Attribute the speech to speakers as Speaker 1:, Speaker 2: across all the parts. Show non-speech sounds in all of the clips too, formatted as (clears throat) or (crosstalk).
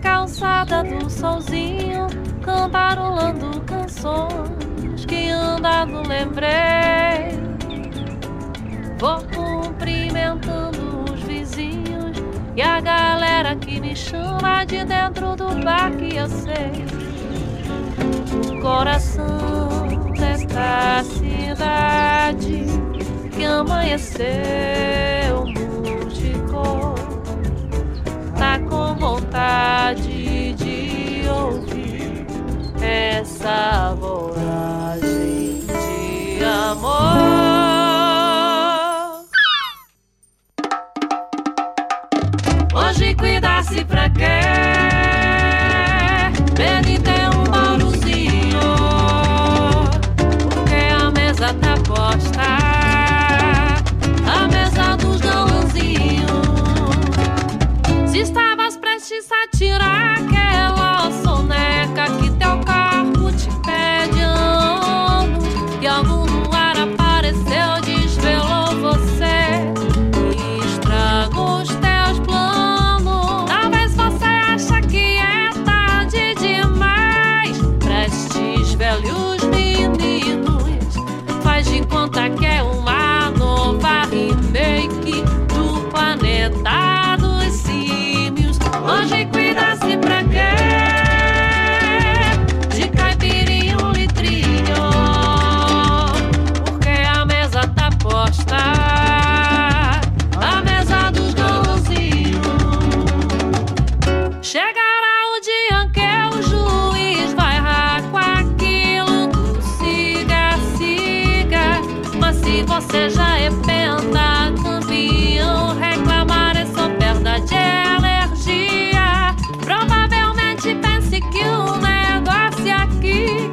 Speaker 1: calçada do solzinho, cantarolando canções que anda no lembrei. Vou cumprimentando os vizinhos e a galera que me chama de dentro do bar que eu sei. O coração desta cidade que amanheceu multicor tá com vontade de ouvir essa voragem de amor. Hoje cuidar-se pra quê? Ele tem um bauruzinho, porque a mesa tá posta. A mesa dos galãzinhos. Se estavas prestes a tirar aquela soneca que teu carro te pede há anos E algum luar apareceu, desvelou você E estragou os teus planos Talvez você acha que é tarde demais Pra estes velhos meninos Faz de conta que é uma nova remake do planeta dos símios. Hoje cuida-se pra quê? De caipirinha um litrinho. Porque a mesa tá posta. A mesa dos galãozinhos. Chegará o dia em que o juiz vai errar com aquilo do siga, siga. Mas se você já é penta, campeão, reclamar é só perda de alergia. Provavelmente pense que o negócio aqui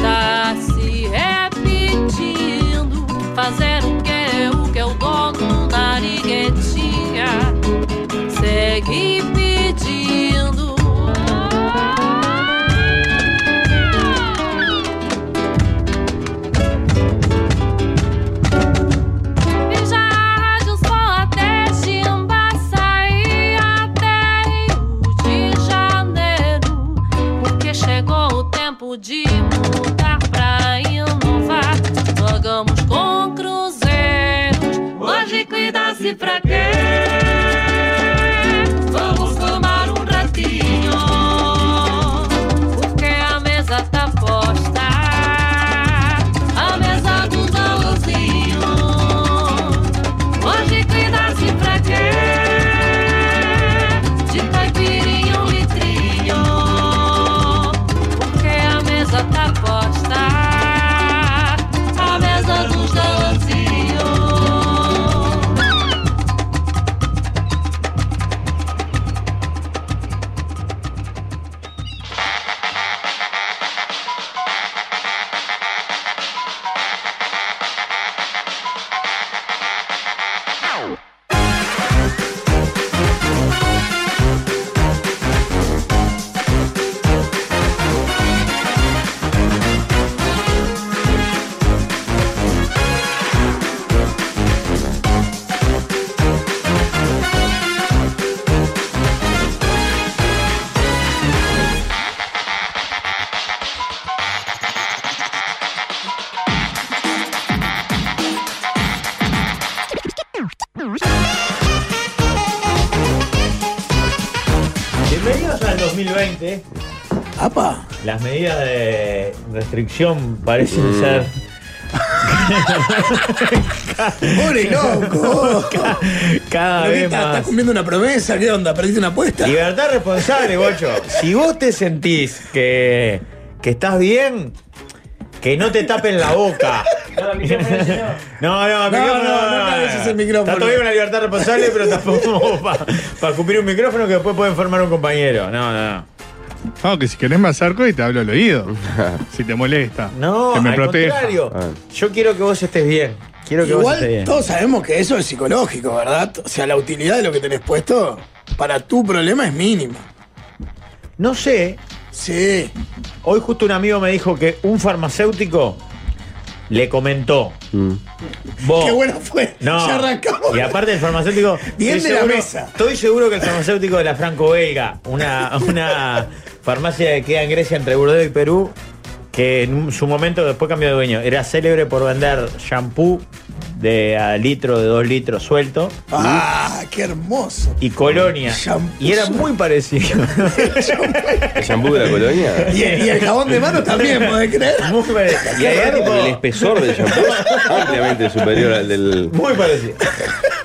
Speaker 1: tá se repetindo. Fazer o que? O que eu dou na riguetinha segue pedindo. E já a rádio só até Chimba sair até Rio de Janeiro, porque chegou o tempo de mudar pra inovar. Jogamos com cruzeiros, hoje cuida-se pra quê? Vamos tomar um ratinho, porque a mesa tá posta. A mesa do galãozinho, hoje cuida-se pra quê? De caipirinha um litrinho, porque a mesa tá posta. A mesa dos galãozinhos.
Speaker 2: Bienvenidos al 2020.
Speaker 3: ¡Apa!
Speaker 2: Las medidas de restricción parecen ser
Speaker 3: ¡Pobre loco!
Speaker 2: (laughs) cada
Speaker 3: ¿Pero qué estás,
Speaker 2: vez
Speaker 3: estás
Speaker 2: más.
Speaker 3: cumpliendo una promesa? ¿Qué onda? ¿Perdiste una apuesta?
Speaker 2: Libertad responsable, bocho. Si vos te sentís que, que estás bien, que no te tapen la boca. No, no, el
Speaker 3: No,
Speaker 2: micrófono,
Speaker 3: no, no atraveses el micrófono.
Speaker 2: Está todavía una libertad responsable,
Speaker 3: (laughs)
Speaker 2: pero tampoco para cumplir un micrófono que después puede enfermar a un compañero. No, no, no.
Speaker 4: No, que si querés me acerco y te hablo al oído. si te molesta.
Speaker 2: No,
Speaker 4: que me
Speaker 2: al
Speaker 4: proteja.
Speaker 2: contrario.
Speaker 5: Ah.
Speaker 2: Yo quiero que vos estés bien. Quiero que vos estés
Speaker 3: Igual
Speaker 2: bien.
Speaker 3: todos sabemos que eso es psicológico, ¿verdad? O sea, la utilidad de lo que tenés puesto para tu problema es mínima.
Speaker 2: No sé,
Speaker 3: Sí.
Speaker 2: hoy justo un amigo me dijo que un farmacéutico le comentó. Vos,
Speaker 3: Qué bueno fue.
Speaker 2: No.
Speaker 3: Ya arrancamos.
Speaker 2: Y aparte el farmacéutico.
Speaker 3: Bien
Speaker 2: estoy
Speaker 3: de la
Speaker 2: seguro-
Speaker 3: mesa.
Speaker 2: Estoy seguro que el farmacéutico de la Franco Belga, una, (laughs) una farmacia que queda en Grecia entre Burdeos y Perú, que en su momento después cambió de dueño, era célebre por vender shampoo de a litro, de dos litros suelto.
Speaker 3: Ah, qué
Speaker 2: (laughs)
Speaker 3: hermoso.
Speaker 2: Y colonia.
Speaker 3: Shampoo
Speaker 2: Y era
Speaker 3: suelto.
Speaker 2: muy parecido.
Speaker 5: ¿El shampoo de la colonia?
Speaker 3: Y el, y el jabón de mano también, ¿podés creer?
Speaker 2: Muy parecido.
Speaker 5: (laughs) Y era
Speaker 2: tipo-
Speaker 5: el espesor del
Speaker 2: (laughs)
Speaker 5: shampoo es ampliamente superior al del.
Speaker 2: Muy parecido.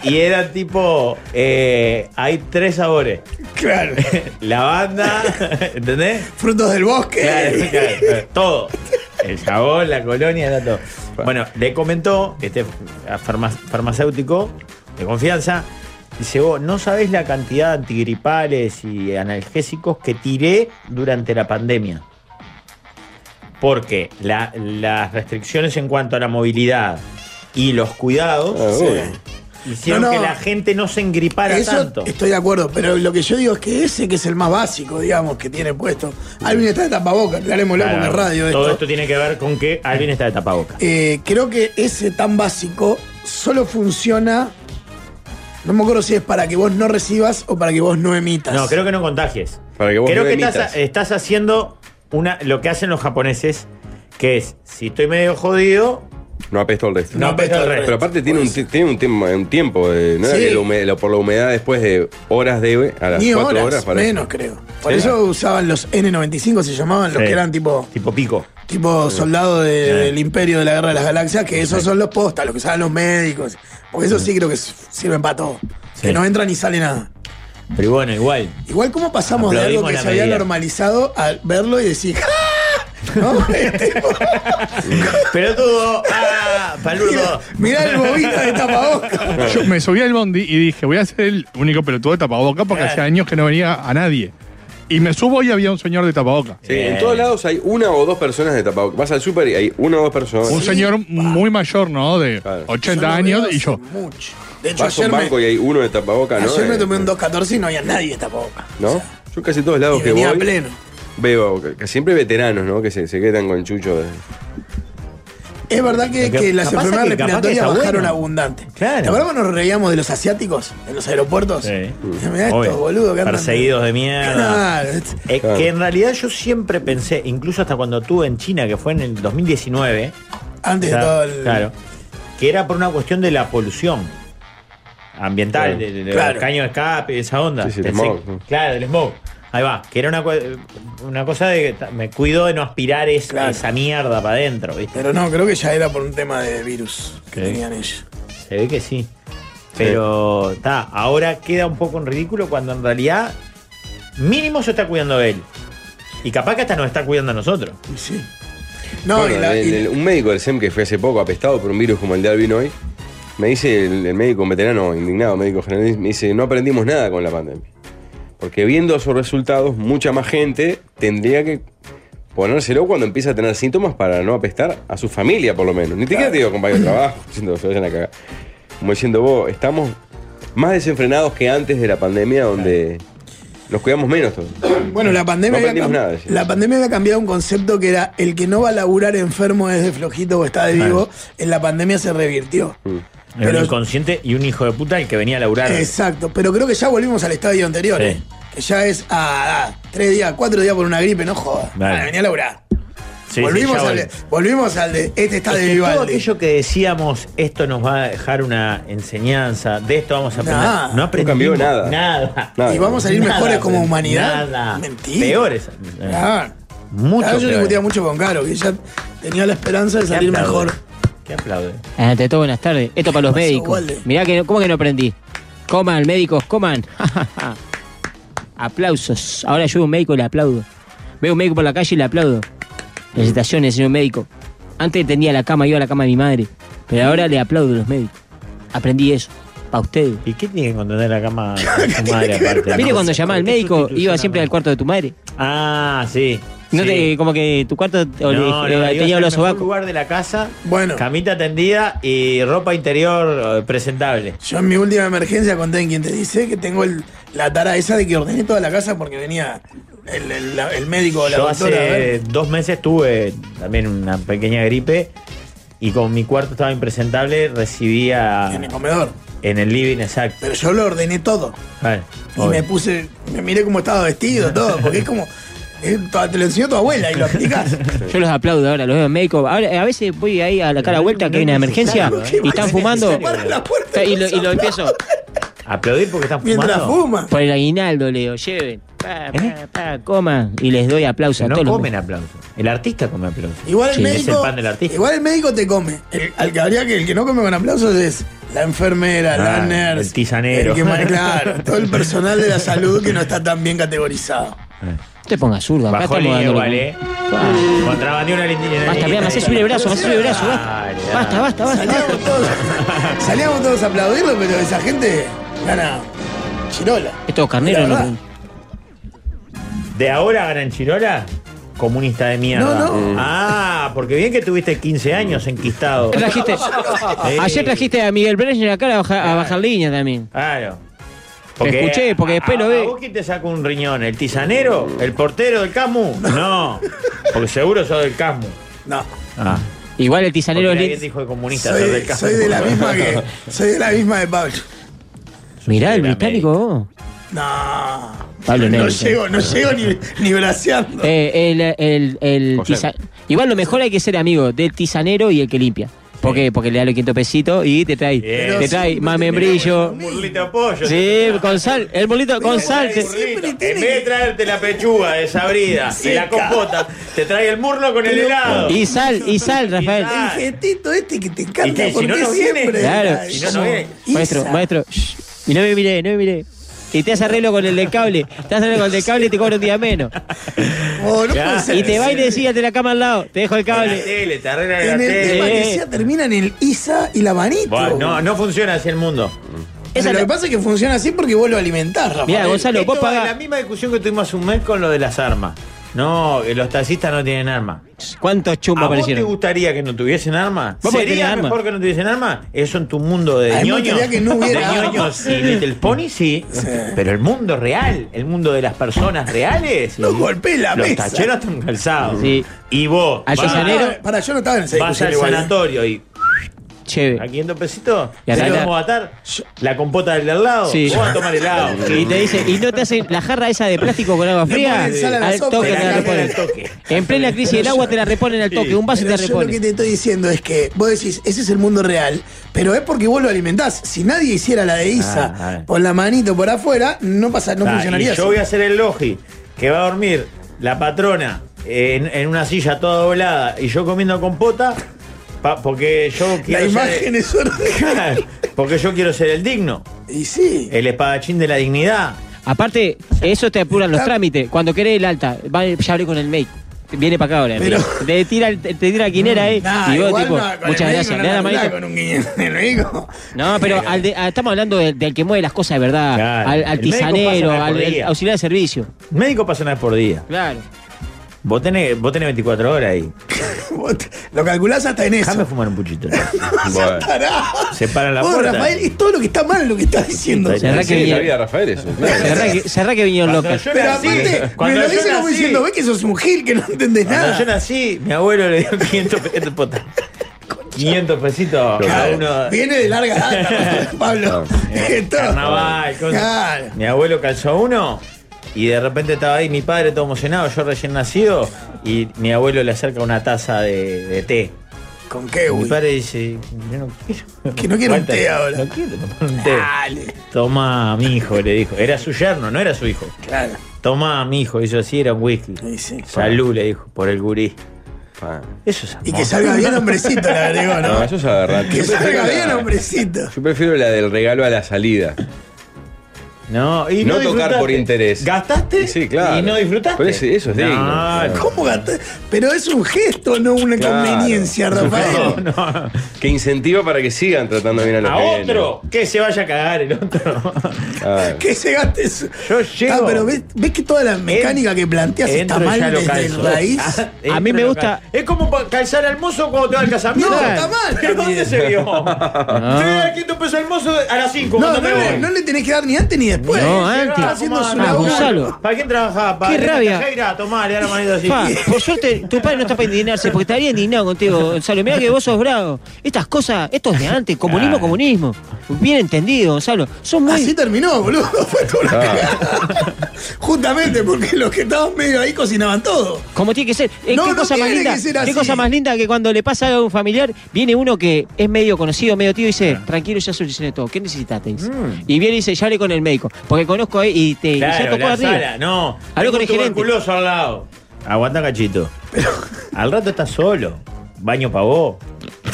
Speaker 2: Y era tipo, eh, hay tres sabores.
Speaker 3: Claro.
Speaker 2: Lavanda, ¿entendés?
Speaker 3: Frutos del bosque.
Speaker 2: Claro, claro, claro. Todo. El jabón, la colonia, era todo. Bueno, le comentó este farma- farmacéutico de confianza. Dice, vos no sabés la cantidad de antigripales y analgésicos que tiré durante la pandemia. Porque la- las restricciones en cuanto a la movilidad y los
Speaker 5: Ah,
Speaker 2: cuidados
Speaker 5: bueno.
Speaker 2: hicieron
Speaker 3: No, no.
Speaker 2: que la gente no se engripara
Speaker 3: Eso
Speaker 2: tanto.
Speaker 3: estoy de acuerdo, pero lo que yo digo es que ese que es el más básico, digamos, que tiene puesto. Alguien está de tapabocas, le haremos loco en la
Speaker 2: Claro,
Speaker 3: radio de
Speaker 2: todo
Speaker 3: esto.
Speaker 2: esto tiene que ver con que alguien está de tapabocas.
Speaker 3: Eh, creo que ese tan básico solo funciona. No me acuerdo si es para que vos no recibas o para que vos no emitas.
Speaker 2: No, creo que no contagies.
Speaker 5: Para que vos
Speaker 2: creo
Speaker 5: no
Speaker 2: que
Speaker 5: emitas.
Speaker 2: estás, estás haciendo una, lo que hacen los japoneses, que es, si estoy medio jodido,
Speaker 5: No apesto el resto.
Speaker 2: no, apesta el resto.
Speaker 5: Pero aparte tiene un, ti- tiene un, tiempo, un tiempo, eh, ¿no? Era
Speaker 3: Pues- Sí.
Speaker 5: que la hume- la- por la humedad después de horas de a las
Speaker 3: Ni
Speaker 5: 4
Speaker 3: horas,
Speaker 5: horas, para
Speaker 3: menos creo. Por
Speaker 5: Sí.
Speaker 3: eso usaban los N95, se llamaban, los
Speaker 2: Sí.
Speaker 3: que eran tipo,
Speaker 2: Tipo pico.
Speaker 3: tipo soldados de- del imperio de la guerra de las galaxias, que esos son los postas, los que usaban los médicos. Porque eso sí creo que s- sirven para todo.
Speaker 2: Sí.
Speaker 3: Que no entra ni sale nada.
Speaker 2: Pero bueno,
Speaker 3: (laughs)
Speaker 2: igual.
Speaker 3: Igual, ¿cómo pasamos de algo
Speaker 2: Aplaudimos
Speaker 3: que
Speaker 2: la
Speaker 3: se había
Speaker 2: medida.
Speaker 3: normalizado a verlo y decir, ¡Ah! ¿No? Tipo,
Speaker 2: Pero todo, ah, paludo.
Speaker 3: Mirá el bobito de
Speaker 2: (laughs)
Speaker 3: tapabocas.
Speaker 4: (laughs) Yo me subí al bondi y dije, voy a ser el único pelotudo de tapaboca porque hace años que no venía a nadie. Y me subo y había un señor de tapaboca.
Speaker 5: Sí,
Speaker 2: Bien.
Speaker 5: en todos lados hay una o dos personas de tapabocas. Vas al súper y hay una o dos personas.
Speaker 4: Un señor muy mayor, ¿no? De
Speaker 5: Claro.
Speaker 3: Yo
Speaker 4: 80
Speaker 3: no
Speaker 4: años
Speaker 3: veo
Speaker 4: y yo.
Speaker 3: hace mucho. De hecho,
Speaker 5: Vas a un
Speaker 3: ayer,
Speaker 5: banco
Speaker 3: me,
Speaker 5: y hay uno de tapabocas, ¿no?
Speaker 3: ayer me
Speaker 5: Eh,
Speaker 3: tomé un 214 y no había nadie de tapabocas.
Speaker 5: ¿No? Yo casi todos lados
Speaker 3: Y
Speaker 5: que
Speaker 3: venía
Speaker 5: voy.
Speaker 3: pleno.
Speaker 5: Veo que- que siempre veteranos, ¿no? Que se, se quedan con chucho. de-
Speaker 3: Es verdad que,
Speaker 2: Lo que
Speaker 3: que las
Speaker 2: pasa
Speaker 3: enfermedades
Speaker 2: que capaz que
Speaker 3: respiratorias
Speaker 2: está bueno.
Speaker 3: bajaron abundante.
Speaker 2: Claro.
Speaker 3: ¿Te acuerdas cuando nos reíamos de los asiáticos en los aeropuertos?
Speaker 2: Sí.
Speaker 3: Mirá
Speaker 2: Eh, Obvio.
Speaker 3: estos boludos que andan-
Speaker 2: Perseguidos de mierda.
Speaker 3: Claro.
Speaker 2: Eh,
Speaker 5: Claro.
Speaker 2: Que en realidad yo siempre pensé, incluso hasta cuando estuve en China, que fue en el 2019,
Speaker 3: Antes de
Speaker 2: Claro,
Speaker 3: todo el.
Speaker 2: claro. Que era por una cuestión de la polución ambiental,
Speaker 5: Claro.
Speaker 2: de, de- de
Speaker 3: Claro.
Speaker 2: los caños de escape, esa onda.
Speaker 5: Sí, sí, el
Speaker 2: Pensé-
Speaker 5: smog, ¿no?
Speaker 2: Claro, el smog. Ahí va, que era una, cua- una cosa de que ta- me cuido de no aspirar es-
Speaker 3: Claro.
Speaker 2: esa mierda para adentro, ¿viste?
Speaker 3: Pero no, creo que ya era por un tema de virus que
Speaker 2: Ok.
Speaker 3: tenían ellos.
Speaker 2: Se ve que sí. Pero está, ahora queda un poco en ridículo cuando en realidad mínimo se está cuidando de él. Y capaz que hasta nos está cuidando a nosotros.
Speaker 3: Y sí. No,
Speaker 5: Bueno,
Speaker 3: y la.
Speaker 5: el-
Speaker 3: y-
Speaker 5: el- un médico del SEM que fue hace poco apestado por un virus como el de Albino hoy, me dice el, el médico veterano indignado, médico general, me dice, no aprendimos nada con la pandemia. Porque viendo esos resultados, mucha más gente tendría que ponérselo cuando empieza a tener síntomas para no apestar a su familia, por lo menos. Ni siquiera te digo compañero de trabajo, diciendo, se vayan a cagar. Como diciendo, vos, estamos más desenfrenados que antes de la pandemia, donde nos cuidamos menos todos.
Speaker 3: Bueno, la pandemia,
Speaker 5: No
Speaker 3: había,
Speaker 5: aprendimos
Speaker 3: cam-
Speaker 5: nada, sí.
Speaker 3: la pandemia había cambiado un concepto que era el que no va a laburar enfermo es de flojito o está de vivo. En la pandemia se revirtió.
Speaker 2: Era
Speaker 3: Pero-
Speaker 2: un inconsciente y un hijo de puta el que venía a laburar.
Speaker 3: Exacto, pero creo que ya volvimos al estadio anterior.
Speaker 2: Sí.
Speaker 3: eh, Que ya es a tres días, cuatro días por una gripe, no jodas.
Speaker 2: Dale.
Speaker 3: Ah, Venía a laburar.
Speaker 2: Sí, sí,
Speaker 3: volvimos,
Speaker 2: ya
Speaker 3: al, de-
Speaker 2: volvimos.
Speaker 3: volvimos al de este está
Speaker 2: Es
Speaker 3: de
Speaker 2: que todo
Speaker 3: Vivaldi.
Speaker 2: aquello que decíamos, esto nos va a dejar una enseñanza, de esto vamos a aprender.
Speaker 3: Nah,
Speaker 2: no
Speaker 3: no
Speaker 2: aprendimos
Speaker 5: cambió nada.
Speaker 2: Nada.
Speaker 5: Nada.
Speaker 3: Y vamos a salir
Speaker 2: Nada
Speaker 3: mejores como
Speaker 2: aprendí-
Speaker 3: humanidad.
Speaker 2: Nada.
Speaker 3: Mentira.
Speaker 2: Peores. Eh,
Speaker 3: Ah.
Speaker 2: Mucho.
Speaker 3: Claro, yo
Speaker 2: peores.
Speaker 3: discutía mucho con Caro, que ella tenía la esperanza de
Speaker 2: ¿Qué
Speaker 3: salir
Speaker 2: aplaude?
Speaker 3: mejor.
Speaker 2: ¿Qué aplaude?
Speaker 6: Ante todo, Ah, buenas tardes. Esto para los
Speaker 3: pasó,
Speaker 6: médicos.
Speaker 3: Walde?
Speaker 6: Mirá que, no- ¿cómo que no aprendí? Coman, médicos, coman. (laughs) Ja, ja, ja. Aplausos. Ahora yo veo un médico y le aplaudo. Veo un médico por la calle y le aplaudo. Felicitaciones, señor médico. Antes tenía la cama, iba a la cama de mi madre. Pero ahora le aplaudo a los médicos. Aprendí eso. Para ustedes.
Speaker 2: ¿Y qué tiene que contener la cama de su
Speaker 6: (laughs)
Speaker 2: madre aparte?
Speaker 6: Mire cuando llamaba
Speaker 2: llamaba
Speaker 6: al médico, iba siempre al cuarto de tu madre.
Speaker 2: Ah, sí.
Speaker 6: No
Speaker 2: sí.
Speaker 6: te- como que tu cuarto o
Speaker 2: No,
Speaker 6: le-
Speaker 2: no,
Speaker 6: eh,
Speaker 2: ibas
Speaker 6: tenía
Speaker 2: al
Speaker 6: los
Speaker 2: mejor
Speaker 6: sobacos.
Speaker 2: lugar de la casa,
Speaker 3: Bueno.
Speaker 2: camita tendida y ropa interior eh, presentable.
Speaker 3: Yo en mi última emergencia conté en quien te dice que tengo el- la tara esa de que ordené toda la casa porque venía el, el- la- el médico o la
Speaker 2: Yo
Speaker 3: doctora. a ver.
Speaker 2: hace dos meses tuve también una pequeña gripe y como mi cuarto estaba impresentable, recibía
Speaker 3: en el comedor.
Speaker 2: en el living exacto.
Speaker 3: Pero yo lo ordené todo.
Speaker 2: Claro,
Speaker 3: Y
Speaker 2: obvio.
Speaker 3: me puse, me miré cómo estaba vestido, todo, porque es como. es- te lo enseñó tu abuela y lo
Speaker 2: (laughs)
Speaker 3: aplicás.
Speaker 6: Yo los aplaudo ahora, los veo en médico. Ahora, eh, a veces voy ahí a la cara
Speaker 2: No,
Speaker 6: vuelta que
Speaker 2: no
Speaker 6: hay una
Speaker 2: es
Speaker 6: emergencia
Speaker 2: necesario,
Speaker 3: ¿Qué
Speaker 6: y
Speaker 3: más
Speaker 6: están
Speaker 3: es
Speaker 6: fumando. Eh,
Speaker 3: necesario? Parar la puerta
Speaker 6: Y lo, y lo
Speaker 3: empezar a
Speaker 6: empiezo.
Speaker 2: Aplaudir porque están fumando. ¿Eh?
Speaker 3: Mientras fuma.
Speaker 6: Por el aguinaldo leo, lleven. Pa, pa, pa, coman. Y les doy aplausos
Speaker 2: Pero
Speaker 6: a todos
Speaker 2: no
Speaker 6: los-
Speaker 2: comen aplausos. El artista come aplausos.
Speaker 3: Igual el
Speaker 6: Sí, es
Speaker 3: médico.
Speaker 2: el pan del artista.
Speaker 3: Igual el médico te come.
Speaker 2: Eh,
Speaker 3: El, al que habría que el que no come con aplausos es la enfermera,
Speaker 2: Ah,
Speaker 3: la nurse.
Speaker 2: el tizanero.
Speaker 3: el que
Speaker 2: (laughs)
Speaker 3: ma- claro, todo el personal de la salud que no está tan bien categorizado.
Speaker 6: No te pongas zurdo, acá
Speaker 2: Bajó
Speaker 6: estamos
Speaker 2: línea
Speaker 6: dando.
Speaker 2: igual, ¿eh? Contrabandió una línea.
Speaker 6: Basta, vea, me hace subir el brazo, me hace subir el brazo, basta.
Speaker 2: Dale, dale.
Speaker 6: Basta, basta, basta.
Speaker 3: Salíamos todos, salíamos todos a aplaudirlo, pero esa gente gana chirola.
Speaker 6: Estos carneros
Speaker 3: La
Speaker 6: no.
Speaker 3: verdad.
Speaker 2: ¿De ahora ganan Chirola? Comunista de mierda.
Speaker 3: No, no.
Speaker 2: Ah, porque bien que tuviste 15 años enquistado.
Speaker 6: Trajiste,
Speaker 2: (laughs) Sí.
Speaker 6: ayer trajiste a Miguel Breñer acá a baja- a bajar línea también.
Speaker 2: Claro.
Speaker 6: Te escuché, porque después
Speaker 2: a-
Speaker 6: lo
Speaker 2: a
Speaker 6: ve.
Speaker 2: vos quién te saca un riñón? ¿El tizanero? ¿El portero del Casmu? No. Porque seguro sos del Casmu.
Speaker 3: No.
Speaker 2: Ah.
Speaker 6: Igual el tizanero
Speaker 2: Porque
Speaker 6: es
Speaker 2: alguien
Speaker 6: lindo.
Speaker 2: dijo de comunista, sos
Speaker 3: Soy,
Speaker 2: del Casmu.
Speaker 3: soy de la misma que. Soy de la misma de Pablo.
Speaker 6: Mirá, el
Speaker 2: Era
Speaker 6: británico vos.
Speaker 3: No.
Speaker 6: Pablo
Speaker 3: no
Speaker 6: Negri.
Speaker 3: llego, no llego ni, ni braceando.
Speaker 6: Eh, el, el, el
Speaker 5: José.
Speaker 6: tiza- Igual lo mejor hay que ser amigo del tizanero y el que limpia. ¿Por qué? Porque le da los 500 pesitos y te trae,
Speaker 2: Bien.
Speaker 6: te trae
Speaker 3: Pero
Speaker 6: más
Speaker 3: siempre
Speaker 6: membrillo.
Speaker 2: Un burlito de pollo.
Speaker 6: Sí, con sal, el bolito con sal. te-
Speaker 3: siempre
Speaker 2: En
Speaker 3: tiene
Speaker 2: vez de
Speaker 3: que-
Speaker 2: traerte la pechuga desabrida y la
Speaker 3: Seca.
Speaker 2: compota, te trae el murlo con el
Speaker 3: Pero-
Speaker 2: helado.
Speaker 6: Y sal, y sal, Rafael.
Speaker 2: sal.
Speaker 3: El gestito este que te encanta,
Speaker 2: ¿Y qué? Ah. Si
Speaker 3: porque
Speaker 2: no, no viene.
Speaker 3: siempre.
Speaker 6: Claro.
Speaker 2: Si no, no viene.
Speaker 6: Maestro,
Speaker 3: Isa.
Speaker 6: maestro. shh, Y no me miré, no me miré. Y te hace arreglo con el del cable. Te hace arreglo con el del cable y te cobra un día menos.
Speaker 3: Oh, no
Speaker 2: Ya.
Speaker 3: puede ser.
Speaker 6: Y te va y te decía, te la cama al lado. Te dejo el
Speaker 2: Con la
Speaker 6: cable. Eh.
Speaker 2: tele, te arreglan la
Speaker 3: En el tema
Speaker 2: tele.
Speaker 3: que sea termina en el Isa y la manito.
Speaker 2: Buah, no, no funciona así el mundo.
Speaker 6: Esa
Speaker 3: Pero lo
Speaker 6: la-
Speaker 3: que pasa es que funciona así porque vos lo alimentás, Rafael.
Speaker 6: Mirá, Gonzalo,
Speaker 2: Esto
Speaker 6: vos
Speaker 2: es la
Speaker 6: pagás.
Speaker 2: misma discusión que tuvimos hace un mes con lo de las armas. No, que los taxistas no tienen armas.
Speaker 6: ¿Cuántos
Speaker 2: ¿A
Speaker 6: chumbos
Speaker 2: vos te
Speaker 6: aparecieron?
Speaker 2: gustaría que no tuviesen armas?
Speaker 6: Vos podés
Speaker 2: ¿Sería
Speaker 6: tener
Speaker 2: mejor
Speaker 6: armas.
Speaker 2: que no tuviesen armas? Eso en tu mundo de
Speaker 3: A mí me
Speaker 2: ñoños.
Speaker 3: gustaría que no hubiera
Speaker 2: de
Speaker 3: armas.
Speaker 2: ñoños y Little Pony, sí. Pero el mundo real, el mundo de las personas reales.
Speaker 3: No golpees la
Speaker 2: los
Speaker 3: mesa.
Speaker 2: tacheros están calzados.
Speaker 6: Sí.
Speaker 2: Y vos
Speaker 6: Al
Speaker 2: vas,
Speaker 6: llanero.
Speaker 3: Para, yo no estaba en ese
Speaker 2: vas al
Speaker 3: igual.
Speaker 2: sanatorio y a
Speaker 6: Chévere.
Speaker 2: 500 pesitos,
Speaker 6: Y
Speaker 2: te
Speaker 6: acá la-
Speaker 2: vamos a atar la compota del al lado,
Speaker 6: Sí.
Speaker 2: vos vas a tomar helado.
Speaker 6: (laughs) Y te dice, y no te hacen la jarra esa de plástico con agua
Speaker 3: Le
Speaker 6: fría,
Speaker 3: ponen sal a la
Speaker 6: al
Speaker 3: sopa,
Speaker 6: toque
Speaker 3: te
Speaker 6: te
Speaker 3: la
Speaker 6: la
Speaker 2: cambian al
Speaker 6: reponen.
Speaker 2: toque.
Speaker 6: En plena crisis del agua te la reponen al toque, un vaso
Speaker 3: Pero
Speaker 6: te
Speaker 3: yo lo que
Speaker 6: reponen.
Speaker 3: te estoy diciendo es que vos decís, ese es el mundo real, pero es porque vos lo alimentás. Si nadie hiciera la de Isa
Speaker 2: Ah, ah.
Speaker 3: por la manito por afuera, no pasa, no
Speaker 2: Ah,
Speaker 3: funcionaría
Speaker 2: y yo
Speaker 3: así.
Speaker 2: voy a hacer el logi, que va a dormir la patrona en, en una silla toda doblada y yo comiendo compota, pa- porque yo
Speaker 3: La
Speaker 2: quiero
Speaker 3: imagen
Speaker 2: ser,
Speaker 3: es
Speaker 2: (laughs)
Speaker 3: ordenada.
Speaker 2: porque yo quiero ser el digno,
Speaker 3: Y sí.
Speaker 2: el espadachín de la dignidad.
Speaker 6: Aparte, eso te apuran los
Speaker 3: Está-
Speaker 6: trámites. Cuando querés el alta, va- ya hablé con el médico. Viene para acá ahora.
Speaker 3: Pero-
Speaker 6: Te tira, el- te tira la quinera, eh.
Speaker 3: Nah,
Speaker 6: y vos,
Speaker 3: igual
Speaker 6: tipo,
Speaker 3: no, con el
Speaker 6: muchas
Speaker 3: médico
Speaker 6: gracias.
Speaker 3: no
Speaker 6: Le da la
Speaker 3: andás
Speaker 6: manito.
Speaker 3: con un guiño (laughs) del médico.
Speaker 6: No, pero al de- a- estamos hablando del, del que mueve las cosas de verdad.
Speaker 2: Claro.
Speaker 6: Al, al
Speaker 2: El médico
Speaker 6: tisanero,
Speaker 2: pasa una
Speaker 6: al, al
Speaker 2: porquería.
Speaker 6: auxiliar de servicio.
Speaker 2: Médico pasa una vez por día.
Speaker 6: Claro.
Speaker 2: Vos tenés, vos tenés 24 horas ahí.
Speaker 3: (laughs) Vos te- Lo calculás hasta en
Speaker 2: Déjame
Speaker 3: eso.
Speaker 2: fumar
Speaker 3: (laughs)
Speaker 2: un puchito.
Speaker 5: Bueno,
Speaker 3: (laughs) Pará.
Speaker 2: Se para la
Speaker 3: Vos,
Speaker 2: puerta.
Speaker 3: Rafael, es todo lo que está mal lo que estás diciendo.
Speaker 2: Está
Speaker 6: Cerrá
Speaker 5: sí,
Speaker 6: que,
Speaker 5: la
Speaker 6: vinieron-
Speaker 5: vida de Rafael eso, claro.
Speaker 6: cerrá que, cerrá que vinieron
Speaker 2: Cuando
Speaker 6: locas.
Speaker 2: yo
Speaker 3: Pero
Speaker 2: nací-
Speaker 3: aparte, me
Speaker 2: (laughs) cuando
Speaker 3: lo
Speaker 2: yo
Speaker 3: dice como
Speaker 2: nací-
Speaker 3: diciendo, ves que sos un gil, que no entendés
Speaker 2: Cuando
Speaker 3: nada.
Speaker 2: yo nací, mi abuelo le dio 500 pesitos. puta. 500 pesitos cada
Speaker 3: Claro,
Speaker 2: uno. eh,
Speaker 3: Viene de larga
Speaker 2: (laughs)
Speaker 3: data, Pablo. (laughs) Esto-
Speaker 2: Carnaval, cosas.
Speaker 3: Claro.
Speaker 2: Mi abuelo calzó uno y de repente estaba ahí mi padre todo emocionado, yo recién nacido, y mi abuelo le acerca una taza de, de té.
Speaker 3: ¿Con qué,
Speaker 2: Mi
Speaker 3: güey?
Speaker 2: padre dice, yo no quiero.
Speaker 3: Que no quiero un
Speaker 2: Walter,
Speaker 3: té ahora. Ah,
Speaker 2: No quiero tomar un té.
Speaker 3: Dale.
Speaker 2: Toma, mi hijo, le dijo. Era su yerno, no era su hijo.
Speaker 3: Claro.
Speaker 2: Toma, mi hijo, hizo así, era un whisky.
Speaker 3: Y sí.
Speaker 2: Salud, le dijo, por el gurí.
Speaker 5: Ah.
Speaker 2: Eso es
Speaker 3: Y
Speaker 2: amor.
Speaker 3: que salga bien hombrecito,
Speaker 5: (laughs)
Speaker 3: le agregó,
Speaker 5: No,
Speaker 3: ¿no?
Speaker 5: eso es aberrante.
Speaker 3: Que
Speaker 5: Yo prefiero
Speaker 3: (laughs) salga
Speaker 5: la-
Speaker 3: bien hombrecito.
Speaker 5: Yo prefiero la del regalo a la salida.
Speaker 2: No, y
Speaker 5: No tocar
Speaker 2: disfrutaste.
Speaker 5: por interés.
Speaker 2: ¿Gastaste?
Speaker 5: Sí, claro.
Speaker 2: Y no disfrutaste.
Speaker 5: Pero ese- eso es
Speaker 2: No,
Speaker 5: digno.
Speaker 2: no.
Speaker 3: ¿Cómo gastar? Pero es un gesto, no una
Speaker 5: Claro.
Speaker 3: conveniencia, Rafael.
Speaker 2: No, no.
Speaker 5: Que incentiva para que sigan tratando bien a los
Speaker 2: A
Speaker 5: que
Speaker 2: otro, que se vaya a cagar el otro.
Speaker 5: vienen. Ah,
Speaker 3: Que se gaste eso.
Speaker 2: Yo llego-
Speaker 3: Ah, pero ves, ves que toda la mecánica que planteas está
Speaker 2: Entro y
Speaker 3: mal
Speaker 2: ya lo
Speaker 3: desde
Speaker 2: calzo.
Speaker 3: el raíz.
Speaker 2: Ah, entro
Speaker 6: A mí
Speaker 2: y
Speaker 6: me
Speaker 2: lo
Speaker 6: gusta-
Speaker 2: calzo. Es como pa- calzar al mozo cuando te va al
Speaker 3: No,
Speaker 2: casamiento.
Speaker 3: está mal.
Speaker 2: ¿Pero
Speaker 6: Ah.
Speaker 2: dónde se vio? Te voy a dar 500 pesos al mozo a las 5
Speaker 3: No,
Speaker 2: cuando
Speaker 3: no,
Speaker 2: me
Speaker 3: le,
Speaker 2: voy.
Speaker 3: no le tenés que dar ni antes ni después.
Speaker 6: No,
Speaker 3: Llegaba
Speaker 6: antes.
Speaker 3: haciendo su
Speaker 6: Ah,
Speaker 3: laburo.
Speaker 6: Gonzalo.
Speaker 2: ¿Para quién trabajaba? ¿Para
Speaker 6: Qué
Speaker 2: Enrique
Speaker 6: rabia.
Speaker 2: Teixeira? Tomá, le da la manito así.
Speaker 6: Pa, por suerte, tu padre no está para indignarse, porque estaría indignado contigo, Gonzalo. Mirá que vos sos bravo. Estas cosas, esto es de antes, comunismo, comunismo. Bien entendido, Gonzalo. Son
Speaker 3: Así
Speaker 6: muy.
Speaker 3: terminó, boludo. (laughs) Fue toda una cagada. Justamente porque los que estaban medio ahí cocinaban todo.
Speaker 6: Como tiene que ser. Eh,
Speaker 3: No,
Speaker 6: ¿Qué
Speaker 3: no
Speaker 6: cosa más
Speaker 3: tiene
Speaker 6: linda?
Speaker 3: que ser
Speaker 6: ¿Qué
Speaker 3: así.
Speaker 6: cosa más linda que cuando le pasa algo a un familiar, viene uno que es medio conocido, medio tío, y dice, tranquilo, ya solucioné todo. ¿Qué necesitaste? Dice. Y viene y dice, ya hablé con el médico. Porque conozco ahí y te y ya
Speaker 2: Claro,
Speaker 6: tocó
Speaker 2: la
Speaker 6: arriba.
Speaker 2: sala, no.
Speaker 6: Habló con el
Speaker 2: Tengo un
Speaker 6: gerente.
Speaker 2: tuberculoso al lado. Aguanta, cachito. Al rato estás solo. Baño para vos.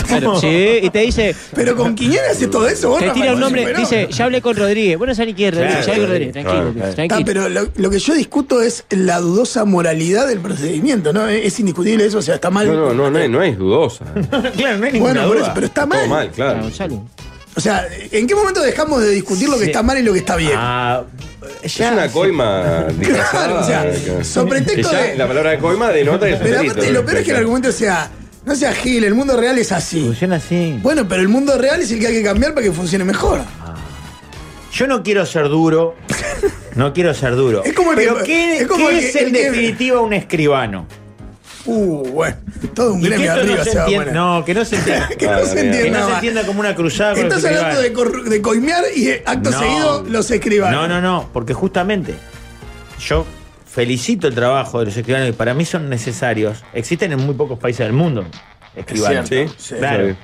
Speaker 6: Claro, sí, y te dice,
Speaker 3: Pero con Quiñones hace todo eso, vos
Speaker 6: te
Speaker 3: Rafa,
Speaker 6: tira un
Speaker 3: sos
Speaker 6: nombre,
Speaker 3: fenómeno.
Speaker 6: dice, ya hablé con Rodríguez. Bueno, sabés ni quién es Rodríguez,
Speaker 2: Claro,
Speaker 6: ya hablé con Rodríguez,
Speaker 2: Rodríguez,
Speaker 6: tranquilo,
Speaker 5: claro,
Speaker 3: Ah,
Speaker 6: tranquilo.
Speaker 3: pero lo, lo que yo discuto es la dudosa moralidad del procedimiento, ¿no? Es indiscutible eso, o sea, está mal.
Speaker 5: No, no, no,
Speaker 3: (laughs)
Speaker 5: no, es- no es dudosa.
Speaker 2: claro, no hay ninguna
Speaker 3: Bueno, por
Speaker 2: duda.
Speaker 3: eso, pero está
Speaker 5: Todo
Speaker 3: mal.
Speaker 5: mal,
Speaker 6: Claro,
Speaker 5: claro.
Speaker 6: Gonzalo.
Speaker 3: O sea, ¿en qué momento dejamos de discutir lo que
Speaker 6: Sí.
Speaker 3: está mal y lo que está bien?
Speaker 2: Ah,
Speaker 5: Es una
Speaker 3: (laughs)
Speaker 5: coima
Speaker 3: claro, o
Speaker 5: disfrazada.
Speaker 3: sea,
Speaker 5: que-
Speaker 3: sobre
Speaker 5: que
Speaker 3: texto
Speaker 5: ya
Speaker 3: de.
Speaker 5: La palabra coima denota que es un
Speaker 3: Pero
Speaker 5: delito,
Speaker 3: aparte,
Speaker 5: ¿no?
Speaker 3: lo peor es que el argumento sea, no sea Gil, el mundo real es así.
Speaker 2: funciona así. Ah.
Speaker 3: Bueno, pero el mundo real es el que hay que cambiar para que funcione mejor.
Speaker 2: Yo no quiero ser duro. No quiero ser duro.
Speaker 3: Es como el
Speaker 2: pero
Speaker 3: que-
Speaker 2: ¿qué
Speaker 3: es
Speaker 2: es,
Speaker 3: como
Speaker 2: ¿qué
Speaker 3: el que-
Speaker 2: es en
Speaker 3: el que-
Speaker 2: definitiva un escribano?
Speaker 3: Uh, bueno, todo un
Speaker 2: Y que
Speaker 3: gremio
Speaker 2: esto
Speaker 3: arriba
Speaker 2: no se
Speaker 3: se va a
Speaker 2: entienda.
Speaker 3: poner.
Speaker 2: No, que no se entienda.
Speaker 3: (laughs) Que no
Speaker 5: Madre
Speaker 3: se
Speaker 5: mía.
Speaker 2: que
Speaker 3: entienda
Speaker 2: no se
Speaker 3: más.
Speaker 2: entienda como una cruzada con los
Speaker 3: Estás hablando de,
Speaker 2: escribanos.
Speaker 3: corru- de coimear y eh, acto
Speaker 2: No.
Speaker 3: seguido los escribanos.
Speaker 2: No, no, no, porque justamente yo felicito el trabajo de los escribanos que para mí son necesarios. Existen en muy pocos países del mundo escribanos.
Speaker 5: Sí,
Speaker 3: Sí.
Speaker 2: Claro.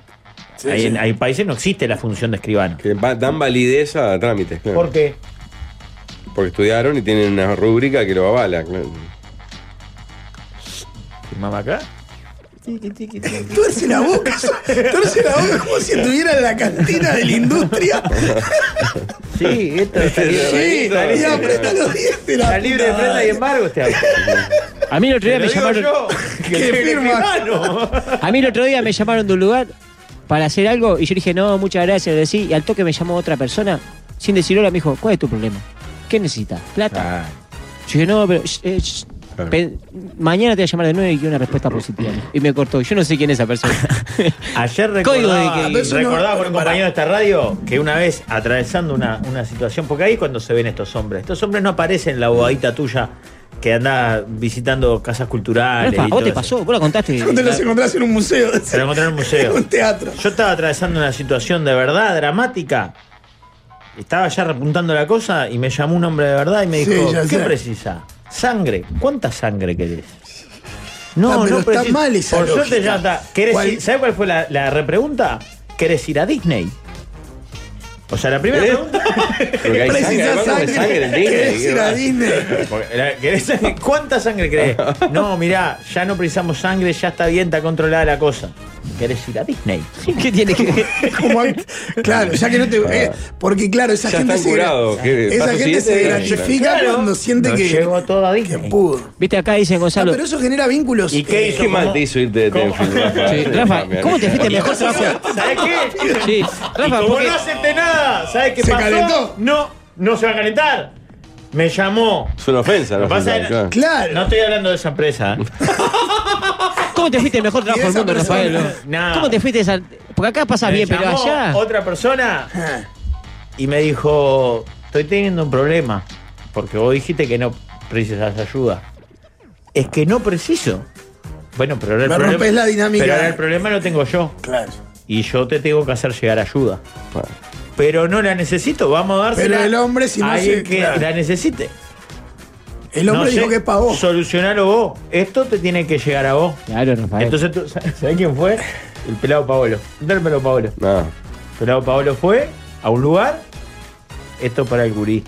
Speaker 3: Sí,
Speaker 2: hay,
Speaker 3: sí.
Speaker 2: hay países no existe la función de escribano.
Speaker 5: Que va- dan validez a trámites, claro.
Speaker 2: ¿Por qué?
Speaker 5: Porque estudiaron y tienen una rúbrica que lo avala. claro.
Speaker 2: ¿Mamá acá?
Speaker 3: Tuerce la boca, tuerce la boca como si estuviera en la cantina de la industria.
Speaker 2: (laughs) Sí, esto está
Speaker 3: Sí,
Speaker 5: Está
Speaker 3: y
Speaker 5: libre.
Speaker 3: aprieta los dientes. la
Speaker 2: está libre de
Speaker 3: puta
Speaker 2: prenda y
Speaker 3: madre.
Speaker 2: embargo este auto.
Speaker 6: A mí el
Speaker 3: (laughs)
Speaker 6: otro día
Speaker 2: Te
Speaker 6: me
Speaker 2: lo digo
Speaker 6: llamaron.
Speaker 2: (laughs) yo, que
Speaker 3: ¿Qué
Speaker 2: soy un
Speaker 3: firma?
Speaker 2: escribano.
Speaker 6: (laughs) A mí el otro día me llamaron de un lugar para hacer algo y yo dije, no, muchas gracias, le decí, y al toque me llamó otra persona, sin decir hola, me dijo, ¿cuál es tu problema? ¿Qué necesitas? ¿Plata?
Speaker 2: Ah,
Speaker 6: Yo dije, no, pero sh- eh, sh-
Speaker 5: Claro.
Speaker 6: pe- mañana te voy a llamar de nuevo y quiero una respuesta positiva. Y me cortó, yo no sé quién es esa persona.
Speaker 2: Ayer
Speaker 6: Código de
Speaker 2: recordaba,
Speaker 6: que- Pero
Speaker 3: eso no-
Speaker 2: recordaba con un
Speaker 3: pará.
Speaker 2: compañero de esta radio que una vez atravesando una, una situación, porque ahí es cuando se ven estos hombres, estos hombres no aparecen en la bobadita tuya que anda visitando casas culturales.
Speaker 6: Rafa, ¿Vos
Speaker 2: y todo
Speaker 6: te
Speaker 2: eso.
Speaker 6: pasó? ¿Vos la contaste?
Speaker 3: No te los encontrás en un museo.
Speaker 2: Se lo encontré en un
Speaker 3: En (laughs)
Speaker 2: museo.
Speaker 3: un teatro.
Speaker 2: Yo estaba atravesando una situación de verdad dramática. Estaba ya repuntando la cosa y me llamó un hombre de verdad y me
Speaker 3: Sí,
Speaker 2: dijo,
Speaker 3: ya
Speaker 2: ¿qué
Speaker 3: sé.
Speaker 2: precisa? Sangre. ¿Cuánta sangre querés? No,
Speaker 3: Ah, pero
Speaker 2: no
Speaker 3: está
Speaker 2: precis-
Speaker 3: mal esa
Speaker 2: Por suerte
Speaker 3: lógica.
Speaker 2: ya está. ¿Querés
Speaker 3: ¿Cuál?
Speaker 2: ir- ¿Sabés cuál fue la, la repregunta? ¿Querés ir a Disney? O sea, la primera
Speaker 5: ¿Eh?
Speaker 2: pregunta
Speaker 5: (laughs) Porque hay sangre,
Speaker 3: Precisás
Speaker 5: además,
Speaker 3: sangre.
Speaker 5: de sangre en
Speaker 3: ¿Querés ir a
Speaker 5: Disney.
Speaker 3: Disney?
Speaker 2: Porque era-
Speaker 3: (laughs)
Speaker 2: ¿querés sangre? ¿Cuánta sangre crees?
Speaker 5: (laughs)
Speaker 2: No, mirá, ya no precisamos sangre, ya está bien, está controlada la cosa. ¿Querés ir a Disney?
Speaker 6: ¿Qué tiene que
Speaker 3: (laughs)
Speaker 6: ver?
Speaker 3: Como act- claro, ya que no te. eh, porque, claro, esa
Speaker 5: Ah. Ya
Speaker 3: gente
Speaker 5: están
Speaker 3: se.
Speaker 5: curados, que
Speaker 3: esa
Speaker 5: paso
Speaker 3: gente se
Speaker 5: siguiente,
Speaker 3: gratifica
Speaker 2: claro.
Speaker 3: cuando siente
Speaker 2: No
Speaker 3: que.
Speaker 2: llego todo a
Speaker 3: que
Speaker 2: Disney.
Speaker 3: pudo.
Speaker 6: Viste, acá dicen
Speaker 3: Ah,
Speaker 6: Gonzalo.
Speaker 3: pero eso genera vínculos.
Speaker 2: ¿Y qué
Speaker 3: eh,
Speaker 2: hizo?
Speaker 5: Qué mal te hizo irte de
Speaker 2: ¿Cómo?
Speaker 5: Tenfield, Rafa.
Speaker 6: Sí, Rafa, ¿cómo te fuiste mejor trabajo?
Speaker 2: ¿Sabes qué?
Speaker 6: Sí, Rafa,
Speaker 2: como
Speaker 6: porque-
Speaker 2: no acepté nada, ¿sabes qué
Speaker 3: ¿Se
Speaker 2: pasó?
Speaker 3: calentó?
Speaker 2: No, no se va a calentar. Me llamó.
Speaker 5: Es una ofensa,
Speaker 2: Lo
Speaker 5: ¿no?
Speaker 2: pasa es-
Speaker 5: Claro.
Speaker 3: Claro.
Speaker 2: No estoy hablando de esa empresa.
Speaker 6: (laughs)
Speaker 2: ¿eh?
Speaker 6: ¿cómo te fuiste el mejor trabajo
Speaker 3: Y
Speaker 6: del
Speaker 3: esa
Speaker 6: mundo,
Speaker 3: persona-
Speaker 6: Rafael?
Speaker 2: Nah.
Speaker 6: ¿Cómo te fuiste esa- Porque acá pasas
Speaker 2: Me
Speaker 6: bien, pero
Speaker 2: llamó
Speaker 6: allá.
Speaker 3: (laughs)
Speaker 2: Otra persona
Speaker 3: Ah,
Speaker 2: y me dijo: Estoy teniendo un problema. Porque vos dijiste que no precisas ayuda. Es que no preciso. Bueno, pero ahora el
Speaker 3: Me
Speaker 2: problema.
Speaker 3: rompes la dinámica.
Speaker 2: Pero ahora el problema lo tengo yo.
Speaker 3: Claro.
Speaker 2: Y yo te tengo que hacer llegar ayuda.
Speaker 5: Bueno.
Speaker 2: Pero no la necesito, vamos a dársela
Speaker 3: Pero el hombre, si no
Speaker 2: a alguien
Speaker 3: se-
Speaker 2: que
Speaker 3: claro.
Speaker 2: la necesite.
Speaker 3: El hombre
Speaker 2: No
Speaker 3: dijo
Speaker 2: sé,
Speaker 3: que es para vos.
Speaker 2: Solucionalo vos. Esto te tiene que llegar a vos.
Speaker 6: Claro, Rafael.
Speaker 2: Entonces tú, ¿sabés quién fue? El pelado Paolo. Entra el pelado Paolo.
Speaker 5: No.
Speaker 2: El pelado Paolo fue a un lugar. Esto para el gurí.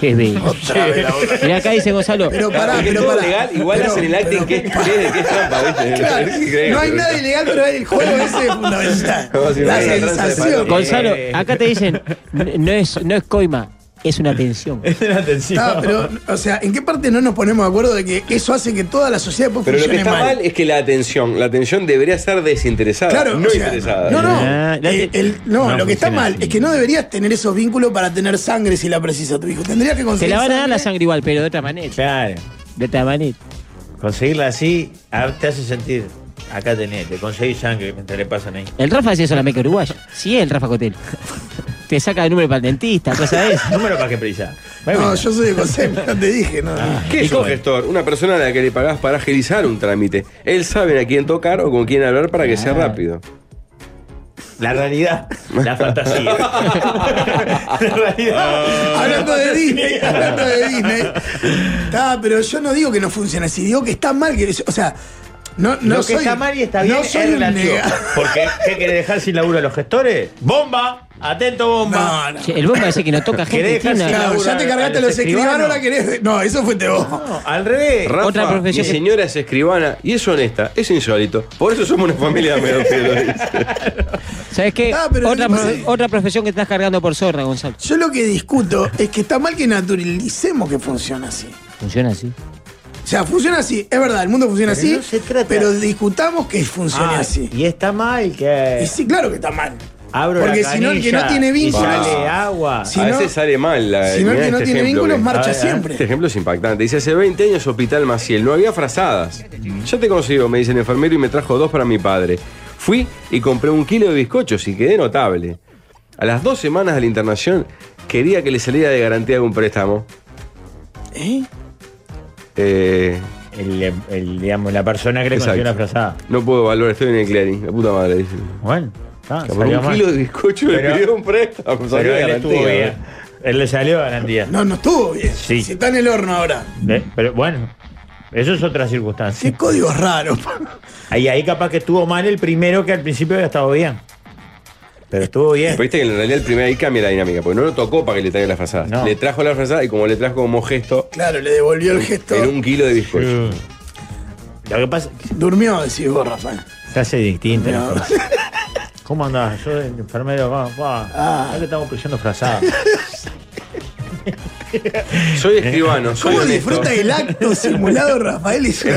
Speaker 6: Lleve.
Speaker 3: Otra vez la otra.
Speaker 6: Mirá, acá dice Gonzalo.
Speaker 3: Pero pará,
Speaker 5: Porque es
Speaker 3: pero
Speaker 5: todo
Speaker 3: pará.
Speaker 5: legal, igual
Speaker 3: Pero-
Speaker 5: hacen el acting
Speaker 3: pero-
Speaker 5: que es que es- que es trampa, ¿viste?
Speaker 3: Claro,
Speaker 5: Es increíble.
Speaker 3: no hay nada ilegal, pero
Speaker 5: (laughs)
Speaker 3: el juego ese es fundamental.
Speaker 5: Como si
Speaker 3: La
Speaker 5: fuera una tranza de
Speaker 3: sensación.
Speaker 5: palo.
Speaker 6: Gonzalo,
Speaker 2: Eh.
Speaker 6: acá te dicen, "N- no es, no es coima, es una tensión.
Speaker 2: Es la atención.
Speaker 3: Ah, pero, o sea, ¿en qué parte no nos ponemos de acuerdo de que eso hace que toda la sociedad después
Speaker 5: Pero lo que
Speaker 3: funcione
Speaker 5: está mal es que la atención, la atención debería ser desinteresada,
Speaker 3: Claro,
Speaker 5: no
Speaker 3: o sea,
Speaker 5: interesada.
Speaker 3: No, no.
Speaker 6: Ah, la-
Speaker 3: Eh, el- no,
Speaker 2: no
Speaker 3: lo que está
Speaker 2: funciona
Speaker 3: mal
Speaker 2: así.
Speaker 3: es que no deberías tener esos vínculos para tener sangre si la precisa tu hijo. Tendrías que
Speaker 6: Te
Speaker 3: conseguir.
Speaker 6: la van a dar la sangre igual, pero de otra manera.
Speaker 2: Claro.
Speaker 6: De otra manera.
Speaker 2: Conseguirla así a- te hace sentir. Acá tenés, te conseguís sangre mientras le pasan ahí.
Speaker 3: (laughs)
Speaker 6: El Rafa es eso, la meca uruguaya. Sí, el Rafa Cotel. Te saca el número para el dentista, cosa de eso.
Speaker 2: Número para que precisa.
Speaker 3: No, yo soy de José, no te dije, no.
Speaker 6: Ah,
Speaker 5: ¿Qué es un gestor? Una persona a la que le pagás para agilizar un trámite. Él sabe a quién tocar o con quién hablar para que sea rápido.
Speaker 2: La (laughs) realidad, la fantasía. la realidad.
Speaker 3: Hablando de Disney, hablando de Disney. Está, pero yo no digo que no funcione así, digo que está mal que. O sea, no, no
Speaker 2: Lo que
Speaker 3: soy,
Speaker 2: está mal y está
Speaker 3: no
Speaker 2: bien
Speaker 3: soy
Speaker 2: es
Speaker 3: un
Speaker 2: relativo.
Speaker 3: nega-
Speaker 2: Porque, ¿qué querés dejar sin laburo a los gestores? ¡Bomba! Atento, bomba.
Speaker 3: No, no.
Speaker 6: Che, El bomba ese que no toca gente
Speaker 2: (laughs) Querés dejar
Speaker 6: tiene
Speaker 2: sin
Speaker 6: una-
Speaker 3: Claro,
Speaker 2: laburo
Speaker 3: ya te
Speaker 2: a-
Speaker 3: cargaste
Speaker 2: a
Speaker 3: los escribanos, ahora querés. No, eso fuiste vos.
Speaker 2: No, al
Speaker 5: (laughs)
Speaker 2: revés.
Speaker 5: Rafa,
Speaker 6: Otra profesión
Speaker 5: Mi
Speaker 6: que-
Speaker 5: señora es escribana y es honesta, es insólito. Por eso somos una familia de
Speaker 2: (laughs)
Speaker 5: pedófilos, dice.
Speaker 6: ¿Sabes qué?
Speaker 3: Ah, pero
Speaker 6: otra,
Speaker 3: no
Speaker 6: profe-
Speaker 3: sé.
Speaker 6: otra profesión que te estás cargando por zorra, Gonzalo.
Speaker 3: Yo lo que discuto es que está mal que naturalicemos que funciona así.
Speaker 6: Funciona así.
Speaker 3: O sea, funciona así, es verdad, el mundo funciona
Speaker 2: Pero
Speaker 3: así,
Speaker 2: no se trata-
Speaker 3: pero discutamos que funcione
Speaker 2: Ah,
Speaker 3: así.
Speaker 2: Y está mal
Speaker 3: Y
Speaker 2: que
Speaker 3: sí, claro que está mal.
Speaker 2: abro
Speaker 3: Porque
Speaker 2: la
Speaker 3: si no, el que
Speaker 2: canilla
Speaker 3: no tiene
Speaker 2: y
Speaker 3: vínculos-
Speaker 2: sale agua.
Speaker 3: Si
Speaker 5: a
Speaker 3: no-
Speaker 5: veces sale mal. La,
Speaker 3: si no, el
Speaker 5: mirá
Speaker 3: que no
Speaker 5: este
Speaker 3: tiene
Speaker 5: ejemplo
Speaker 3: vínculos
Speaker 5: que-
Speaker 3: marcha
Speaker 2: A ver, a ver.
Speaker 3: siempre.
Speaker 5: Este ejemplo es impactante. Dice, hace 20 años Hospital Maciel, no había frazadas. Yo te consigo, me dice el enfermero, y me trajo dos para mi padre. Fui y compré un kilo de bizcochos y quedé notable. A las dos semanas de la internación, quería que le saliera de garantía algún préstamo.
Speaker 3: ¿Eh?
Speaker 5: Eh,
Speaker 2: El, el, digamos, la persona que le consiguió
Speaker 5: Exacto.
Speaker 2: una frazada.
Speaker 5: no puedo valorar, estoy en el clearing. La puta madre, dice.
Speaker 2: Bueno,
Speaker 3: Ah,
Speaker 2: está,
Speaker 5: Por
Speaker 2: salió
Speaker 5: un
Speaker 2: mal.
Speaker 5: kilo de bizcocho
Speaker 2: Pero-
Speaker 5: le pidió un préstamo. salió
Speaker 2: Pero
Speaker 5: de
Speaker 2: él estuvo
Speaker 5: garantía.
Speaker 2: bien. Él le salió garantía.
Speaker 3: No, no estuvo bien.
Speaker 2: Sí.
Speaker 3: Si está en el horno ahora.
Speaker 2: Eh, Pero bueno, eso es otra circunstancia.
Speaker 3: Qué códigos raros. pa.
Speaker 2: Ahí, ahí capaz que estuvo mal el primero que al principio había estado bien. Pero estuvo bien.
Speaker 5: Pero Viste que en realidad el primer ahí cambia la dinámica, porque no lo tocó para que le traiga la frazada.
Speaker 2: No.
Speaker 5: Le trajo la frazada y como le trajo como gesto,
Speaker 3: Claro, le devolvió el gesto.
Speaker 5: en un kilo de
Speaker 2: (laughs)
Speaker 5: bizcocho.
Speaker 2: Lo que pasa es que
Speaker 3: Durmió, decís vos, Rafael.
Speaker 2: se hace distinta. la
Speaker 3: No.
Speaker 2: cosa. ¿Cómo andás? Yo, el enfermero, va, va.
Speaker 3: Ah.
Speaker 2: Ya que estamos pidiendo
Speaker 3: (laughs)
Speaker 2: frazada.
Speaker 5: Soy escribano, soy
Speaker 3: ¿Cómo
Speaker 5: honesto.
Speaker 3: disfruta el acto simulado, Rafael? Y yo-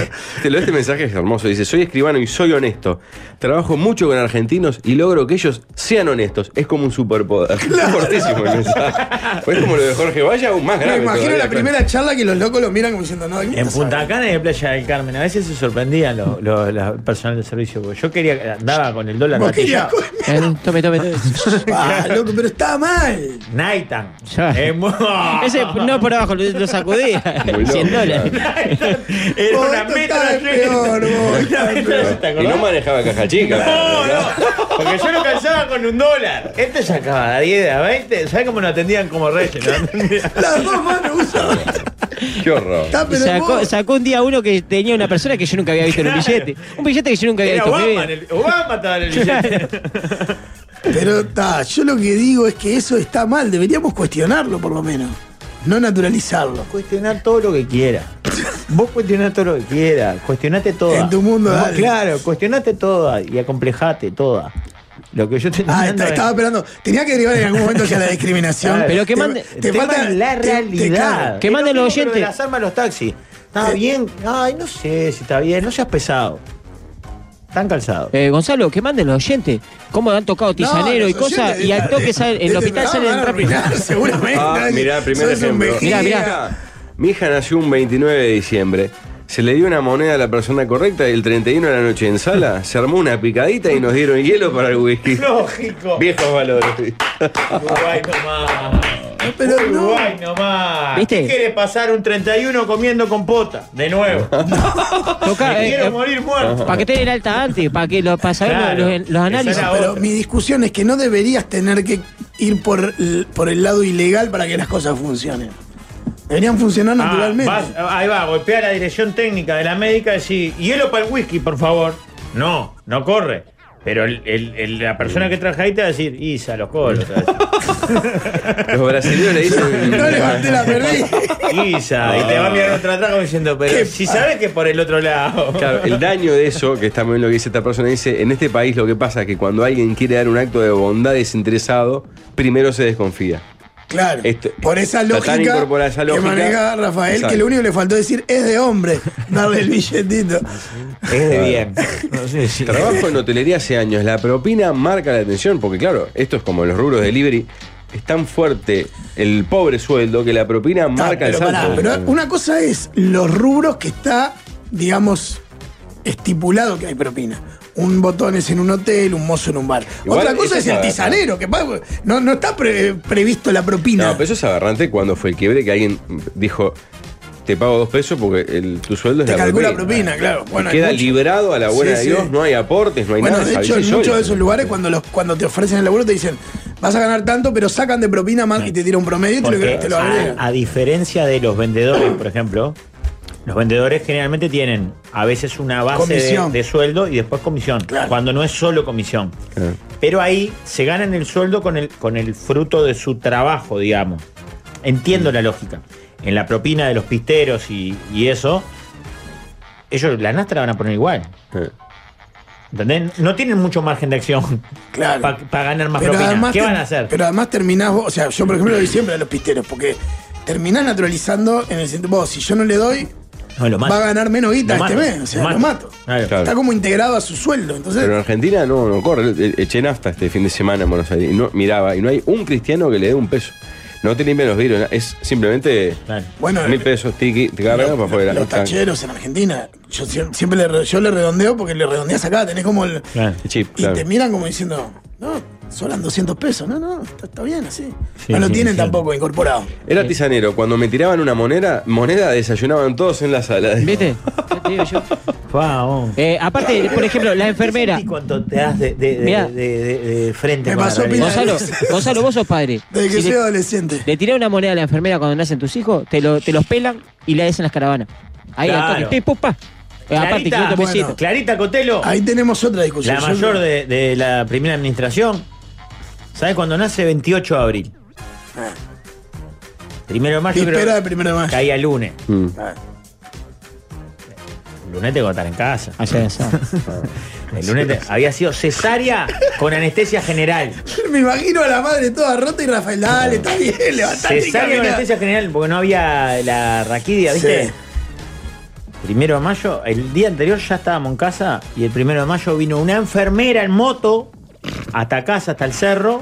Speaker 5: Te lo- (laughs) Este mensaje es hermoso. Dice, soy escribano y soy honesto. Trabajo mucho con argentinos y logro que ellos sean honestos. Es como un superpoder. Es (laughs) Fortísimo el mensaje. Pues es como lo de Jorge Vaya, aún más
Speaker 3: (laughs) Me
Speaker 5: grave.
Speaker 3: imagino
Speaker 5: todavía,
Speaker 3: la primera charla que los locos lo miran como diciendo, no,
Speaker 2: En Punta Cana y en Playa del Carmen. A veces se sorprendían los los- la- el personal de servicio. porque Yo quería, andaba con el dólar
Speaker 3: Vos querías
Speaker 2: gatillado.
Speaker 3: comer.
Speaker 6: Eh, Tome,
Speaker 3: (laughs)
Speaker 6: tome, tome.
Speaker 2: (laughs)
Speaker 3: Ah, loco, pero está mal.
Speaker 2: Naitan.
Speaker 6: Ya.
Speaker 2: Eh, mo- (laughs)
Speaker 6: Ese no por abajo lo, lo sacudía.
Speaker 5: Muy loco,
Speaker 6: 100 dólares.
Speaker 2: Naitan. Era
Speaker 3: Vos,
Speaker 2: una
Speaker 3: esto
Speaker 2: meta
Speaker 3: está
Speaker 2: de
Speaker 3: de peor, vos, está de peor.
Speaker 2: ¿Te
Speaker 5: Y
Speaker 2: acordás?
Speaker 5: no manejaba caja chica.
Speaker 2: No, no, porque yo lo calzaba con un dólar. Este sacaba de 10 a 20. ¿Sabes cómo lo atendían como reyes? (laughs) ¿no? Atendían.
Speaker 3: Las dos manos usan.
Speaker 5: Qué horror.
Speaker 3: Está, pero
Speaker 6: Sacó,
Speaker 3: vos-
Speaker 6: sacó un día uno que tenía una persona que yo nunca había visto en un
Speaker 2: Claro.
Speaker 6: billete. Un billete que yo nunca había
Speaker 2: Era
Speaker 6: visto. en mi
Speaker 2: Obama.
Speaker 6: vida.
Speaker 2: en el- Obama estaba en el billete.
Speaker 3: Pero está, yo lo que digo es que eso está mal, deberíamos cuestionarlo por lo menos, no naturalizarlo.
Speaker 2: Cuestionar todo lo que quieras. Vos cuestionás todo lo que quieras. Cuestionate todo.
Speaker 3: En tu mundo, dale.
Speaker 2: Claro, cuestionate toda y acomplejate toda. Lo que yo te
Speaker 3: Ah,
Speaker 2: estoy
Speaker 3: está- estaba
Speaker 2: dando es-
Speaker 3: esperando. Tenía que derivar en algún momento ya la discriminación.
Speaker 2: Claro.
Speaker 6: Pero que
Speaker 3: Te-
Speaker 6: mande-
Speaker 3: te
Speaker 2: el tema
Speaker 3: falta-
Speaker 2: es la
Speaker 3: te- te-
Speaker 2: realidad.
Speaker 3: claro.
Speaker 6: Que
Speaker 2: Es lo
Speaker 6: manden los
Speaker 2: mismo que lo de
Speaker 6: oyentes.
Speaker 2: Las armas a los taxis. Está bien. Ay, no sé si está bien. No seas pesado. Tan calzado.
Speaker 6: Eh, Gonzalo, que manden los oyentes. Cómo han tocado tisanero
Speaker 3: No,
Speaker 6: y
Speaker 3: los
Speaker 6: cosas.
Speaker 3: oyentes
Speaker 6: Y al
Speaker 3: de-
Speaker 6: toque salen, en el
Speaker 3: de-
Speaker 6: hospital
Speaker 3: de-
Speaker 6: salen
Speaker 3: van a
Speaker 6: rápido.
Speaker 3: arruinar, Seguramente.
Speaker 5: Ah, mirá, primer
Speaker 3: Sos un
Speaker 5: ejemplo.
Speaker 3: vejiga.
Speaker 6: Mirá, mirá.
Speaker 5: Mi hija nació un 29 de diciembre. Se le dio una moneda a la persona correcta y el 31 de la noche en sala se armó una picadita y nos dieron hielo para el whisky.
Speaker 2: Lógico.
Speaker 5: Viejos valores.
Speaker 2: Uruguay nomás.
Speaker 3: Pero no.
Speaker 2: Uruguay nomás.
Speaker 6: ¿Viste?
Speaker 2: ¿Qué quiere pasar un 31 comiendo compota? De nuevo.
Speaker 6: Toca,
Speaker 2: Me
Speaker 6: eh,
Speaker 2: quiero
Speaker 6: eh,
Speaker 2: morir muerto.
Speaker 6: para que tenga el alta antes, para que lo, para saber
Speaker 2: Claro.
Speaker 6: los- los, los
Speaker 2: Esa
Speaker 6: análisis.
Speaker 2: era
Speaker 3: Pero
Speaker 2: otra.
Speaker 3: mi discusión es que no deberías tener que ir por el, por el lado ilegal para que las cosas funcionen. Deberían funcionar
Speaker 2: Ah,
Speaker 3: naturalmente.
Speaker 2: vas- ahí va, golpea la dirección técnica de la médica y decís, hielo para el whisky, por favor. No, no corre. Pero el- el- el- la persona que trabaja ahí te va a decir, Isa, los colos. te va a
Speaker 5: Los brasileños le dicen.
Speaker 3: (laughs) No levanté la perdí.
Speaker 2: decir, Isa, y te va a mirar otra trago diciendo, pero
Speaker 3: ¿Qué
Speaker 2: si
Speaker 3: pa-
Speaker 2: sabes que por el otro lado.
Speaker 5: Claro, el daño de eso, que está muy bien lo que dice esta persona, dice, en este país lo que pasa es que cuando alguien quiere dar un acto de bondad desinteresado, primero se desconfía.
Speaker 3: Claro.
Speaker 5: Esto-
Speaker 3: por esa
Speaker 5: está tan
Speaker 3: lógica,
Speaker 5: incorporada esa
Speaker 3: que
Speaker 5: lógica.
Speaker 3: maneja Rafael,
Speaker 5: Exacto.
Speaker 3: que lo único que le faltó decir es de hombre, (laughs) darle el billetito.
Speaker 2: Es de bien. No sé si-
Speaker 5: Trabajo en hotelería hace años. La propina marca la atención, porque claro, esto es como los rubros de delivery. Es tan fuerte el pobre sueldo que la propina
Speaker 3: Ah,
Speaker 5: marca el
Speaker 3: pero, pará,
Speaker 5: salto.
Speaker 3: pero una cosa es los rubros que está, digamos, estipulado que hay propina. un botones en un hotel, un mozo en un bar.
Speaker 5: Igual,
Speaker 3: Otra
Speaker 5: eso
Speaker 3: cosa es
Speaker 5: es
Speaker 3: el
Speaker 5: verdad.
Speaker 3: tisanero, que paga- no, no está pre- eh, previsto la
Speaker 5: No,
Speaker 3: propina.
Speaker 5: pero eso es aberrante cuando fue el quiebre que alguien dijo, te pago dos pesos porque el- tu sueldo es
Speaker 3: Te
Speaker 5: la
Speaker 3: calcula
Speaker 5: propina.
Speaker 3: propina, claro.
Speaker 5: Y
Speaker 3: Bueno, hay
Speaker 5: queda
Speaker 3: mucho.
Speaker 5: librado a la buena
Speaker 3: Sí,
Speaker 5: de
Speaker 3: sí.
Speaker 5: Dios, no hay aportes, no hay
Speaker 3: Bueno,
Speaker 5: Pues nada.
Speaker 3: de
Speaker 5: salís
Speaker 3: hecho, en
Speaker 5: solo.
Speaker 3: muchos de esos lugares, cuando, los, cuando te ofrecen el laburo, te dicen, vas a ganar tanto, pero sacan de propina más y te tiran un promedio y te
Speaker 2: Porque
Speaker 3: lo, te lo agregan.
Speaker 2: a, a diferencia de los vendedores, por ejemplo, los vendedores generalmente tienen a veces una base de,
Speaker 3: Comisión.
Speaker 2: de sueldo y después comisión,
Speaker 3: Claro.
Speaker 2: cuando no es solo comisión.
Speaker 5: Claro.
Speaker 2: Pero ahí se ganan el sueldo con el, con el fruto de su trabajo, digamos.
Speaker 3: Mm.
Speaker 2: Entiendo la lógica. En la propina de los pisteros y, y eso, ellos la nastra van a poner igual.
Speaker 5: Eh.
Speaker 2: ¿Entendés? No tienen mucho margen de acción (laughs)
Speaker 3: Claro.
Speaker 2: para ganar más propina. ¿Qué
Speaker 3: te-
Speaker 2: van a hacer?
Speaker 3: Pero además terminás vos, o sea, yo por ejemplo lo doy siempre a los pisteros, porque terminás naturalizando en el sentido, vos, si yo no le doy,
Speaker 2: no, lo matan.
Speaker 3: va a ganar menos guita
Speaker 2: Lo
Speaker 3: este
Speaker 2: mato,
Speaker 3: mes, o sea, lo
Speaker 2: lo mato.
Speaker 3: mato.
Speaker 2: Claro.
Speaker 5: Claro.
Speaker 3: Está como integrado a su sueldo, entonces...
Speaker 5: Pero en Argentina no, no corre. E- Eché nafta este fin de semana en Buenos Aires. Y no, miraba, y no hay un cristiano que le dé un peso. No te limpian los vidrios, na- es simplemente
Speaker 2: Claro.
Speaker 3: bueno,
Speaker 5: mil pesos, tiki, te cargan
Speaker 3: Lo-
Speaker 5: para afuera.
Speaker 3: Los
Speaker 5: Está-
Speaker 3: tacheros en Argentina. Yo sie- siempre le, re- yo le redondeo porque le redondeas acá, tenés como el.
Speaker 2: Claro.
Speaker 5: El chip,
Speaker 3: y
Speaker 5: claro.
Speaker 3: te miran como diciendo, no, solan 200 pesos. No, no, está, está bien así. Ah,
Speaker 2: Sí,
Speaker 3: no lo
Speaker 2: sí,
Speaker 3: tienen
Speaker 2: sí.
Speaker 3: tampoco incorporado.
Speaker 5: Era tisanero, cuando me tiraban una moneda, moneda desayunaban todos en la sala. (laughs)
Speaker 6: ¿Viste? Ya te digo yo.
Speaker 2: Wow.
Speaker 6: Eh, aparte, por ejemplo, la enfermera.
Speaker 2: ¿Y cuánto te das de, de- de-
Speaker 6: Mirá.
Speaker 2: de- de- de frente?
Speaker 3: Me
Speaker 2: con la
Speaker 3: pasó
Speaker 2: realidad?
Speaker 3: pila- (laughs)
Speaker 6: Gonzalo, Gonzalo, vos sos padre.
Speaker 3: Desde que
Speaker 6: Si
Speaker 3: soy
Speaker 6: le,
Speaker 3: adolescente.
Speaker 6: le tirás una moneda a la enfermera cuando nacen tus hijos, te, lo- te los pelan y la des en las caravanas. Ahí,
Speaker 2: Claro.
Speaker 6: Antonio. Pi, pu, pa. Eh, aparte, 500
Speaker 2: Clarita,
Speaker 6: pesitos.
Speaker 3: bueno.
Speaker 2: Clarita Cotelo,
Speaker 3: Ahí tenemos otra discusión.
Speaker 2: la
Speaker 3: Yo-
Speaker 2: mayor de, de la primera administración, ¿sabes cuándo nace? 28 de abril.
Speaker 3: Ah.
Speaker 2: Primero de mayo,
Speaker 3: Víspera de
Speaker 2: creo
Speaker 3: primero de
Speaker 2: que
Speaker 3: mayo.
Speaker 2: caía lunes.
Speaker 5: Mm.
Speaker 2: El lunes tengo que estar en casa.
Speaker 6: Allá, allá.
Speaker 2: (laughs) El lunes te- había sido cesárea con
Speaker 3: (laughs)
Speaker 2: anestesia general.
Speaker 3: (laughs) Me imagino a la madre toda rota y Rafael, dale, está bien, levantate y
Speaker 2: Cesárea con
Speaker 3: caminá.
Speaker 2: anestesia general porque no había la raquidia, ¿viste?
Speaker 3: Sí.
Speaker 2: Primero de mayo, el día anterior ya estábamos en casa y el primero de mayo vino una enfermera en moto hasta casa, hasta el cerro,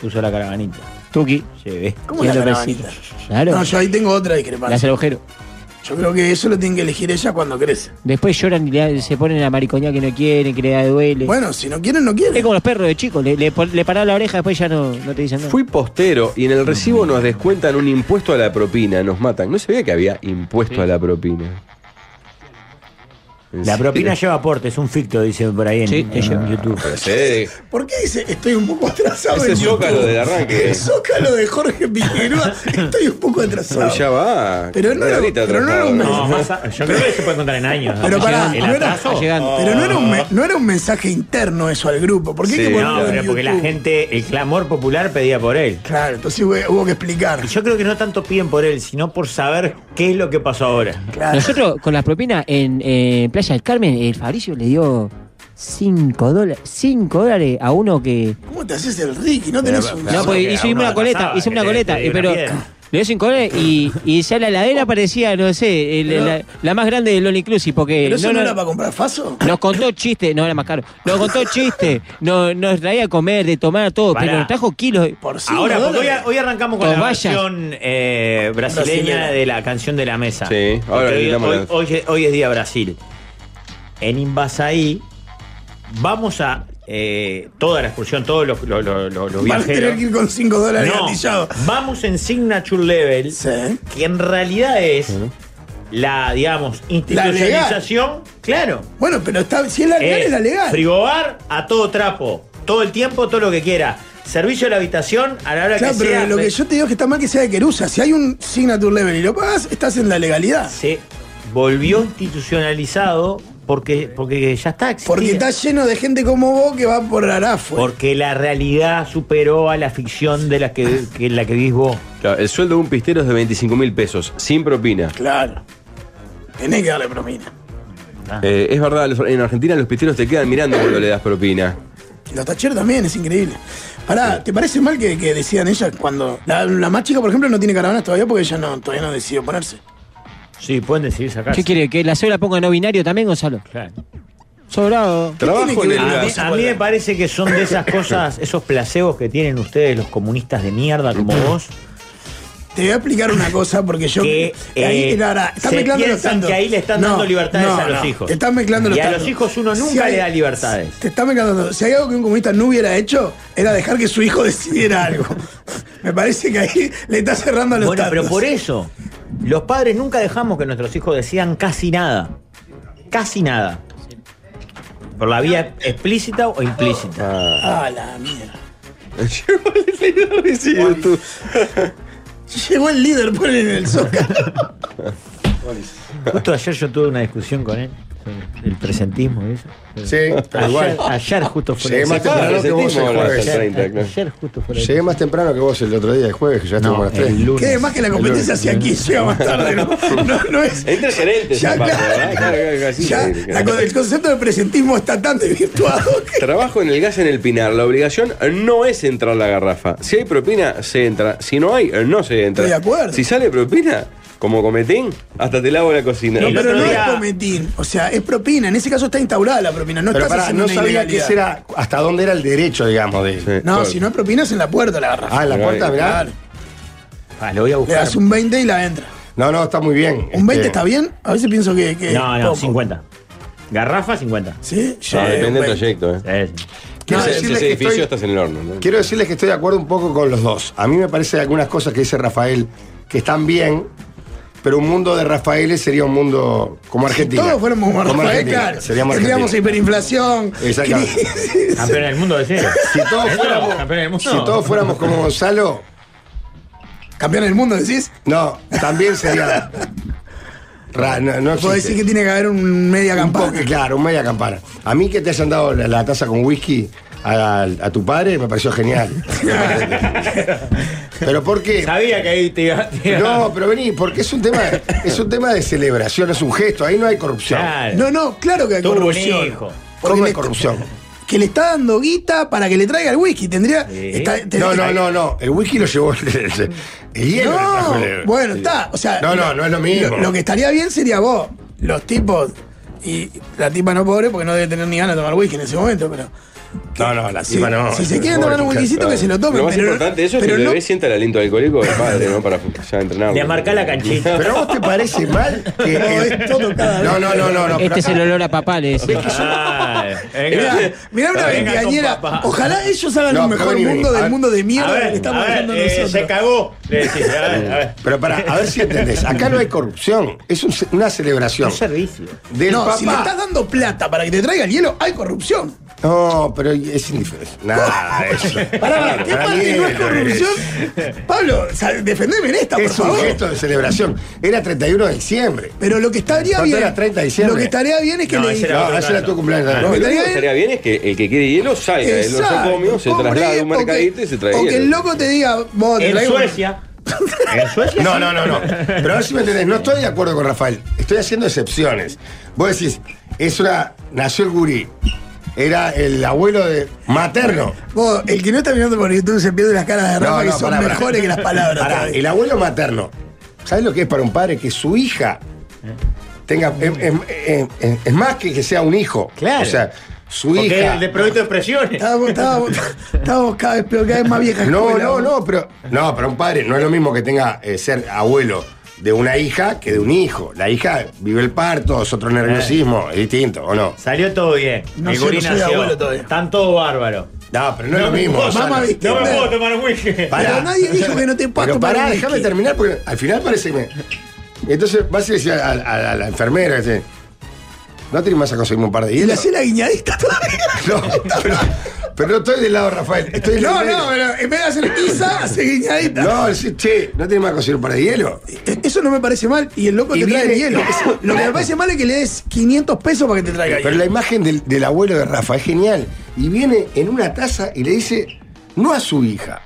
Speaker 2: puso la caravanita.
Speaker 6: Tuki.
Speaker 2: Llevé.
Speaker 3: ¿Cómo es la
Speaker 6: 500
Speaker 3: caravanita?
Speaker 6: pesitos. Claro.
Speaker 3: No, yo ahí tengo otra
Speaker 6: Le hace
Speaker 3: discrepancia.
Speaker 6: el agujero.
Speaker 3: Yo creo que eso lo tiene que elegir ella cuando crece.
Speaker 6: Después lloran y le- se ponen la maricoña que no quieren, que le duele.
Speaker 3: Bueno, si no quieren, no
Speaker 6: es
Speaker 3: quieren.
Speaker 6: como los perros de chicos, le, le, pon- le parás la oreja, después ya no, no te dicen nada.
Speaker 5: Fui postero y en el recibo nos descuentan un impuesto a la propina, nos matan. No sabía que había impuesto a la propina.
Speaker 2: La propina lleva aporte, es un ficto, dice por ahí en,
Speaker 6: Sí,
Speaker 2: en
Speaker 6: ella.
Speaker 2: YouTube.
Speaker 5: Sí,
Speaker 3: ¿Por qué dice estoy un poco atrasado?
Speaker 5: Ese
Speaker 3: en
Speaker 5: es Zócalo
Speaker 3: YouTube"?
Speaker 5: del arranque.
Speaker 3: El (laughs) Zócalo de Jorge Piquerúa, estoy un poco atrasado.
Speaker 5: ya va.
Speaker 3: Pero no
Speaker 5: Era
Speaker 3: era-
Speaker 5: ahorita
Speaker 3: pero no era un
Speaker 5: atrasado.
Speaker 2: No, más a- yo creo que se puede contar en
Speaker 6: Ah,
Speaker 2: años.
Speaker 3: Pero pará,
Speaker 2: el
Speaker 3: no era-
Speaker 2: atraso.
Speaker 6: Llegando.
Speaker 3: Pero no era, un me- no era un mensaje interno eso al grupo. ¿Por qué hay
Speaker 5: Sí,
Speaker 3: que ponerlo
Speaker 2: No,
Speaker 3: en
Speaker 2: pero porque la
Speaker 3: YouTube?
Speaker 2: gente, el clamor popular pedía por él.
Speaker 3: Claro, entonces hue- hubo, que explicar.
Speaker 2: Y yo creo que no tanto piden por él, sino por saber qué es lo que pasó ahora.
Speaker 3: Claro.
Speaker 6: Nosotros con las propinas en eh, Playa del Carmen, el Fabricio le dio 5 dólares, 5 dólares a uno que.
Speaker 3: ¿Cómo te haces el Ricky? No tenés un.
Speaker 6: no,
Speaker 2: claro,
Speaker 6: pues
Speaker 2: que a
Speaker 6: hicimos
Speaker 2: uno
Speaker 6: una
Speaker 2: le
Speaker 6: coleta,
Speaker 2: pasaba,
Speaker 6: hicimos una
Speaker 2: que te-
Speaker 6: coleta,
Speaker 2: te
Speaker 6: y
Speaker 2: dio
Speaker 6: pero. eh,
Speaker 2: una piedra.
Speaker 6: Le dio 5 dólares y, y ya la heladera parecía, no sé, el- la, la más grande del All Inclusive, porque.
Speaker 3: ¿Pero eso no,
Speaker 6: no-
Speaker 3: era para comprar faso?
Speaker 6: nos contó chistes, no era más caro. Nos contó chistes, no, nos traía a comer, de tomar, todo,
Speaker 2: Pará.
Speaker 6: pero nos trajo kilos.
Speaker 3: Por cinco
Speaker 2: Ahora, porque hoy,
Speaker 3: dólares.
Speaker 2: hoy arrancamos con la
Speaker 6: Tobayas.
Speaker 2: versión eh, brasileña
Speaker 3: Brasilera.
Speaker 2: de la canción de la mesa.
Speaker 5: Sí, ahora
Speaker 2: Porque hoy,
Speaker 5: necesitamos
Speaker 2: hoy-
Speaker 5: la-
Speaker 2: hoy- hoy es día Brasil. En Invasaí vamos a eh, toda la excursión, todos los, los- los- los- los
Speaker 3: Van a tener que
Speaker 2: viajeros.
Speaker 3: ir con 5 dólares
Speaker 2: No,
Speaker 3: gatillados.
Speaker 2: vamos en Signature Level,
Speaker 3: Sí.
Speaker 2: que en realidad es la, digamos, institucionalización. claro.
Speaker 3: Bueno, pero está, si es la legal,
Speaker 2: Eh,
Speaker 3: es la legal.
Speaker 2: Frigobar a todo trapo. Todo el tiempo, todo lo que quiera. Servicio a la habitación a la hora
Speaker 3: Claro,
Speaker 2: que
Speaker 3: pero
Speaker 2: sea.
Speaker 3: lo que yo te digo es que está mal que sea de Querusa. Si hay un signature level y lo pagas, estás en la legalidad.
Speaker 2: Se volvió institucionalizado porque, porque ya está existía.
Speaker 3: Porque está lleno de gente como vos que va por Arafo.
Speaker 2: Porque la realidad superó a la ficción de la que, que la que vivís vos.
Speaker 5: (laughs) Claro, el sueldo de un pistero es de 25 mil pesos, sin propina.
Speaker 3: Claro. Tenés que darle propina.
Speaker 2: Ah.
Speaker 5: Eh, es verdad, los- en Argentina los pisteros te quedan mirando cuando le das propina.
Speaker 3: Y Los tacheros también, es increíble. Pará, ¿te parece mal que, que decidan ellas cuando. La, la más chica, por ejemplo, no tiene caravanas todavía porque ella no, todavía no decidió ponerse.
Speaker 2: Sí, pueden decidir sacarse.
Speaker 6: ¿Qué quiere? ¿Que la suegra ponga no binario también, Gonzalo?
Speaker 2: Claro.
Speaker 6: Sobrado.
Speaker 5: Trabajo
Speaker 3: tiene
Speaker 5: en
Speaker 3: que
Speaker 5: el
Speaker 3: ver
Speaker 2: A mí,
Speaker 5: gas.
Speaker 2: a mí me parece que son de esas cosas, esos placebos que tienen ustedes los comunistas de mierda como vos,
Speaker 3: Te voy a explicar una cosa porque yo.
Speaker 2: Que,
Speaker 3: ahí,
Speaker 2: eh,
Speaker 3: la verdad, estás
Speaker 2: se
Speaker 3: mezclando los
Speaker 2: piensan
Speaker 3: tantos.
Speaker 2: que ahí le están dando libertades a los hijos.
Speaker 3: Te están mezclando los
Speaker 2: Y a
Speaker 3: tantos.
Speaker 2: los hijos uno nunca
Speaker 3: Si hay-
Speaker 2: le da libertades.
Speaker 3: Te están mezclando los tantos. Si hay algo que un comunista no hubiera hecho, era dejar que su hijo (laughs) decidiera algo. Me parece que ahí le está cerrando los
Speaker 2: Bueno,
Speaker 3: tantos.
Speaker 2: pero por eso, los padres nunca dejamos que nuestros hijos decidan casi nada. Casi nada. Por la vía explícita o implícita.
Speaker 5: Ah.
Speaker 3: Ah, (laughs) la mierda.
Speaker 5: Sí, tú.
Speaker 3: Llegó el líder, ponen en el zócalo.
Speaker 2: Justo ayer yo tuve una discusión con él. sobre El presentismo y eso.
Speaker 7: Sí, pero
Speaker 2: Ayer,
Speaker 7: igual.
Speaker 2: ayer justo
Speaker 7: Ah,
Speaker 2: fue
Speaker 7: Llegué
Speaker 2: el-
Speaker 7: más
Speaker 2: Se fue
Speaker 7: temprano
Speaker 2: el
Speaker 7: que vos el
Speaker 2: presentismo,
Speaker 7: jueves.
Speaker 2: ayer-
Speaker 5: 30, claro.
Speaker 2: Ayer justo fue el-
Speaker 7: Llegué más temprano que vos el otro día, el jueves, que ya
Speaker 2: No,
Speaker 7: estuvimos a las
Speaker 2: el
Speaker 7: 3.
Speaker 2: lunes.
Speaker 3: Que además que la competencia hacia aquí llega más tarde, ¿no? (laughs) No, no es.
Speaker 5: Entra gerente,
Speaker 3: Ya,
Speaker 5: zapato,
Speaker 3: claro.
Speaker 5: ¿verdad? Claro, claro, claro, sí,
Speaker 3: Ya,
Speaker 5: sí,
Speaker 3: la
Speaker 5: claro.
Speaker 3: co- el concepto de presentismo está tan desvirtuado que.
Speaker 5: Trabajo en el gas en el Pinar. La obligación no es entrar la garrafa. Si hay propina, se entra. Si no hay, no se entra.
Speaker 3: Estoy de acuerdo.
Speaker 5: Si sale propina, como cometín, hasta te lavo la cocina.
Speaker 3: (laughs) No,
Speaker 2: El
Speaker 3: pero
Speaker 2: otro
Speaker 3: no
Speaker 2: día-
Speaker 3: es cometín. O sea, es propina. En ese caso está instaurada la propina. No
Speaker 7: Pero
Speaker 3: estás
Speaker 7: pará,
Speaker 3: haciendo
Speaker 7: no
Speaker 3: una
Speaker 7: sabía
Speaker 3: ilegalidad.
Speaker 7: qué era, hasta dónde era el derecho, digamos, de él.
Speaker 5: Sí.
Speaker 3: No,
Speaker 5: Claro.
Speaker 3: si no es propina es en la puerta la garrafa.
Speaker 7: Ah, en la puerta, mirá.
Speaker 3: Claro.
Speaker 2: Ah, lo voy a
Speaker 3: Le
Speaker 2: buscar.
Speaker 3: das un 20 y la entra.
Speaker 7: No, no, está muy bien.
Speaker 3: ¿Un
Speaker 7: Este,
Speaker 3: 20 está bien? A veces pienso que. que
Speaker 2: No, no,
Speaker 3: poco.
Speaker 2: 50. Garrafa, 50.
Speaker 3: ¿Sí?
Speaker 5: Ah,
Speaker 3: Sí,
Speaker 5: depende
Speaker 3: un
Speaker 5: del
Speaker 3: 20.
Speaker 5: trayecto, ¿eh?
Speaker 2: Sí, sí.
Speaker 7: Quiero
Speaker 5: Si es
Speaker 7: decirles
Speaker 5: ese
Speaker 7: que
Speaker 5: edificio
Speaker 7: estoy-
Speaker 5: estás en el horno. ¿no?
Speaker 7: Quiero decirles que estoy de acuerdo un poco con los dos. A mí me parece algunas cosas que dice Rafael que están bien, pero un mundo de Rafaeles sería un mundo como Argentina.
Speaker 3: Todos fuéramos como Rafael,
Speaker 7: Argentina.
Speaker 3: claro.
Speaker 7: Seríamos
Speaker 3: Tendríamos
Speaker 7: Argentina.
Speaker 3: hiperinflación.
Speaker 7: Exactamente.
Speaker 3: crisis.
Speaker 2: Campeón del mundo de
Speaker 7: (laughs)
Speaker 2: cero.
Speaker 7: Si todos, fuéramos,
Speaker 2: campeón del mundo.
Speaker 7: si todos fuéramos como Gonzalo,
Speaker 3: Campeón del mundo, decís.
Speaker 7: no, también sería. Ra- no, no
Speaker 3: Puedo
Speaker 7: existe.
Speaker 3: decir que tiene que haber un media
Speaker 7: Un poco,
Speaker 3: campana.
Speaker 7: claro, un media campana. A mí que te hayan dado la, la taza con whisky a, a tu padre me pareció genial.
Speaker 2: (laughs)
Speaker 7: pero ¿por qué?
Speaker 2: Sabía que ahí te iba. te iba-
Speaker 7: No, pero vení, porque es un tema, es un tema de celebración, es un gesto, ahí no hay corrupción.
Speaker 2: Claro.
Speaker 3: No, no, claro que hay
Speaker 2: Tuvo un
Speaker 3: corrupción.
Speaker 2: hijo.
Speaker 3: Porque
Speaker 7: ¿Cómo
Speaker 3: le-
Speaker 7: hay corrupción?
Speaker 3: Que le está dando guita para que le traiga el whisky. Tendría.
Speaker 2: Sí.
Speaker 3: está- tendría-
Speaker 7: No, no, no, no. El whisky lo llevó (laughs) el, el- el hielo. lo trajo
Speaker 3: No,
Speaker 7: el-
Speaker 3: bueno, está. O sea,
Speaker 7: No, no, no es lo mismo.
Speaker 3: Lo, que estaría bien sería vos, los tipos. Y la tipa no pobre porque no debe tener ni ganas de tomar whisky en ese momento, pero.
Speaker 7: No, no, la
Speaker 3: si,
Speaker 7: tipa no.
Speaker 3: Si se quieren
Speaker 7: Pobre
Speaker 3: tomar un
Speaker 7: muchacho.
Speaker 3: whiskycito, que se lo tomen.
Speaker 5: Lo más
Speaker 3: pero,
Speaker 5: importante de eso es que
Speaker 3: pero
Speaker 5: el
Speaker 3: no-
Speaker 5: bebé sienta el aliento alcohólico del padre, ¿no? Para ya entrenarlo.
Speaker 2: Le marca la canchita.
Speaker 7: Pero a vos te parece mal que. (laughs)
Speaker 3: No, es todo cada
Speaker 7: no,
Speaker 3: vez.
Speaker 7: no, no, no, no, pero
Speaker 6: Este es
Speaker 7: acá-
Speaker 6: el olor a papá, le decía.
Speaker 2: Ay, venga.
Speaker 3: Mirá, mirá una
Speaker 2: Venga con
Speaker 3: veinteañera.
Speaker 2: papá.
Speaker 3: Ojalá ellos hagan
Speaker 7: No,
Speaker 3: un
Speaker 7: pero
Speaker 3: mejor
Speaker 7: vení, vení.
Speaker 3: mundo
Speaker 7: A
Speaker 3: del
Speaker 7: ver,
Speaker 3: mundo de
Speaker 2: A
Speaker 3: mierda del
Speaker 2: ver,
Speaker 3: que estamos
Speaker 2: a ver,
Speaker 3: dejando
Speaker 2: eh,
Speaker 3: nosotros.
Speaker 2: se cagó. Le decís, a ver, a ver.
Speaker 7: Pero para, a ver si entendés. Acá no hay corrupción, es un ce- una celebración.
Speaker 2: Un servicio.
Speaker 7: Del
Speaker 3: no,
Speaker 7: papá.
Speaker 3: si le estás dando plata para que te traiga el hielo, hay corrupción.
Speaker 7: No, pero es indiferente. Nada, eso.
Speaker 3: Pará, ¿qué
Speaker 7: Para mí
Speaker 3: parte no es
Speaker 7: eso
Speaker 3: corrupción? Pablo, o sea, defendeme en esta, por
Speaker 7: Es un
Speaker 3: favor.
Speaker 7: gesto de celebración. Era 31 de diciembre.
Speaker 3: Pero lo que estaría
Speaker 7: No,
Speaker 3: bien.
Speaker 7: era 30 de diciembre.
Speaker 3: Lo que estaría bien es que
Speaker 2: No,
Speaker 3: le
Speaker 2: ese
Speaker 7: No,
Speaker 2: era otro
Speaker 7: ayer era
Speaker 2: caso.
Speaker 7: tu cumpleaños.
Speaker 5: Ah, Lo
Speaker 7: Daniel.
Speaker 3: No,
Speaker 5: que
Speaker 3: estaría bien-
Speaker 5: estaría bien es que el que quiere hielo salga, él no se
Speaker 3: Exacto,
Speaker 5: comió, se
Speaker 3: hombre,
Speaker 5: traslada de un
Speaker 3: o que-
Speaker 5: mercadito y se trae
Speaker 3: O que el
Speaker 5: hielo.
Speaker 3: loco te diga, vos te
Speaker 2: En
Speaker 3: traigo-
Speaker 2: Suecia. En Suecia.
Speaker 7: No, no, no, no. Pero a ver si me entendés. No estoy de acuerdo con Rafael. Estoy haciendo excepciones. Vos decís, es una. Nació el gurí. Era el abuelo de. materno.
Speaker 3: Vos, el que no está mirando por YouTube se pierde las caras de
Speaker 7: No, no,
Speaker 3: Rafa que son
Speaker 7: pará, pará.
Speaker 3: mejores que las palabras.
Speaker 7: Pará,
Speaker 3: todavía.
Speaker 7: el abuelo materno. ¿Sabes lo que es para un padre que su hija tenga. Es, es- es- es más que que sea un hijo.
Speaker 2: Claro.
Speaker 7: O sea, su
Speaker 2: Porque
Speaker 7: hija.
Speaker 2: el de producto de expresiones.
Speaker 3: Estábamos, estábamos, estábamos cada vez peor, cada vez más viejas.
Speaker 7: No, no, no, pero. No, para un padre no es lo mismo que tenga eh, ser abuelo de una hija que de un hijo. La hija vive el parto, es otro nerviosismo, es distinto, ¿o no?
Speaker 2: Salió todo bien.
Speaker 3: No
Speaker 2: El
Speaker 3: sé,
Speaker 2: gurí
Speaker 3: no soy
Speaker 2: nació.
Speaker 3: abuelo todavía.
Speaker 2: Están todos bárbaros.
Speaker 7: No, pero no, es lo
Speaker 2: me
Speaker 7: mismo.
Speaker 2: puedo-
Speaker 7: Gonzalo.
Speaker 3: Mamá, viste.
Speaker 2: No me
Speaker 3: Claro.
Speaker 2: puedo tomar un whisky.
Speaker 3: Pero nadie dijo que no te puedas
Speaker 7: Pero
Speaker 3: tomar
Speaker 7: pará,
Speaker 3: un
Speaker 7: déjame
Speaker 3: whisky.
Speaker 7: terminar porque al final parece que me. Entonces vas y le decís a, a- a la enfermera, dice, no tenés más a conseguirme un par de
Speaker 3: Y le
Speaker 7: hielos.
Speaker 3: hacía la guiñadita todavía.
Speaker 7: (laughs) No, pero, pero no estoy del lado de Rafael, estoy del
Speaker 3: No,
Speaker 7: lado de-
Speaker 3: no, pero en vez de hacer
Speaker 7: (laughs)
Speaker 3: guisa, hace guiñadita.
Speaker 7: No, decís, che, no tenés más a conseguir un par de hielo.
Speaker 3: Eh, Eso no me parece mal. Y el loco
Speaker 7: Y
Speaker 3: te trae
Speaker 7: viene-
Speaker 3: el hielo. Lo que me parece mal es que le
Speaker 7: (laughs)
Speaker 3: des 500 pesos para que te traiga
Speaker 7: Pero
Speaker 3: hielo.
Speaker 7: la imagen del, del abuelo de Rafa es genial. Y viene en una taza y le dice, no a su hija.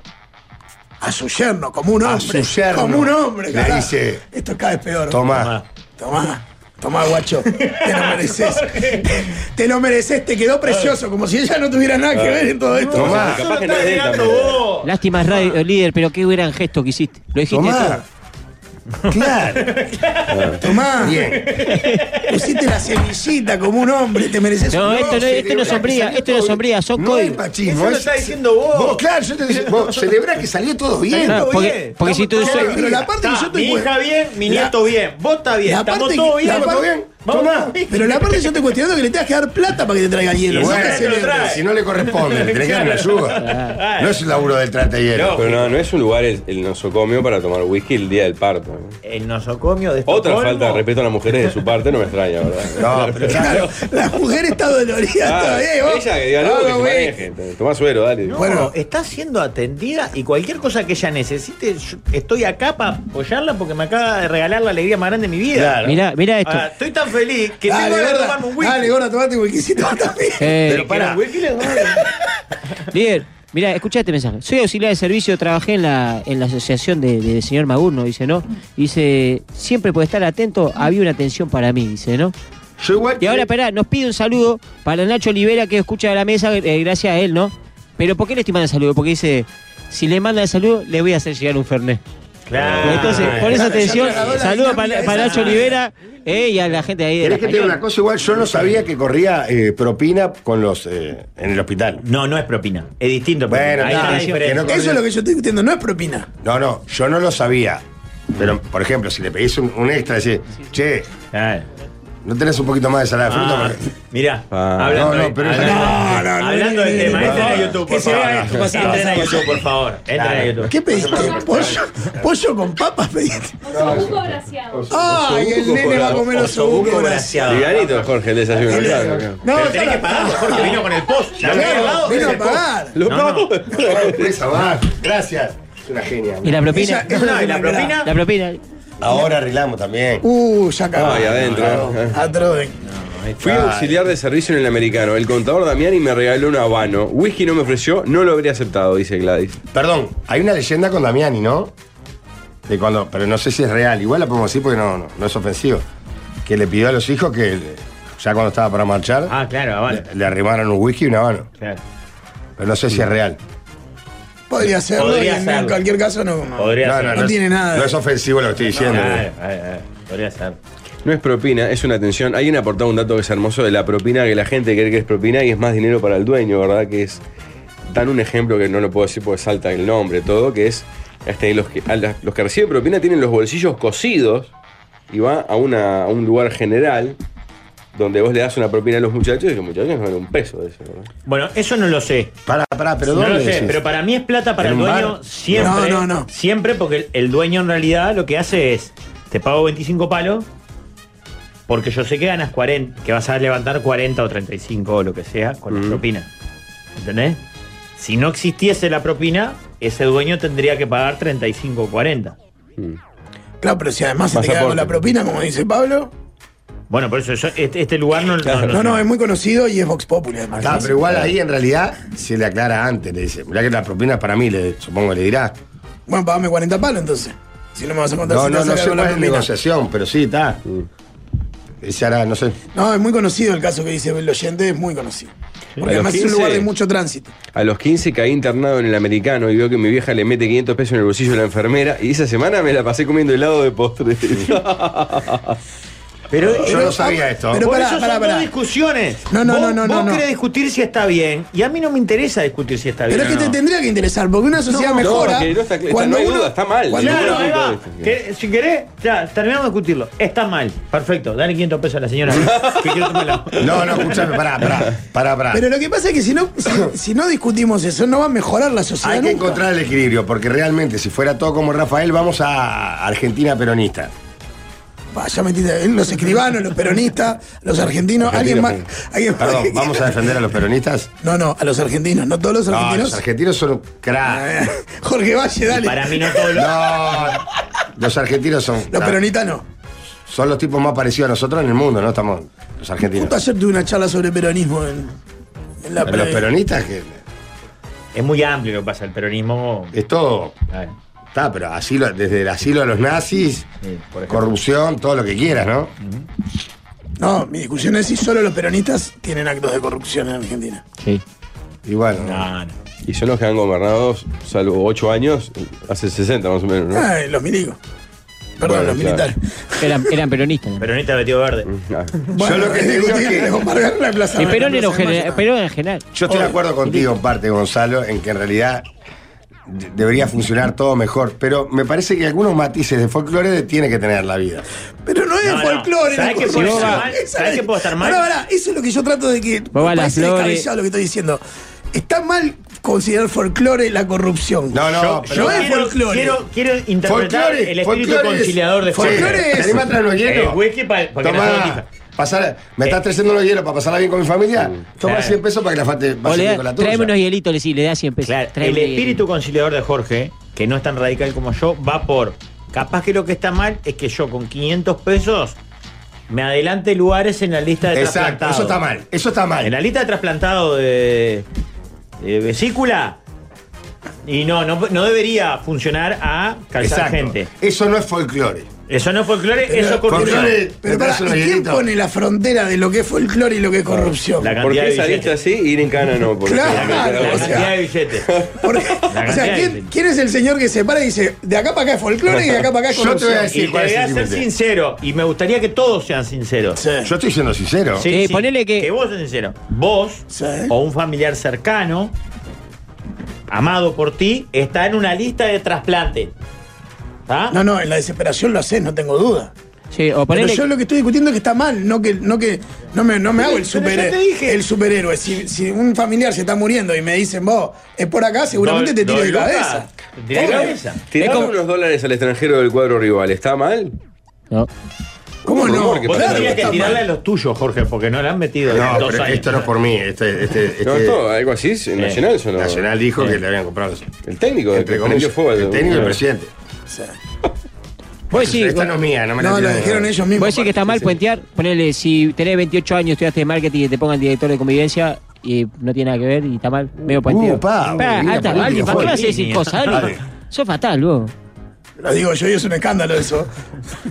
Speaker 3: A su yerno, como un
Speaker 7: A
Speaker 3: hombre.
Speaker 7: su yerno.
Speaker 3: Como un hombre,
Speaker 7: Le
Speaker 3: carajo.
Speaker 7: dice,
Speaker 3: Esto es cada vez peor.
Speaker 7: Tomá.
Speaker 3: Tomá. Tomá, guacho. Te lo mereces. (laughs) te lo mereces. Te quedó precioso. Como si ella no tuviera nada que ver en todo esto.
Speaker 7: Tomá.
Speaker 5: Capaz que no
Speaker 2: Estás
Speaker 5: es de él
Speaker 2: mirando
Speaker 5: tampoco.
Speaker 2: vos.
Speaker 6: Lástima, radio, líder, pero qué gran gesto que hiciste. Lo dijiste
Speaker 7: Tomá.
Speaker 6: todo.
Speaker 7: Claro.
Speaker 3: Tomá,
Speaker 7: Bien.
Speaker 3: pusiste la semillita como un hombre, te mereces
Speaker 6: No,
Speaker 3: un
Speaker 6: esto no,
Speaker 3: Oscar.
Speaker 6: esto no es sombría, esto no es sombría, son
Speaker 7: No hay
Speaker 6: códigos.
Speaker 7: machismo.
Speaker 2: Eso lo
Speaker 7: es-
Speaker 2: está diciendo vos.
Speaker 7: Vos, claro, yo te digo, vos celebrá que salió todo bien.
Speaker 6: Claro,
Speaker 2: Está
Speaker 6: porque,
Speaker 2: bien,
Speaker 6: porque si
Speaker 7: estamos
Speaker 6: tú
Speaker 7: todos
Speaker 6: soy-
Speaker 7: bien.
Speaker 3: Pero la parte que
Speaker 2: Está,
Speaker 3: yo te
Speaker 2: mi
Speaker 3: cu-
Speaker 2: hija bien, mi
Speaker 3: la-
Speaker 2: nieto bien, vos está bien,
Speaker 3: la
Speaker 2: estamos
Speaker 3: parte
Speaker 2: todos
Speaker 3: que-
Speaker 2: bien.
Speaker 3: la
Speaker 7: ¿Estamos
Speaker 3: parte-
Speaker 7: todos bien?
Speaker 2: Vamos
Speaker 7: Tomá.
Speaker 2: más.
Speaker 3: Pero la parte yo te cuestiono que le tengas que dar plata para que te traiga el hielo.
Speaker 2: Y
Speaker 3: no
Speaker 2: bueno,
Speaker 3: te
Speaker 2: te lo
Speaker 3: celebres.
Speaker 2: trae.
Speaker 7: si no le
Speaker 3: (laughs)
Speaker 7: corresponde, le quedan la ayuda. No es un laburo del trate de hielo.
Speaker 5: Pero no, no es un lugar el, el nosocomio para tomar whisky el día del parto. ¿no?
Speaker 2: El nosocomio de
Speaker 5: Otra
Speaker 2: Estocolmo.
Speaker 5: falta de respeto a las mujeres de su parte no me extraña, ¿verdad? (laughs)
Speaker 7: No, pero claro.
Speaker 3: Claro, la mujer está dolorida
Speaker 5: Ah,
Speaker 3: todavía. y vos-
Speaker 5: ella que diga no,
Speaker 3: Ah,
Speaker 5: que se
Speaker 3: güey.
Speaker 5: maneje. Tomá suero, dale.
Speaker 2: No,
Speaker 3: Bueno.
Speaker 2: está siendo atendida y cualquier cosa que ella necesite, yo estoy acá para apoyarla porque me acaba de regalar la alegría más grande de mi vida.
Speaker 7: Claro.
Speaker 6: Mirá, mirá esto.
Speaker 2: Ahora, estoy tan feliz que
Speaker 3: Dale,
Speaker 2: tengo ganas de
Speaker 3: gorda,
Speaker 2: tomarme un whisky.
Speaker 3: dale, gorda, tomate un whiskycito
Speaker 7: (laughs)
Speaker 3: también.
Speaker 6: Eh,
Speaker 2: Pero para.
Speaker 6: (laughs) Líder, mira, escuchá este mensaje. Soy auxiliar de servicio, trabajé en la, en la asociación de, de señor Magurno, dice, ¿no? Dice, siempre por estar atento, había una atención para mí, dice, ¿no?
Speaker 7: Yo igual.
Speaker 6: Y ahora, esperá, nos pide un saludo para Nacho Olivera, que escucha de la mesa, eh, gracias a él, ¿no? Pero ¿por qué le estoy mandando el saludo? Porque dice, si le manda el saludo, le voy a hacer llegar un Fernet.
Speaker 2: Claro.
Speaker 6: Entonces, por esa atención, saludo para, para Nacho Olivera eh, y a la gente ahí de la
Speaker 7: ¿Querés que te diga
Speaker 6: Española.
Speaker 7: una cosa igual? Yo no sabía que corría eh, propina con los eh, en el hospital.
Speaker 2: No, no es propina. Es distinto. propina.
Speaker 7: Bueno,
Speaker 2: Ahí
Speaker 7: no,
Speaker 2: está la
Speaker 7: que
Speaker 2: diferencia.
Speaker 7: no-
Speaker 3: Eso es lo que yo estoy discutiendo, no es propina.
Speaker 7: No, no, yo no lo sabía. Pero, por ejemplo, si le pedís un, un extra, decís, che,
Speaker 2: Claro.
Speaker 7: ¿no tenés un poquito más de salada de fruta?
Speaker 2: Ah,
Speaker 7: Porque-
Speaker 2: mirá,
Speaker 5: Ah.
Speaker 2: hablando,
Speaker 7: No, no,
Speaker 2: de-
Speaker 7: pero-
Speaker 2: hablando-
Speaker 3: No, no, no,
Speaker 2: hablando
Speaker 3: no,
Speaker 2: del
Speaker 3: no,
Speaker 2: tema,
Speaker 3: no,
Speaker 2: entren a
Speaker 3: no,
Speaker 2: YouTube,
Speaker 3: que
Speaker 2: por
Speaker 3: se
Speaker 2: favor.
Speaker 3: vea esto, pasa,
Speaker 2: Entren a
Speaker 3: pasa.
Speaker 2: YouTube, por favor. Entren a
Speaker 7: Claro.
Speaker 2: YouTube.
Speaker 3: ¿Qué pediste?
Speaker 2: (laughs)
Speaker 3: ¿Pollo? ¿Pollo con papas pediste?
Speaker 1: Osobuco braseado.
Speaker 3: ¡Ay, el nene va a comer los
Speaker 2: Osobuco
Speaker 3: obucos!
Speaker 2: braseado.
Speaker 5: Livianito, Jorge, el desayuno. claro.
Speaker 3: No,
Speaker 2: Pero
Speaker 3: está
Speaker 2: tenés que
Speaker 3: la-
Speaker 2: pagarlo, Jorge vino con el post. Ya había
Speaker 3: Claro,
Speaker 2: pagado,
Speaker 3: vino
Speaker 2: es
Speaker 3: a
Speaker 2: el post.
Speaker 3: pagar.
Speaker 5: Lo
Speaker 2: No, no.
Speaker 5: pago.
Speaker 7: Esa va. Gracias. Es una genia.
Speaker 6: Y la propina,
Speaker 3: Ella- ella
Speaker 2: No, y la
Speaker 3: me la-
Speaker 2: propina.
Speaker 6: la propina.
Speaker 7: Ahora arreglamos también.
Speaker 3: Uh, ya acabó.
Speaker 5: Ay, adentro. ¿eh?
Speaker 3: Atroden.
Speaker 5: Fui auxiliar de servicio en el americano. El contador Damiani me regaló un habano. Whisky no me ofreció, no lo habría aceptado, dice Gladys.
Speaker 7: Perdón, hay una leyenda con Damiani, ¿no? De cuando, pero no sé si es real. Igual la podemos decir porque no, no, no es ofensivo. Que le pidió a los hijos que, le- ya cuando estaba para marchar,
Speaker 2: Ah, claro, vale.
Speaker 7: le, le arrimaron un whisky y una mano.
Speaker 2: Claro.
Speaker 7: Pero no sé si es real.
Speaker 3: Podría serlo,
Speaker 2: Podría
Speaker 3: y en
Speaker 2: serlo.
Speaker 3: cualquier caso no.
Speaker 2: Podría
Speaker 7: No,
Speaker 2: ser. Ah,
Speaker 3: No
Speaker 7: es-
Speaker 3: tiene nada.
Speaker 7: No es ofensivo lo que estoy diciendo.
Speaker 2: Claro, claro, claro. eh, Podría ser.
Speaker 5: No es propina, es una atención. Alguien ha aportado un dato que es hermoso de la propina, que la gente cree que es propina y es más dinero para el dueño, ¿verdad? Que es. Dan un ejemplo que no lo puedo decir porque salta el nombre, todo, que es. Este, los, que, a las- los que reciben propina tienen los bolsillos cosidos y va a, una, a un lugar general donde vos le das una propina a los muchachos y los muchachos ganan un peso de eso, ¿verdad?
Speaker 2: Bueno, eso no lo sé.
Speaker 7: Pará, pará, pero
Speaker 2: No
Speaker 7: ¿dónde
Speaker 2: lo sé,
Speaker 7: decís?
Speaker 2: pero para mí es plata para
Speaker 7: ¿En
Speaker 2: el
Speaker 7: un
Speaker 2: dueño
Speaker 7: bar?
Speaker 2: siempre.
Speaker 3: No, no, no.
Speaker 2: Siempre porque el- el dueño en realidad lo que hace es, te pago 25 palos porque yo sé que ganas 40, que vas a levantar 40 o 35 o lo que sea con la
Speaker 5: Mm.
Speaker 2: propina. ¿Entendés? Si no existiese la propina, ese dueño tendría que pagar 35 o 40.
Speaker 7: Mm.
Speaker 3: Claro, pero si además se te
Speaker 5: Pasaporte.
Speaker 3: queda con la propina, como dice Pablo.
Speaker 2: Bueno, por eso yo- este, este lugar no, no,
Speaker 3: No, no, es muy conocido y es Vox Populi además.
Speaker 7: Ah, pero igual ahí en realidad se le aclara antes, le dice, mirá que la propina es para mí, le, supongo le dirá.
Speaker 3: Bueno, pagame 40 palos entonces. Si no me vas a contar
Speaker 7: No,
Speaker 3: si te
Speaker 7: no,
Speaker 3: vas a
Speaker 7: no
Speaker 3: quedar
Speaker 7: sé cuál
Speaker 3: con la
Speaker 7: es la
Speaker 3: propina.
Speaker 7: negociación, pero sí, está.
Speaker 2: Mm.
Speaker 7: Ese hará, no sé.
Speaker 3: No, es muy conocido el caso que dice el oyente, es muy conocido. Porque
Speaker 5: A los
Speaker 3: además es un
Speaker 5: 15.
Speaker 3: lugar de mucho tránsito.
Speaker 5: A los 15 caí internado en el americano y veo que mi vieja le mete 500 pesos en el bolsillo de la enfermera y esa semana me la pasé comiendo helado de postre. (laughs)
Speaker 2: Pero
Speaker 7: Yo no sabía esto.
Speaker 3: Pero
Speaker 2: por
Speaker 3: pará,
Speaker 2: eso
Speaker 3: pará,
Speaker 2: son
Speaker 3: pará.
Speaker 2: dos discusiones.
Speaker 3: No, no,
Speaker 2: Vos-
Speaker 3: no, no,
Speaker 2: Vos
Speaker 3: no, no.
Speaker 2: querés discutir si está bien y a mí no me interesa discutir si está bien.
Speaker 3: Pero es que
Speaker 2: o
Speaker 3: te
Speaker 2: no.
Speaker 3: tendría que interesar, porque una sociedad
Speaker 5: No,
Speaker 3: mejora.
Speaker 5: que no está cl-
Speaker 3: cuando
Speaker 5: no hay
Speaker 3: uno-
Speaker 5: duda, está mal.
Speaker 3: cuando-
Speaker 2: Claro, ahí va.
Speaker 5: Punto de
Speaker 2: Que, si querés, ya, terminamos de discutirlo. Está mal. Perfecto. Dale 500 pesos a
Speaker 3: (laughs)
Speaker 2: la señora. que quiero tomarla.
Speaker 7: No, no, escúchame, pará, pará, pará, pará.
Speaker 3: Pero lo que pasa es que si no,
Speaker 7: (coughs)
Speaker 3: si, si no discutimos eso, no va a mejorar la sociedad.
Speaker 7: Hay que
Speaker 3: nunca.
Speaker 7: encontrar el equilibrio, porque realmente si fuera todo como Rafael, vamos a Argentina peronista.
Speaker 3: Bah, ya metiste, los escribanos, los peronistas, los argentinos, alguien más. Alguien más
Speaker 7: Perdón,
Speaker 3: que-
Speaker 7: ¿vamos a defender a los peronistas?
Speaker 3: No, no, a los argentinos, no todos los
Speaker 7: No,
Speaker 3: argentinos. Ah, eh.
Speaker 7: los argentinos son crack.
Speaker 3: (laughs) Jorge Valle, dale.
Speaker 2: Para mí no todos los.
Speaker 7: No, los argentinos son.
Speaker 3: Los peronistas no.
Speaker 7: Son los tipos más parecidos a nosotros en el mundo, ¿no? Estamos los
Speaker 3: Justo
Speaker 7: argentinos.
Speaker 3: ayer tuve una charla sobre peronismo en, en la
Speaker 7: Pero Los
Speaker 3: pre-
Speaker 7: peronistas, que
Speaker 2: Es muy amplio lo que pasa. El peronismo.
Speaker 7: es todo.
Speaker 2: A ver.
Speaker 7: Está, pero asilo, desde el asilo a los nazis,
Speaker 2: Sí, por ejemplo.
Speaker 7: corrupción, todo lo que quieras, ¿no?
Speaker 3: No, mi discusión es si solo los peronistas tienen actos de corrupción en Argentina.
Speaker 6: Sí.
Speaker 7: Y bueno,
Speaker 2: No, no.
Speaker 5: y son los que han gobernado, salvo 8 años, hace 60 más o menos, ¿no?
Speaker 3: Ah, los milicos. Perdón,
Speaker 5: Bueno,
Speaker 3: los
Speaker 5: claro.
Speaker 3: militares.
Speaker 6: Eran, eran peronistas.
Speaker 2: Peronista vestido verde.
Speaker 7: Mm,
Speaker 3: Bueno,
Speaker 7: Yo lo que digo es que-
Speaker 3: Bombardear la plaza.
Speaker 6: El Perón
Speaker 3: la
Speaker 6: era un
Speaker 3: Plaza de
Speaker 6: general.
Speaker 3: Mayo.
Speaker 6: Perón era general.
Speaker 7: Yo estoy de acuerdo contigo en parte, Gonzalo, en que en realidad de- debería funcionar todo mejor, pero me parece que algunos matices de folclore tiene que tener la vida.
Speaker 3: Pero no es
Speaker 2: No, no.
Speaker 3: folclore.
Speaker 2: ¿Sabés
Speaker 3: Nico.
Speaker 2: que puedo
Speaker 3: Esa
Speaker 2: estar
Speaker 3: es-
Speaker 2: mal?
Speaker 3: esa
Speaker 2: ¿Sabés
Speaker 3: es-
Speaker 2: que puedo estar mal?
Speaker 3: Pará, pará, eso es lo que yo trato de que.
Speaker 6: Vos vas a las
Speaker 3: parece
Speaker 6: flores.
Speaker 3: descabellado lo que estoy diciendo. Está mal considerar folclore la corrupción.
Speaker 7: No, no,
Speaker 3: Yo- yo
Speaker 7: pero-
Speaker 3: es folclore.
Speaker 2: Quiero, quiero interpretar
Speaker 7: Folclore,
Speaker 2: el espíritu
Speaker 7: folclore es-
Speaker 2: conciliador de
Speaker 7: folclore
Speaker 2: Folclore.
Speaker 7: es- ¿Te animás a traer los hielos?
Speaker 2: Eh, whisky pa- para que no se
Speaker 7: Tomá,
Speaker 2: botiza.
Speaker 7: pasar, ¿me estás trayendo los hielos para pasarla bien con mi familia? Toma
Speaker 2: eh, Claro.
Speaker 7: 100 pesos para que la falte
Speaker 6: O le
Speaker 7: pase bien con
Speaker 6: da-
Speaker 7: la tuya.
Speaker 6: traeme unos hielitos, le, sí, le da 100 pesos.
Speaker 2: Claro,
Speaker 6: Traeme
Speaker 2: el
Speaker 6: unos
Speaker 2: espíritu conciliador de Jorge, que no es tan radical como yo, va por. Capaz que lo que está mal es que yo con 500 pesos me adelante lugares en la lista de
Speaker 7: Exacto,
Speaker 2: trasplantados.
Speaker 7: eso está mal, eso está
Speaker 2: En la
Speaker 7: mal.
Speaker 2: lista de trasplantado de, de vesícula. Y no, no, no debería funcionar a calzar
Speaker 7: Exacto.
Speaker 2: gente.
Speaker 7: Eso no es folclore.
Speaker 2: Eso no es folclore, eso es corrupción.
Speaker 7: Folclore,
Speaker 3: Pero
Speaker 7: me
Speaker 3: pará,
Speaker 7: traes unos
Speaker 3: ¿y ¿quién
Speaker 7: hielitos.
Speaker 3: pone la frontera de lo que es folclore y lo que es corrupción?
Speaker 2: La
Speaker 5: ¿Por
Speaker 2: cantidad
Speaker 5: qué
Speaker 2: de
Speaker 5: saliste
Speaker 2: billetes.
Speaker 5: así y ir en cana no? Porque-
Speaker 3: Claro,
Speaker 2: La
Speaker 3: o sea,
Speaker 2: cantidad de billetes.
Speaker 3: Porque-
Speaker 2: La
Speaker 3: o sea,
Speaker 2: cantidad
Speaker 3: ¿quién,
Speaker 2: de-
Speaker 3: quién es el señor que se para y dice, de acá para acá
Speaker 7: (laughs)
Speaker 3: es folclore y de acá para acá es
Speaker 7: Yo te voy a
Speaker 3: corrupción?
Speaker 7: decir- Sí,
Speaker 2: Y te
Speaker 7: ¿cuál es
Speaker 2: voy a
Speaker 7: el
Speaker 2: ser
Speaker 7: límite?
Speaker 2: sincero, y me gustaría que todos sean sinceros.
Speaker 7: Yo
Speaker 3: Sí.
Speaker 7: estoy siendo sincero.
Speaker 2: Sí,
Speaker 6: Eh,
Speaker 2: sí,
Speaker 6: ponele que-
Speaker 2: vos seas sincero. Vos
Speaker 3: Sí.
Speaker 2: o un familiar cercano, amado por ti, está en una lista de trasplante. ¿Está?
Speaker 3: No, no, en la desesperación lo haces, no tengo duda.
Speaker 6: Sí, o
Speaker 3: Pero
Speaker 6: ponele.
Speaker 3: yo lo que estoy discutiendo es que está mal, no que no que no me, no me hago el
Speaker 2: Pero ya
Speaker 3: superhéroe.
Speaker 2: te dije.
Speaker 3: El superhéroe. Si, si un familiar se está muriendo y me dicen vos, es por acá, seguramente
Speaker 2: Do-
Speaker 3: te tiro
Speaker 2: dos
Speaker 3: de
Speaker 2: lucas,
Speaker 3: cabeza.
Speaker 2: te tiro de
Speaker 3: Pobre.
Speaker 2: cabeza.
Speaker 5: Tirar
Speaker 6: Es como-
Speaker 5: unos dólares al extranjero del cuadro rival, ¿está mal?
Speaker 6: No.
Speaker 3: ¿Cómo
Speaker 5: No,
Speaker 3: no?
Speaker 5: porque
Speaker 2: Vos
Speaker 5: Claro,
Speaker 2: tendrías que
Speaker 3: está
Speaker 2: tirarle a
Speaker 3: mal.
Speaker 2: los tuyos, Jorge, porque no la han metido en
Speaker 7: No,
Speaker 2: dos
Speaker 7: pero
Speaker 2: años.
Speaker 7: esto no es por mí. Este, este, este- Eh,
Speaker 5: No, esto, algo así, es nacional son los-
Speaker 7: Nacional dijo que le habían comprado.
Speaker 5: El técnico, el
Speaker 7: Entre
Speaker 5: que
Speaker 7: comillas,
Speaker 5: prendió fuego. al-
Speaker 7: el técnico y el presidente.
Speaker 6: Vos decís,
Speaker 7: Esta no es mía, no me la
Speaker 3: No, lo
Speaker 7: tiran.
Speaker 3: dijeron ellos mismos.
Speaker 6: vos decís que está mal puentear. Ponele, si tenés 28 años, estudiaste marketing y te pongan director de convivencia. Y no tiene nada que ver y está mal. Medio puenteo.
Speaker 7: Uh, pa,
Speaker 6: Pa,
Speaker 7: mira,
Speaker 6: alta,
Speaker 7: política,
Speaker 6: alguien, ¿Para qué
Speaker 7: joder.
Speaker 6: vas a decir
Speaker 2: Línea.
Speaker 6: cosas?
Speaker 7: Dale.
Speaker 6: Alguien- Sos fatal, vos.
Speaker 3: Lo digo yo y es un escándalo eso.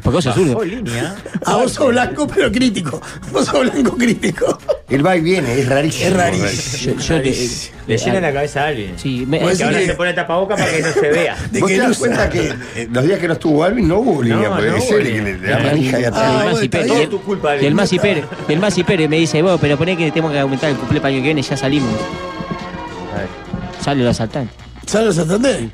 Speaker 6: Porque vos sos zurdo.
Speaker 2: Bajó línea.
Speaker 3: A vos sos blanco, pero crítico. Vos sos blanco crítico.
Speaker 7: El va y viene, es rarísimo.
Speaker 3: Es rarísimo.
Speaker 6: Yo- yo te-
Speaker 2: Le
Speaker 6: eh,
Speaker 2: llena
Speaker 6: eh,
Speaker 2: la cabeza a alguien.
Speaker 6: Sí, me-
Speaker 3: Vos
Speaker 2: Que ahora
Speaker 3: decís
Speaker 2: se pone tapabocas para que no se vea.
Speaker 3: (laughs) De
Speaker 7: ¿Vos
Speaker 3: que
Speaker 7: te das
Speaker 3: luce.
Speaker 7: cuenta que eh, los días que no estuvo Alvin no eh, hubo línea?
Speaker 2: No,
Speaker 7: porque
Speaker 2: no
Speaker 7: es
Speaker 2: hubo
Speaker 7: él el que
Speaker 2: línea.
Speaker 7: le- le da manija y atrás.
Speaker 6: y
Speaker 3: Ah,
Speaker 6: el
Speaker 3: bueno,
Speaker 6: Masi
Speaker 3: está
Speaker 6: Pérez,
Speaker 3: bien.
Speaker 6: y
Speaker 2: Todo
Speaker 6: el-
Speaker 2: tu culpa.
Speaker 6: y el
Speaker 2: Alvin.
Speaker 6: Masi Pérez, y el Masi Pérez me dice, vos, pero poné que tenemos que aumentar el cumple para el año que viene, ya salimos. Sale el asaltante.
Speaker 3: ¿Sabes los Santander?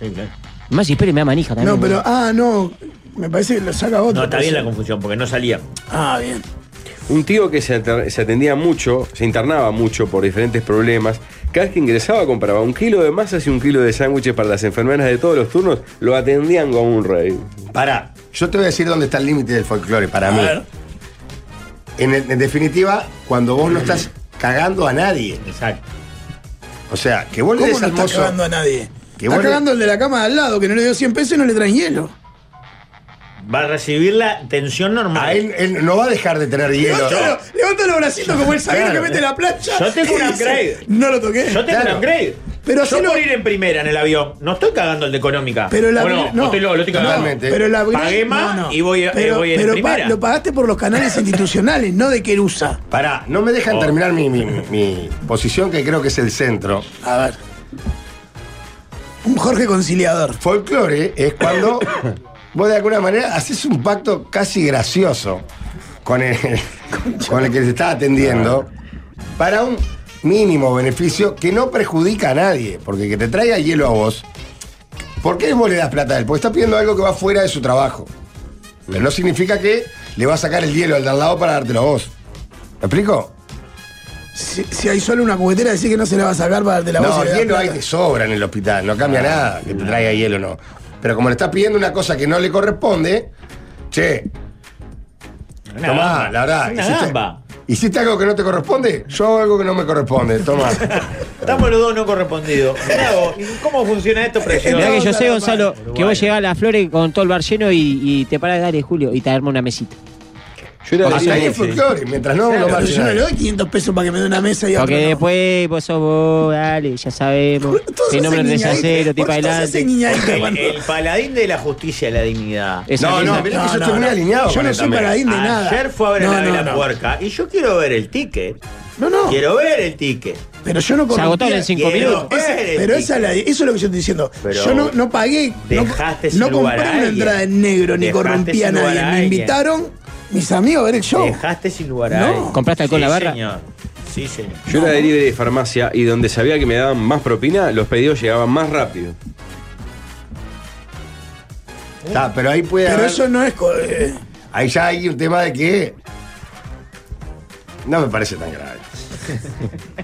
Speaker 2: Sí, claro.
Speaker 6: El Masi Pérez me da manija también.
Speaker 3: No, pero. Ah, no. Me parece que lo saca otro.
Speaker 2: No, está bien la
Speaker 3: confusión.
Speaker 2: confusión, porque no salía.
Speaker 3: Ah, bien.
Speaker 5: Un tío que se, ater- se atendía mucho, se internaba mucho por diferentes problemas. Cada vez que ingresaba compraba un kilo de masas y un kilo de sándwiches para las enfermeras de todos los turnos. Lo atendían como un rey.
Speaker 7: Pará, yo te voy a decir dónde está el límite del folclore para
Speaker 3: A
Speaker 7: mí.
Speaker 3: ver.
Speaker 7: En, en definitiva, cuando vos no estás cagando a nadie.
Speaker 2: Exacto.
Speaker 7: O sea, que vos le
Speaker 3: ¿Cómo
Speaker 7: des
Speaker 3: no
Speaker 7: al
Speaker 3: está
Speaker 7: mozo.
Speaker 3: cagando a nadie?
Speaker 7: Que
Speaker 3: Está
Speaker 7: vos le-
Speaker 3: cagando el de la cama de al lado, que no le dio 100 pesos y no le traen hielo.
Speaker 2: Va a recibir la tensión normal.
Speaker 7: A él, él no va a dejar de tener hielo.
Speaker 3: Levanta, levanta los bracitos como el zaguero
Speaker 7: Claro.
Speaker 3: que mete la plancha.
Speaker 2: Yo tengo un
Speaker 3: y dice,
Speaker 2: upgrade.
Speaker 3: No lo toqué.
Speaker 2: Yo tengo
Speaker 7: Claro.
Speaker 2: un upgrade.
Speaker 3: Pero
Speaker 2: yo
Speaker 3: hacelo-
Speaker 2: por ir en primera en el avión, no estoy cagando el de económica.
Speaker 3: Pero la
Speaker 2: ¿O no, ¿O estoy, lo, lo estoy cagando.
Speaker 7: Totalmente.
Speaker 3: Pero el upgrade-
Speaker 2: Pagué más y
Speaker 3: (laughs)
Speaker 2: voy- eh,
Speaker 3: pero,
Speaker 2: voy en
Speaker 3: pero
Speaker 2: primera.
Speaker 3: lo pagaste por los canales institucionales, no de Querusa.
Speaker 7: Pará, no me dejan
Speaker 2: Oh.
Speaker 7: terminar mi, mi- mi- mi posición, que creo que es el centro.
Speaker 3: A ver. Un Jorge conciliador.
Speaker 7: Folclore es cuando vos de alguna manera haces un pacto casi gracioso con el, con el que se está atendiendo para un mínimo beneficio que no perjudica a nadie, porque que te traiga hielo a vos, ¿por qué vos le das plata a él? Porque está pidiendo algo que va fuera de su trabajo. Pero no significa que le va a sacar el hielo al de al lado para dártelo a vos. ¿Me explico?
Speaker 3: Si, si hay solo una cubetera, decir que no se la va a sacar para darte la voz.
Speaker 7: No,
Speaker 3: y le das
Speaker 7: hielo hay
Speaker 3: plata. Ah.
Speaker 7: que sobra en el hospital, no cambia nada que te traiga hielo o no. Pero como le estás pidiendo una cosa que no le corresponde, che,
Speaker 2: Una
Speaker 7: tomá,
Speaker 2: gamba.
Speaker 7: la verdad.
Speaker 2: Una
Speaker 7: hiciste,
Speaker 2: gamba.
Speaker 7: ¿Hiciste algo que no te corresponde? Yo hago algo que no me corresponde, tomá.
Speaker 2: (laughs) Estamos los dos no correspondidos. Mirá vos, ¿y ¿Cómo funciona
Speaker 3: (laughs)
Speaker 2: esto, presión?
Speaker 6: Mirá que yo
Speaker 3: Gonzalo,
Speaker 6: sé, Gonzalo,
Speaker 2: Uruguayo.
Speaker 6: que vos llegás a las flores con todo el bar lleno y, y te parás, dale, Julio, y te arma una mesita.
Speaker 5: Yo era
Speaker 7: Hasta ahí
Speaker 5: de
Speaker 7: es folclore, mientras no, no
Speaker 3: Pero
Speaker 7: marcha
Speaker 3: yo no
Speaker 7: nada.
Speaker 3: le doy 500 pesos para que me dé una mesa y a
Speaker 6: Porque
Speaker 3: otro no.
Speaker 6: después vos sos vos, dale, ya sabemos.
Speaker 3: Todos hacen
Speaker 6: Fenómeno de
Speaker 3: guiñadita.
Speaker 6: sacero, tipo
Speaker 3: Todos
Speaker 6: adelante.
Speaker 3: hacen
Speaker 6: (laughs)
Speaker 3: guiñadita
Speaker 2: El,
Speaker 3: cuando-
Speaker 2: el paladín de la justicia y la dignidad.
Speaker 6: Esa
Speaker 7: No,
Speaker 6: misma-
Speaker 7: no, mirá que yo estoy muy alineado
Speaker 3: Yo
Speaker 7: con
Speaker 3: no
Speaker 7: él
Speaker 3: soy
Speaker 7: también.
Speaker 3: paladín de nada.
Speaker 2: Ayer fue a ver
Speaker 3: No,
Speaker 2: la,
Speaker 3: no,
Speaker 2: la
Speaker 3: no.
Speaker 2: puerca y yo quiero ver el ticket
Speaker 3: No, no.
Speaker 2: Quiero ver el ticket.
Speaker 3: Pero yo no
Speaker 6: Se agotaron en cinco
Speaker 2: Quiero
Speaker 6: minutos.
Speaker 2: ver
Speaker 3: Esa-
Speaker 2: el
Speaker 3: pero
Speaker 2: ticket.
Speaker 3: esa es la- eso es lo que yo estoy diciendo.
Speaker 2: Pero
Speaker 3: yo no, no pagué, no,
Speaker 2: dejaste sin
Speaker 3: no
Speaker 2: lugar
Speaker 3: compré
Speaker 2: a
Speaker 3: una
Speaker 2: alguien.
Speaker 3: entrada en negro, ni
Speaker 2: Dejaste
Speaker 3: corrompí a
Speaker 2: sin lugar
Speaker 3: nadie.
Speaker 2: a
Speaker 3: Me
Speaker 2: alguien.
Speaker 3: invitaron mis amigos a ver el show.
Speaker 2: Dejaste sin lugar a
Speaker 3: No.
Speaker 2: alguien.
Speaker 6: ¿Compraste alcohol
Speaker 2: Sí,
Speaker 6: en la barra?
Speaker 2: Señor. Sí, señor.
Speaker 5: Yo era delivery de farmacia y donde sabía que me daban más propina, los pedidos llegaban más rápido.
Speaker 7: Está, pero ahí puede
Speaker 3: Pero
Speaker 7: haber-
Speaker 3: eso no es. co- eh,
Speaker 7: Ahí ya hay un tema de que. No me parece tan grave.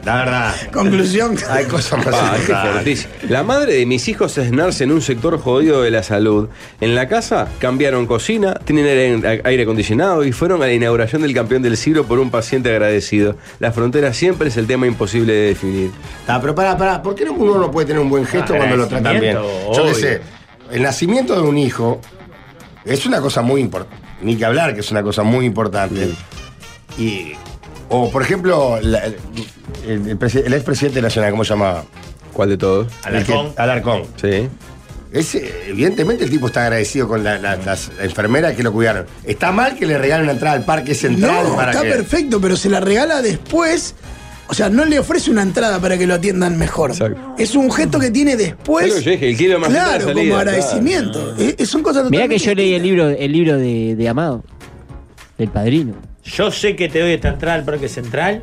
Speaker 7: La verdad.
Speaker 3: conclusión.
Speaker 7: Hay cosas más
Speaker 2: Ah,
Speaker 5: Pa, qué
Speaker 7: importantes.
Speaker 5: fortísimo. La madre de mis hijos esnarse en un sector jodido de la salud. En la casa cambiaron cocina, tienen aire, aire acondicionado y fueron a la inauguración del campeón del siglo por un paciente agradecido. La frontera siempre es el tema imposible de definir.
Speaker 7: Está, pero pará, pará. ¿Por qué no- uno no puede tener un buen gesto
Speaker 2: Ah,
Speaker 7: cuando lo tratan bien?
Speaker 2: agradecimiento,
Speaker 7: Yo qué
Speaker 2: obvio.
Speaker 7: sé. El nacimiento de un hijo es una cosa muy importante. Ni que hablar que es una cosa muy importante. Y. O, por ejemplo, la- el, el presi- el expresidente nacional, ¿cómo se llamaba?
Speaker 5: ¿Cuál de todos?
Speaker 7: El que-
Speaker 2: Alarcón.
Speaker 7: Alarcón.
Speaker 5: Sí.
Speaker 7: Ese, evidentemente el tipo está agradecido con la- la- las enfermeras que lo cuidaron. Está mal que le regalen una entrada al parque central
Speaker 3: No,
Speaker 7: para
Speaker 3: está
Speaker 7: que-
Speaker 3: perfecto, pero se la regala después. O sea, no le ofrece una entrada para que lo atiendan mejor.
Speaker 5: Exacto.
Speaker 3: Es un gesto que tiene después.
Speaker 5: Claro, yo dije, Pues, el kilo más
Speaker 3: Claro,
Speaker 5: de salida,
Speaker 3: como agradecimiento. Eh, eh, son cosas
Speaker 6: Mirá que
Speaker 3: totalmente
Speaker 6: yo leí el
Speaker 3: distintas.
Speaker 6: libro, el libro de, de Amado, del padrino.
Speaker 2: Yo sé que te doy esta entrada al Parque Central,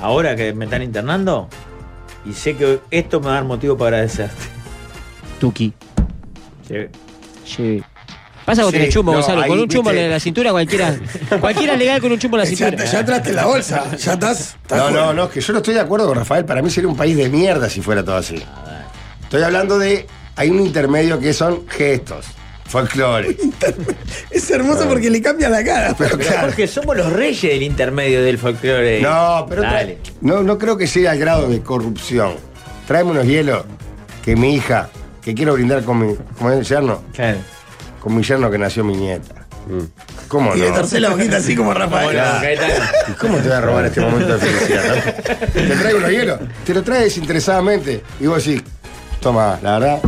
Speaker 2: ahora que me están internando, y sé que esto me va a dar motivo para agradecerte.
Speaker 6: Tuki.
Speaker 2: Sí.
Speaker 6: Lleve. Pasa con
Speaker 7: Sí,
Speaker 6: el chumbo,
Speaker 7: no,
Speaker 6: Gonzalo.
Speaker 7: ahí,
Speaker 6: con un chumbo
Speaker 7: viste.
Speaker 6: en la cintura,
Speaker 7: (laughs)
Speaker 6: cualquiera. cualquiera legal con un chumbo en la
Speaker 3: Eh, Ya,
Speaker 6: cintura.
Speaker 3: ya entraste en la bolsa, ya estás. estás
Speaker 7: No,
Speaker 3: fuera.
Speaker 7: no, no, es que yo no estoy de acuerdo con Rafael. Para mí sería un país de mierda si fuera todo así. Estoy hablando de. Hay un intermedio que son gestos, folclore.
Speaker 3: (laughs) Es hermoso porque le cambia la cara.
Speaker 7: Pero
Speaker 2: Pero
Speaker 7: claro.
Speaker 2: porque somos los reyes del intermedio del folclore.
Speaker 7: No, pero.
Speaker 2: Dale.
Speaker 7: tra- No, no creo que llegue al grado de corrupción. Tráeme unos hielos que mi hija, que quiero brindar con mi, con mi yerno,
Speaker 2: Claro. Mm.
Speaker 7: con mi yerno que nació mi nieta. ¿Cómo
Speaker 3: Y le
Speaker 7: no?
Speaker 3: torcé la boquita así como Rafael.
Speaker 2: Bueno, Caetano.
Speaker 7: ¿Y ¿Cómo te voy a robar este momento de felicidad? no? ¿Te traigo unos hielos? Te lo traes desinteresadamente. Y vos decís, toma, la verdad.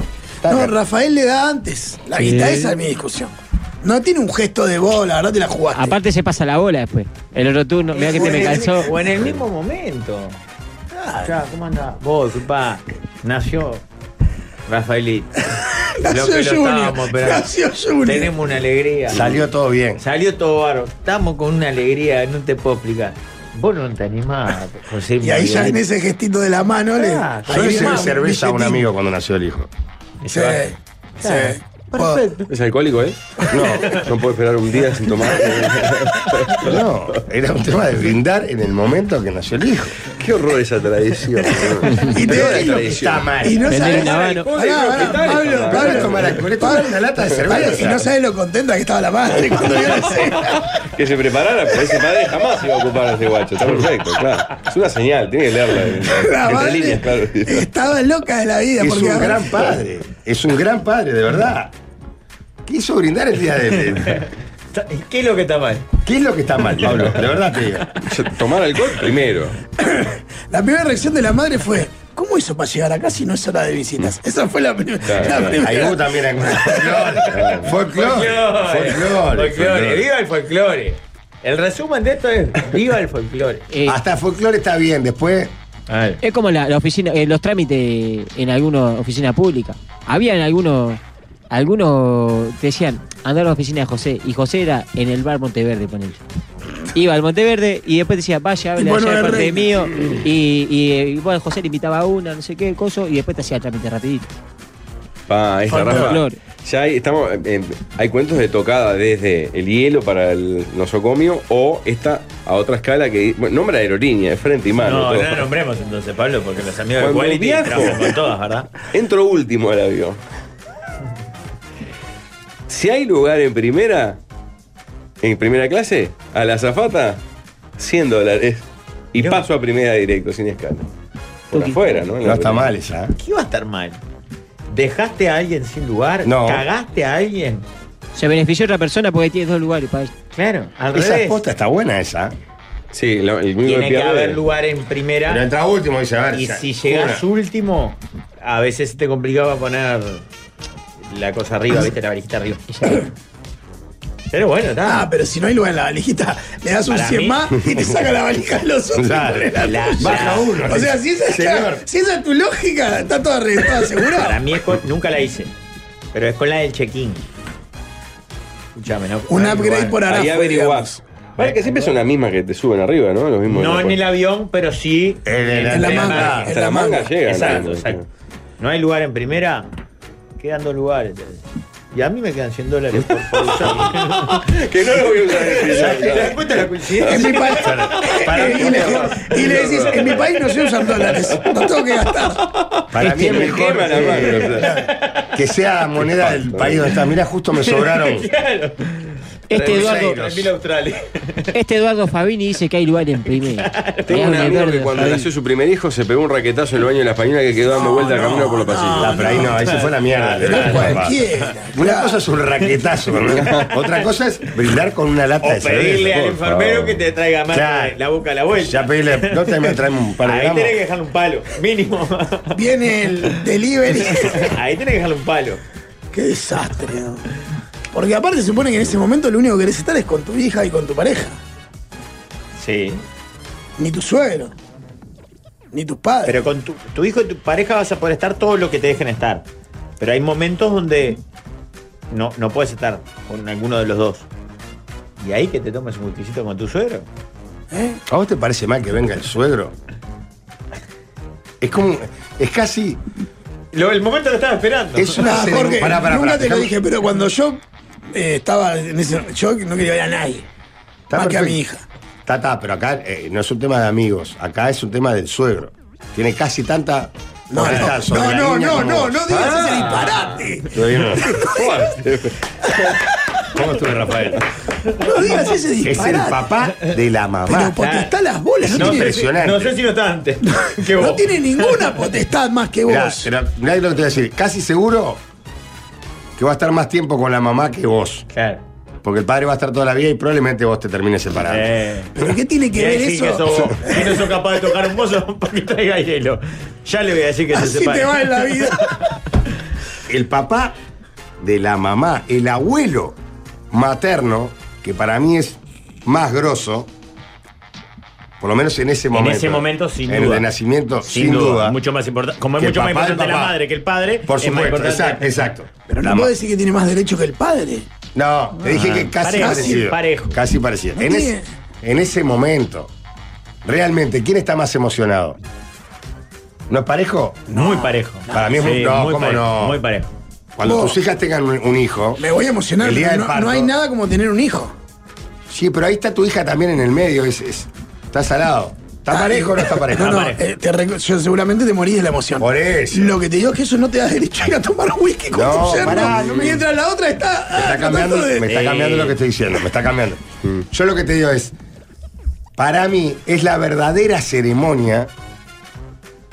Speaker 3: No,
Speaker 7: taca.
Speaker 3: Rafael le da antes. La guita esa es mi discusión. No tiene un gesto de vos, la verdad te la jugaste.
Speaker 6: Aparte se pasa la bola después. El otro turno, mirá que te me calzó.
Speaker 2: O en el mismo momento. O sea, ¿cómo andás? Vos, disculpa, nació
Speaker 3: (laughs)
Speaker 2: Rafaelito.
Speaker 3: Nació
Speaker 2: lo que lo
Speaker 3: Junior,
Speaker 2: estábamos esperando.
Speaker 3: nació Junior.
Speaker 2: Tenemos una alegría.
Speaker 7: Salió todo bien.
Speaker 2: Salió todo barro. Estamos con una alegría, no te puedo explicar. Vos no te animás, José.
Speaker 3: y ahí ya en
Speaker 2: Miguel.
Speaker 3: ese gestito de la mano le.
Speaker 2: Ah,
Speaker 7: Yo
Speaker 3: ahí
Speaker 7: le
Speaker 3: viene
Speaker 7: serví cerveza a un
Speaker 3: billetín.
Speaker 7: amigo cuando nació el hijo.
Speaker 3: Sí, sí.
Speaker 2: Perfecto.
Speaker 5: ¿Es alcohólico, eh? No, no puedo esperar un día sin tomar.
Speaker 7: (laughs) No, era un tema de brindar en el momento que nació el hijo.
Speaker 5: Qué horror esa tradición.
Speaker 3: Y te-
Speaker 5: Horror a la
Speaker 3: es lo que
Speaker 5: tradición.
Speaker 7: Está mal.
Speaker 3: Y no
Speaker 6: Vender
Speaker 3: sabes.
Speaker 6: un habano.
Speaker 3: Pará, pará, Pablo,
Speaker 7: Pablo,
Speaker 3: Pablo,
Speaker 7: tomar alcohol, es tomar una lata de cerveza.
Speaker 3: Y no sabes lo contenta que estaba la madre cuando vio la escena.
Speaker 5: Que se preparara, porque ese padre jamás iba a ocupar a ese guacho. Está perfecto, claro. Es una señal, tiene que leerla.
Speaker 3: La
Speaker 5: Entre líneas,
Speaker 7: (laughs)
Speaker 5: claro.
Speaker 3: madre estaba loca de la vida.
Speaker 7: Es
Speaker 3: porque
Speaker 7: un gran padre. Es un gran padre, de verdad. Quiso brindar el día de
Speaker 2: (laughs) ¿Qué es lo que está mal?
Speaker 7: ¿Qué es lo que está mal, Pablo? De verdad te digo.
Speaker 5: Tomar alcohol primero.
Speaker 3: La primera reacción de la madre fue. ¿Cómo hizo para llegar acá si no es hora de visitas? Esa fue la, prim- la
Speaker 7: Ahí hubo
Speaker 3: primera.
Speaker 7: también alguna. Folclore. Folclore. Folclore.
Speaker 2: folclore.
Speaker 7: folclore.
Speaker 2: Viva el folclore. El resumen de esto es: viva el folclore.
Speaker 6: Eh,
Speaker 7: Hasta folclore está bien, después.
Speaker 6: es como la, la oficina, eh, los trámites en alguna oficina pública. Había en algunos, algunos te decían, andar a la oficina de José. Y José era en el bar Monteverde, ponele. Iba al Monteverde y después decía, vaya,
Speaker 3: Y
Speaker 6: habla
Speaker 3: bueno,
Speaker 6: allá de
Speaker 3: el
Speaker 6: parte
Speaker 3: rey.
Speaker 6: mío. Y, y, eh, y bueno, José le invitaba a una, no sé qué, coso, y después te hacía el trámite rapidito.
Speaker 5: Pa, esa Rafa.
Speaker 6: Folclore.
Speaker 5: Ya hay, estamos, eh, hay cuentos de tocada desde el hielo para el nosocomio o esta a otra escala que bueno, nombra aerolínea, de frente y mano.
Speaker 2: No,
Speaker 5: todo.
Speaker 2: no la nombremos entonces, Pablo, porque los amigos de
Speaker 5: Cuando
Speaker 2: Quality
Speaker 5: viajo.
Speaker 2: trabajan con todas, ¿verdad?
Speaker 5: (laughs) Entro último al avión. Si hay lugar en primera, en primera clase, a la zafata, 100 dólares. Y
Speaker 2: Mirá.
Speaker 5: paso a primera directo, sin escala. Por
Speaker 6: Tuki.
Speaker 5: afuera, ¿no? En la
Speaker 7: No está
Speaker 5: primera.
Speaker 7: mal esa. ¿eh?
Speaker 2: ¿Qué iba a estar mal? ¿Dejaste a alguien sin lugar?
Speaker 7: No.
Speaker 2: ¿Cagaste a alguien?
Speaker 6: Se benefició otra persona porque tiene dos lugares para ir.
Speaker 2: Claro, al
Speaker 7: Esa
Speaker 2: revés.
Speaker 7: posta está buena esa.
Speaker 5: Sí, la- el único
Speaker 2: Tiene que
Speaker 5: pierde-
Speaker 2: haber (laughs) lugar en primera.
Speaker 7: Pero entra último, dice, a ver.
Speaker 2: Y
Speaker 7: ya,
Speaker 2: si llegas
Speaker 7: una.
Speaker 2: último, a veces
Speaker 7: (coughs)
Speaker 2: te complicaba poner la cosa arriba, viste, la varijita arriba. Pero bueno, nada.
Speaker 3: Ah, pero si no hay lugar en la valijita, le das un
Speaker 2: Para
Speaker 3: 100
Speaker 2: mí-
Speaker 3: más y te saca la valija de los otros. y
Speaker 2: Claro,
Speaker 3: pone la
Speaker 2: la-
Speaker 3: tuya.
Speaker 2: baja
Speaker 5: uno.
Speaker 3: O sea, si esa, es
Speaker 5: Señor.
Speaker 3: la- si esa es tu lógica, está toda reventada, seguro.
Speaker 2: (laughs) Para mí es con- nunca la hice. Pero es con la del check-in. Escúchame, ¿no?
Speaker 3: Un
Speaker 2: Ay,
Speaker 3: upgrade
Speaker 2: bueno.
Speaker 3: por ahora.
Speaker 5: Ahí averiguás. Vale, que siempre son las mismas que te suben arriba, ¿no? Los mismos
Speaker 2: No en el
Speaker 5: la...
Speaker 2: avión, pero sí
Speaker 3: En la manga, en
Speaker 5: Hasta la manga llegan.
Speaker 2: Exacto,
Speaker 5: ¿no?
Speaker 2: exacto. No hay lugar en primera, quedan dos lugares. Y a mí me quedan 100 dólares por, por usar.
Speaker 5: Que no lo voy a
Speaker 7: (laughs)
Speaker 5: usar.
Speaker 2: ¿Te das cuenta de la
Speaker 3: En mi
Speaker 2: coincidencia?
Speaker 3: país.
Speaker 2: Para-
Speaker 3: y, le, y le decís, en mi país no se usan dólares. No tengo que gastar.
Speaker 2: Para mí es
Speaker 5: Me
Speaker 2: mejor.
Speaker 5: quema la mano. o sea.
Speaker 7: Que sea moneda del país donde está. Mirá, justo me sobraron.
Speaker 6: Este Eduardo,
Speaker 7: Reviseiros.
Speaker 2: Mil australes.
Speaker 6: este Eduardo Fabini dice que hay lugar en primera.
Speaker 5: Tengo un amigo
Speaker 6: Mirá,
Speaker 5: que
Speaker 6: Eduardo
Speaker 5: cuando
Speaker 6: Fabini.
Speaker 5: nació su primer hijo se pegó un raquetazo en el baño de la española que quedó dando vuelta al camino por los
Speaker 7: Ah,
Speaker 5: pasillos.
Speaker 7: pero ahí no, ahí se fue la
Speaker 5: Ah,
Speaker 7: mierda.
Speaker 3: No
Speaker 7: Una
Speaker 3: cualquiera.
Speaker 7: cosa es un raquetazo, ¿no? otra cosa es brindar con una lata
Speaker 2: O
Speaker 7: de cerveza.
Speaker 2: pedirle al
Speaker 7: por
Speaker 2: enfermero
Speaker 7: favor.
Speaker 2: que te traiga más
Speaker 7: Claro.
Speaker 2: la boca a la vuelta.
Speaker 7: Ya pedirle, no te me traen un par de
Speaker 2: Ahí
Speaker 7: gramos.
Speaker 2: tenés que dejar un palo, mínimo.
Speaker 3: Viene el
Speaker 2: (laughs)
Speaker 3: delivery.
Speaker 2: Ahí tenés que dejarle un palo.
Speaker 3: Qué desastre. ¿no? Porque aparte se supone que en ese momento lo único que querés estar es con tu hija y con tu pareja.
Speaker 2: Sí.
Speaker 3: Ni tu suegro. Ni tus padres.
Speaker 2: Pero con tu, tu hijo y tu pareja vas a poder estar todo lo que te dejen estar. Pero hay momentos donde no, no puedes estar con alguno de los dos. Y ahí que te tomes un gustillito con tu suegro.
Speaker 3: ¿eh?
Speaker 7: ¿A vos te parece mal que venga el suegro? Es como. Es casi.
Speaker 2: Lo- el momento lo estaba esperando.
Speaker 7: Es una.
Speaker 3: Ah,
Speaker 7: cere-
Speaker 3: Jorge,
Speaker 7: Pará, pará,
Speaker 3: nunca
Speaker 7: pará,
Speaker 3: te lo
Speaker 7: dejame-
Speaker 3: dije, pero cuando yo eh, estaba en ese. Yo no quería ver a nadie.
Speaker 7: Está
Speaker 3: más que a
Speaker 7: perfecto.
Speaker 3: mi hija.
Speaker 7: Está, está, pero acá eh, no es un tema de amigos, acá es un tema del suegro. Tiene casi tanta.
Speaker 3: No,
Speaker 7: potestad
Speaker 3: no,
Speaker 7: sobre
Speaker 3: no,
Speaker 7: la
Speaker 3: no,
Speaker 7: niña
Speaker 3: no,
Speaker 7: como
Speaker 3: no,
Speaker 7: vos.
Speaker 3: no digas
Speaker 7: Ah,
Speaker 3: ese disparate.
Speaker 7: todavía no. ¿Cómo estuve, Rafael?
Speaker 3: No digas
Speaker 7: Es
Speaker 3: ese
Speaker 7: el
Speaker 3: disparate.
Speaker 7: papá de la mamá.
Speaker 3: Pero potestad las bolas.
Speaker 7: No,
Speaker 3: No, tiene,
Speaker 7: impresionante.
Speaker 2: Ah, No sé si no está antes. que
Speaker 3: no
Speaker 2: vos.
Speaker 3: tiene ninguna potestad más que vos.
Speaker 7: Mirá, pero mirá lo que te voy a decir. Casi seguro que va a estar más tiempo con la mamá que vos.
Speaker 2: Claro.
Speaker 7: Porque el padre va a estar toda la vida y probablemente vos te termines separando.
Speaker 2: Eh.
Speaker 3: ¿Pero qué tiene que
Speaker 2: Y ahí
Speaker 3: ver
Speaker 2: sí que
Speaker 3: eso?
Speaker 2: sos vos.
Speaker 3: (laughs)
Speaker 7: (laughs)
Speaker 2: Si no sos capaz de tocar un mozo para que traiga hielo. Ya le voy a decir que
Speaker 3: (laughs)
Speaker 2: se
Speaker 3: Así
Speaker 2: separe.
Speaker 3: te va en la vida.
Speaker 7: (laughs) El papá de la mamá, el abuelo materno, que para mí es más grosso, por lo menos en ese momento.
Speaker 2: En ese momento, sin
Speaker 7: En el
Speaker 2: duda.
Speaker 7: de nacimiento, sin, duda.
Speaker 2: Mucho más importante. Como es
Speaker 7: que el
Speaker 2: mucho más
Speaker 7: papá del
Speaker 2: importante la
Speaker 7: papá.
Speaker 2: madre que el padre.
Speaker 7: Por
Speaker 2: es más
Speaker 7: supuesto,
Speaker 2: importante-
Speaker 7: exacto, exacto.
Speaker 3: Pero
Speaker 7: La
Speaker 3: no
Speaker 7: ma-
Speaker 3: puedo decir que tiene más derecho que el padre.
Speaker 7: No, te dije que casi
Speaker 2: Parejo,
Speaker 7: parecido.
Speaker 2: parejo.
Speaker 7: Casi parecido.
Speaker 3: No
Speaker 7: en,
Speaker 3: tiene-
Speaker 7: ese- en ese momento, realmente, ¿quién está más emocionado? ¿No es parejo?
Speaker 2: Muy parejo.
Speaker 7: Para mí es muy- no, ¿cómo
Speaker 2: parejo,
Speaker 7: no?
Speaker 2: Muy parejo.
Speaker 7: Cuando
Speaker 3: Vos.
Speaker 7: tus hijas tengan un, un hijo.
Speaker 3: Me voy a emocionar.
Speaker 7: El día
Speaker 3: pero
Speaker 7: del
Speaker 3: no,
Speaker 7: parto.
Speaker 3: no hay nada como tener un hijo.
Speaker 7: Sí, pero ahí está tu hija también en el medio. Es, es- está salado. ¿Está parejo o no está parejo?
Speaker 3: Ah, No, no,
Speaker 2: parejo.
Speaker 3: eh, te rec- yo seguramente te morís de la emoción.
Speaker 7: Por eso.
Speaker 3: Lo que te digo es que eso no te da derecho a ir a tomar whisky con
Speaker 7: No,
Speaker 3: tu yerno,
Speaker 7: pará, no me-
Speaker 3: mientras la otra está,
Speaker 7: Me
Speaker 3: ah,
Speaker 7: está cambiando,
Speaker 3: tratando de- Eh,
Speaker 7: me está cambiando lo que estoy diciendo. Me está cambiando. Mm. Yo lo que te digo es. Para mí es la verdadera ceremonia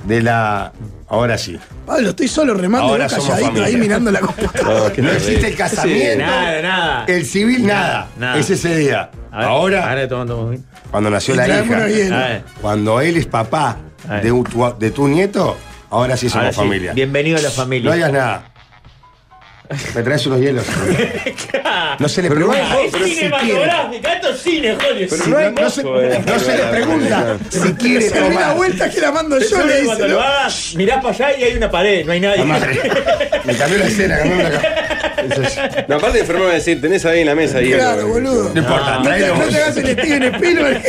Speaker 7: de la. Ahora sí.
Speaker 3: Pablo, estoy solo remando
Speaker 7: Ahora
Speaker 3: vos
Speaker 7: somos
Speaker 3: calladito ahí
Speaker 7: familia.
Speaker 3: mirando la computadora.
Speaker 5: No, que
Speaker 7: No
Speaker 5: no.
Speaker 7: existe el casamiento.
Speaker 2: Nada, nada.
Speaker 7: El civil, nada.
Speaker 2: Nada.
Speaker 7: Es ese día.
Speaker 2: A ver,
Speaker 7: ahora,
Speaker 2: Ahora tomando un
Speaker 7: cuando nació la
Speaker 3: Traemos
Speaker 7: hija,
Speaker 3: unos hielos.
Speaker 2: A ver.
Speaker 7: cuando él es papá
Speaker 2: Ahí.
Speaker 7: de, un- tu, de tu nieto, ahora sí somos
Speaker 2: Ahora sí,
Speaker 7: familia.
Speaker 2: Bienvenido a la
Speaker 7: No
Speaker 2: familia.
Speaker 7: digas nada. Me traes unos
Speaker 2: (laughs)
Speaker 7: hielos. No se le
Speaker 5: Pero
Speaker 7: pregunta.
Speaker 5: no hay- pero
Speaker 7: si quiere.
Speaker 2: esto es cine, Julio.
Speaker 7: Si
Speaker 5: Pero
Speaker 7: no,
Speaker 5: no hay
Speaker 7: no se,
Speaker 5: mozo, eh.
Speaker 7: no se le pregunta si quiere
Speaker 3: Se ve la
Speaker 7: tomar.
Speaker 3: vuelta que la mando
Speaker 2: Eso
Speaker 3: yo,
Speaker 2: es
Speaker 3: le
Speaker 2: cuando
Speaker 3: dice.
Speaker 2: lo
Speaker 3: ¿no?
Speaker 2: hagas, mirás para allá y hay una pared, no hay nadie.
Speaker 7: Mamá, Me cambió la escena, cambió la ca- Entonces,
Speaker 5: No, aparte el enfermero va a decir, tenés ahí en la mesa hielo.
Speaker 3: Claro, boludo.
Speaker 7: No importa,
Speaker 3: No te,
Speaker 7: tráelo
Speaker 3: no
Speaker 7: vos.
Speaker 3: te hagas el eh. Steven Spielberg.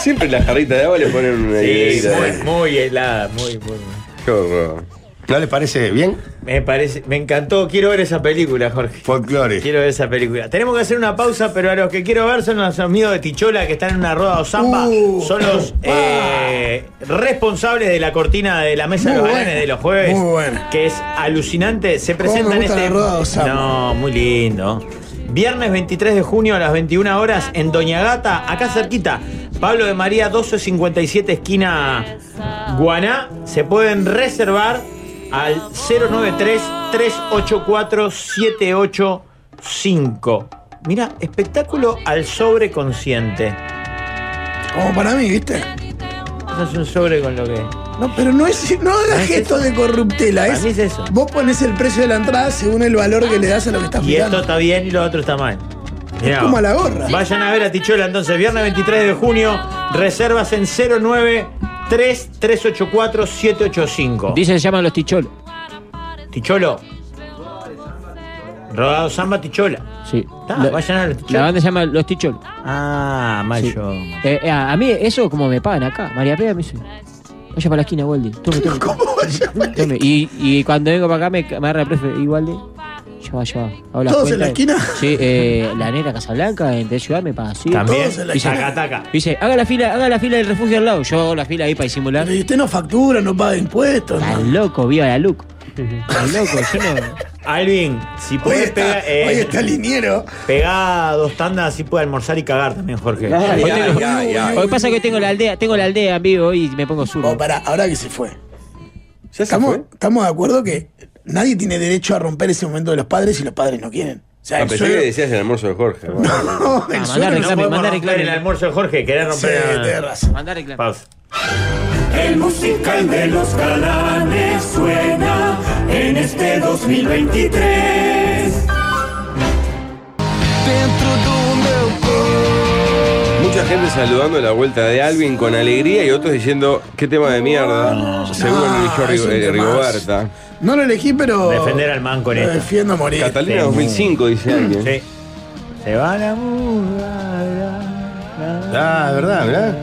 Speaker 5: Siempre en las jarritas de agua le ponen una
Speaker 2: Sí,
Speaker 5: hielera.
Speaker 2: muy, muy helada, muy, muy. muy.
Speaker 5: Qué horror.
Speaker 7: ¿No les parece bien?
Speaker 2: Me parece, me encantó, quiero ver esa película, Jorge.
Speaker 7: Folclore.
Speaker 2: Quiero ver esa película. Tenemos que hacer una pausa, pero a los que quiero ver son los amigos de Tichola que están en una rueda o zamba.
Speaker 3: Uh,
Speaker 2: son los eh, responsables de la cortina de la mesa de
Speaker 3: Muy
Speaker 2: los
Speaker 3: buena,
Speaker 2: galanes de los jueves.
Speaker 3: muy buena.
Speaker 2: Que es alucinante. Se
Speaker 3: ¿Cómo me
Speaker 2: presentan
Speaker 3: gusta
Speaker 2: este.
Speaker 3: la rueda o zamba?
Speaker 2: No, muy lindo. Viernes 23 de junio a las 21 horas en Doña Gata, acá cerquita. Pablo de María 1257, esquina Guaná. Se pueden reservar al 093-384-785. Mira, espectáculo al sobre consciente.
Speaker 3: Como para mí, ¿viste?
Speaker 2: No es un sobre con lo que.
Speaker 3: No, pero no es. No
Speaker 2: Para mí
Speaker 3: hagas
Speaker 2: es
Speaker 3: gestos
Speaker 2: eso.
Speaker 3: de corruptela.
Speaker 2: Para
Speaker 3: Es,
Speaker 2: mí es eso.
Speaker 3: Vos pones el precio de la entrada según el valor que le das a lo que estás
Speaker 2: Y esto
Speaker 3: mirando.
Speaker 2: está bien y lo otro está mal. Mirá.
Speaker 3: como a la gorra.
Speaker 2: Vayan a ver a Tichola entonces, viernes 23 de junio, reservas en 09 3384 785.
Speaker 6: Dicen se llaman los ticholos.
Speaker 2: Ticholo. Rodado Samba Tichola.
Speaker 6: Sí.
Speaker 2: Está,
Speaker 6: La-
Speaker 2: vayan a los
Speaker 6: la
Speaker 2: Tichola.
Speaker 6: banda se llama Los Ticholos.
Speaker 2: Ah,
Speaker 6: Sí.
Speaker 2: mayo.
Speaker 6: Eh, eh, a mí eso como me pagan acá. María Pérez me dice, vaya para la esquina, Waldi. Tome,
Speaker 3: (laughs)
Speaker 6: tome. Tome. (laughs) Y, y cuando vengo para acá me, me agarra el profe, y Waldi, ya va, ya va. Hago las
Speaker 3: ¿Todos en la
Speaker 6: cuentas.
Speaker 3: esquina?
Speaker 6: Sí, eh, la negra Casablanca, en Tres Ciudad me paga así.
Speaker 2: También.
Speaker 3: Todos en la
Speaker 2: Y
Speaker 3: esquina.
Speaker 2: Taca, taca.
Speaker 6: Dice, haga la fila, haga la fila del refugio al lado. Yo hago la fila ahí para disimular.
Speaker 3: Pero y usted no factura, no paga impuestos.
Speaker 6: Estás
Speaker 3: no.
Speaker 6: loco, viva la look. Estás loco, yo no.
Speaker 2: Alvin, si
Speaker 3: Hoy
Speaker 2: puede
Speaker 3: está,
Speaker 2: pegar. eh,
Speaker 3: hoy está el liniero.
Speaker 2: Pegá dos tandas, así puede almorzar y cagar también, Jorge.
Speaker 5: Ay,
Speaker 2: Hoy
Speaker 5: ay,
Speaker 2: tengo-
Speaker 5: ay, ay.
Speaker 6: Hoy pasa que tengo la aldea, tengo la aldea en vivo y me pongo sur.
Speaker 3: Oh, pará, ahora que se fue.
Speaker 5: ¿Ya se
Speaker 3: Estamos,
Speaker 5: fue?
Speaker 3: estamos de acuerdo que nadie tiene derecho a romper ese momento de los padres si los padres no quieren. (laughs) O sea,
Speaker 5: A
Speaker 3: el
Speaker 5: pesar
Speaker 3: suegro-
Speaker 5: que decías el almuerzo de Jorge. bueno.
Speaker 3: No, el
Speaker 6: Ah,
Speaker 3: suegro
Speaker 6: mandar
Speaker 3: no-
Speaker 2: No
Speaker 6: Reclame,
Speaker 2: podemos
Speaker 6: mandá
Speaker 2: romper
Speaker 6: reclame.
Speaker 2: el almuerzo de Jorge, querés
Speaker 3: Sí,
Speaker 2: romper el-
Speaker 3: tenés razón.
Speaker 6: Mandá reclamo.
Speaker 2: Pausa.
Speaker 8: El musical de los galanes suena en este 2023.
Speaker 5: Mucha gente saludando la vuelta de Alvin con alegría y otros diciendo, qué tema de mierda. Seguro lo eligió
Speaker 3: Ah, es
Speaker 5: Ri-
Speaker 3: un
Speaker 5: eh,
Speaker 3: temazo.
Speaker 5: Rigoberta.
Speaker 3: No lo elegí, pero.
Speaker 2: Defender al man con
Speaker 3: lo
Speaker 2: esta.
Speaker 3: defiendo a morir.
Speaker 5: Catalina
Speaker 2: Sí.
Speaker 5: 2005, dice alguien.
Speaker 2: Sí. Se va la muda.
Speaker 7: Ah, verdad, ¿verdad?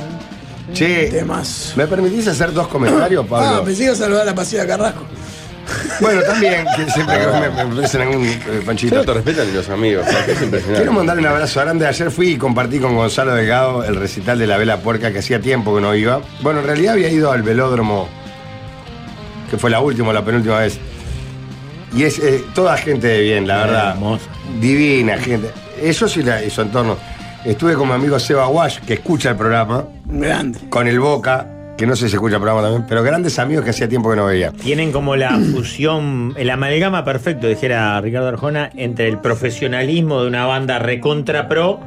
Speaker 7: Che,
Speaker 3: Temas.
Speaker 7: ¿me permitís hacer dos (clears throat) comentarios,
Speaker 3: Ah,
Speaker 7: Pablo?
Speaker 3: pensé que iba a saludar a Pasiva Carrasco.
Speaker 7: (laughs) Bueno, también, que
Speaker 3: (laughs)
Speaker 7: siempre que me, me ofrecen algún eh, panchito.
Speaker 5: Tanto respetan a los amigos, Jorge, es
Speaker 7: Quiero
Speaker 5: impresionante.
Speaker 7: mandarle un abrazo grande. Ayer fui y compartí con Gonzalo Delgado el recital de la vela puerca que hacía tiempo que no iba. Bueno, en realidad había ido al velódromo, que fue la última, la penúltima vez. Y es eh, toda gente de bien, la verdad.
Speaker 2: Hermoso.
Speaker 7: Divina gente. Ellos y, la- y su entorno. Estuve con mi amigo Seba Wash, que escucha el programa,
Speaker 3: Grande.
Speaker 7: con el Boca, que no sé si escucha el programa también, pero grandes amigos que hacía tiempo que no veía.
Speaker 2: Tienen como
Speaker 7: (clears throat)
Speaker 2: la fusión, el amalgama perfecto, dijera Ricardo Arjona, entre el profesionalismo de una banda recontra pro,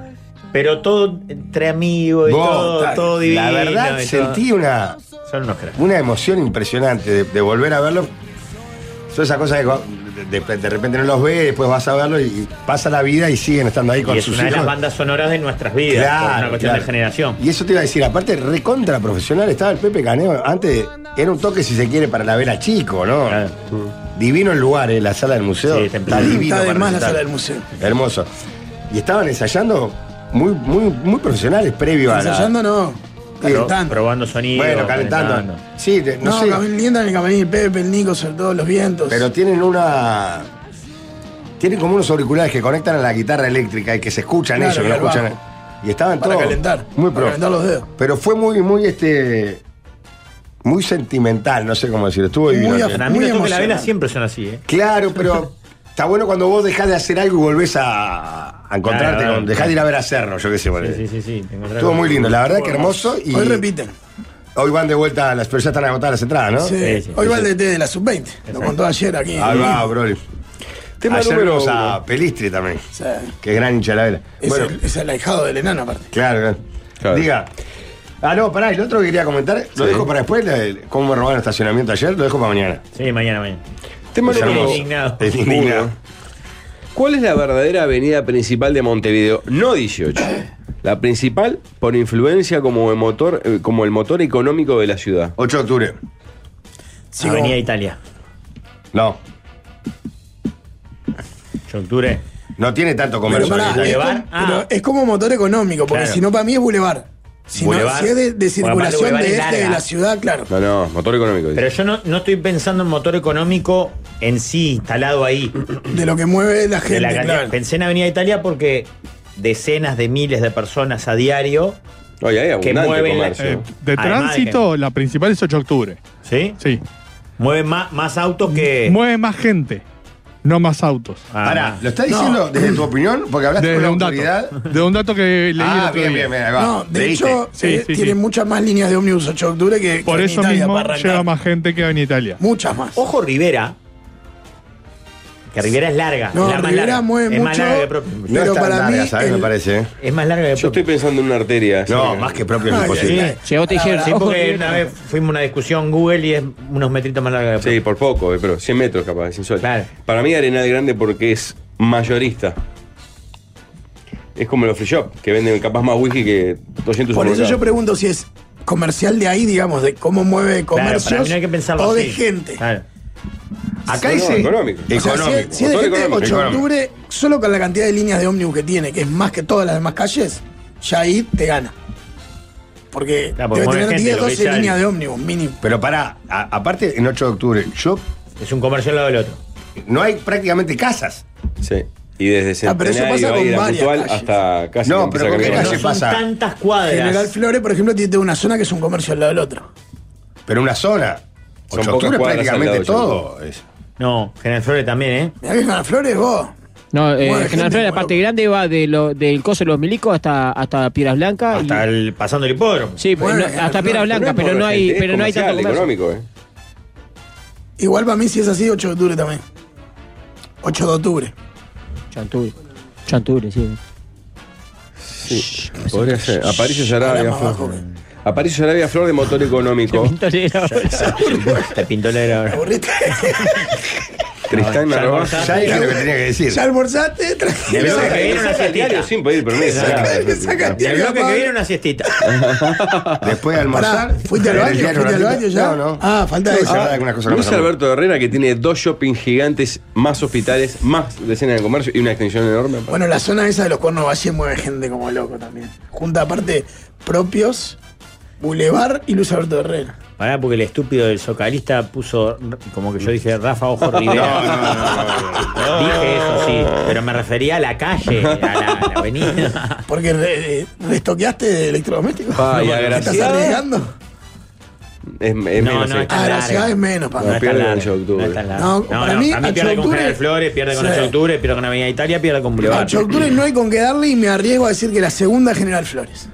Speaker 2: pero todo entre amigos y
Speaker 7: Vos,
Speaker 2: todo,
Speaker 7: ta-
Speaker 2: todo divino.
Speaker 7: la verdad,
Speaker 2: y todo.
Speaker 7: sentí una.
Speaker 2: Son unos cracks.
Speaker 7: una emoción impresionante de, de volver a verlo. Son esas cosas que cu- de, de- de repente no los ve, después vas a verlo y pasa la vida y siguen estando ahí con
Speaker 2: Y es
Speaker 7: sus
Speaker 2: una de las
Speaker 7: hijos.
Speaker 2: bandas sonoras de nuestras vidas,
Speaker 7: Claro,
Speaker 2: por una cuestión
Speaker 7: claro.
Speaker 2: de generación.
Speaker 7: Y eso te iba a decir, aparte recontra profesional estaba el Pepe Caneo. Antes era un toque, si se quiere, para la vela chico, ¿no?
Speaker 2: Claro.
Speaker 7: Divino el lugar, ¿eh? la sala del museo.
Speaker 2: Ah. Sí, está
Speaker 7: está
Speaker 2: impresionante.
Speaker 7: divino.
Speaker 3: Está de
Speaker 7: para
Speaker 3: más la
Speaker 7: recitar.
Speaker 3: sala del museo.
Speaker 7: Hermoso. Y estaban ensayando muy, muy, muy profesionales previo a la-
Speaker 3: Ensayando no.
Speaker 2: Pro-
Speaker 3: Calentando.
Speaker 2: probando sonido.
Speaker 7: Bueno, calentando. Sí, de- no,
Speaker 3: No,
Speaker 7: sé.
Speaker 3: Gabriel Lienda en el camarín, el Pepe, el Nico, sobre todo los vientos.
Speaker 7: Pero tienen una. Tienen como unos auriculares que conectan a la guitarra eléctrica y que se escuchan
Speaker 3: Claro,
Speaker 7: ellos, que
Speaker 3: y
Speaker 7: no
Speaker 3: al bajo.
Speaker 7: escuchan. Y estaban
Speaker 3: para
Speaker 7: todos.
Speaker 3: calentar.
Speaker 7: Muy
Speaker 3: para
Speaker 7: pro.
Speaker 3: calentar los dedos.
Speaker 7: Pero fue muy, muy este. Muy sentimental, no sé cómo decirlo. Estuvo divino.
Speaker 3: Muy
Speaker 7: Bien.
Speaker 2: Para mí
Speaker 3: Muy
Speaker 2: los toques de la vela
Speaker 3: emocionante.
Speaker 2: siempre son así, ¿eh?
Speaker 7: Claro,
Speaker 2: (laughs)
Speaker 7: pero. Está bueno cuando vos dejás de hacer algo y volvés a, a encontrarte.
Speaker 2: Claro,
Speaker 7: con- dejás de ir a ver a Cerro, yo qué sé.
Speaker 2: Sí,
Speaker 7: boludo.
Speaker 2: sí, sí. sí, te encontrás
Speaker 7: Estuvo
Speaker 2: con-
Speaker 7: muy lindo, la verdad que hermoso. Y
Speaker 3: Hoy repiten.
Speaker 7: hoy van de vuelta, las, pero ya están agotadas las entradas, ¿no?
Speaker 3: Sí.
Speaker 2: sí, sí,
Speaker 3: Hoy
Speaker 2: sí.
Speaker 3: va el DT de la sub-20. Lo contó ayer aquí.
Speaker 7: Ahí va, Broly.
Speaker 5: Tema
Speaker 7: Ayer
Speaker 5: número
Speaker 7: vimos a
Speaker 5: uno.
Speaker 7: Pelistri también.
Speaker 3: O sea,
Speaker 7: Que gran hincha de la vela.
Speaker 3: es,
Speaker 7: Bueno,
Speaker 3: el, es el ahijado del enano, aparte.
Speaker 7: claro, claro,
Speaker 5: Claro.
Speaker 7: Diga. Ah, no, pará, el otro que quería comentar, lo
Speaker 5: Sí.
Speaker 7: dejo para después, el- cómo me robaron el estacionamiento ayer, lo dejo para mañana.
Speaker 2: Sí, mañana, mañana.
Speaker 5: Tema
Speaker 7: Es
Speaker 5: número
Speaker 7: hermoso.
Speaker 2: Indignado.
Speaker 7: Es indignado.
Speaker 5: Uno. ¿Cuál es la verdadera avenida principal de Montevideo? No 18. La principal por influencia como el motor, eh, como el motor económico de la ciudad.
Speaker 7: 8 de octubre.
Speaker 3: Sí,
Speaker 2: Avenida
Speaker 3: como-
Speaker 2: Italia.
Speaker 7: No,
Speaker 2: 8 de octubre.
Speaker 7: no tiene tanto
Speaker 3: Pero
Speaker 7: comercio.
Speaker 3: pará,
Speaker 7: ahí,
Speaker 3: es,
Speaker 7: ahí.
Speaker 2: Boulevard.
Speaker 3: como,
Speaker 2: Ah.
Speaker 3: pero es como motor económico, porque
Speaker 2: Claro.
Speaker 3: si no, para mí es bulevar. Si, no-
Speaker 2: Boulevard.
Speaker 3: si es de, de
Speaker 2: Porque aparte
Speaker 3: circulación
Speaker 2: Boulevard
Speaker 3: de
Speaker 2: es
Speaker 3: este de
Speaker 2: larga.
Speaker 3: la ciudad, claro.
Speaker 5: No, no, motor económico. dice.
Speaker 2: Pero yo no, no estoy pensando en motor económico en sí, instalado ahí.
Speaker 3: De lo que mueve la
Speaker 2: De
Speaker 3: gente,
Speaker 2: la cantidad-
Speaker 3: claro.
Speaker 2: Pensé en Avenida Italia porque decenas de miles de personas a diario.
Speaker 5: No, y hay abundante
Speaker 2: mueven la-
Speaker 5: comercio.
Speaker 4: Eh, de
Speaker 2: Además de
Speaker 4: tránsito, la principal es 8 de octubre.
Speaker 2: ¿Sí?
Speaker 4: Sí.
Speaker 2: Mueven más, más autos que.
Speaker 4: Mueve más gente, no más autos.
Speaker 2: Ah,
Speaker 7: Pará,
Speaker 2: más.
Speaker 7: ¿lo estás diciendo desde tu opinión? Porque hablaste
Speaker 4: Desde
Speaker 7: con la
Speaker 4: un dato.
Speaker 7: autoridad.
Speaker 4: De un dato que leí. el
Speaker 7: Ah,
Speaker 4: otro
Speaker 7: bien,
Speaker 4: día.
Speaker 7: bien, bien, ahí va.
Speaker 3: No, de
Speaker 7: Leíste.
Speaker 3: hecho,
Speaker 4: Sí,
Speaker 3: eh,
Speaker 4: sí,
Speaker 3: tienen
Speaker 4: sí.
Speaker 3: muchas más líneas de ómnibus 8 de octubre que.
Speaker 4: Por
Speaker 3: que en
Speaker 4: eso
Speaker 3: Italia
Speaker 4: mismo
Speaker 3: para arrancar.
Speaker 4: lleva más gente que en Italia.
Speaker 3: Muchas más.
Speaker 2: Ojo Rivera. Que Rivera es larga.
Speaker 3: No,
Speaker 2: es la más
Speaker 3: Rivera
Speaker 2: larga.
Speaker 3: mueve
Speaker 2: es más
Speaker 3: mucho.
Speaker 2: larga que propio.
Speaker 7: No
Speaker 3: Pero
Speaker 7: es tan
Speaker 3: para
Speaker 7: larga,
Speaker 3: mí,
Speaker 7: ¿sabes?
Speaker 3: el-
Speaker 7: Me parece.
Speaker 2: Es más larga que
Speaker 5: Yo estoy
Speaker 2: propio.
Speaker 5: pensando en una arteria.
Speaker 7: No,
Speaker 5: sí.
Speaker 7: más que propio es
Speaker 3: Ay,
Speaker 7: imposible.
Speaker 2: Sí.
Speaker 6: Si a vos te dijeron,
Speaker 2: Sí,
Speaker 6: ojo,
Speaker 3: "Oh,
Speaker 2: porque
Speaker 6: que-
Speaker 2: una vez fuimos a una discusión Google y es unos metritos más larga que propio.
Speaker 5: Sí, por poco, eh, pero 100 metros capaz, sin sol.
Speaker 2: Claro.
Speaker 5: Para mí Arenal Grande porque es mayorista. es como los free shop, que venden capaz más whisky que 200
Speaker 3: Por eso yo
Speaker 5: supermercados.
Speaker 3: pregunto si es comercial de ahí, digamos, de cómo mueve
Speaker 2: Claro, para
Speaker 3: comercios
Speaker 2: mí no hay que pensarlo
Speaker 3: o de
Speaker 2: así.
Speaker 3: gente.
Speaker 2: Claro.
Speaker 5: No,
Speaker 7: Acá
Speaker 5: no,
Speaker 7: dice.
Speaker 5: económico.
Speaker 3: O sea, si es- si es de
Speaker 5: motor
Speaker 3: gente,
Speaker 5: económico,
Speaker 3: 8 de
Speaker 5: económico.
Speaker 3: octubre, solo con la cantidad de líneas de ómnibus que tiene, que es más que todas las demás calles, ya ahí te gana. Porque
Speaker 2: Claro, porque
Speaker 3: debe
Speaker 2: mueve
Speaker 3: tener
Speaker 2: gente,
Speaker 3: 10,
Speaker 2: lo que
Speaker 3: 12
Speaker 2: ya hay.
Speaker 3: líneas de ómnibus, mínimo.
Speaker 7: Pero pará, a- aparte, en 8 de octubre, yo.
Speaker 2: Es un comercio al lado del otro.
Speaker 7: No hay prácticamente casas.
Speaker 5: Sí. Y desde
Speaker 3: Ah, pero eso
Speaker 5: Centenario
Speaker 3: pasa
Speaker 5: ahí
Speaker 3: con
Speaker 5: de la
Speaker 3: varias
Speaker 5: Mutual
Speaker 3: calles.
Speaker 5: hasta casi que empieza a
Speaker 7: No, pero ¿con qué
Speaker 5: caminar.
Speaker 2: Pero no
Speaker 7: calle
Speaker 2: son
Speaker 7: pasa?
Speaker 2: tantas cuadras.
Speaker 3: General Flores, por ejemplo, tiene una zona que es un comercio al lado del otro.
Speaker 7: Pero una zona.
Speaker 5: Son
Speaker 7: 8 de
Speaker 5: pocas
Speaker 7: octubre
Speaker 5: cuadras
Speaker 7: prácticamente
Speaker 5: al lado de
Speaker 7: todo. es-
Speaker 2: No, General Flores también, ¿eh?
Speaker 3: Mirá que General Flores, vos.
Speaker 6: No, eh,
Speaker 3: Bueno, gente
Speaker 6: General Flores, la
Speaker 3: nueva.
Speaker 6: parte grande va de lo- del coso de los milicos hasta, hasta Piedras Blancas. y-
Speaker 2: Hasta el, pasando el hipódromo.
Speaker 6: sí, pues,
Speaker 3: Bueno,
Speaker 6: no,
Speaker 3: General
Speaker 6: hasta Piedras
Speaker 3: Flores,
Speaker 6: Blancas,
Speaker 5: es
Speaker 6: pero no
Speaker 5: pobre
Speaker 6: hay,
Speaker 5: gente, es
Speaker 6: pero no hay tanto
Speaker 5: comercial,
Speaker 6: comercio.
Speaker 5: económico, ¿eh?
Speaker 3: Igual para mí si es así, 8 de octubre también. 8 de octubre.
Speaker 6: Chanture. Chanture, sí.
Speaker 5: Sí. Podría ser. Aparicio
Speaker 3: Ahora
Speaker 5: Sarabia,
Speaker 3: más
Speaker 5: Flor.
Speaker 3: bajo.
Speaker 7: eh.
Speaker 5: Aparicio Sarabia, Flor de motor económico.
Speaker 2: Te pintó la grabadora.
Speaker 3: ¿Aburriste?
Speaker 5: (laughs) Cristán
Speaker 2: Ya
Speaker 5: Narváez.
Speaker 2: almorzaste.
Speaker 7: Ya dije lo que tenía que decir.
Speaker 3: ¿Ya almorzaste?
Speaker 2: De
Speaker 3: Tranquilo.
Speaker 2: verdad que viene una
Speaker 5: Saca el diario
Speaker 2: siestita.
Speaker 5: sin pedir permiso.
Speaker 3: Saca- saca el
Speaker 2: Y el bloque que viene una siestita.
Speaker 5: (laughs)
Speaker 7: Después de almorzar.
Speaker 3: Pará, ¿fuiste al
Speaker 7: en el
Speaker 3: baño?
Speaker 7: diario
Speaker 3: ¿Fuiste al
Speaker 7: ratito-
Speaker 3: baño ya?
Speaker 7: No, no.
Speaker 3: Ah, falta
Speaker 7: Tuve
Speaker 3: eso.
Speaker 7: que hablar de algunas cosas que
Speaker 5: Luis
Speaker 7: pasaron.
Speaker 5: Alberto Herrera, que tiene dos shopping gigantes, más hospitales, más decenas de comercio y una extensión enorme.
Speaker 3: Bueno, la zona esa de los cuernos valle mueve gente como loco también. Junta aparte propios, Boulevard y Luis Alberto Herrera.
Speaker 2: Pará, porque el estúpido del socalista puso, como que yo dije, Rafa Ojo Rivera. Dije eso, sí, pero me refería a la calle, a la, a la avenida.
Speaker 3: Porque re- eh, restoqueaste de electrodomésticos. (laughs)
Speaker 5: Pa, y
Speaker 3: ¿Te estás
Speaker 5: agraciada.
Speaker 3: arriesgando?
Speaker 5: Es, es menos,
Speaker 2: no,
Speaker 5: eh.
Speaker 2: está
Speaker 3: Ah, la
Speaker 2: larga.
Speaker 3: ciudad es menos para
Speaker 5: No,
Speaker 3: mí.
Speaker 5: pierde
Speaker 2: tan
Speaker 5: con
Speaker 2: largo,
Speaker 5: 8 de octubre.
Speaker 2: No, es tan largo.
Speaker 3: No,
Speaker 2: no, no,
Speaker 3: para
Speaker 2: para
Speaker 3: mí,
Speaker 2: mí,
Speaker 3: a
Speaker 2: pierde
Speaker 3: 8 de
Speaker 2: con General
Speaker 3: octubre-
Speaker 2: Flores, pierde con
Speaker 3: Sí.
Speaker 2: 8 de octubre, pierde con Avenida Italia, pierde con Boulevard.
Speaker 3: 8 de octubre no hay con qué darle y me arriesgo a decir que la segunda General Flores.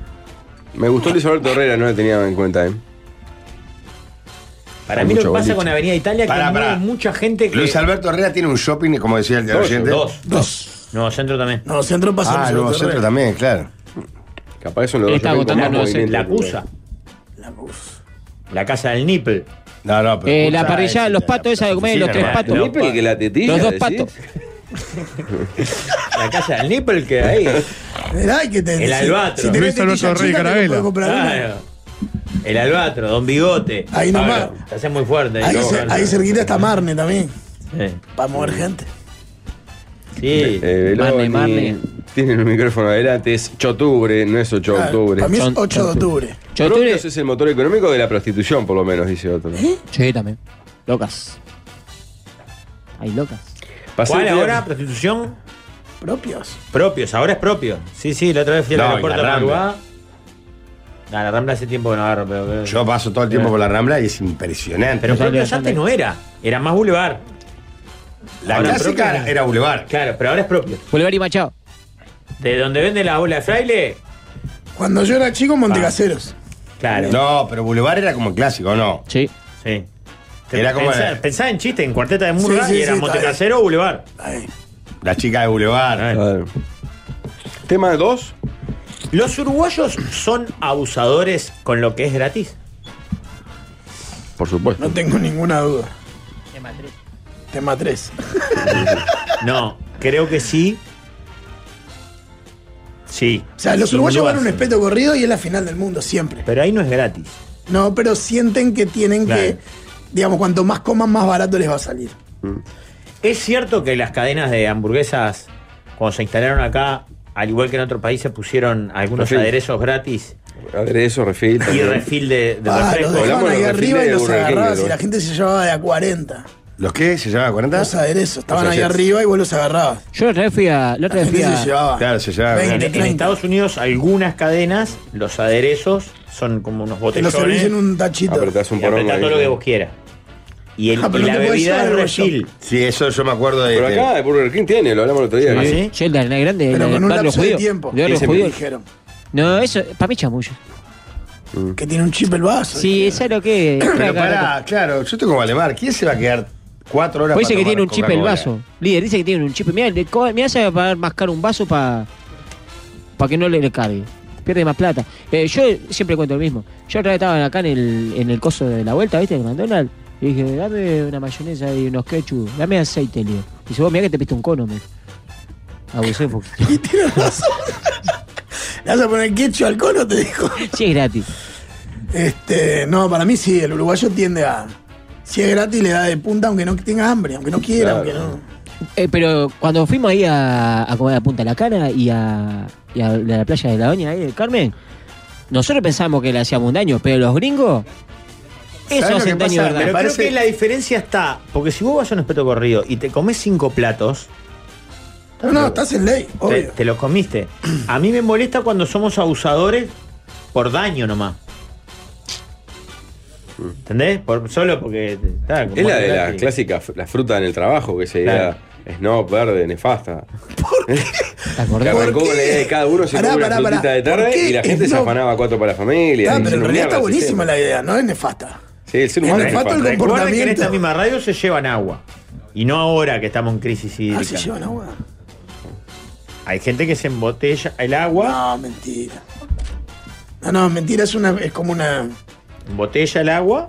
Speaker 5: Me gustó Luis Alberto Herrera, no la tenía en cuenta. ¿eh?
Speaker 2: Para
Speaker 5: Hay
Speaker 2: mí lo que
Speaker 5: mucho
Speaker 2: pasa
Speaker 5: boliche.
Speaker 2: con Avenida Italia es que
Speaker 7: Pará, pará.
Speaker 2: mueve mucha gente que...
Speaker 7: Luis Alberto Herrera tiene un shopping, como decía el
Speaker 5: Dos,
Speaker 7: oyente.
Speaker 5: dos.
Speaker 3: Dos.
Speaker 2: No, centro también.
Speaker 3: No, centro pasó
Speaker 7: Ah,
Speaker 3: Luis
Speaker 7: luego
Speaker 3: Alberto
Speaker 7: centro
Speaker 3: Herrera.
Speaker 7: también, claro.
Speaker 5: Capaz son los
Speaker 6: Él
Speaker 5: dos
Speaker 6: está
Speaker 5: shopping con
Speaker 6: agotando
Speaker 5: más
Speaker 6: los
Speaker 5: movimiento.
Speaker 2: La Cusa,
Speaker 3: La cosa.
Speaker 2: la casa del Nipple.
Speaker 7: No, no,
Speaker 6: Eh, la
Speaker 7: escuchá,
Speaker 6: parrillada,
Speaker 7: es-
Speaker 6: los patos, esa de comer, los tres
Speaker 2: la-
Speaker 6: patos.
Speaker 5: Los Nipple que la tetilla,
Speaker 6: Los dos
Speaker 5: decís.
Speaker 6: patos.
Speaker 2: La casa del Nipple que
Speaker 3: (laughs)
Speaker 2: ahí.
Speaker 3: Mirá, y que te,
Speaker 2: El
Speaker 3: si-
Speaker 2: albatro.
Speaker 3: Si te
Speaker 4: Luis
Speaker 3: metes
Speaker 4: Alberto
Speaker 3: tilla
Speaker 4: Rey
Speaker 3: chica, te
Speaker 4: Carabela.
Speaker 3: puedes comprar una.
Speaker 2: Claro. El albatro, Don Bigote.
Speaker 3: Ahí nomás.
Speaker 2: Pablo, Te hace muy fuerte.
Speaker 3: Ahí,
Speaker 2: ¿no?
Speaker 3: se- ahí cerquita está Marne también,
Speaker 2: Sí.
Speaker 3: para mover gente.
Speaker 2: Sí.
Speaker 5: Eh, Meloni
Speaker 6: Marley, Marley.
Speaker 5: Tienen un micrófono adelante, es 8 octubre, no es 8 de octubre.
Speaker 3: Para mí es
Speaker 6: Son-
Speaker 3: 8 de octubre.
Speaker 6: Chanture.
Speaker 5: Propios es el motor económico de la prostitución, por lo menos, dice otro.
Speaker 3: ¿Eh?
Speaker 6: Sí, también. Locas. Hay locas.
Speaker 5: Pasé
Speaker 2: ¿Cuál
Speaker 5: el día-
Speaker 2: ahora? Prostitución.
Speaker 3: Propios.
Speaker 2: Propios, ahora es propio. Sí, sí, la otra vez fui al
Speaker 7: No,
Speaker 2: aeropuerto
Speaker 7: y la
Speaker 2: de la
Speaker 7: Rambla.
Speaker 2: madrugada. Nah, la Rambla hace tiempo que no agarro, pero. pero-
Speaker 7: Yo paso todo el tiempo por la Rambla y es impresionante.
Speaker 2: Pero
Speaker 6: Yo
Speaker 2: propios
Speaker 6: también,
Speaker 2: antes no era. Era más boulevard.
Speaker 7: la
Speaker 2: ahora
Speaker 7: clásica
Speaker 2: propio-
Speaker 7: era Boulevard.
Speaker 2: Claro, pero ahora es propio.
Speaker 6: Bolívar y Machado.
Speaker 2: De donde vende la bola de fraile.
Speaker 3: Cuando yo era chico, Montecaseros.
Speaker 2: Claro.
Speaker 7: No, pero Boulevard era como el clásico, ¿no?
Speaker 6: Sí.
Speaker 2: Sí.
Speaker 7: Era como
Speaker 2: pensá,
Speaker 7: la-
Speaker 2: pensá en chiste, en cuarteta de murga
Speaker 3: Sí, sí,
Speaker 2: y era
Speaker 3: sí, está
Speaker 2: Montecasero o Boulevard.
Speaker 3: Ahí.
Speaker 7: La chica de Boulevard.
Speaker 5: Claro. Tema 2.
Speaker 2: Los uruguayos son abusadores con lo que es gratis.
Speaker 5: Por supuesto.
Speaker 3: No tengo ninguna duda. Tema 3.
Speaker 2: (laughs) No, creo que sí. Sí.
Speaker 3: O sea, los
Speaker 2: sin
Speaker 3: uruguayos
Speaker 2: dudas.
Speaker 3: van a un espeto corrido y es la final del mundo, siempre.
Speaker 2: Pero ahí no es gratis.
Speaker 3: No, pero sienten que tienen
Speaker 2: Claro.
Speaker 3: que, digamos, cuanto más coman, más barato les va a salir.
Speaker 2: Es cierto que las cadenas de hamburguesas, cuando se instalaron acá, al igual que en otros países, pusieron algunos
Speaker 5: Refil.
Speaker 2: aderezos gratis
Speaker 5: Aderezo, refil.
Speaker 2: y
Speaker 5: también.
Speaker 2: refil de, de
Speaker 3: Ah, los
Speaker 2: refresco.
Speaker 3: dejaban
Speaker 5: Hablamos de
Speaker 3: ahí
Speaker 5: los
Speaker 3: arriba y
Speaker 5: refiles
Speaker 3: los
Speaker 5: de Burger King,
Speaker 3: agarrabas y
Speaker 5: ¿no?
Speaker 3: la gente se llevaba de a 40.
Speaker 7: ¿Los qué? ¿Se llevaba 40?
Speaker 3: Los aderezos, estaban
Speaker 5: Los
Speaker 3: ahí
Speaker 5: aderezos.
Speaker 3: arriba y vos los agarrabas.
Speaker 6: Yo la otra vez fui a. La otra
Speaker 3: La
Speaker 6: vez fui
Speaker 3: gente se
Speaker 6: a.
Speaker 3: llevaba.
Speaker 7: Claro, se llevaba.
Speaker 3: 20,
Speaker 2: En, en
Speaker 3: 30.
Speaker 2: Estados Unidos, algunas cadenas, los aderezos son como unos
Speaker 3: Te lo
Speaker 2: botellones.
Speaker 3: servís en un tachito.
Speaker 5: Apretás un
Speaker 2: y apretá
Speaker 5: porón. ahí.
Speaker 2: todo lo que vos quieras. Y, el,
Speaker 3: Ah, pero no
Speaker 2: y la
Speaker 3: te podés
Speaker 2: bebida
Speaker 3: llevar
Speaker 2: es
Speaker 3: el
Speaker 2: refil.
Speaker 7: Sí, eso yo me acuerdo de.
Speaker 5: Pero acá, el Burger King tiene, lo hablamos el otro día.
Speaker 2: ¿Ah,
Speaker 5: que-
Speaker 2: sí?
Speaker 6: Yo el de Arenal grande.
Speaker 3: Pero
Speaker 6: el
Speaker 3: con un
Speaker 6: barrio
Speaker 3: lapso de
Speaker 6: judío.
Speaker 3: tiempo.
Speaker 6: De barrio
Speaker 5: Ese me
Speaker 6: judío.
Speaker 3: Dijeron
Speaker 6: No, eso. Para mí chamullo.
Speaker 3: que tiene un chip el vaso.
Speaker 6: Sí, eso es lo
Speaker 3: (coughs)
Speaker 6: que.
Speaker 7: (laughs) Pero
Speaker 6: Claro, claro.
Speaker 7: pará, claro, yo estoy como Alemar. ¿Quién se va a quedar cuatro horas
Speaker 6: Pues dice que
Speaker 7: para tomar
Speaker 6: tiene un chip el
Speaker 7: Coca-Cola?
Speaker 6: vaso. Líder, dice que tiene un chip. Mirá, le co- mirá, se va a pagar más caro un vaso para que no le, le cargue. Pierde más plata. Eh, yo siempre cuento lo mismo. Yo otra vez estaba acá en el, en el coso de la vuelta, ¿viste? En el McDonald's. Y dije, dame una mayonesa y unos ketchup. Dame aceite, Leo. Dice, vos mirá que te piste un cono, me. dijo. Abusé un poquito.
Speaker 3: Y tiene razón. (laughs) ¿Le vas a poner quecho al cono? Te dijo.
Speaker 6: Sí, es gratis.
Speaker 3: Este, no, para mí sí, el uruguayo tiende a. Si es gratis, le da de punta aunque no tenga hambre, aunque no quiera, aunque no.
Speaker 6: Eh, pero cuando fuimos ahí a, a comer a Punta La Cana y a, y a la playa de la Doña, ahí del Carmen, nosotros pensábamos que le hacíamos un daño, pero los gringos,
Speaker 7: ¿Sabés
Speaker 6: eso
Speaker 7: lo
Speaker 6: hacen
Speaker 7: que
Speaker 6: daño, de
Speaker 7: pasa? Me
Speaker 6: ¿verdad?
Speaker 2: Pero
Speaker 7: parece-
Speaker 2: creo que la diferencia está, porque si vos vas a un espeto corrido y te comes cinco platos,
Speaker 3: No, no, estás en ley,
Speaker 2: te,
Speaker 3: obvio.
Speaker 2: te los comiste. A mí me molesta cuando somos abusadores por daño nomás. ¿Entendés? Por, solo porque. está, como
Speaker 5: Es la de
Speaker 2: el
Speaker 5: la
Speaker 2: gratis.
Speaker 5: clásica, fr- la fruta en el trabajo, que se
Speaker 2: Claro.
Speaker 5: idea snob verde, nefasta.
Speaker 6: ¿te
Speaker 5: Que
Speaker 6: acordás?
Speaker 5: arrancó
Speaker 3: qué?
Speaker 5: con la idea de cada uno se
Speaker 3: Pará,
Speaker 5: come una
Speaker 3: pará,
Speaker 5: frutita
Speaker 3: pará.
Speaker 5: de
Speaker 3: ¿Por
Speaker 5: tarde
Speaker 3: qué
Speaker 5: y la gente se
Speaker 3: snob?
Speaker 5: afanaba cuatro para la familia. y
Speaker 3: Ah, pero en
Speaker 5: hicieron
Speaker 3: realidad
Speaker 5: mierda
Speaker 3: está
Speaker 5: el
Speaker 3: buenísima
Speaker 5: sistema.
Speaker 3: la idea, ¿no? Es nefasta. Ah,
Speaker 5: Sí, el ser
Speaker 3: Es
Speaker 5: humano es
Speaker 3: nefasto
Speaker 5: nefasto.
Speaker 3: el
Speaker 2: Recuerden que en
Speaker 3: comportamiento.
Speaker 2: esta misma radio se llevan agua. Y no ahora que estamos en crisis
Speaker 3: Ah, se
Speaker 2: hídrica.
Speaker 3: llevan agua.
Speaker 2: Hay gente que se embotella el agua,
Speaker 3: No, mentira. No, no, mentira, es una. es como una.
Speaker 2: embotella el agua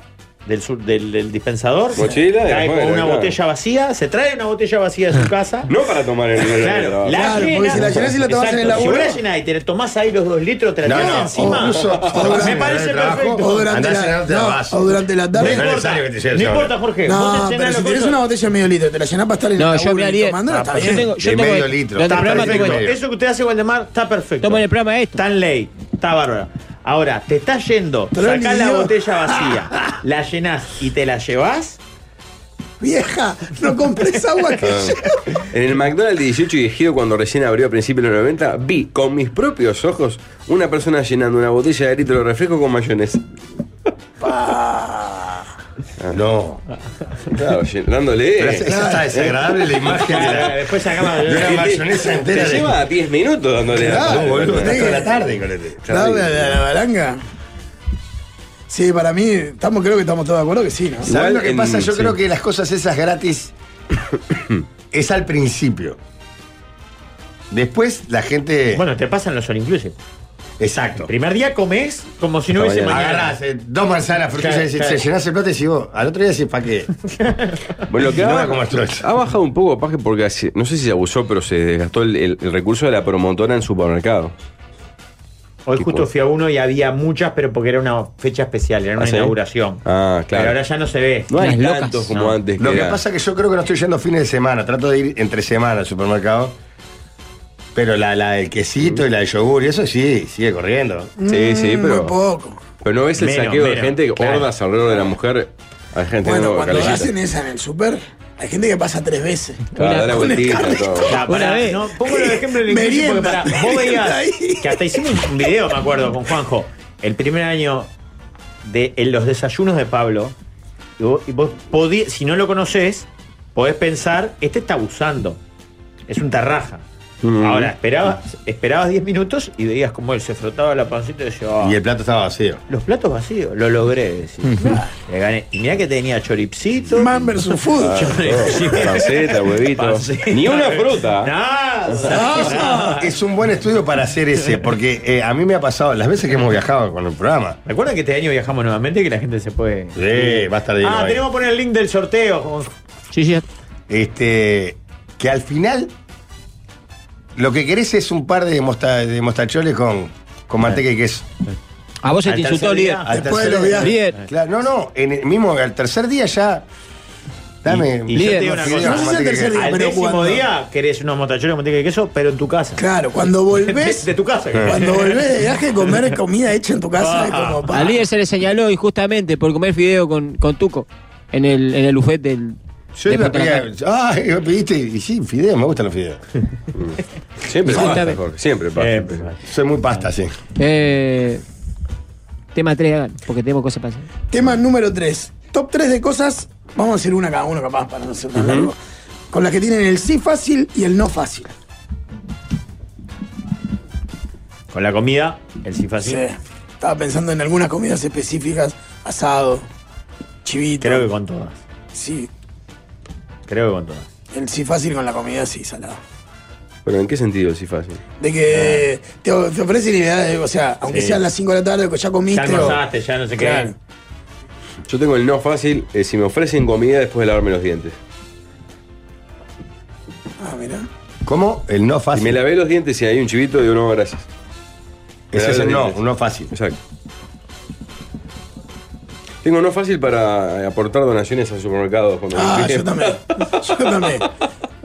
Speaker 2: del, sur- del, del dispensador.
Speaker 5: Mochila y la
Speaker 2: Trae con
Speaker 5: muere,
Speaker 2: una
Speaker 5: claro.
Speaker 2: botella vacía, se trae una botella vacía de su casa.
Speaker 5: No para tomar el el- el
Speaker 2: Claro,
Speaker 5: trabajo.
Speaker 2: la
Speaker 3: Claro, porque
Speaker 2: llena-
Speaker 3: si la llenás y la tomás en el
Speaker 2: Exacto, Si
Speaker 3: laburo.
Speaker 2: vos la llenás y te la tomás ahí los dos litros, te la
Speaker 7: No,
Speaker 2: tirás
Speaker 7: no,
Speaker 2: encima.
Speaker 7: o incluso- o
Speaker 2: me
Speaker 7: durante-
Speaker 2: parece
Speaker 9: el trabajo,
Speaker 2: perfecto.
Speaker 3: O durante,
Speaker 9: Andá a
Speaker 3: la,
Speaker 9: llenarte la
Speaker 3: no,
Speaker 9: base.
Speaker 3: o durante la
Speaker 9: No
Speaker 2: No
Speaker 3: tarde.
Speaker 9: es
Speaker 2: importa,
Speaker 9: necesario que te lleves
Speaker 2: no
Speaker 9: ahora.
Speaker 2: importa, Jorge.
Speaker 3: No,
Speaker 2: vos te
Speaker 3: pero
Speaker 2: llenás
Speaker 3: si
Speaker 2: los
Speaker 3: tenés
Speaker 2: cosos.
Speaker 3: una botella de medio litro, te la llenás para estar en
Speaker 6: No,
Speaker 3: el
Speaker 6: yo me
Speaker 3: laburo y
Speaker 6: haría-
Speaker 3: tomándola,
Speaker 9: Ah,
Speaker 3: está
Speaker 9: pero
Speaker 6: Yo
Speaker 3: bien.
Speaker 6: tengo, yo
Speaker 9: De
Speaker 6: tengo-
Speaker 9: medio litro.
Speaker 6: Durante
Speaker 2: Está
Speaker 6: el programa
Speaker 2: perfecto.
Speaker 6: tengo-
Speaker 2: Eso que usted hace, Waldemar, está perfecto.
Speaker 6: Tomo en el programa esto.
Speaker 2: Está en ley, está bárbaro. Ahora, te estás yendo,
Speaker 3: Pero ni
Speaker 2: sacás la
Speaker 3: Dios.
Speaker 2: botella vacía, la llenás y te la llevás.
Speaker 3: Vieja, no compres agua que lleva.
Speaker 5: En el McDonald's 18 y Ejido, cuando recién abrió a principios de los 90, vi con mis propios ojos una persona llenando una botella de litro de refresco con mayonesa.
Speaker 2: Ah.
Speaker 9: Ah. No.
Speaker 5: Claro, llenándole.
Speaker 9: Pero esa esa está desagradable la imagen de la.
Speaker 2: Después sacamos
Speaker 5: (laughs)
Speaker 2: la
Speaker 9: de una mayonesa
Speaker 5: Te
Speaker 9: entera de.
Speaker 5: lleva 10 minutos dándole
Speaker 9: Ah,
Speaker 5: a-
Speaker 9: no, boludo, estás
Speaker 3: Sí.
Speaker 9: toda la tarde con este.
Speaker 3: Dame a la, la balanga. Sí, para mí, estamos, creo que estamos todos de acuerdo que sí, ¿no?
Speaker 5: Igual
Speaker 7: ¿Sabes lo que
Speaker 5: en-
Speaker 7: pasa? Yo
Speaker 5: sí.
Speaker 7: creo que las cosas esas gratis es al principio. Después la gente.
Speaker 2: Bueno, te pasan los all inclusive.
Speaker 9: Exacto.
Speaker 2: Primer día comes como si no
Speaker 5: Hasta
Speaker 2: hubiese
Speaker 5: mañana.
Speaker 2: mañana.
Speaker 9: Agarrás.
Speaker 7: Agarrás eh, dos manzanas, frutillas,
Speaker 2: Claro,
Speaker 7: y se-
Speaker 2: claro.
Speaker 7: se llenás el plato y decís vos, al otro día decís, ¿para qué?
Speaker 5: Bueno, lo que
Speaker 9: No
Speaker 5: ha,
Speaker 9: me comas trucha.
Speaker 5: ha bajado un poco, Paje, porque así- no sé si se abusó, pero se desgastó el, el- el recurso de la promotora en supermercado.
Speaker 2: Hoy
Speaker 5: Tipo-
Speaker 2: justo fui a uno y había muchas, pero porque era una fecha especial, era una
Speaker 5: ¿Ah, sí?
Speaker 2: inauguración.
Speaker 5: Ah, claro.
Speaker 2: Pero ahora ya no se ve.
Speaker 5: No hay
Speaker 6: Las locas,
Speaker 5: tantos como
Speaker 2: no.
Speaker 5: antes.
Speaker 7: Lo que
Speaker 5: era.
Speaker 7: pasa es que yo creo que no estoy yendo fines de semana, trato de ir entre semana al supermercado. Pero la, la del quesito y la del yogur, y eso sí, sigue corriendo.
Speaker 5: Sí, sí,
Speaker 3: Mm,
Speaker 5: pero.
Speaker 3: Muy poco.
Speaker 5: Pero no ves el
Speaker 2: Menos,
Speaker 5: saqueo de
Speaker 2: menos,
Speaker 5: gente,
Speaker 2: claro.
Speaker 5: hordas alrededor de la mujer. Hay gente
Speaker 3: Bueno,
Speaker 5: no,
Speaker 3: cuando
Speaker 5: calecita.
Speaker 3: hacen esa en el súper, hay gente que pasa tres veces.
Speaker 5: Claro, da la
Speaker 3: Con el
Speaker 5: vueltita,
Speaker 3: carrito.
Speaker 5: todo.
Speaker 2: Ya, pará,
Speaker 6: Una vez.
Speaker 2: no, pongo (laughs) el
Speaker 3: (laughs)
Speaker 2: ejemplo del inclusive porque
Speaker 3: Merienda,
Speaker 2: pará, vos (laughs) veías
Speaker 3: merienda ahí.
Speaker 2: que hasta hicimos un video, me acuerdo, con Juanjo, el primer año de en los desayunos de Pablo, y vos, y vos podí- si no lo conocés, podés pensar, este está abusando, es un tarraja.
Speaker 5: Mm.
Speaker 2: Ahora, esperabas, esperabas 10 minutos y veías como él se frotaba la pancita y decía, "Ah,
Speaker 7: Y el plato estaba
Speaker 2: (laughs)
Speaker 7: vacío.
Speaker 2: los platos vacíos, lo logré, decís. Le gané. Y mirá que tenía choripsito. Ah,
Speaker 3: Man vs. Food.
Speaker 5: Ah, Panceta, huevito.
Speaker 2: Panceta.
Speaker 5: Ni una fruta.
Speaker 2: Nada.
Speaker 7: Es un buen estudio para hacer ese, porque eh, a mí me ha pasado, las veces que hemos viajado con el programa,
Speaker 2: Recuerden que este año viajamos nuevamente y que la gente se puede.
Speaker 7: Sí, va a estar lleno
Speaker 2: Ah,
Speaker 7: ahí.
Speaker 2: tenemos que poner el link del sorteo.
Speaker 6: Sí, sí.
Speaker 7: este, que al final lo que querés es un par de, mosta- de mostacholes con, con manteca y queso.
Speaker 6: A vos se
Speaker 2: Al
Speaker 6: te insultó,
Speaker 2: tercer
Speaker 6: líder.
Speaker 2: día.
Speaker 7: Al
Speaker 3: Después de
Speaker 7: tercer
Speaker 3: los
Speaker 7: día-
Speaker 3: viajes.
Speaker 6: Líder.
Speaker 7: Claro, no, no, en el mismo al tercer día ya. Dame.
Speaker 2: Y- y yo te digo una
Speaker 7: fideos
Speaker 2: cosa.
Speaker 7: con
Speaker 2: No sé si
Speaker 3: al
Speaker 7: manteca y
Speaker 3: tercer
Speaker 7: queso.
Speaker 3: día,
Speaker 2: Al
Speaker 3: pero
Speaker 2: décimo
Speaker 3: cuando-
Speaker 2: día querés unos motachones, manteca de queso, pero en tu casa.
Speaker 3: Claro, cuando
Speaker 2: De,
Speaker 3: volvés,
Speaker 2: (laughs) de tu casa. Ah.
Speaker 3: cuando volvés de viaje, comer comida hecha en tu casa es como pa.
Speaker 6: Al líder se le señaló injustamente por comer fideo con, con tuco en el, en el buffet del.
Speaker 7: Yo
Speaker 6: de
Speaker 7: la
Speaker 6: Punta La
Speaker 7: pedía-
Speaker 6: Cana.
Speaker 7: Ah, y vos pediste. Y sí, fideos, me gustan los fideos.
Speaker 5: Siempre
Speaker 6: Disculpame.
Speaker 5: pasa, Jorge. Siempre pasa.
Speaker 2: Siempre.
Speaker 7: Soy muy pasta, sí.
Speaker 6: Eh, tema 3, hagan, porque tenemos cosas para hacer.
Speaker 3: Tema número 3. Top 3 de cosas, vamos a decir una cada uno capaz para no ser tan largo, con las que tienen el sí fácil y el no fácil.
Speaker 2: Con la comida, el cifacín.
Speaker 3: Sí. Estaba pensando en algunas comidas específicas, asado, chivito.
Speaker 2: Creo que con todas.
Speaker 3: Sí,
Speaker 2: Creo que con todas.
Speaker 3: el sí fácil con la comida sí salada.
Speaker 5: Pero ¿en qué sentido si fácil?
Speaker 3: De que te, te ofrecen y le das, o sea, aunque
Speaker 2: Ah. Sí.
Speaker 3: sean las 5 de la tarde, que ya comiste.
Speaker 2: Ya
Speaker 3: o-
Speaker 2: almorzaste, ya no sé qué.
Speaker 3: Claro.
Speaker 5: Yo tengo el no fácil, eh, si me ofrecen comida después de lavarme los dientes.
Speaker 3: Ah, mirá.
Speaker 7: ¿Cómo? El no fácil.
Speaker 5: Y me lavé los dientes y hay un chivito, digo, no, gracias. Me
Speaker 7: Ese
Speaker 5: lavé
Speaker 7: es el
Speaker 5: los
Speaker 7: no,
Speaker 5: dientes.
Speaker 7: un no fácil.
Speaker 5: Exacto. Tengo no fácil para eh, aportar donaciones a supermercados. Cuando
Speaker 3: Ah, yo también. Yo también.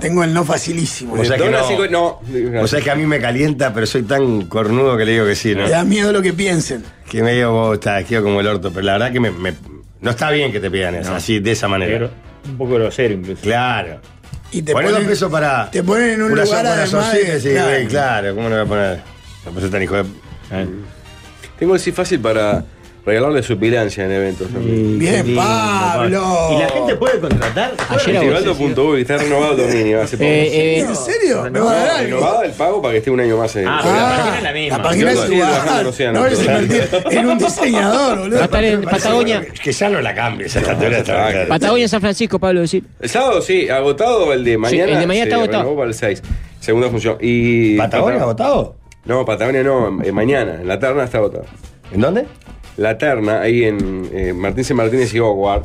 Speaker 3: Tengo el no facilísimo.
Speaker 7: O sea que
Speaker 5: Dona
Speaker 7: no.
Speaker 5: cincu- no.
Speaker 7: O sea que a mí me calienta, pero soy tan cornudo que le digo que sí, ¿no?
Speaker 3: Te da miedo lo que piensen.
Speaker 7: Que me digo, vos estás quedo como el orto, pero la verdad que me, me- no está bien que te pidan eso, así, de esa manera.
Speaker 2: Pero un poco grosero incluso.
Speaker 7: Claro.
Speaker 3: Y te
Speaker 7: Poné dos
Speaker 3: ponen,
Speaker 7: pesos para.
Speaker 3: te ponen en un
Speaker 7: una
Speaker 3: lugar
Speaker 7: sopa, una
Speaker 3: además
Speaker 7: salsita,
Speaker 3: de-
Speaker 7: sí,
Speaker 3: claro.
Speaker 7: güey, claro, ¿cómo no voy a poner? No
Speaker 5: pues
Speaker 7: puse tan hijo de.
Speaker 2: Eh.
Speaker 5: Tengo el sí fácil para regalarle supilancia en eventos. también.
Speaker 3: Bien, Pablo.
Speaker 2: ¿Y la gente puede contratar?
Speaker 6: Ayer a vos.
Speaker 5: Festivaldo.uy, está renovado dominio hace poco.
Speaker 6: Eh, eh,
Speaker 3: ¿En serio? ¿Me va a dar
Speaker 5: No,
Speaker 3: algo?
Speaker 5: renovado el pago para que esté un año más. eh.
Speaker 2: Ah, pero la página es la misma.
Speaker 3: La página es
Speaker 5: Yo estoy trabajando en
Speaker 3: igual.
Speaker 5: Océano,
Speaker 3: No eres
Speaker 5: pero-
Speaker 3: invertir (laughs) en un diseñador,
Speaker 6: va a
Speaker 3: boludo.
Speaker 6: estar en Patagonia.
Speaker 7: Que ya no la
Speaker 2: (laughs)
Speaker 7: cambies a esta altura
Speaker 5: está bien.
Speaker 7: está
Speaker 6: Patagonia San Francisco, Pablo, decir.
Speaker 5: El sábado sí, agotado el de mañana.
Speaker 6: el de mañana
Speaker 5: se
Speaker 6: está agotado.
Speaker 5: renovó para el 6. Segunda función. Y
Speaker 7: ¿Patagonia agotado?
Speaker 5: No, Patagonia no, eh, mañana. En la terna está agotado.
Speaker 7: ¿En dónde?
Speaker 5: La terna, ahí en eh, Martín C. Martínez y Howard.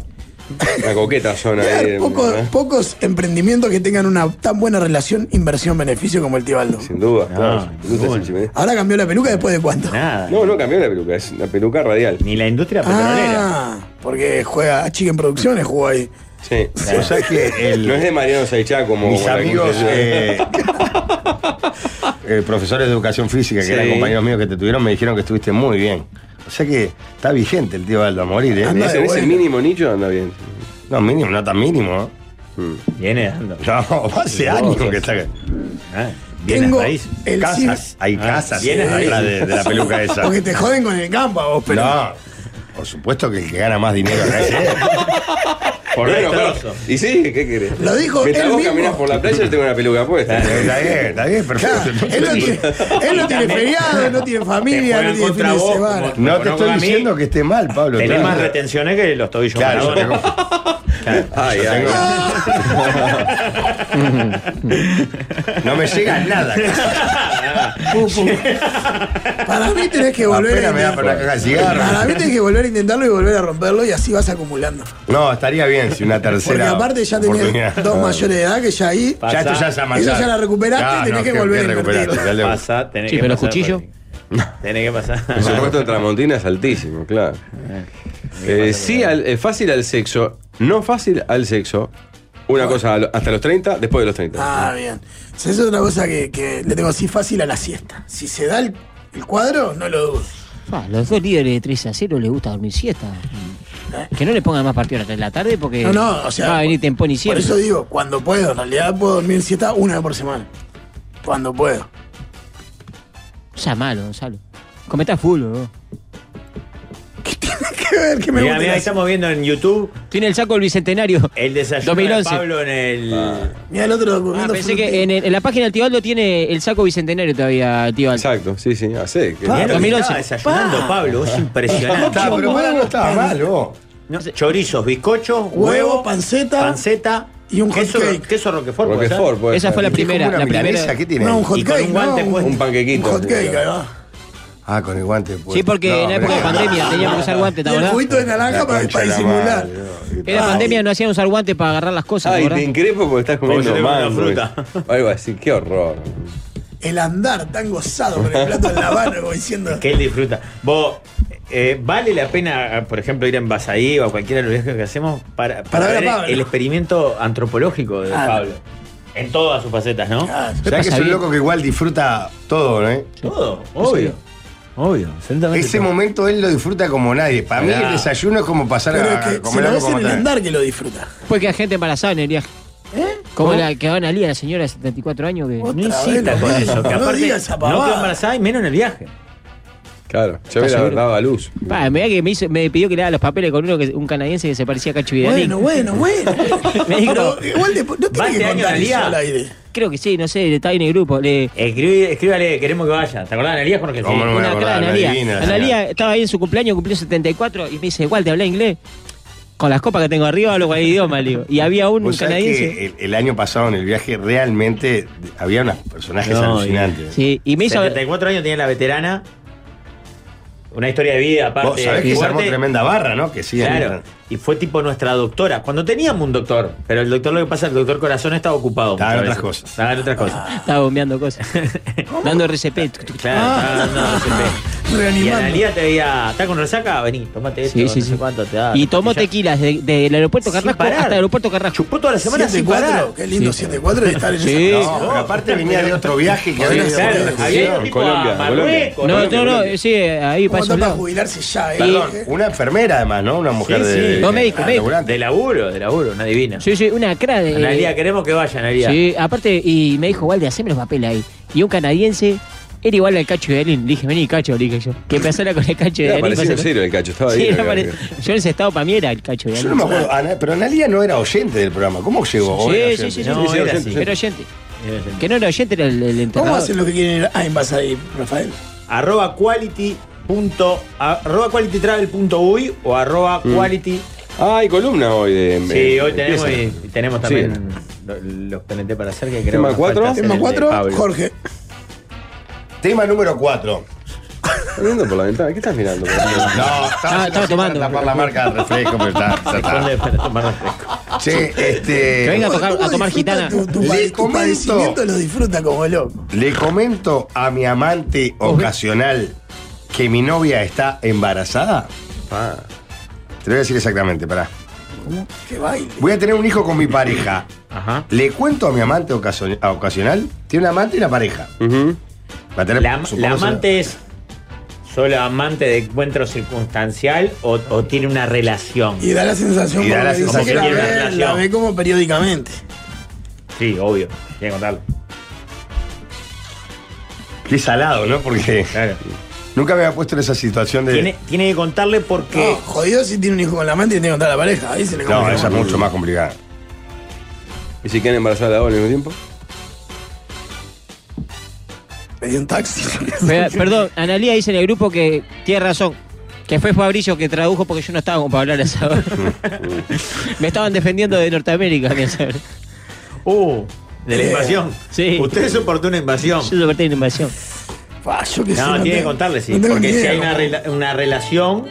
Speaker 5: Una coqueta zona ahí.
Speaker 3: Hay
Speaker 5: en-
Speaker 3: (laughs) poco-
Speaker 5: ¿eh?
Speaker 3: pocos emprendimientos que tengan una tan buena relación inversión-beneficio como el Tibaldo.
Speaker 5: Sin duda. claro,
Speaker 2: No,
Speaker 5: sin duda,
Speaker 2: ningún.
Speaker 5: sí, me-
Speaker 3: Ahora cambió la peluca después de cuánto.
Speaker 2: Nada.
Speaker 5: No, no cambió la peluca, es la peluca radial.
Speaker 2: Ni la industria petrolera.
Speaker 3: Ah, porque juega Chica en Producciones, jugó ahí.
Speaker 5: Sí.
Speaker 7: O sea que el-
Speaker 5: No es de Mariano Saichá como.
Speaker 7: mis
Speaker 5: como la
Speaker 7: amigos
Speaker 5: concesión. (laughs)
Speaker 7: eh, eh, profesores de educación física, que
Speaker 5: Sí.
Speaker 7: eran compañeros míos que te tuvieron, me dijeron que estuviste muy bien. O sea que está vigente el tío Aldo a morir, ¿eh?
Speaker 3: Anda
Speaker 5: Ese-
Speaker 3: de
Speaker 5: ese
Speaker 3: buena.
Speaker 5: mínimo nicho anda bien.
Speaker 7: No, mínimo, no tan mínimo.
Speaker 2: Viene dando.
Speaker 7: ¿eh? No, (laughs) hace años que está.
Speaker 2: Ah, Viene
Speaker 3: Tengo
Speaker 2: a raíz.
Speaker 3: el
Speaker 7: Casas,
Speaker 3: sí-
Speaker 7: hay
Speaker 2: Ah,
Speaker 7: casas
Speaker 2: viene ahí.
Speaker 7: atrás de, de la peluca
Speaker 3: (laughs)
Speaker 7: esa.
Speaker 3: Porque te joden con el campo a vos, pero.
Speaker 7: No, por supuesto que el que gana más dinero acá es él.
Speaker 2: (laughs) Por
Speaker 5: Bueno,
Speaker 2: destrozo.
Speaker 5: claro. Y sí, ¿qué querés?
Speaker 3: Lo dijo
Speaker 5: Mientras
Speaker 3: él
Speaker 5: vos
Speaker 3: mismo.
Speaker 5: caminas por la playa, yo tengo una peluca puesta.
Speaker 7: Está bien, está bien,
Speaker 3: Claro,
Speaker 7: perfecto.
Speaker 3: él, no tiene, él
Speaker 7: (laughs)
Speaker 3: no tiene feriado, no tiene familia,
Speaker 2: juegan
Speaker 3: no tiene fin
Speaker 2: contra
Speaker 3: de
Speaker 2: vos,
Speaker 3: semana.
Speaker 2: como-
Speaker 7: No te
Speaker 2: Conozco
Speaker 7: estoy
Speaker 2: a mí.
Speaker 7: diciendo que esté mal, Pablo.
Speaker 2: Tenés
Speaker 7: claro.
Speaker 2: más retenciones que los tobillos.
Speaker 7: Claro, yo
Speaker 2: Maradona.
Speaker 7: tengo-
Speaker 2: (laughs)
Speaker 7: (laughs)
Speaker 2: Claro.
Speaker 5: Ay,
Speaker 7: Yo
Speaker 5: ay.
Speaker 7: No me llega
Speaker 3: (laughs)
Speaker 7: nada.
Speaker 3: Pum, pum. Para mí tenés que volver a
Speaker 7: Apenas me da para una
Speaker 3: intentarlo.
Speaker 7: caja de cigarros.
Speaker 3: Para mí tenés que volver a intentarlo y volver a romperlo y así vas acumulando.
Speaker 7: No, estaría bien si una
Speaker 3: Porque
Speaker 7: tercera.
Speaker 3: aparte ya
Speaker 7: oportunidad. Ah.
Speaker 3: tenés dos mayores de edad que ya ahí.
Speaker 7: Ya esto ya es amasar.
Speaker 3: Eso ya la recuperaste,
Speaker 7: Ah,
Speaker 3: tenés que
Speaker 7: qué- qué
Speaker 3: volver a
Speaker 7: recuperarlo, dale.
Speaker 3: invertirlo.
Speaker 2: Pasa, tenés
Speaker 6: Sí,
Speaker 2: que
Speaker 6: pero los
Speaker 2: pasar
Speaker 6: cuchillos.
Speaker 2: por ahí. Tenés que
Speaker 5: El
Speaker 2: pasar. (laughs)
Speaker 5: presupuesto de Tramontina es altísimo, claro. Eh, sí, al- eh, fácil al sexo, no fácil al sexo. Una cosa a lo- hasta los 30, después de los 30.
Speaker 3: Ah, bien. O sea, Esa es otra cosa que, que le tengo así fácil a la siesta. Si se da el, el cuadro, no lo dudo.
Speaker 6: Fa, los dos líderes de 3 a 0 les gusta dormir siesta. Que no le pongan más partido a las 3 de la tarde porque
Speaker 3: No, no, o sea,
Speaker 6: va a venir tempón y
Speaker 3: Por
Speaker 6: cierre.
Speaker 3: eso digo, cuando puedo, en realidad puedo dormir siesta una vez por semana. Cuando puedo.
Speaker 6: O sea, malo, Gonzalo. Cometá full, bro.
Speaker 3: ¿Qué tiene que ver que me
Speaker 2: Mira,
Speaker 3: guste
Speaker 2: mira,
Speaker 3: la-
Speaker 2: estamos viendo en YouTube
Speaker 6: Tiene el saco del bicentenario.
Speaker 2: el desayuno
Speaker 6: 2011.
Speaker 2: de Pablo en el.
Speaker 7: Ah,
Speaker 3: Mira el otro documento.
Speaker 6: Ah, pensé
Speaker 3: frutífero.
Speaker 6: que en, el- en la página del tío Aldo tiene el saco bicentenario todavía, tío Aldo.
Speaker 5: Exacto, sí, sí, hace. que-
Speaker 2: Mirá lo que
Speaker 6: 2011.
Speaker 2: estaba desayunando Pablo, es impresionante.
Speaker 7: Ah. Está, pero para, no estaba mal, vos.
Speaker 2: No, chorizos, bizcochos, huevo,
Speaker 3: panceta,
Speaker 2: panceta
Speaker 3: y un hot
Speaker 2: queso,
Speaker 3: cake.
Speaker 2: queso roquefort. puede ser.
Speaker 5: Roquefort, puede
Speaker 6: Esa
Speaker 5: ser.
Speaker 6: fue la
Speaker 7: Es como
Speaker 6: primera.
Speaker 7: una
Speaker 6: La
Speaker 7: milanesa,
Speaker 6: primera.
Speaker 7: ¿Qué tiene?
Speaker 3: No, un
Speaker 7: ahí?
Speaker 3: hot
Speaker 2: Y con
Speaker 3: cake.
Speaker 2: un guante
Speaker 3: no,
Speaker 2: puesto.
Speaker 5: Un panquequito.
Speaker 3: Un hot cake, ahí va.
Speaker 7: Ah, con el guante puesto.
Speaker 6: Sí, porque
Speaker 7: No,
Speaker 6: en la época de
Speaker 7: mirá.
Speaker 6: pandemia teníamos que usar guantes,
Speaker 3: Y
Speaker 6: ¿te
Speaker 3: el
Speaker 6: acordás?
Speaker 3: juguito de
Speaker 7: La
Speaker 3: naranja para,
Speaker 7: concha
Speaker 3: para
Speaker 7: de la
Speaker 3: disimular.
Speaker 7: madre,
Speaker 6: En la
Speaker 3: Ay.
Speaker 6: pandemia no hacían usar guantes para agarrar las cosas,
Speaker 5: Ay,
Speaker 6: ¿verdad?
Speaker 5: te increpo porque estás
Speaker 2: Porque
Speaker 5: comiendo pues.
Speaker 2: yo tengo una
Speaker 5: mango.
Speaker 2: fruta.
Speaker 5: y- Algo así, qué horror.
Speaker 3: El andar tan gozado con el plato en la mano,
Speaker 2: (laughs)
Speaker 3: como diciendo.
Speaker 2: Que él disfruta. Vos, eh, ¿vale la pena, eh, por ejemplo, ir a Envasaí o a cualquiera de los viajes que hacemos para,
Speaker 3: Para ver a Pablo.
Speaker 2: el experimento antropológico
Speaker 7: Ah,
Speaker 2: de
Speaker 3: Claro.
Speaker 2: Pablo? En todas sus facetas, ¿no?
Speaker 3: Ah,
Speaker 7: O sea que es
Speaker 6: pasa
Speaker 7: un
Speaker 6: bien?
Speaker 7: loco que igual disfruta todo, ¿no? eh?
Speaker 2: Todo, obvio. Obvio, absolutamente
Speaker 7: Ese
Speaker 2: todo.
Speaker 7: momento él lo disfruta como nadie. Para mí
Speaker 2: Mirá.
Speaker 7: el desayuno es como pasar
Speaker 3: pero
Speaker 7: a
Speaker 3: es que se
Speaker 7: comer
Speaker 3: lo
Speaker 7: algo
Speaker 3: ves en
Speaker 7: como
Speaker 3: el
Speaker 7: tal.
Speaker 3: andar que lo disfruta.
Speaker 6: Puede quedar gente embarazada en el viaje. Como la que va a Analía, la señora de 74 años que.
Speaker 3: ¿Eh? Otra
Speaker 2: No insista
Speaker 3: vez lo
Speaker 2: con
Speaker 3: mismo.
Speaker 2: eso, que
Speaker 3: No
Speaker 2: aparte
Speaker 3: digas esa
Speaker 2: no, quedó
Speaker 3: pavada.
Speaker 2: embarazada y menos en el viaje.
Speaker 5: Claro, yo me la
Speaker 6: seguro?
Speaker 5: daba luz.
Speaker 6: Pa, mirá que me, hizo- me pidió que le haga los papeles con uno que, un canadiense que se parecía a Cacho Vidalín.
Speaker 3: Bueno, bueno, bueno.
Speaker 6: Me dijo-
Speaker 3: Pero igual después- no
Speaker 2: Va
Speaker 3: tiene
Speaker 2: este
Speaker 3: que
Speaker 2: año
Speaker 3: contar
Speaker 2: Analía.
Speaker 3: eso al
Speaker 6: Eh,
Speaker 3: aire.
Speaker 6: Creo que sí, no sé, está ahí en el grupo. Le,
Speaker 2: Escribí- escríbale, queremos que vaya. ¿Te acordás de Analías, Jorge?
Speaker 7: ¿Cómo no? me voy a
Speaker 6: una cara
Speaker 7: acordar,
Speaker 6: de
Speaker 7: la divina,
Speaker 6: Analía.
Speaker 7: la
Speaker 6: Analía estaba ahí en su cumpleaños, cumplió 74 y me dice, igual te hablé inglés. Con las copas que tengo arriba hablo cualquier idioma, le digo. Y había un
Speaker 7: Vos sabés
Speaker 6: canadiense.
Speaker 7: que el, el año pasado en el viaje realmente había unos personajes
Speaker 2: No,
Speaker 7: alucinantes.
Speaker 6: Sí, y me hizo.
Speaker 2: 74 años tenía la veterana. Una historia de vida, aparte.
Speaker 7: Vos sabés que se armó
Speaker 2: fuerte.
Speaker 7: tremenda barra, ¿no? Que sigue
Speaker 2: Claro. Y fue tipo nuestra doctora. Cuando teníamos un doctor, pero el doctor lo que pasa, el doctor corazón estaba ocupado.
Speaker 7: Estaba en
Speaker 2: muchas
Speaker 7: otras
Speaker 2: veces. Estaba en otras cosas.
Speaker 6: Estaba bombeando cosas.
Speaker 2: (laughs)
Speaker 6: Ah. Dando Ah. RCP.
Speaker 2: Claro, estaba dando RCP. Y
Speaker 6: Reanimando.
Speaker 2: Analía te veía, ¿estás con resaca? Vení, tomate esto,
Speaker 6: Sí, sí,
Speaker 2: no
Speaker 6: sí.
Speaker 2: sé cuánto te da.
Speaker 6: Y tomó
Speaker 2: Ya-
Speaker 6: tequilas desde el aeropuerto
Speaker 2: Sin
Speaker 6: Carrasco
Speaker 2: parar.
Speaker 6: hasta el aeropuerto Carrasco.
Speaker 2: Chupó toda la semana sin
Speaker 3: 7-4,
Speaker 2: parar.
Speaker 3: qué lindo 7-4 de estar en
Speaker 6: Sí.
Speaker 3: esa-
Speaker 7: No, pero aparte venía de otro viaje que
Speaker 3: Sí,
Speaker 7: había
Speaker 3: claro,
Speaker 2: había ido tipo a
Speaker 5: Colombia,
Speaker 2: Marruecos,
Speaker 6: No, no, no, eh, sí, ahí
Speaker 3: ¿Cómo
Speaker 6: pasa
Speaker 3: está
Speaker 6: un
Speaker 3: para
Speaker 6: lado.
Speaker 3: jubilarse ya, eh?
Speaker 7: Perdón,
Speaker 3: Eh,
Speaker 7: una enfermera además, ¿no? Una mujer
Speaker 2: Sí,
Speaker 7: de.
Speaker 2: sí.
Speaker 7: de-
Speaker 6: No, médico,
Speaker 7: ah,
Speaker 6: médico.
Speaker 7: laburante.
Speaker 2: De laburo, de laburo, una divina.
Speaker 6: Sí, sí, una cra de.
Speaker 2: Analía, queremos que vaya, Analía.
Speaker 6: Sí, aparte, y me dijo, Walde, haceme los papeles ahí. Y un canadiense era igual al cacho de Berlín. Le dije, vení, cacho, le dije yo. Que empezara con el cacho de
Speaker 5: Era
Speaker 6: Berlín.
Speaker 5: parecido en
Speaker 6: pasó-
Speaker 5: serio el cacho, estaba
Speaker 6: Sí,
Speaker 5: ahí.
Speaker 6: era
Speaker 5: acá,
Speaker 6: pare- Yo en ese estado para mí era el cacho de
Speaker 7: Yo no
Speaker 6: Berlín.
Speaker 7: me acuerdo, Ana- pero Analia no era oyente del programa. ¿Cómo
Speaker 6: Ah,
Speaker 7: llegó? ¿O era
Speaker 6: Sí,
Speaker 7: oyente?
Speaker 6: sí, sí, sí.
Speaker 2: No,
Speaker 5: sí, sí,
Speaker 2: era
Speaker 5: sí,
Speaker 2: así.
Speaker 5: sí.
Speaker 6: Era oyente. Que no era oyente, era el, el
Speaker 3: ¿Cómo
Speaker 6: enterrador.
Speaker 3: hacen lo que quieren ir a Envas ahí, Rafael?
Speaker 2: Arroba quality. Punto, arroba qualitytravel.uy o arroba quality.
Speaker 5: Ah, hay columna hoy de.
Speaker 2: Sí,
Speaker 5: eh,
Speaker 2: hoy tenemos, y,
Speaker 5: empieza.
Speaker 2: y tenemos
Speaker 5: Sí.
Speaker 2: también lo- los PNT para hacer que creo
Speaker 5: Tema
Speaker 2: que nos
Speaker 5: cuatro.
Speaker 2: falta hacer
Speaker 3: Tema
Speaker 2: el de
Speaker 3: 4,
Speaker 2: Pablo.
Speaker 3: Jorge.
Speaker 7: Tema número 4.
Speaker 5: ¿Estás mirando por la ventana? ¿Qué estás mirando? por la ventana?
Speaker 7: No,
Speaker 6: estaba
Speaker 7: haciendo así
Speaker 6: tomando.
Speaker 7: Oh, para tapar la marca del refresco, pero está. ya
Speaker 2: Esconde
Speaker 7: está.
Speaker 2: para tomar refresco.
Speaker 7: Che,
Speaker 6: Que
Speaker 7: este.
Speaker 6: venga a tocar-
Speaker 3: ¿Cómo
Speaker 6: a tomar
Speaker 3: disfruta
Speaker 6: gitana.
Speaker 3: Tu, tu,
Speaker 7: Le
Speaker 3: pade- tu
Speaker 7: comento.
Speaker 3: padecimiento lo disfruta como loco.
Speaker 7: Le comento a mi amante ocasional que mi novia está embarazada.
Speaker 5: Ah,
Speaker 7: Te lo voy a decir exactamente, pará.
Speaker 3: Qué baile.
Speaker 7: Voy a tener un hijo con mi pareja.
Speaker 2: Ajá.
Speaker 7: Le cuento a mi amante ocasion- a ocasional. Tiene un amante y una pareja.
Speaker 5: ujú.
Speaker 7: Va a tener,
Speaker 2: La,
Speaker 7: supongo,
Speaker 2: la
Speaker 7: será-
Speaker 2: amante es solo amante de encuentro circunstancial o, o tiene una relación.
Speaker 3: Y da la sensación
Speaker 7: Y da
Speaker 3: como
Speaker 7: la
Speaker 3: que dice
Speaker 7: sensación
Speaker 3: que la
Speaker 7: que
Speaker 2: tiene
Speaker 3: ve-
Speaker 2: una relación.
Speaker 3: la ve como periódicamente.
Speaker 2: Sí, obvio. Tiene que contarlo.
Speaker 7: Qué salado, ¿no? Porque
Speaker 2: Claro.
Speaker 7: nunca me había puesto en esa situación de.
Speaker 2: Tiene, tiene que contarle porque.
Speaker 3: No, jodido si tiene un hijo con la amante y tiene que contar a la pareja. Ahí se le
Speaker 7: No,
Speaker 3: complica.
Speaker 7: esa es mucho más complicada.
Speaker 5: ¿Y si quedan embarazadas ahora al mismo tiempo?
Speaker 3: Me dio un taxi.
Speaker 7: (laughs)
Speaker 6: Pe- Perdón, Analía dice en el grupo que tiene razón. Que fue Fabricio que tradujo porque yo no estaba como para hablar a esa
Speaker 3: (laughs)
Speaker 6: hora. Me estaban defendiendo de Norteamérica. a esa hora.
Speaker 2: Uh, de la invasión.
Speaker 6: Sí.
Speaker 2: Usted soportó una invasión.
Speaker 6: Yo soporté una invasión.
Speaker 3: Pa, Ah, yo qué sé,
Speaker 2: No, tiene que
Speaker 3: tengo-
Speaker 2: contarle, sí.
Speaker 3: no tengo
Speaker 2: porque
Speaker 3: ni
Speaker 2: si
Speaker 3: idea.
Speaker 2: hay una, rela- una relación.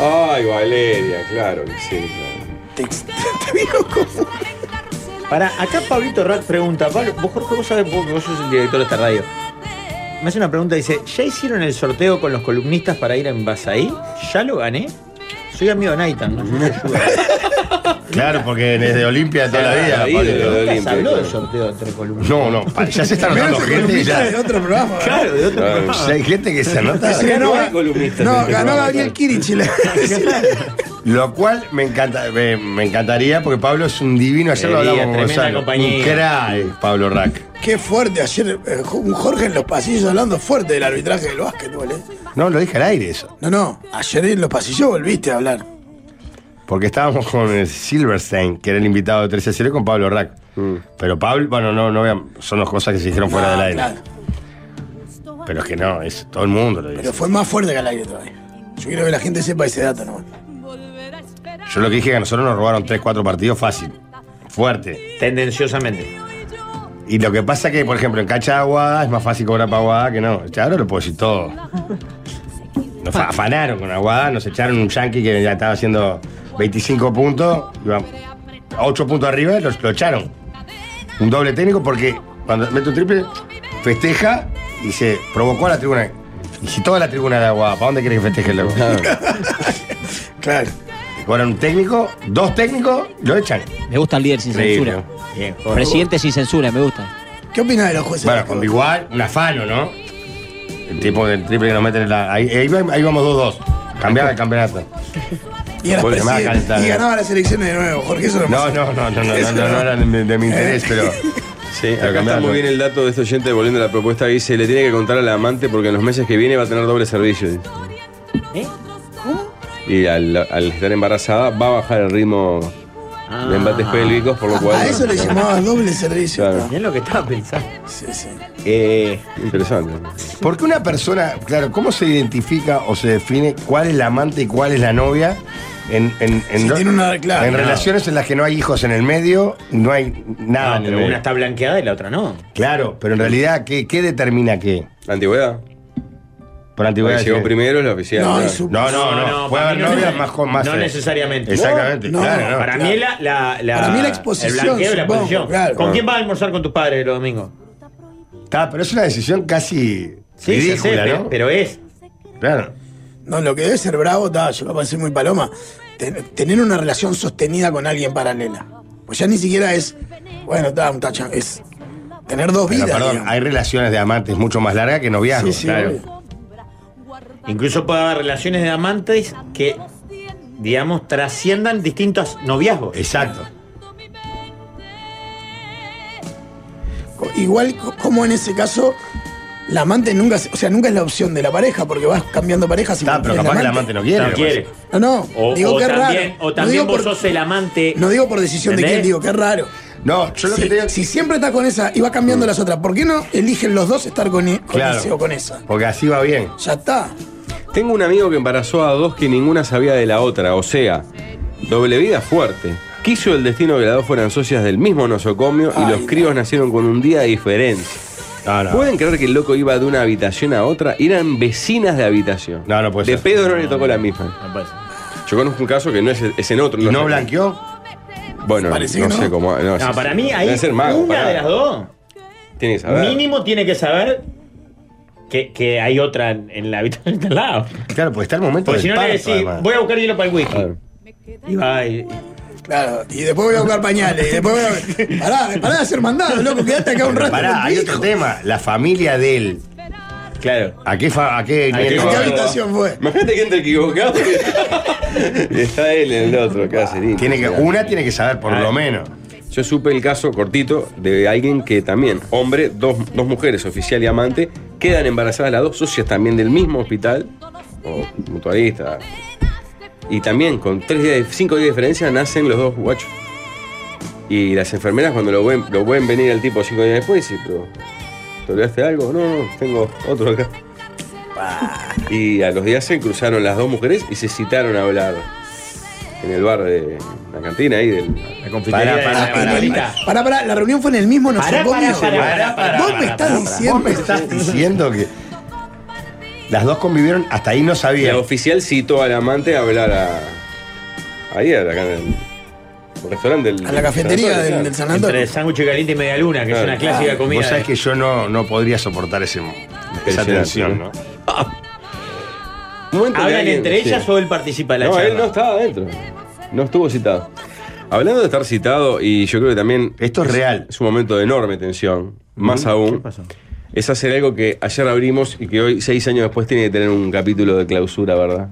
Speaker 5: Ay, Valeria, claro que sí. claro.
Speaker 3: Te, te digo cómo.
Speaker 2: Para, acá Pablito Rack pregunta, Pablo, vos Jorge, vos sabés, vos, vos sos el director de esta radio. Me hace una pregunta, dice, ¿ya hicieron el sorteo con los columnistas para ir a Envasaí? ¿Ya lo gané? Soy amigo de Naitan, ¿no?
Speaker 7: Claro, porque desde Olimpia toda la vida.
Speaker 5: Ha ido
Speaker 7: Pablito.
Speaker 5: desde
Speaker 2: Nunca se
Speaker 5: Olimpia,
Speaker 2: habló del
Speaker 5: claro.
Speaker 2: sorteo entre columnistas.
Speaker 7: No, no, pa- ya se está anotando gente.
Speaker 3: Columnista de
Speaker 7: Ya,
Speaker 3: otro programa.
Speaker 2: Claro, de otro
Speaker 5: Claro.
Speaker 2: programa.
Speaker 7: ya hay gente que se anota.
Speaker 3: Ese ganó-
Speaker 5: no hay columnistas en
Speaker 3: No,
Speaker 5: este
Speaker 3: ganó
Speaker 5: programa,
Speaker 3: Gabriel
Speaker 5: claro.
Speaker 3: Kirich. y le-
Speaker 7: Lo cual me, encanta, me, me encantaría porque Pablo es un divino. Ayer lo
Speaker 2: Debería,
Speaker 7: hablamos con
Speaker 2: tremenda
Speaker 7: Gonzalo.
Speaker 2: compañía.
Speaker 7: Un crack, Pablo Rack.
Speaker 3: Qué fuerte ayer. eh, un Jorge en los pasillos hablando fuerte del arbitraje del básquetbol, ¿eh?
Speaker 7: No, lo dije al aire eso.
Speaker 3: No, no. Ayer en los pasillos volviste a hablar.
Speaker 7: Porque estábamos con el Silverstein, que era el invitado de 13 a 0, con Pablo Rack.
Speaker 5: Mm.
Speaker 7: Pero Pablo, bueno, no, no vean, son dos cosas que se dijeron fuera
Speaker 3: No,
Speaker 7: del aire.
Speaker 3: Ah, claro.
Speaker 7: Pero es que no, es todo el mundo lo dice.
Speaker 3: Pero fue más fuerte que al aire todavía. Yo quiero que la gente sepa ese dato nomás.
Speaker 7: Yo lo que dije es que a nosotros nos robaron 3, 4 partidos fácil. Fuerte.
Speaker 2: Tendenciosamente.
Speaker 7: Y lo que pasa que, por ejemplo, en cancha de Aguada es más fácil cobrar para Aguada que no. Ya ahora lo puedo decir todo. Nos fa- afanaron con Aguada, nos echaron un yankee que ya estaba haciendo 25 puntos, iba 8 puntos arriba, y los- lo echaron. Un doble técnico porque cuando mete un triple, festeja y se provocó a la tribuna. Y si toda la tribuna de Aguada, ¿para dónde querés que festeje el loco? (laughs)
Speaker 3: Claro.
Speaker 7: Cobran un técnico, dos técnicos, lo echan.
Speaker 6: Me gusta el líder sin
Speaker 7: Increíble.
Speaker 6: censura.
Speaker 2: Bien, Jorge.
Speaker 6: Presidente sin censura, me gusta.
Speaker 3: ¿Qué opinas de los jueces?
Speaker 7: Bueno, con igual, un afano, ¿no? El tipo del triple que nos meten en la. Ahí, ahí va- ahí vamos 2-2. Cambiaba el (laughs) campeonato.
Speaker 3: y, eras
Speaker 7: Bueno, me va a
Speaker 3: presidente.
Speaker 7: calentar,
Speaker 3: y
Speaker 7: eh.
Speaker 3: ganaba las elecciones de nuevo, Jorge. Eso no,
Speaker 7: No,
Speaker 3: pasa.
Speaker 7: no, no, no, no, no,
Speaker 3: Eso
Speaker 7: no, (laughs) no era de, de mi interés, pero.
Speaker 5: (laughs) Sí, acá está
Speaker 7: cambiaron.
Speaker 5: muy bien el dato de este oyente volviendo a la propuesta que dice, le tiene que contar a la amante porque en los meses que viene va a tener doble servicio. dice.
Speaker 3: ¿Eh?
Speaker 5: Y al, al estar embarazada va a bajar el ritmo de embates pélvicos, por lo cual...
Speaker 3: A Ah. eso le llamabas doble servicio.
Speaker 5: Claro.
Speaker 2: Mirá lo que estaba pensando.
Speaker 3: ¿no? Sí, sí.
Speaker 2: Eh,
Speaker 5: Interesante.
Speaker 7: ¿Por qué una persona, claro, cómo se identifica o se define cuál es la amante y cuál es la novia en, en, en,
Speaker 3: Si
Speaker 7: do-
Speaker 3: tiene una- claro,
Speaker 7: en
Speaker 3: no.
Speaker 7: relaciones en las que no hay hijos en el medio, no hay nada
Speaker 2: ah,
Speaker 7: en el
Speaker 2: pero
Speaker 7: medio?
Speaker 2: una está blanqueada y la otra no.
Speaker 7: Claro, pero en realidad, ¿qué, qué determina qué?
Speaker 5: ¿Antigüedad?
Speaker 9: Por antigüedad.
Speaker 5: La que llegó
Speaker 9: sí.
Speaker 5: primero es la oficial.
Speaker 3: No,
Speaker 5: claro.
Speaker 3: es un-
Speaker 9: No, no, no. Puede
Speaker 2: para
Speaker 9: haber
Speaker 2: mí no
Speaker 9: novias
Speaker 2: neces-
Speaker 9: más con más.
Speaker 2: No
Speaker 9: eh.
Speaker 2: necesariamente.
Speaker 9: Exactamente,
Speaker 3: No,
Speaker 9: claro. no.
Speaker 2: Para
Speaker 3: Claro.
Speaker 2: mí la, la, la,
Speaker 3: Para mí la exposición,
Speaker 2: El blanqueo y la
Speaker 3: supongo,
Speaker 2: exposición.
Speaker 3: claro.
Speaker 9: Ah.
Speaker 2: ¿Con quién vas a almorzar con tus padres los domingos?
Speaker 9: Está, pero es una decisión casi
Speaker 2: Sí, sí, sí,
Speaker 9: ridícula,
Speaker 2: pe-
Speaker 9: ¿no?
Speaker 2: pero es.
Speaker 9: Claro.
Speaker 3: No, lo que debe ser bravo, ta, yo capaz de ser muy paloma, ten- tener una relación sostenida con alguien paralela. Pues ya ni siquiera es, bueno, ta, un tacha, es tener dos
Speaker 9: Pero,
Speaker 3: vidas.
Speaker 9: perdón,
Speaker 3: digamos.
Speaker 9: hay relaciones de amantes mucho más largas que noviazgo.
Speaker 3: Sí, sí,
Speaker 9: claro.
Speaker 3: obvio.
Speaker 2: Incluso puede haber relaciones de amantes que, digamos, trasciendan distintos noviazgos.
Speaker 9: Exacto.
Speaker 3: Co- Igual co- como en ese caso, la amante nunca, se- o sea, nunca es la opción de la pareja, porque vas cambiando parejas y
Speaker 9: Está, pero
Speaker 3: mantienes
Speaker 9: capaz que el amante no quiere.
Speaker 2: No
Speaker 9: lo
Speaker 2: quiere.
Speaker 9: que
Speaker 3: No, no,
Speaker 2: O,
Speaker 3: digo
Speaker 2: o
Speaker 3: que es raro.
Speaker 2: también, o
Speaker 3: No
Speaker 2: también
Speaker 3: digo
Speaker 2: vos
Speaker 3: por-
Speaker 2: sos el amante.
Speaker 3: No digo por decisión de
Speaker 2: ¿Entendés?
Speaker 3: quién, digo que es raro.
Speaker 9: pasa. No, yo lo que
Speaker 3: Si,
Speaker 9: te digo.
Speaker 3: si siempre estás con esa y vas cambiando las otras, ¿por qué no eligen los dos estar con, i- con
Speaker 9: Claro.
Speaker 3: ese o con esa?
Speaker 9: Porque así va bien.
Speaker 3: Ya está.
Speaker 5: Tengo un amigo que embarazó a dos que ninguna sabía de la otra, o sea, doble vida fuerte. Quiso el destino que las dos fueran socias del mismo nosocomio y
Speaker 3: Ay,
Speaker 5: los críos nacieron con un día de diferencia.
Speaker 9: No, no.
Speaker 5: ¿Pueden creer que el loco iba de una habitación a otra? Eran vecinas de habitación.
Speaker 9: No, no puede
Speaker 5: De
Speaker 9: ser.
Speaker 5: pedo no le tocó la misma.
Speaker 2: No puede ser.
Speaker 5: Yo conozco un caso que no es, es en otro.
Speaker 9: ¿Y no
Speaker 5: sé.
Speaker 9: blanqueó?
Speaker 5: Bueno, no,
Speaker 3: Parece que no.
Speaker 5: sé cómo. No,
Speaker 2: No,
Speaker 5: sé.
Speaker 2: para mí ahí
Speaker 5: Debe ser mago,
Speaker 2: una
Speaker 5: pará.
Speaker 2: de las dos
Speaker 5: Tiene que saber.
Speaker 2: mínimo tiene que saber que, que hay otra en, en la habitación de al lado.
Speaker 9: Claro, porque está el momento del
Speaker 2: Porque si no le
Speaker 9: parto,
Speaker 2: decís,
Speaker 9: además.
Speaker 2: voy a buscar hielo para el whisky.
Speaker 5: Claro.
Speaker 2: Y va y-
Speaker 3: Claro, y después voy a buscar pañales, y después
Speaker 2: (laughs)
Speaker 3: voy a... Pará, pará de hacer mandado, loco, quedate acá un
Speaker 9: Pero
Speaker 3: rato. con
Speaker 9: pará,
Speaker 3: tu
Speaker 9: hay
Speaker 3: hijo.
Speaker 9: otro tema. La familia de él.
Speaker 2: claro.
Speaker 9: ¿A qué, fa- a qué
Speaker 2: ¿A qué
Speaker 3: ¿En
Speaker 9: nieto?
Speaker 3: qué
Speaker 5: No,
Speaker 3: habitación fue?
Speaker 5: Imagínate que entra equivocado y (laughs) está él en el otro, Cacerín.
Speaker 9: Tiene que, una tiene que saber por lo menos.
Speaker 5: Yo supe el caso cortito de alguien que también, hombre, dos, dos mujeres, oficial y amante, quedan embarazadas las dos socias también del mismo hospital, o mutualista. Y también con tres días, de- cinco días de diferencia nacen los dos guachos. Y las enfermeras cuando lo ven, lo ven venir al tipo cinco días después, dicen, pero ¿te olvidaste de algo? No, no, tengo otro acá. Y a los días se cruzaron las dos mujeres y se citaron a hablar en el bar de la cantina ahí del,
Speaker 2: La confitería
Speaker 9: Pará,
Speaker 2: de
Speaker 9: pará,
Speaker 2: la
Speaker 9: pará,
Speaker 2: Margarita.
Speaker 3: Pará, pará, la reunión fue en el mismo
Speaker 2: Pará,
Speaker 3: nosocomio.
Speaker 2: pará, pará, pará, pará,
Speaker 3: Vos me
Speaker 2: pará,
Speaker 3: estás
Speaker 2: pará,
Speaker 3: diciendo...
Speaker 9: Vos me estás diciendo que las dos convivieron, hasta ahí no
Speaker 5: Y La
Speaker 9: sabía.
Speaker 5: oficial citó al amante a hablar a. Ahí, a la, al restaurante. del-
Speaker 3: A la cafetería
Speaker 5: del-
Speaker 3: del, del San
Speaker 2: Entre
Speaker 3: Antonio.
Speaker 2: sándwich caliente y media luna, que es
Speaker 5: Claro.
Speaker 2: una clásica comida.
Speaker 9: Vos sabés que yo no, no podría soportar ese, esa
Speaker 5: Impresionante,
Speaker 9: tensión, ¿no?
Speaker 5: ¿no? Un momento que
Speaker 2: ¿Hablan
Speaker 5: alguien-
Speaker 2: entre ellas
Speaker 5: sí.
Speaker 2: o él participa en la
Speaker 5: No,
Speaker 2: charla?
Speaker 5: él no estaba adentro. No estuvo citado. Hablando de estar citado, y yo creo que también.
Speaker 9: Esto es real.
Speaker 5: Es un momento de enorme tensión. Más aún. Es hacer algo que ayer abrimos y que hoy, seis años después, tiene que tener un capítulo de clausura, ¿verdad?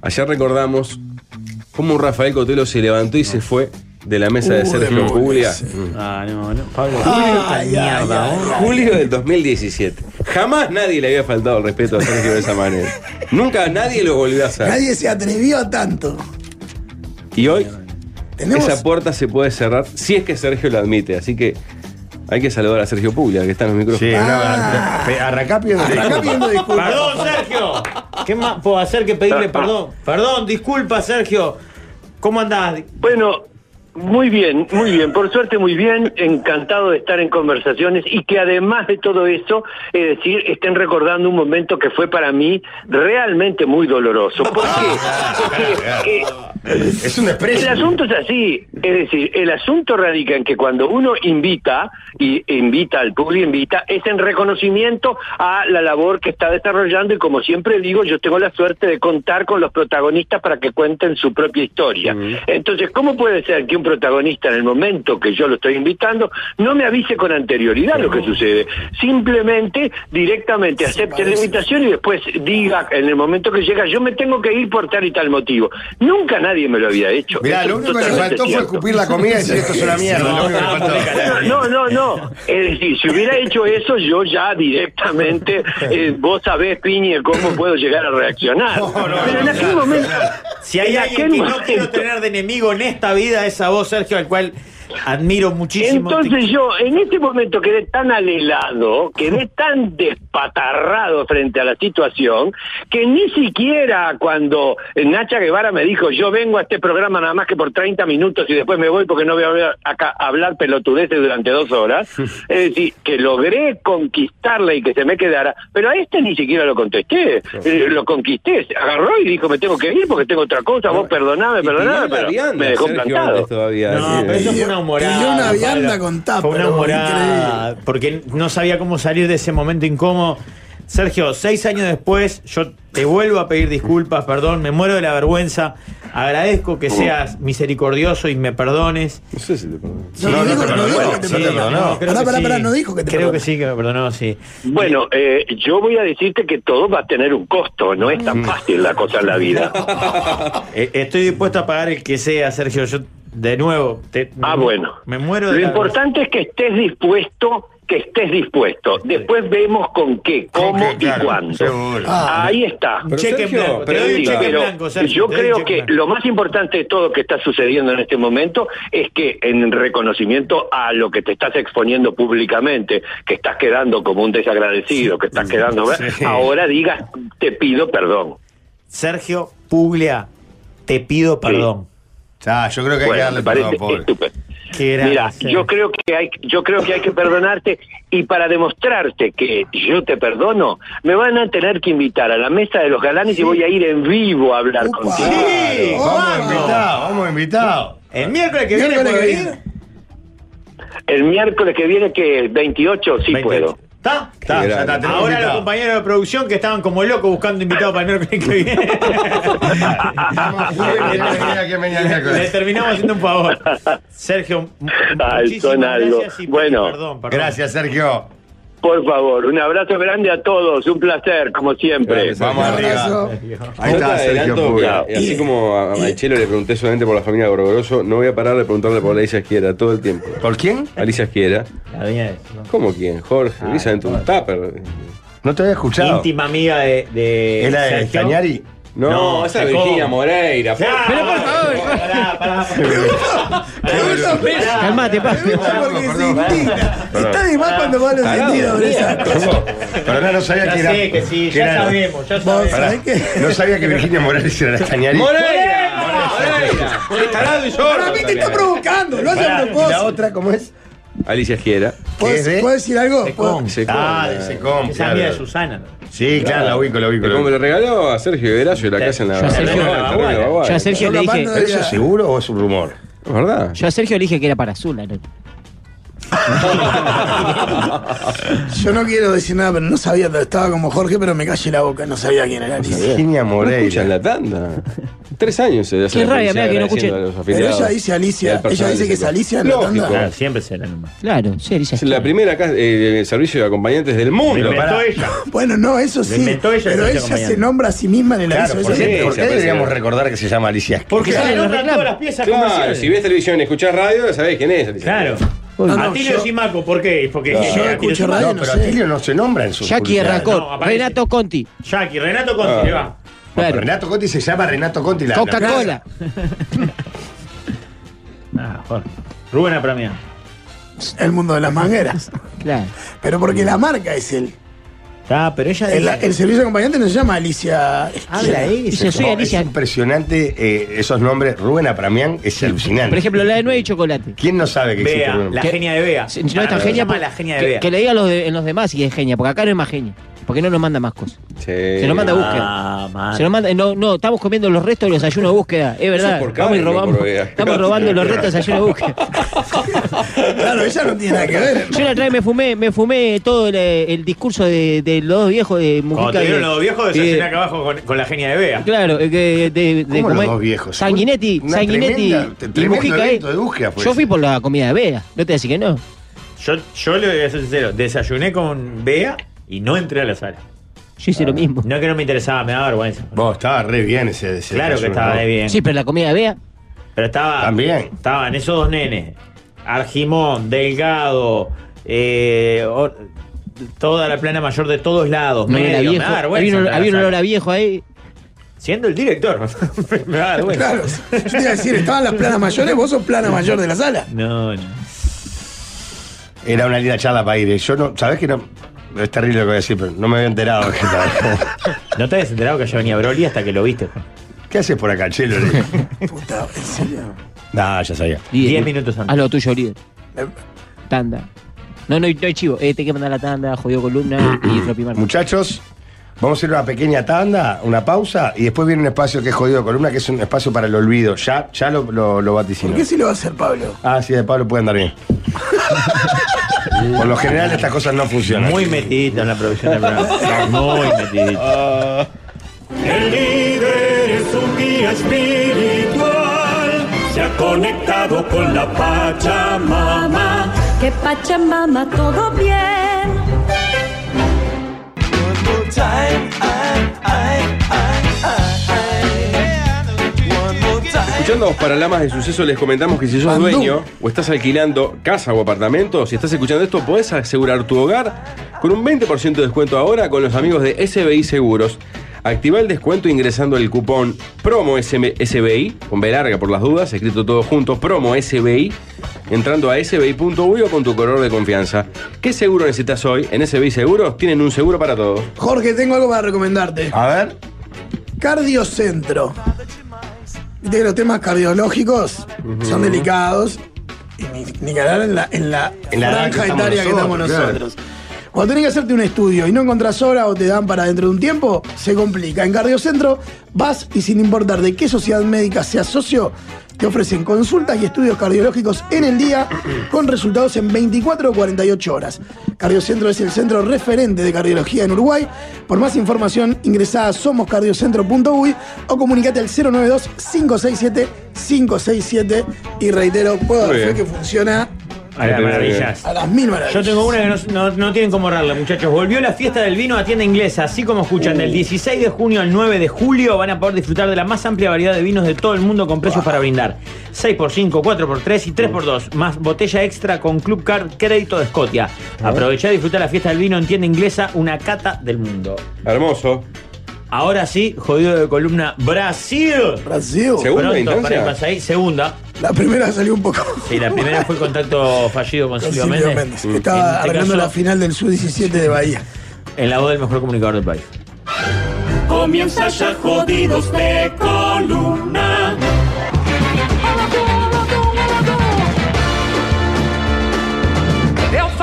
Speaker 5: Ayer recordamos cómo Rafael Cotelo se levantó y se fue de la mesa de
Speaker 3: Uh,
Speaker 5: Sergio
Speaker 3: de
Speaker 5: Julia.
Speaker 2: Ah, no, no. Pablo.
Speaker 3: Ay, ay, ay.
Speaker 5: Julio del 2017. Jamás nadie le había faltado el respeto a Sergio de esa manera. Nunca nadie lo volvió a hacer.
Speaker 3: Nadie se atrevió a tanto.
Speaker 5: Y hoy
Speaker 3: Tenemos...
Speaker 5: esa puerta se puede cerrar si es que Sergio lo admite. Así que hay que saludar a Sergio Puglia, que está en Ah. los
Speaker 9: Sí,
Speaker 5: micrófonos.
Speaker 9: una, pe- arrancá pidiendo
Speaker 3: Acá
Speaker 9: disculpas.
Speaker 3: pidiendo disculpas.
Speaker 2: Perdón, Sergio. ¿Qué más puedo hacer que pedirle perdón? Perdón, disculpa, Sergio. ¿Cómo andás?
Speaker 10: Bueno, muy bien, muy bien. Por suerte, muy bien. Encantado de estar en conversaciones y que además de todo eso, es decir, estén recordando un momento que fue para mí realmente muy doloroso. ¿Por
Speaker 2: Ah,
Speaker 10: qué? Porque, eh,
Speaker 9: Es un
Speaker 10: el
Speaker 9: desprecio.
Speaker 10: asunto es así, es decir, el asunto radica en que cuando uno invita, y invita al público, invita, es en reconocimiento a la labor que está desarrollando y como siempre digo, yo tengo la suerte de contar con los protagonistas para que cuenten su propia historia. Entonces, ¿cómo puede ser que un protagonista en el momento que yo lo estoy invitando no me avise con anterioridad lo que sucede? Simplemente, directamente acepte la
Speaker 3: parece.
Speaker 10: invitación y después diga en el momento que llega, yo me tengo que ir por tal y tal motivo. Nunca nadie me lo había hecho.
Speaker 9: Mirá, lo
Speaker 10: Eso es
Speaker 9: único que le
Speaker 10: totalmente
Speaker 9: faltó fue
Speaker 10: cierto.
Speaker 9: escupir la comida y decir esto es una mierda.
Speaker 2: No,
Speaker 9: lo único que le
Speaker 2: no,
Speaker 9: faltó.
Speaker 2: porque-
Speaker 10: No, no, no. Es decir, si hubiera hecho eso, yo ya directamente, eh, vos sabés, Piñe, cómo puedo llegar a reaccionar.
Speaker 9: no,
Speaker 10: Pero en
Speaker 9: no,
Speaker 10: aquel
Speaker 9: claro,
Speaker 10: momento...
Speaker 2: Si hay
Speaker 10: en
Speaker 2: alguien
Speaker 10: aquel
Speaker 2: que no
Speaker 10: momento-
Speaker 2: quiero tener de enemigo en esta vida, es a vos, Sergio, al cual admiro muchísimo.
Speaker 5: (laughs)
Speaker 10: Entonces yo en este momento quedé tan alelado, quedé tan empatarrado frente a la situación, que ni siquiera cuando Nacha Guevara me dijo, yo vengo a este programa nada más que por 30 minutos y después me voy porque no voy a hablar, acá, a hablar pelotudeces durante dos horas, es decir, que logré conquistarla y que se me quedara, pero a este ni siquiera lo contesté, eh, lo conquisté, se agarró y dijo, me tengo que ir porque tengo otra cosa, vos perdoname, perdoname,
Speaker 5: pidió una
Speaker 10: pero
Speaker 5: vianda,
Speaker 10: me dejó
Speaker 5: Sergio,
Speaker 10: plantado.
Speaker 5: antes todavía.
Speaker 2: No,
Speaker 5: Sí.
Speaker 2: pero eso fue una humorada.
Speaker 3: pidió una vianda
Speaker 2: Pablo.
Speaker 3: con tapa,
Speaker 2: Fue una
Speaker 3: ¿no?
Speaker 2: humorada. Porque no sabía cómo salir de ese momento incómodo. Sergio, seis años después, yo te vuelvo a pedir disculpas, perdón, me muero de la vergüenza. Agradezco que seas misericordioso y me perdones.
Speaker 5: Oh. No sé si te perdono.
Speaker 3: No, no, dijo- no dijo que te
Speaker 2: Sí,
Speaker 3: perdonó. Pará,
Speaker 2: no, creo que
Speaker 3: pará,
Speaker 2: sí.
Speaker 3: pará, no dijo que te
Speaker 2: Creo
Speaker 3: perdonó.
Speaker 2: que sí, que me perdonó, sí.
Speaker 10: Bueno, eh, yo voy a decirte que todo va a tener un costo, no es tan fácil la cosa en la vida.
Speaker 2: Eh, Estoy dispuesto a pagar el que sea, Sergio. Yo, de nuevo, te-
Speaker 10: Ah, bueno.
Speaker 2: Me muero de
Speaker 10: Lo
Speaker 2: la
Speaker 10: importante es que estés dispuesto, que estés dispuesto. Después vemos con qué, cómo
Speaker 9: qué, claro,
Speaker 10: y cuándo.
Speaker 9: seguro.
Speaker 3: Ah.
Speaker 10: Ahí está.
Speaker 2: Un cheque
Speaker 5: Sergio,
Speaker 2: en blanco, te
Speaker 5: pero
Speaker 2: doy un
Speaker 10: Sí,
Speaker 5: diga,
Speaker 2: cheque en
Speaker 10: pero
Speaker 2: blanco, Sergio,
Speaker 10: yo
Speaker 2: te doy un
Speaker 10: creo
Speaker 2: cheque
Speaker 10: que
Speaker 2: en blanco.
Speaker 10: lo más importante de todo que está sucediendo en este momento es que en reconocimiento a lo que te estás exponiendo públicamente, que estás quedando como un desagradecido, que estás quedando, ahora digas, te pido perdón.
Speaker 2: Sergio Puglia, te pido perdón.
Speaker 9: Ya, yo creo que hay que
Speaker 10: Bueno,
Speaker 9: darle
Speaker 10: me parece
Speaker 9: perdón, pobre.
Speaker 10: estupendo.
Speaker 2: Qué grande,
Speaker 10: Mira,
Speaker 2: Sergio.
Speaker 10: yo creo que hay, yo creo que hay que perdonarte y para demostrarte que yo te perdono, me van a tener que invitar a la mesa de los galanes y voy a ir en vivo a hablar
Speaker 3: Upa.
Speaker 10: contigo.
Speaker 2: Sí,
Speaker 9: Vamos
Speaker 2: vamos.
Speaker 9: invitado, vamos invitado.
Speaker 2: El miércoles que viene
Speaker 3: Miércoles
Speaker 2: puede
Speaker 3: que
Speaker 2: venir.
Speaker 3: viene.
Speaker 10: El miércoles que viene que es 28 sí
Speaker 2: 28.
Speaker 10: puedo.
Speaker 2: ¿Está? Está,
Speaker 5: grande.
Speaker 2: ya está.
Speaker 9: Ahora
Speaker 2: Tenemos Ahora los
Speaker 9: invitado.
Speaker 2: compañeros de producción que estaban como locos buscando invitados para el miércoles que viene.
Speaker 9: Vamos, ¿quién venía? ¿Quién venía el
Speaker 2: Le
Speaker 9: miércoles?
Speaker 2: terminamos haciendo un favor. Sergio, mu-
Speaker 10: Ay,
Speaker 2: muchísimas
Speaker 10: son algo.
Speaker 2: gracias y
Speaker 10: Bueno.
Speaker 2: perdón, perdón.
Speaker 9: Gracias, Sergio.
Speaker 10: Por favor, un abrazo grande a todos, un placer como siempre.
Speaker 5: Gracias,
Speaker 9: Vamos
Speaker 5: Sergio.
Speaker 9: arriba.
Speaker 3: Abrazo.
Speaker 9: Ahí
Speaker 5: Yo te
Speaker 9: está Sergio
Speaker 5: adelanto que,
Speaker 9: Puglia.
Speaker 10: Puglia.
Speaker 5: Así como a, a Chelo le pregunté solamente por la familia de Gorgoroso, no voy a parar de preguntarle por Alicia Esquiera todo el tiempo.
Speaker 9: ¿Por quién?
Speaker 5: Alicia Esquiera.
Speaker 2: La viña de-
Speaker 5: ¿Cómo quién?
Speaker 3: Ah,
Speaker 5: Jorge, Lisa dentro de un tupper.
Speaker 9: No te había escuchado.
Speaker 2: Íntima amiga de, de
Speaker 9: ¿Es la de
Speaker 2: Sergio.
Speaker 9: Cañari?
Speaker 5: No,
Speaker 2: No,
Speaker 5: esa es
Speaker 2: Chacón.
Speaker 5: Virginia Moreira.
Speaker 2: Ah,
Speaker 6: Pero por favor.
Speaker 2: Pará, pará, pará.
Speaker 6: Calmate, papi.
Speaker 3: Porque se
Speaker 9: Perdón, perdón.
Speaker 3: indigna. Está de más cuando va a los sentidos. Brisa.
Speaker 9: Pero no, no sabía
Speaker 2: Ya
Speaker 9: que era.
Speaker 2: sé que sí,
Speaker 9: que
Speaker 2: ya
Speaker 9: era-
Speaker 2: sabemos, ya
Speaker 3: Vos
Speaker 2: sabemos.
Speaker 3: sabés que.
Speaker 9: No sabía que Virginia Morales era la Cañari.
Speaker 5: ¡Moreira! ¡Moreira! ¡Moreira! Tarado y sordo
Speaker 3: Para mí te
Speaker 5: también.
Speaker 3: está provocando, lo hace a
Speaker 9: ¿Y la
Speaker 3: propósito. Pues,
Speaker 9: otra cómo es?
Speaker 5: Alicia Esquiera.
Speaker 3: ¿Puedo,
Speaker 9: es de-
Speaker 3: puedo decir algo?
Speaker 2: De
Speaker 3: ¿Puedo?
Speaker 2: con.
Speaker 5: Se
Speaker 2: Ah,
Speaker 5: come.
Speaker 2: de
Speaker 9: Se compra.
Speaker 2: Esa amiga de Susana.
Speaker 9: Sí, claro, la ubico, la ubico. la
Speaker 5: Como me
Speaker 9: ubico.
Speaker 5: lo regaló a Sergio Verazo y la casa en la
Speaker 6: Yo a Sergio-
Speaker 5: en la terreno de la Baguala.
Speaker 6: Yo a Sergio le dije.
Speaker 3: Yo
Speaker 9: ¿Pero eso es seguro o es un rumor?
Speaker 5: Es ¿Verdad?
Speaker 6: Yo a Sergio le dije que era para azul la nota.
Speaker 3: Yo no quiero decir nada, pero no sabía, estaba como Jorge, pero me callé la boca, no sabía quién era.
Speaker 9: Virginia
Speaker 5: No escuchan
Speaker 9: Moreira.
Speaker 5: la tanda. Tres años se hace
Speaker 6: Qué
Speaker 5: la policía
Speaker 6: rabia, mirá que no
Speaker 5: agradeciendo
Speaker 6: escuché.
Speaker 5: a los
Speaker 3: Pero ella
Speaker 5: afiliados.
Speaker 3: dice
Speaker 5: Y al
Speaker 3: Alicia, ella
Speaker 5: personal
Speaker 3: dice que es
Speaker 5: dice,
Speaker 3: Alicia en la
Speaker 5: Lógico.
Speaker 3: tanda.
Speaker 2: Ah, siempre será nomás.
Speaker 6: Claro, sí, Alicia.
Speaker 5: Es la primera casa, eh, el servicio de acompañantes del mundo.
Speaker 2: Inventó
Speaker 9: pará.
Speaker 2: ella.
Speaker 3: Bueno, no, eso
Speaker 2: Lo
Speaker 3: sí.
Speaker 2: inventó ella,
Speaker 3: pero
Speaker 2: esa
Speaker 3: ella
Speaker 2: compañera.
Speaker 3: se nombra a sí misma en el
Speaker 9: Claro,
Speaker 3: aviso.
Speaker 9: ¿por
Speaker 3: ella
Speaker 9: qué,
Speaker 5: Sí,
Speaker 9: ¿por
Speaker 5: se
Speaker 9: qué
Speaker 5: aparece
Speaker 9: deberíamos
Speaker 5: la-
Speaker 9: recordar que se llama Alicia?
Speaker 2: Porque
Speaker 6: Claro,
Speaker 2: se le
Speaker 6: los
Speaker 2: nombran
Speaker 6: reclamos.
Speaker 2: todas las piezas
Speaker 5: Claro,
Speaker 2: comerciales.
Speaker 5: si ves televisión y escuchás radio, sabés quién es. Alicia.
Speaker 2: Claro.
Speaker 3: no,
Speaker 2: Atilio
Speaker 3: yo-
Speaker 2: Simaco, ¿por qué? Porque
Speaker 3: Yo
Speaker 2: Atilio
Speaker 3: escucho
Speaker 2: Simaco-
Speaker 3: radio,
Speaker 9: No,
Speaker 3: no
Speaker 9: pero
Speaker 3: sé.
Speaker 9: Atilio no se nombra en su.
Speaker 6: Jackie Erracor,
Speaker 2: No, aparece.
Speaker 6: Renato Conti.
Speaker 2: Jackie, Renato Conti,
Speaker 5: Ah.
Speaker 2: le va.
Speaker 6: Claro.
Speaker 9: Renato Conti se llama Renato Conti. la- la-
Speaker 6: Coca-Cola.
Speaker 2: Ah, Jorge. Rubén Apramia.
Speaker 3: El mundo de las
Speaker 2: (laughs)
Speaker 3: mangueras.
Speaker 6: Claro.
Speaker 3: Pero porque la marca es él.
Speaker 2: Ah, pero ella
Speaker 3: El, el servicio acompañante no se llama Alicia.
Speaker 2: Habla ella.
Speaker 6: Dice, soy
Speaker 9: No,
Speaker 6: Alicia.
Speaker 9: Es impresionante eh, esos nombres. Rubén Apramián es alucinante.
Speaker 6: Por ejemplo, la de nueve y chocolate.
Speaker 9: ¿quién no sabe que existe
Speaker 2: Bea,
Speaker 9: Rubén?
Speaker 2: la
Speaker 6: ¿Qué?
Speaker 2: genia de Bea.
Speaker 6: Si No es tan
Speaker 2: Ah, Para mí
Speaker 6: genia.
Speaker 2: se llama
Speaker 6: pues,
Speaker 2: la genia de
Speaker 6: que,
Speaker 2: Bea.
Speaker 6: que le diga a los, de- en los demás si es genia, porque acá no es más genia. Porque no nos manda más cosas.
Speaker 5: Sí.
Speaker 6: Se lo manda a búsqueda.
Speaker 2: Ah, man.
Speaker 6: Se nos manda, no, no, estamos comiendo los restos de los ayunos de búsqueda, es verdad.
Speaker 5: por
Speaker 6: Vamos y
Speaker 5: carne,
Speaker 6: robamos,
Speaker 5: por vea.
Speaker 6: estamos robando los restos de ayunos de búsqueda.
Speaker 3: Claro, ella no tiene nada que ver.
Speaker 6: Yo la otra vez me fumé, me fumé todo el, eh, el discurso de, de los dos viejos de
Speaker 2: Cuando
Speaker 6: Mujica.
Speaker 2: te
Speaker 6: y de-
Speaker 2: vieron los viejos,
Speaker 6: y de-
Speaker 2: desayuné acá abajo con, con la genia de Bea.
Speaker 6: Claro, eh, que- de, de,
Speaker 9: ¿Cómo
Speaker 6: comer-
Speaker 9: los dos viejos?
Speaker 6: Sanguinetti,
Speaker 9: Una
Speaker 6: Sanguinetti
Speaker 9: tremenda-
Speaker 6: y
Speaker 9: tremendo
Speaker 6: Mujica.
Speaker 9: evento
Speaker 6: eh.
Speaker 9: de búsqueda fue
Speaker 6: Yo
Speaker 9: ese.
Speaker 6: fui por la comida de Vega, no te decís que no.
Speaker 2: Yo, yo le voy a ser sincero, desayuné con Bea y no entré a la sala. Ah.
Speaker 6: Yo hice lo mismo.
Speaker 2: No es que no me interesaba, me daba vergüenza.
Speaker 9: Vos, estaba re bien ese. ese
Speaker 2: Claro que
Speaker 9: desayuno,
Speaker 2: estaba
Speaker 9: ¿no?
Speaker 2: de bien.
Speaker 6: Sí, pero la comida de Vega,
Speaker 2: Pero estaba.
Speaker 9: También.
Speaker 2: Estaban esos dos nenes. Argimón, Delgado, eh, or- toda la plana mayor de todos lados.
Speaker 6: no
Speaker 2: medio,
Speaker 6: era
Speaker 2: me
Speaker 6: viejo.
Speaker 2: da vergüenza
Speaker 6: Había un,
Speaker 2: entrar a la
Speaker 6: había un olor
Speaker 2: sala.
Speaker 6: a viejo ahí.
Speaker 2: Siendo el director. (laughs) me da vergüenza.
Speaker 3: Claro. Yo te iba a decir, estaban las planas mayores, vos sos plana mayor de la sala.
Speaker 2: No, no.
Speaker 9: Era una linda charla para ir. Yo no, ¿sabés que no? Es terrible lo que voy a decir, pero no me había enterado. que estaba-
Speaker 2: (laughs) ¿No te habías enterado que yo venía Broly hasta que lo viste?
Speaker 9: ¿Qué haces por acá,
Speaker 2: (laughs)
Speaker 9: Chelo? Le digo.
Speaker 3: Puta, en serio.
Speaker 9: Nah, ya sabía.
Speaker 2: Diez minutos
Speaker 3: (laughs)
Speaker 2: antes.
Speaker 6: Haz lo tuyo, líder.
Speaker 9: Eh,
Speaker 6: Tanda. No, no, hay- no hay chivo. Eh, te que mandar la tanda, jodido columna y flopimar.
Speaker 9: Muchachos, vamos a ir a una pequeña tanda, una pausa, y después viene un espacio que es jodido de columna, que es un espacio para el olvido. Ya, ya lo, lo, lo vaticino.
Speaker 3: ¿Por qué sí lo va a hacer Pablo?
Speaker 9: Ah, sí, de Pablo puede andar bien. Por lo general estas cosas no funcionan.
Speaker 2: Muy metidito en la producción del programa. Muy metidito.
Speaker 8: El líder es un guía espiritual, se ha conectado con la Pachamama.
Speaker 1: Que Pachamama todo bien.
Speaker 10: eh.
Speaker 5: Escuchando a los paralamas de suceso, les comentamos que si sos
Speaker 3: Andú.
Speaker 5: dueño o estás alquilando casa o apartamento, si estás escuchando esto, podés asegurar tu hogar con un 20% de descuento ahora con los amigos de SBI Seguros. Activa el descuento ingresando el cupón promo SM SBI, con B larga por las dudas, escrito todo junto, promo SBI, entrando a sbi.uy o con tu corredor de confianza. ¿Qué seguro necesitas hoy? En SBI Seguros tienen un seguro para todos.
Speaker 3: Jorge, tengo algo para recomendarte.
Speaker 9: A ver,
Speaker 3: Cardiocentro. Viste que los temas cardiológicos son delicados. Y ni, ni que hablar en la, en la
Speaker 9: En la edad que
Speaker 3: franja
Speaker 9: estamos
Speaker 3: etaria que estamos
Speaker 9: nosotros, claro.
Speaker 3: nosotros. Cuando tenés que hacerte un estudio y no encontrás hora o te dan para dentro de un tiempo, se complica. En Cardiocentro vas y sin importar de qué sociedad médica seas socio, te ofrecen consultas y estudios cardiológicos en el día con resultados en 24 o 48 horas. Cardiocentro es el centro referente de cardiología en Uruguay. Por más información ingresá a somoscardiocentro.uy o comunicate al 092-567-567 y reitero, puedo
Speaker 5: Muy
Speaker 3: dar fe
Speaker 5: bien.
Speaker 3: que funciona
Speaker 2: A las maravillas.
Speaker 3: a las mil
Speaker 2: Yo
Speaker 3: maravillas.
Speaker 2: tengo una que no, no- no tienen cómo ahorrarla, muchachos. Volvió la fiesta del vino a tienda inglesa. Así como escuchan,
Speaker 3: Uh.
Speaker 2: del 16 de junio al 9 de julio van a poder disfrutar de la más amplia variedad de vinos de todo el mundo con precios para brindar. 6x5, 4x3 y 3x2. Más botella extra con Club Card Crédito de Escotia. Aprovechá y disfrutar la fiesta del vino en tienda inglesa, una cata del mundo.
Speaker 5: Hermoso.
Speaker 2: Ahora sí, jodido de columna Brasil.
Speaker 3: Brasil.
Speaker 5: Según- ¿Segunda
Speaker 2: Pronto para
Speaker 5: instancia?
Speaker 2: el Pasay, segunda.
Speaker 3: La primera salió un poco.
Speaker 2: Sí, la primera fue el contacto fallido con
Speaker 3: Con
Speaker 2: Silvio
Speaker 3: Silvio
Speaker 2: Méndez.
Speaker 3: Méndez, que
Speaker 5: Mm.
Speaker 2: En
Speaker 3: estaba
Speaker 2: este
Speaker 3: arreglando
Speaker 2: caso,
Speaker 3: la final del Sub-17 de
Speaker 5: (laughs)
Speaker 3: Bahía.
Speaker 2: En la voz del mejor comunicador del país.
Speaker 8: Comienza ya jodidos de columna.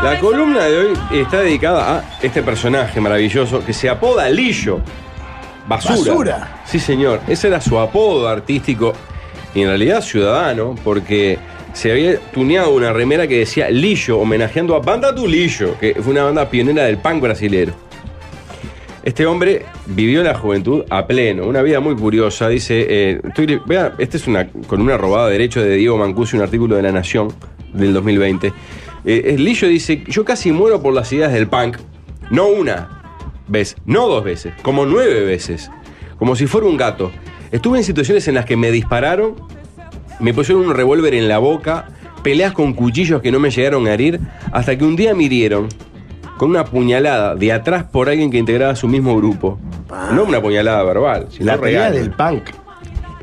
Speaker 5: La columna de hoy está dedicada a este personaje maravilloso que se apoda Lillo. Basura.
Speaker 3: Basura.
Speaker 5: Sí, señor. Ese era su apodo artístico y en realidad ciudadano, porque se había tuneado una remera que decía Lillo, homenajeando a Banda do Lillo, que fue una banda pionera del punk brasilero. Este hombre vivió la juventud a pleno, una vida muy curiosa. Dice, eh, estoy- vea, esta es una columna robada de derecho de Diego Mancusi, un artículo de La Nación del 2020. Eh, eh, Lillo dice, yo casi muero por las ideas del punk, no una vez, no dos veces, como nueve veces, como si fuera un gato. Estuve en situaciones en las que me dispararon, me pusieron un revólver en la boca, peleas con cuchillos que no me llegaron a herir, hasta que un día me hirieron con una puñalada de atrás por alguien que integraba su mismo grupo. No una puñalada verbal, sino
Speaker 9: Ah. la pelea
Speaker 5: real.
Speaker 9: del punk.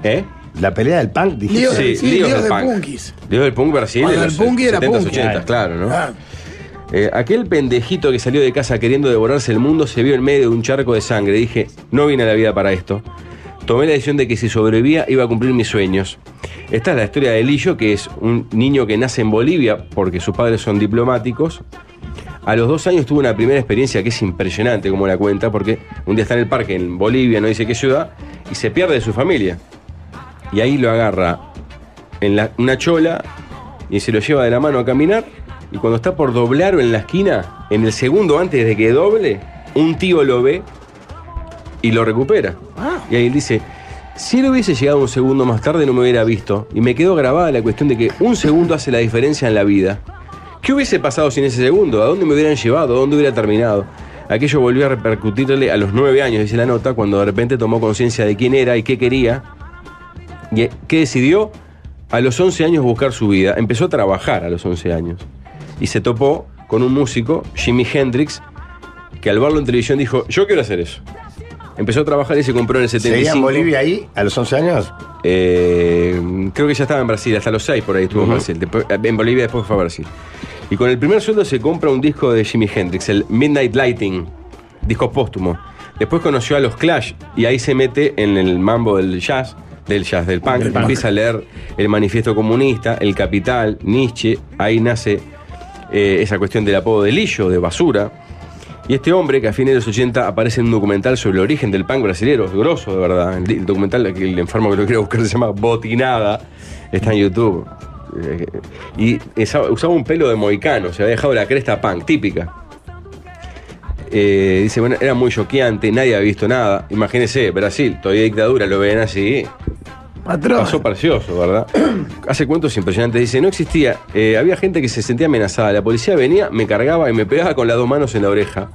Speaker 5: ¿Eh?
Speaker 9: La pelea del punk, dijiste.
Speaker 3: Lío- sí, líos de
Speaker 5: punk.
Speaker 3: punkis.
Speaker 5: Líos del punk Brasil
Speaker 3: Cuando
Speaker 5: de
Speaker 3: el
Speaker 5: los
Speaker 3: punky era
Speaker 5: 70s,
Speaker 3: punky.
Speaker 5: 80s, claro, ¿no?
Speaker 3: Ah,
Speaker 5: Eh, aquel pendejito que salió de casa queriendo devorarse el mundo se vio en medio de un charco de sangre. Dije, no vine a la vida para esto. Tomé la decisión de que si sobrevivía iba a cumplir mis sueños. Esta es la historia de Lillo, que es un niño que nace en Bolivia porque sus padres son diplomáticos. A los dos años tuvo una primera experiencia que es impresionante, como la cuenta, porque un día está en el parque en Bolivia, no dice qué ciudad, y se pierde de su familia. Y ahí lo agarra en la- una chola y se lo lleva de la mano a caminar. Y cuando está por doblar o en la esquina, en el segundo antes de que doble, un tío lo ve y lo recupera. Y ahí él dice, si él hubiese llegado un segundo más tarde no me hubiera visto. Y me quedó grabada la cuestión de que un segundo hace la diferencia en la vida. ¿Qué hubiese pasado sin ese segundo? ¿A dónde me hubieran llevado? ¿A dónde hubiera terminado? Aquello volvió a repercutirle a los nueve años, dice la nota, cuando de repente tomó conciencia de quién era y qué quería. ¿Y qué decidió? A los 11 años buscar su vida. Empezó a trabajar a los 11 años. Y se topó con un músico, Jimi Hendrix, que al verlo en televisión dijo, yo quiero hacer eso. Empezó a trabajar y se compró en el 75.
Speaker 9: ¿Seguía en Bolivia ahí a los 11 años?
Speaker 5: Eh, creo que ya estaba en Brasil, hasta los 6 por ahí estuvo en Brasil. Después- en Bolivia después fue a Brasil. Y con el primer sueldo se compra un disco de Jimi Hendrix, el Midnight Lighting, disco póstumo. Después conoció a los Clash y ahí se mete en el mambo del jazz, del jazz, del punk.
Speaker 2: Del punk.
Speaker 5: Empieza a leer el Manifiesto Comunista, El Capital, Nietzsche. Ahí nace eh, esa cuestión del apodo de Lillo, de basura. Y este hombre, que a fines de los 80 aparece en un documental sobre el origen del punk brasilero, grosso de verdad. El, el documental, que el enfermo que lo quiere buscar se llama Botinada, está en YouTube. Eh, Y esa- usaba un pelo de moicano, se había dejado la cresta punk, típica. Eh, dice, bueno, era muy choqueante, nadie había visto nada. Imagínense, Brasil, todavía dictadura, lo ven así.
Speaker 3: Patrón.
Speaker 5: Pasó precioso, ¿verdad? Hace cuentos impresionantes. Dice, no existía. eh, había gente que se sentía amenazada. La policía venía, me cargaba y me pegaba con las dos manos en la oreja.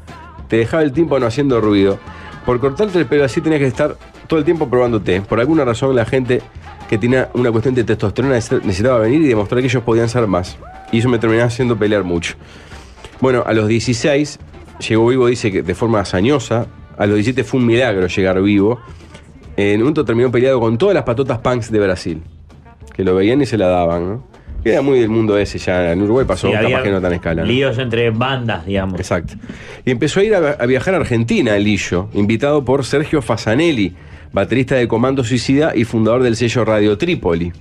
Speaker 5: Te dejaba el tímpano haciendo ruido. Por cortarte el pelo así tenías que estar todo el tiempo probándote. Por alguna razón la gente que tenía una cuestión de testosterona necesitaba venir y demostrar que ellos podían ser más. Y eso me terminaba haciendo pelear mucho. Bueno, a los 16 llegó vivo, dice que de forma hazañosa. A los 17 fue un milagro llegar vivo. En un momento terminó peleado con todas las patotas punks de Brasil. Que lo veían y se la daban, ¿no? Que Era muy del mundo ese ya. En Uruguay pasó,
Speaker 2: Sí, había
Speaker 5: capaz que no tan escala. ¿no?
Speaker 2: Líos entre bandas, digamos.
Speaker 5: Exacto. Y empezó a ir a, a viajar a Argentina, Lillo, invitado por Sergio Fasanelli, baterista de Comando Suicida y fundador del sello Radio Trípoli.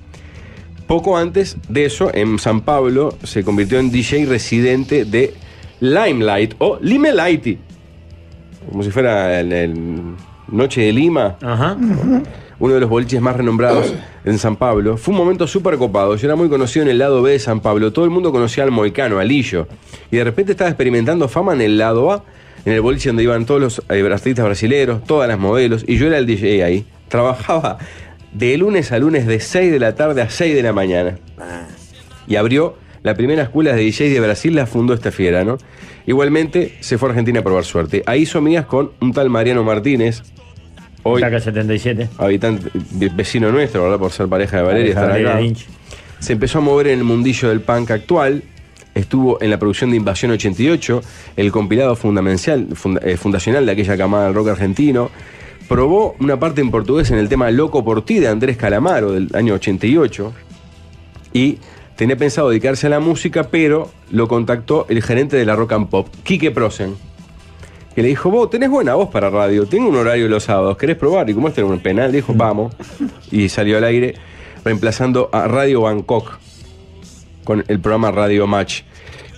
Speaker 5: Poco antes de eso, en San Pablo, se convirtió en DJ residente de Limelight o Limelighty. Como si fuera el, el Noche de Lima
Speaker 2: Ajá.
Speaker 5: uno de los boliches más renombrados en San Pablo. Fue un momento súper copado. Yo era muy conocido en el lado B de San Pablo. Todo el mundo conocía al Moicano, al Lillo. Y de repente estaba experimentando fama en el lado A, en el boliche donde iban todos los eh, artistas brasileros, todas las modelos. Y yo era el DJ ahí. Trabajaba de lunes a lunes de 6 de la tarde a 6 de la mañana y abrió la primera escuela de DJ de Brasil, la fundó esta fiera, ¿no? Igualmente se fue a Argentina a probar suerte. Ahí hizo amigas con un tal Mariano Martínez, hoy
Speaker 2: Saca 77.
Speaker 5: habitante, ve- vecino nuestro, ¿verdad? Por ser pareja de Valeria, estar
Speaker 2: Gabriela
Speaker 5: acá.
Speaker 2: Lynch.
Speaker 5: Se empezó a mover en el mundillo del punk actual. Estuvo en la producción de Invasión 88, el compilado fundamental, funda- eh, fundacional de aquella camada del rock argentino. Probó una parte en portugués en el tema Loco por ti de Andrés Calamaro del año 88 y tenía pensado dedicarse a la música, pero lo contactó el gerente de la Rock and Pop, Quique Prosen, que le dijo, vos tenés buena voz para radio, tengo un horario los sábados, ¿querés probar? Y como este era un penal,
Speaker 2: Mm.
Speaker 5: dijo, vamos. Y salió al aire reemplazando a Radio Bangkok con el programa Radio Match.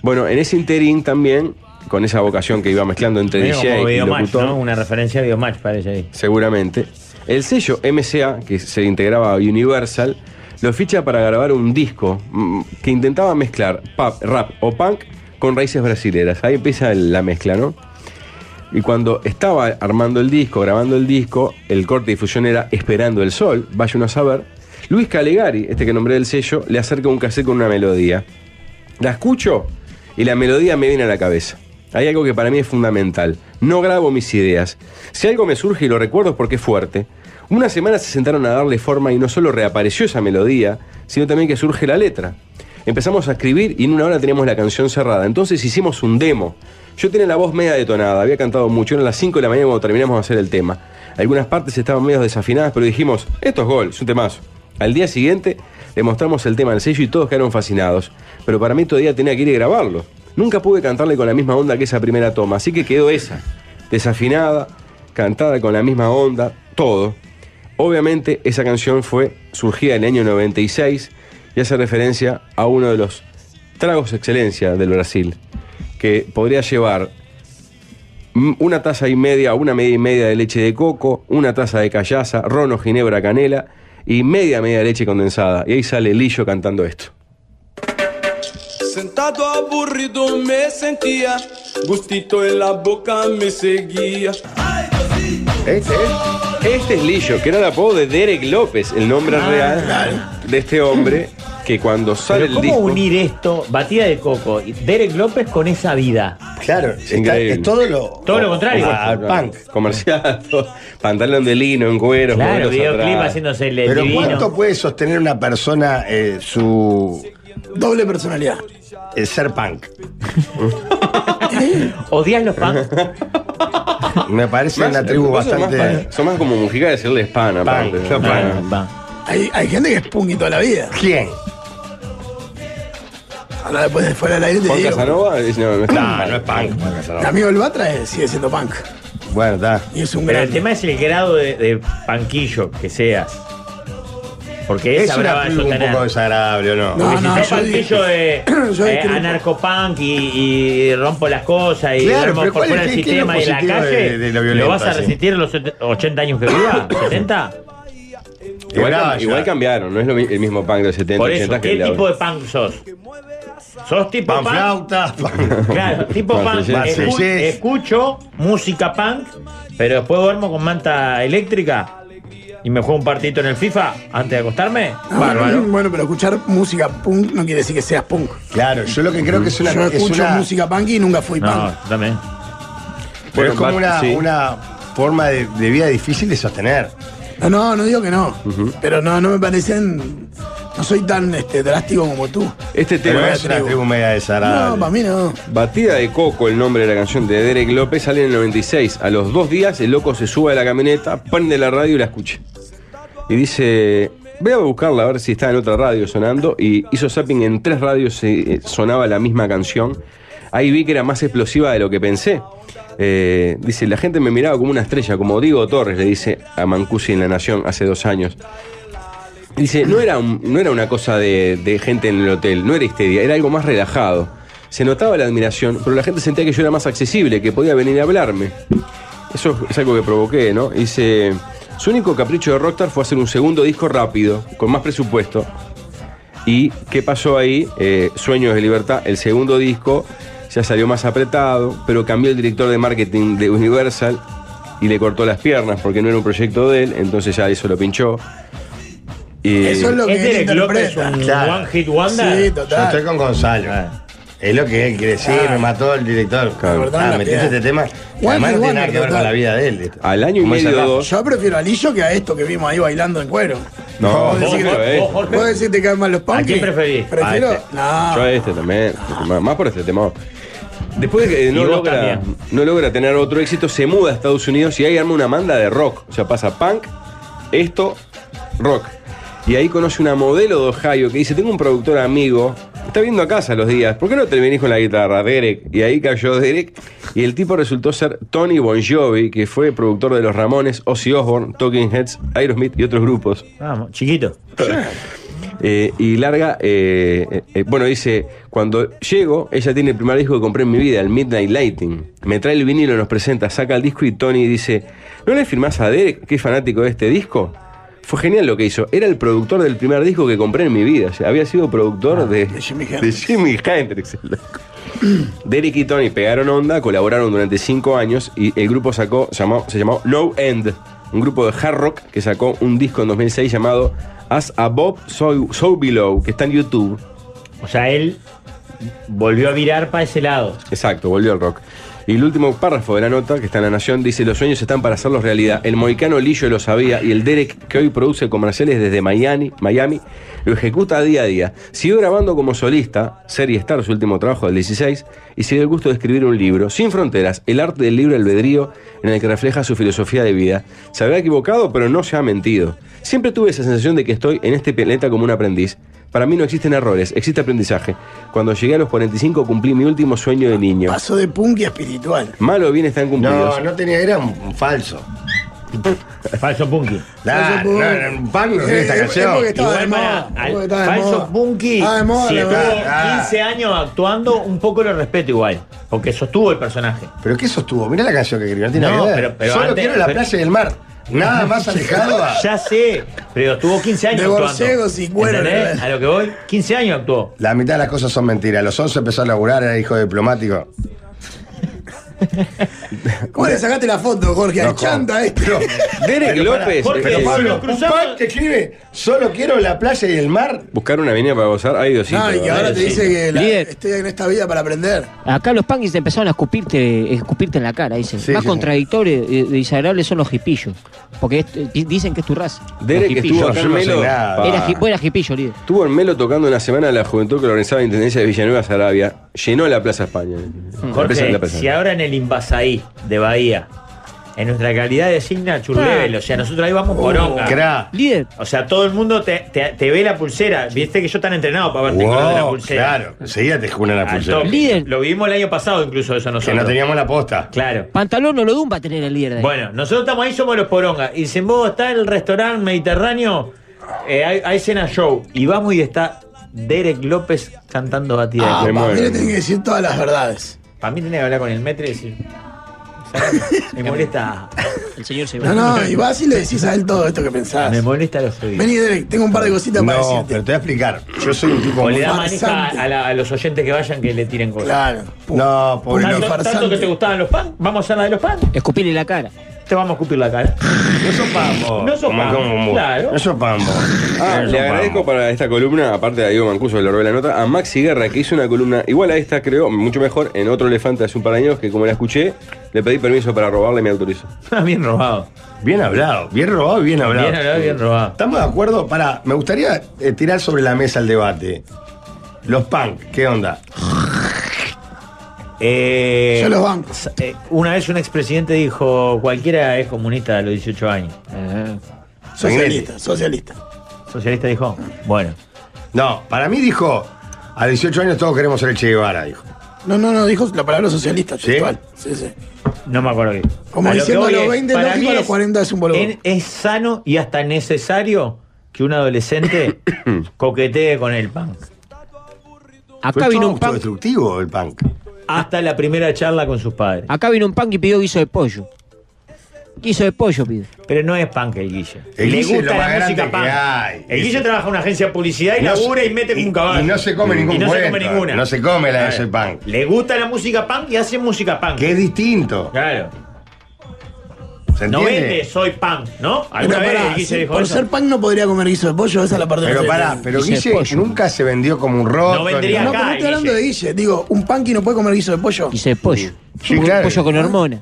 Speaker 5: Bueno, en ese interín también, con esa vocación que iba mezclando entre
Speaker 2: Medio
Speaker 5: DJ
Speaker 2: como
Speaker 5: y
Speaker 2: Videomatch,
Speaker 5: locutor,
Speaker 2: ¿no? Una referencia a Videomatch parece ahí.
Speaker 5: seguramente. El sello MCA, que se integraba a Universal, lo ficha para grabar un disco mm, que intentaba mezclar pop, rap o punk con raíces brasileras. Ahí empieza el- la mezcla, ¿no? Y cuando estaba armando el disco, grabando el disco, el corte de difusión era Esperando el Sol, vaya uno a saber. Luis Calegari, este que nombré del sello, le acerca un cassette con una melodía. La escucho y la melodía me viene a la cabeza. Hay algo que para mí es fundamental. No grabo mis ideas. Si algo me surge y lo recuerdo es porque es fuerte. Una semana se sentaron a darle forma y no solo reapareció esa melodía, sino también que surge la letra. Empezamos a escribir y en una hora teníamos la canción cerrada. Entonces hicimos un demo. Yo tenía la voz media detonada, había cantado mucho. Eran las 5 de la mañana cuando terminamos de hacer el tema. Algunas partes estaban medio desafinadas, pero dijimos, esto es gol, es un temazo. Al día siguiente le mostramos el tema al sello y todos quedaron fascinados. Pero para mí todavía tenía que ir a grabarlo. Nunca pude cantarle con la misma onda que esa primera toma, así que quedó esa. Desafinada, cantada con la misma onda, todo. Obviamente esa canción fue surgida en el año 96 y hace referencia a uno de los tragos de excelencia del Brasil, que podría llevar mm, una taza y media, una media y media de leche de coco, una taza de callaza, rono, ginebra, canela y media media de leche condensada. Y ahí sale Lillo cantando esto.
Speaker 11: Sentado aburrido me sentía, gustito en la boca me seguía.
Speaker 5: Este, es- este es Lillo, que era el apodo de Derek López, el nombre
Speaker 7: Ah,
Speaker 5: real de este hombre que cuando sale
Speaker 2: Pero
Speaker 5: el
Speaker 2: ¿cómo
Speaker 5: disco...
Speaker 2: unir esto, batida de coco, y Derek López con esa vida?
Speaker 7: Claro, está,
Speaker 5: increíble.
Speaker 7: es todo lo.
Speaker 2: Todo lo contrario.
Speaker 7: Ah, al punk.
Speaker 5: Comercial, todo. pantalón de lino en cuero,
Speaker 2: Claro,
Speaker 5: modelos
Speaker 2: videoclip
Speaker 5: atrás.
Speaker 2: haciéndose el
Speaker 7: Pero
Speaker 2: divino.
Speaker 7: ¿cuánto puede sostener una persona eh, su.
Speaker 3: Doble personalidad.
Speaker 7: eh, ser punk?
Speaker 2: (laughs) ¿Odias los punks?
Speaker 7: Me parece
Speaker 5: Más-
Speaker 7: una tribu
Speaker 5: vos sos más
Speaker 7: bastante.
Speaker 5: pan- Son más como mujica de decirle hispana.
Speaker 7: Pan,
Speaker 5: aparte,
Speaker 7: yo
Speaker 5: ¿no?
Speaker 7: pan.
Speaker 2: Ah, va.
Speaker 3: Hay, hay gente que es punky toda la vida.
Speaker 7: ¿Quién?
Speaker 3: Ahora después de fuera del aire te
Speaker 5: Juan
Speaker 3: digo.
Speaker 5: Casanova es- no, no es
Speaker 3: No, no
Speaker 5: es punk, Juan
Speaker 3: El amigo del Batra es- sigue siendo punk.
Speaker 7: Bueno, está.
Speaker 3: Y es un
Speaker 2: Pero
Speaker 3: gran.
Speaker 2: el tema es el grado de, de panquillo que seas. Porque
Speaker 7: Es
Speaker 2: esa
Speaker 7: una
Speaker 2: brava
Speaker 7: piba un
Speaker 2: sotanada.
Speaker 7: poco desagradable, ¿o no?
Speaker 3: No,
Speaker 2: Porque
Speaker 3: no,
Speaker 2: si
Speaker 3: yo
Speaker 2: sos panquillo de
Speaker 3: (clears throat) yo
Speaker 2: eh,
Speaker 3: discrepo.
Speaker 2: anarcopunk y, y rompo las cosas y
Speaker 7: Claro,
Speaker 2: duermo
Speaker 7: pero
Speaker 2: por
Speaker 7: ¿cuál
Speaker 2: fuera del
Speaker 7: es- qué- qué es lo
Speaker 2: sistema y en la
Speaker 7: positivo
Speaker 2: calle,
Speaker 7: de- de lo
Speaker 2: ¿lo
Speaker 7: violento,
Speaker 2: vas a
Speaker 7: así?
Speaker 2: resistir los set- 80 años que viva? ¿70?
Speaker 5: Igual,
Speaker 7: Bravo,
Speaker 5: cam-
Speaker 7: ya.
Speaker 5: igual cambiaron, no es lo mi- el mismo punk del 70,
Speaker 2: Por
Speaker 5: 80
Speaker 2: eso,
Speaker 5: que
Speaker 2: ¿qué
Speaker 5: el de
Speaker 2: tipo
Speaker 5: ahora.
Speaker 2: de punk sos? ¿Sos tipo
Speaker 7: Pan
Speaker 2: punk?
Speaker 7: flauta, pan-
Speaker 2: Claro, tipo punk.
Speaker 5: Marsellés.
Speaker 2: Escu-
Speaker 7: Marsellés.
Speaker 2: escucho música punk, pero después duermo con manta eléctrica y me juego un partidito en el FIFA antes de acostarme.
Speaker 3: Ah,
Speaker 2: Bárbaro.
Speaker 3: (laughs) Bueno, pero escuchar música punk no quiere decir que seas punk.
Speaker 7: Claro, yo lo que creo que es una.
Speaker 3: Yo
Speaker 7: es
Speaker 3: escucho
Speaker 7: una-
Speaker 3: música punk y nunca fui
Speaker 2: No,
Speaker 3: punk.
Speaker 2: también.
Speaker 7: Pero es como
Speaker 5: Bat-
Speaker 7: una,
Speaker 5: sí.
Speaker 7: una forma de, de vida difícil de sostener.
Speaker 3: No, no, no digo que no. Pero no, no me parecen. No soy tan este, drástico como tú.
Speaker 5: Este
Speaker 7: Pero
Speaker 5: tema
Speaker 7: es
Speaker 5: es
Speaker 7: una
Speaker 3: tribu.
Speaker 7: tribu media
Speaker 3: No,
Speaker 7: desagradable.
Speaker 3: para mí no.
Speaker 5: Batida de Coco, el nombre de la canción de Derek López, sale en el 96. A los dos días, el loco se sube a la camioneta, prende la radio y la escucha. Y dice: Voy a buscarla a ver si está en otra radio sonando. Y hizo zapping en tres radios, eh, sonaba la misma canción. Ahí vi que era más explosiva de lo que pensé. Eh, dice: La gente me miraba como una estrella, como Diego Torres, le dice a Mancusi en La Nación hace dos años. Dice, no era, un- no era una cosa de, de gente en el hotel, no era histeria, era algo más relajado. Se notaba la admiración, pero la gente sentía que yo era más accesible, que podía venir a hablarme. Eso es algo que provoqué, ¿no? Dice, su único capricho de Rockstar fue hacer un segundo disco rápido, con más presupuesto. ¿Y qué pasó ahí? Eh, Sueños de Libertad, el segundo disco, ya salió más apretado, pero cambió el director de marketing de Universal y le cortó las piernas porque no era un proyecto de él, entonces ya eso lo pinchó. Y-
Speaker 3: Eso es lo que
Speaker 2: ¿Es
Speaker 3: él
Speaker 2: Derek López
Speaker 3: interpreta.
Speaker 2: un
Speaker 7: claro.
Speaker 2: one hit wonder?
Speaker 3: Sí,
Speaker 7: Yo estoy
Speaker 3: total.
Speaker 7: con Gonzalo.
Speaker 2: Ah.
Speaker 7: Es lo que él quiere decir, me mató el director.
Speaker 5: Claro.
Speaker 7: Ah, metiste este tema.
Speaker 3: One
Speaker 7: Además
Speaker 3: and
Speaker 7: no tiene nada
Speaker 3: Wonder,
Speaker 7: que ver con
Speaker 3: total.
Speaker 7: la vida de él. esto.
Speaker 5: Al año y
Speaker 7: Como
Speaker 5: medio
Speaker 7: esa
Speaker 5: o
Speaker 7: raza.
Speaker 5: dos.
Speaker 3: Yo prefiero a Lillo que a esto que vimos ahí bailando en cuero.
Speaker 5: No,
Speaker 3: ¿Puedo decir,
Speaker 5: vos,
Speaker 2: Jorge,
Speaker 5: eh.
Speaker 2: vos, Jorge.
Speaker 3: ¿puedo decir que te caen mal los punkies?
Speaker 2: quién preferís?
Speaker 3: Prefiero.
Speaker 5: A este.
Speaker 3: No.
Speaker 5: Yo a este también, más- más por este tema. Después de que eh, no
Speaker 2: vos
Speaker 5: logra,
Speaker 2: también.
Speaker 5: no logra tener otro éxito, se muda a Estados Unidos y ahí arma una banda de rock. O sea, pasa punk, esto, rock. Y ahí conoce una modelo de Ohio que dice, tengo un productor amigo, está viendo a casa los días, ¿por qué no te venís con la guitarra, Derek? Y ahí cayó Derek y el tipo resultó ser Tony Bon Jovi, que fue productor de Los Ramones, Ozzy Osbourne, Talking Heads, Aerosmith y otros grupos.
Speaker 2: Vamos, chiquito.
Speaker 5: Eh, y larga, eh, eh, eh, bueno, dice, cuando llego, ella tiene el primer disco que compré en mi vida, el Midnight Lighting. Me trae el vinilo, nos presenta, saca el disco y Tony dice, ¿no le firmás a Derek, que es fanático de este disco? Fue genial lo que hizo. Era el productor del primer disco que compré en mi vida. O sea, había sido productor Ah, de, de Jimi Hendrix. el loco. (clears throat) Derek y Tony pegaron onda, colaboraron durante cinco años y el grupo sacó, llamó- se llamó No End, un grupo de hard rock que sacó un disco en 2006 llamado As Above, So, so Below, que está en YouTube.
Speaker 2: O sea, él volvió a virar para ese lado.
Speaker 5: Exacto, volvió al rock. Y el último párrafo de la nota, que está en La Nación, dice: Los sueños están para hacerlos realidad. El mohicano Lillo lo sabía y el Derek, que hoy produce comerciales desde Miami, Miami lo ejecuta día a día. Siguió grabando como solista, Serie Star, su último trabajo del 16, y se dio el gusto de escribir un libro, Sin Fronteras, el arte del libre albedrío, en el que refleja su filosofía de vida. Se había equivocado, pero no se ha mentido. Siempre tuve esa sensación de que estoy en este planeta como un aprendiz. Para mí no existen errores, existe aprendizaje. Cuando llegué a los 45 cumplí mi último sueño de niño.
Speaker 3: Paso de punk y a espiritual.
Speaker 5: Malo o bien están cumplidos.
Speaker 7: No, no tenía, era un, un falso.
Speaker 2: Falso punky.
Speaker 7: Nah,
Speaker 3: Falso
Speaker 7: no,
Speaker 3: punk.
Speaker 7: era un punk, no tenía esta
Speaker 3: Eh, es
Speaker 7: canción.
Speaker 3: porque estaba
Speaker 2: Igual
Speaker 3: de moda.
Speaker 2: para al-
Speaker 3: porque estaba de
Speaker 2: falso
Speaker 3: moda.
Speaker 2: punky,
Speaker 3: Estaba de moda,
Speaker 2: si
Speaker 3: la
Speaker 2: estuvo
Speaker 3: verdad.
Speaker 7: verdad.
Speaker 2: 15 años actuando, un poco lo respeto igual. Porque sostuvo el personaje.
Speaker 7: Pero ¿qué sostuvo? Uh, Mirá la canción que escribió, no tiene
Speaker 2: No,
Speaker 7: nada que ver.
Speaker 2: pero- pero
Speaker 7: Solo
Speaker 2: antes-
Speaker 7: quiero la
Speaker 2: pero-
Speaker 7: playa y el mar.
Speaker 2: (laughs)
Speaker 7: Nada más alejado a...
Speaker 2: Ya sé, pero estuvo 15 años
Speaker 3: De
Speaker 2: actuando.
Speaker 3: borcegos y cuero,
Speaker 2: ¿Entendés?
Speaker 3: ¿no?
Speaker 2: A lo que voy, 15 años actuó.
Speaker 7: La mitad de las cosas son mentiras. A los 11 empezó a laburar, era hijo de diplomático.
Speaker 3: ¿Cómo le sacaste la foto, Jorge? Al
Speaker 7: No,
Speaker 3: chanta este.
Speaker 7: Pero-
Speaker 5: Derek
Speaker 7: pero pará,
Speaker 5: López,
Speaker 2: Jorge,
Speaker 7: Pero
Speaker 5: eh,
Speaker 7: Pablo,
Speaker 2: nos
Speaker 7: un
Speaker 2: cruzamos-
Speaker 7: punk que escribe, solo quiero la playa y el mar.
Speaker 5: buscar una avenida para gozar, ay Diosito.
Speaker 3: No, y que ahora te
Speaker 5: Diosito.
Speaker 3: dice que la-
Speaker 6: Líder.
Speaker 3: estoy en esta vida para aprender.
Speaker 6: Acá los panguis empezaron a escupirte, escupirte en la cara, dicen.
Speaker 7: Sí,
Speaker 6: Más
Speaker 7: sí,
Speaker 6: contradictorios y desagradables son los hipillos. Porque es- eh, dicen que es tu raza. los
Speaker 5: Derek que
Speaker 6: hipillos.
Speaker 5: estuvo acá
Speaker 7: Yo
Speaker 5: en
Speaker 7: no sé
Speaker 5: Melo.
Speaker 7: nada.
Speaker 5: pa.
Speaker 6: Era, hi- vos eras hipillo, líder.
Speaker 5: Estuvo en Melo tocando una semana la juventud que lo organizaba la Intendencia de Villanueva, Sarabia. Llenó la Plaza España. La plaza-
Speaker 2: Jorge,
Speaker 5: la plaza.
Speaker 2: si ahora en el Invasaí de Bahía En nuestra calidad designa churlevel. O sea, nosotros ahí vamos
Speaker 9: Uh,
Speaker 2: poronga.
Speaker 9: cra.
Speaker 6: Líder.
Speaker 2: O sea, todo el mundo te, te- te ve la pulsera. Viste que yo tan entrenado para verte el color de la
Speaker 9: Wow,
Speaker 2: pulsera.
Speaker 9: claro, enseguida te juran la
Speaker 2: Al
Speaker 9: pulsera.
Speaker 2: toque. Lo vivimos el año pasado incluso eso
Speaker 9: Que
Speaker 2: nosotros.
Speaker 9: no teníamos la posta.
Speaker 2: Claro.
Speaker 6: Pantalón no lo dumba tener el líder de ahí.
Speaker 2: Bueno, nosotros estamos ahí, somos los porongas. Y dicen, vos está el restaurante mediterráneo, eh, hay, hay cena show. Y vamos y está Derek López cantando batida. de
Speaker 3: Ah,
Speaker 2: coco.
Speaker 3: para mí le tienen que decir todas las verdades.
Speaker 2: Para mí tenía que hablar con el metro y
Speaker 6: (laughs)
Speaker 2: decir. "Sacame, Me molesta.
Speaker 6: El señor se va.
Speaker 3: No, no, y vas y le decís a él todo esto que
Speaker 2: Me
Speaker 3: pensás.
Speaker 2: molesta los oídos.
Speaker 3: Vení, Derek, tengo un par de cositas para
Speaker 9: No,
Speaker 3: decirte.
Speaker 9: pero te voy a explicar. Yo soy un tipo
Speaker 2: O
Speaker 9: muy
Speaker 2: le da
Speaker 3: farsante.
Speaker 2: manija a, la- a los oyentes que vayan que le tiren cosas.
Speaker 3: Claro.
Speaker 9: No, pobre
Speaker 3: Una
Speaker 9: loco.
Speaker 2: ¿Tanto,
Speaker 3: farsante.
Speaker 2: tanto que te gustaban los pan? ¿Vamos a hacer la de los pan?
Speaker 6: Escupirle la cara.
Speaker 2: Te vamos a escupir la cara.
Speaker 9: No sopamos.
Speaker 2: No sopamos,
Speaker 9: Como- como-
Speaker 2: claro.
Speaker 9: No sopamos.
Speaker 5: Ah,
Speaker 9: No
Speaker 5: le
Speaker 9: sopamos.
Speaker 5: agradezco para esta columna, aparte de Diego Mancuso, que le robé la nota, a Maxi Guerra, que hizo una columna igual a esta, creo, mucho mejor, en otro elefante hace un par de años, que como la escuché, le pedí permiso para robarla y me autorizó.
Speaker 2: Ah, bien robado.
Speaker 9: Bien hablado, bien robado y bien hablado.
Speaker 2: Bien hablado, bien robado.
Speaker 9: ¿Estamos de acuerdo? Para, me gustaría eh, tirar sobre la mesa el debate. Los punk, ¿qué onda?
Speaker 2: Eh,
Speaker 3: Yo los banco.
Speaker 2: s- eh, una vez un expresidente dijo, cualquiera es comunista a los 18 años.
Speaker 3: Eh. Socialista, socialista.
Speaker 2: Socialista dijo, bueno.
Speaker 9: No, para mí dijo, a 18 años todos queremos ser el Che Guevara, dijo.
Speaker 3: No, no, no, dijo la palabra socialista,
Speaker 9: ¿Sí?
Speaker 3: textual. Sí, sí.
Speaker 2: No me acuerdo qué.
Speaker 3: Como
Speaker 2: A lo
Speaker 3: diciendo,
Speaker 2: que voy
Speaker 3: a los
Speaker 2: es,
Speaker 3: 20
Speaker 2: para
Speaker 3: lógico,
Speaker 2: mí
Speaker 3: a los 40 es un boludo.
Speaker 2: en- es sano y hasta necesario que un
Speaker 9: (coughs)
Speaker 2: adolescente coquetee con el punk.
Speaker 6: Acá vino un
Speaker 9: punk.
Speaker 6: punk.
Speaker 9: destructivo el punk.
Speaker 2: Hasta la primera charla con sus padres.
Speaker 6: Acá vino un punk y pidió guiso de pollo. Guiso de pollo pide.
Speaker 2: Pero no es punk el Guille.
Speaker 9: El
Speaker 2: Le
Speaker 9: Guille es
Speaker 2: gusta
Speaker 9: lo más
Speaker 2: la música
Speaker 9: grande
Speaker 2: punk.
Speaker 9: que hay.
Speaker 2: El Guille
Speaker 9: Ese-
Speaker 2: trabaja en una agencia de publicidad y
Speaker 9: No
Speaker 2: labura
Speaker 9: se-
Speaker 2: y mete
Speaker 9: y-
Speaker 2: con un caballo.
Speaker 9: y no se come ningún
Speaker 2: Y no se come
Speaker 9: cuento.
Speaker 2: ninguna.
Speaker 9: No se come la de
Speaker 2: Claro.
Speaker 9: ese punk.
Speaker 2: Le gusta la música punk y hace música punk.
Speaker 9: Que es distinto.
Speaker 2: Claro.
Speaker 9: ¿Se
Speaker 2: No
Speaker 9: entiende?
Speaker 2: vende, soy punk, ¿no? Alguna
Speaker 3: Pero
Speaker 2: vez
Speaker 3: pará,
Speaker 2: el Guille
Speaker 3: si
Speaker 2: dijo
Speaker 3: por
Speaker 2: eso.
Speaker 3: ser pan no podría comer guiso de pollo, esa es la parte
Speaker 9: Pero
Speaker 3: que-
Speaker 9: pará, pero
Speaker 6: Guiso de
Speaker 9: Guille
Speaker 6: pollo.
Speaker 9: nunca se vendió como un rock.
Speaker 2: No vendría
Speaker 3: No,
Speaker 2: acá,
Speaker 3: pero no estoy hablando de Guille. Digo, un punky no puede comer guiso de pollo.
Speaker 6: Guiso de pollo.
Speaker 9: Sí,
Speaker 6: Un
Speaker 9: claro.
Speaker 6: pollo con hormona.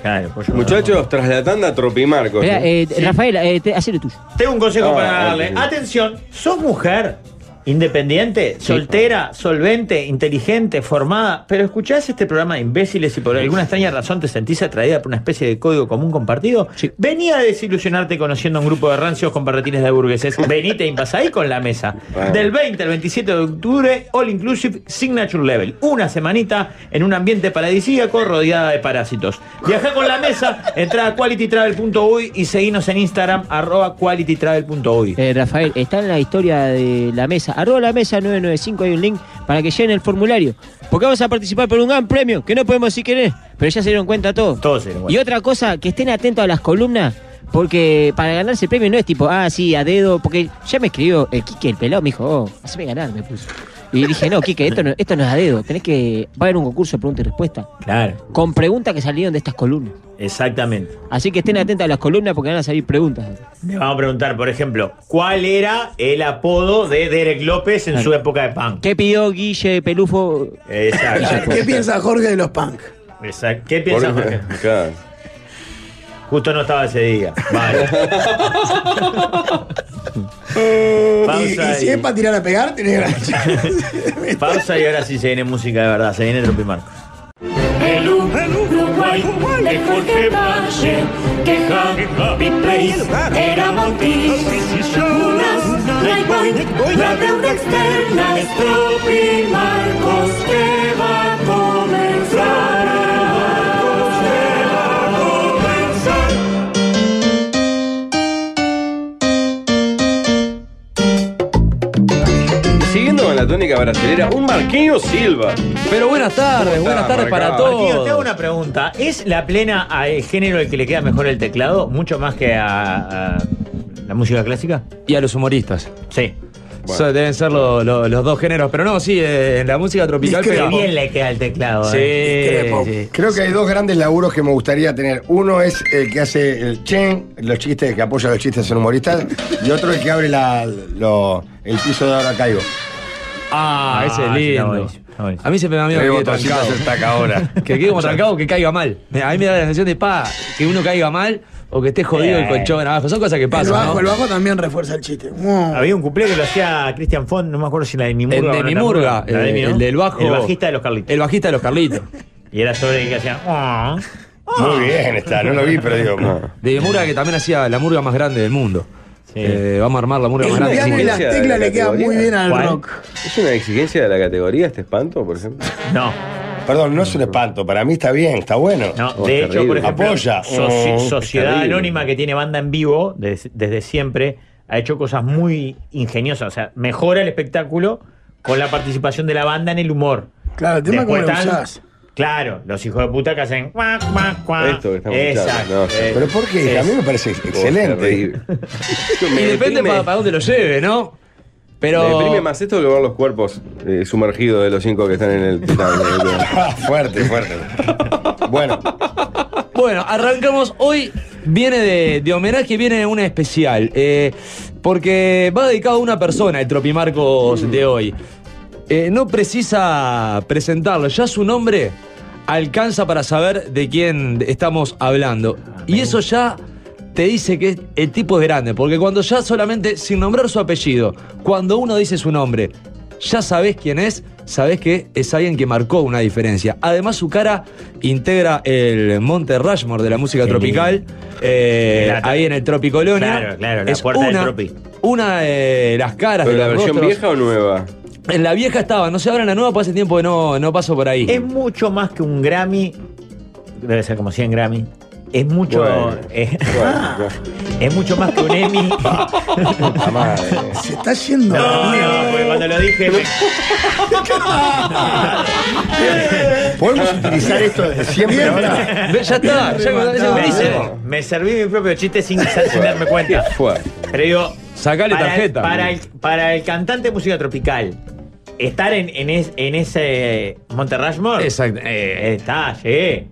Speaker 2: Claro, pues yo-
Speaker 5: Muchachos, tras la tanda, Tropimarcos.
Speaker 6: Esperá,
Speaker 5: ¿no?
Speaker 6: eh, Rafael, eh, te- hacelo tuyo.
Speaker 2: Tengo un consejo
Speaker 5: Ah,
Speaker 2: para darle.
Speaker 5: ok.
Speaker 2: Atención, sos mujer, independiente, soltera, solvente, inteligente, formada, pero escuchás este programa de imbéciles y por alguna extraña razón te sentís atraída por una especie de código común compartido. Venía a desilusionarte conociendo a un grupo de rancios con barretines de burgueses. Venite y pasá ahí con la mesa. Del 20 al 27 de octubre, All Inclusive Signature Level. Una semanita en un ambiente paradisíaco rodeada de parásitos. Viajá con la mesa, entra a qualitytravel.uy y seguinos en Instagram, arroba qualitytravel.uy.
Speaker 6: Eh, Rafael, está en la historia de la mesa. Arroba la mesa 995, hay un link para que llenen el formulario. Porque vamos a participar por un gran premio, que no podemos decir quién es, pero ya se dieron cuenta todos.
Speaker 2: Todos se dieron cuenta.
Speaker 6: Y otra cosa, que estén atentos a las columnas, porque para ganarse el premio no es tipo, ah, sí, a dedo, porque ya me escribió el Quique, el pelado, me dijo, oh, haceme ganar, me puso. Y dije, no, Quique, esto no, esto no es a dedo, tenés que... Va a haber un concurso de pregunta y respuesta,
Speaker 2: Claro,
Speaker 6: con preguntas que salieron de estas columnas.
Speaker 2: exactamente.
Speaker 6: Así que estén atentos a las columnas porque van a salir preguntas.
Speaker 2: Le vamos a preguntar, por ejemplo, ¿cuál era el apodo de Derek López en su época de punk?
Speaker 6: ¿Qué pidió Guille Pelufo?
Speaker 2: Exacto.
Speaker 3: ¿Qué piensa Jorge de los punk?
Speaker 2: Exacto. ¿Qué piensas,
Speaker 5: Porque-
Speaker 3: (laughs)
Speaker 2: Jorge?
Speaker 5: Claro.
Speaker 2: Justo no estaba ese día.
Speaker 3: (laughs)
Speaker 2: Vale.
Speaker 3: Y, y
Speaker 2: pausa,
Speaker 3: si
Speaker 2: y,
Speaker 3: es para tirar a pegar, tiene gran chance.
Speaker 2: (laughs) pausa y ahora sí se viene música de verdad, se viene Tropi Marcos.
Speaker 8: El Uruguay de Jorge Valle, que Happy Place era Montis. Unas Playboy, la deuda externa es Tropi Marcos que va a comenzar. Marcos, que va a comenzar.
Speaker 5: Siguiendo con la tónica brasilera, un Marquinho Silva.
Speaker 12: Pero buenas tardes,
Speaker 5: ¿Cómo
Speaker 12: buenas
Speaker 5: está,
Speaker 12: tardes para
Speaker 5: Marcado?
Speaker 2: Marquillo,
Speaker 12: todos.
Speaker 2: te hago una pregunta. ¿Es la plena al género el que le queda mejor el teclado? Mucho más que a, a la música clásica.
Speaker 12: Y a los humoristas.
Speaker 2: Sí.
Speaker 5: Bueno.
Speaker 12: So- deben ser lo- lo- los dos géneros. Pero no, sí, eh, en la música tropical.
Speaker 2: Qué
Speaker 12: pero
Speaker 2: bien le queda el teclado. eh.
Speaker 12: Sí,
Speaker 3: Discrepo.
Speaker 12: sí.
Speaker 9: Creo que hay dos grandes laburos que me gustaría tener. Uno es el que hace el Chen, los chistes, que apoya los chistes en humoristas, y otro el que abre la, lo- el piso de ahora caigo.
Speaker 12: Ah, ese es
Speaker 7: (laughs)
Speaker 2: Ah, sí, está
Speaker 12: lindo.
Speaker 2: buenísimo, está buenísimo.
Speaker 12: A mí se me da miedo
Speaker 9: Tres
Speaker 12: que quede
Speaker 9: botoncitos
Speaker 12: trancado.
Speaker 9: se taca ahora.
Speaker 12: (laughs) Que quede como trancado o que caiga mal. A mí me da la sensación de pa, que uno caiga mal o que esté jodido el colchón abajo. Son cosas que
Speaker 3: (laughs) El
Speaker 12: pasan.
Speaker 3: bajo,
Speaker 12: ¿no?
Speaker 3: el bajo también refuerza el chiste. Wow.
Speaker 2: Había un cuplé que lo hacía Cristian Font, no me acuerdo si la de Mimurga.
Speaker 12: Ah. El de
Speaker 2: o no,
Speaker 12: mi
Speaker 2: la
Speaker 12: murga, eh,
Speaker 2: la de
Speaker 12: el,
Speaker 2: mi, ¿no?
Speaker 12: el del bajo.
Speaker 2: (laughs) El bajista de los Carlitos.
Speaker 12: El bajista de los Carlitos.
Speaker 2: "Ah". Y era sobre el que hacía.
Speaker 7: Muy bien está, no lo vi, pero digo.
Speaker 2: (laughs)
Speaker 12: De Murga, que también hacía la murga más grande del mundo. Eh, vamos a armar la murga
Speaker 5: ¿Es
Speaker 12: más
Speaker 5: una
Speaker 12: grande. del mundo.
Speaker 5: exigencia de la categoría?
Speaker 7: ¿Cuál?
Speaker 5: ¿Es una exigencia de la categoría este espanto, por
Speaker 12: (laughs)
Speaker 5: ejemplo?
Speaker 2: No.
Speaker 7: Perdón, no es un espanto, para mí está bien, está bueno.
Speaker 2: No,
Speaker 5: Oh,
Speaker 2: de hecho, por ejemplo,
Speaker 7: Apoya.
Speaker 2: Soci-
Speaker 7: Mm,
Speaker 9: Oh,
Speaker 2: Sociedad
Speaker 7: terrible.
Speaker 2: Anónima, que tiene banda en vivo des- desde siempre, ha hecho cosas muy ingeniosas. O sea, mejora el espectáculo con la participación de la banda en el humor.
Speaker 3: Claro, el tema es cómo
Speaker 2: Después
Speaker 3: lo
Speaker 2: están-
Speaker 3: usás.
Speaker 2: Claro, los hijos de puta que hacen. cuac, cuac, cuac.
Speaker 5: Esto que estamos
Speaker 2: Exacto.
Speaker 5: escuchando. No,
Speaker 2: Eh,
Speaker 7: Pero ¿por qué? A mí
Speaker 2: es-
Speaker 7: me parece excelente.
Speaker 12: Y depende para, para dónde lo lleve, ¿no? Pero.
Speaker 5: Me deprime más esto que ver los cuerpos eh, sumergidos de los cinco que están en el titán.
Speaker 12: (laughs)
Speaker 7: fuerte, fuerte. Bueno.
Speaker 12: Bueno, arrancamos. Hoy viene de, de homenaje, viene un especial. eh, porque va dedicado a una persona, el Tropimarcos de hoy. Eh, no precisa presentarlo, ya su nombre alcanza para saber de quién estamos hablando. Y eso ya te dice que el tipo es grande, porque cuando ya solamente, sin nombrar su apellido, cuando uno dice su nombre, ya sabés quién es, sabés que es alguien que marcó una diferencia. Además, su cara integra el Monte Rushmore de la música tropical, eh,
Speaker 2: Mirá,
Speaker 12: ahí en el Tropicolonia.
Speaker 2: Claro, claro, la
Speaker 12: Es
Speaker 2: puerta del
Speaker 12: una-
Speaker 2: Tropi.
Speaker 12: Una de las caras
Speaker 5: ¿Pero
Speaker 12: de
Speaker 5: la
Speaker 12: los
Speaker 5: versión
Speaker 12: rostros.
Speaker 5: vieja o nueva?
Speaker 12: En la vieja estaba, no sé, ahora en la nueva, pues hace tiempo que no, no paso por ahí.
Speaker 2: Es mucho más que un Grammy. Debe ser como 100 Grammy. Es mucho.
Speaker 12: Bueno,
Speaker 2: eh, (laughs) es mucho más que un
Speaker 5: (laughs)
Speaker 2: Emmy.
Speaker 3: Se está yendo.
Speaker 2: No, no, porque cuando lo dije. me-
Speaker 7: ¿Podemos utilizar esto desde siempre ahora?
Speaker 12: Ve, ya está, ya cuando- ya
Speaker 2: me,
Speaker 12: me dice.
Speaker 2: ser- me serví mi propio chiste sin, sin darme cuenta. Pero digo.
Speaker 12: Sacale
Speaker 2: para el-
Speaker 12: tarjeta.
Speaker 2: para, el, para el cantante de música tropical, estar en, en, es- en ese Monte Rushmore.
Speaker 12: Exacto. eh.
Speaker 2: está, llegué.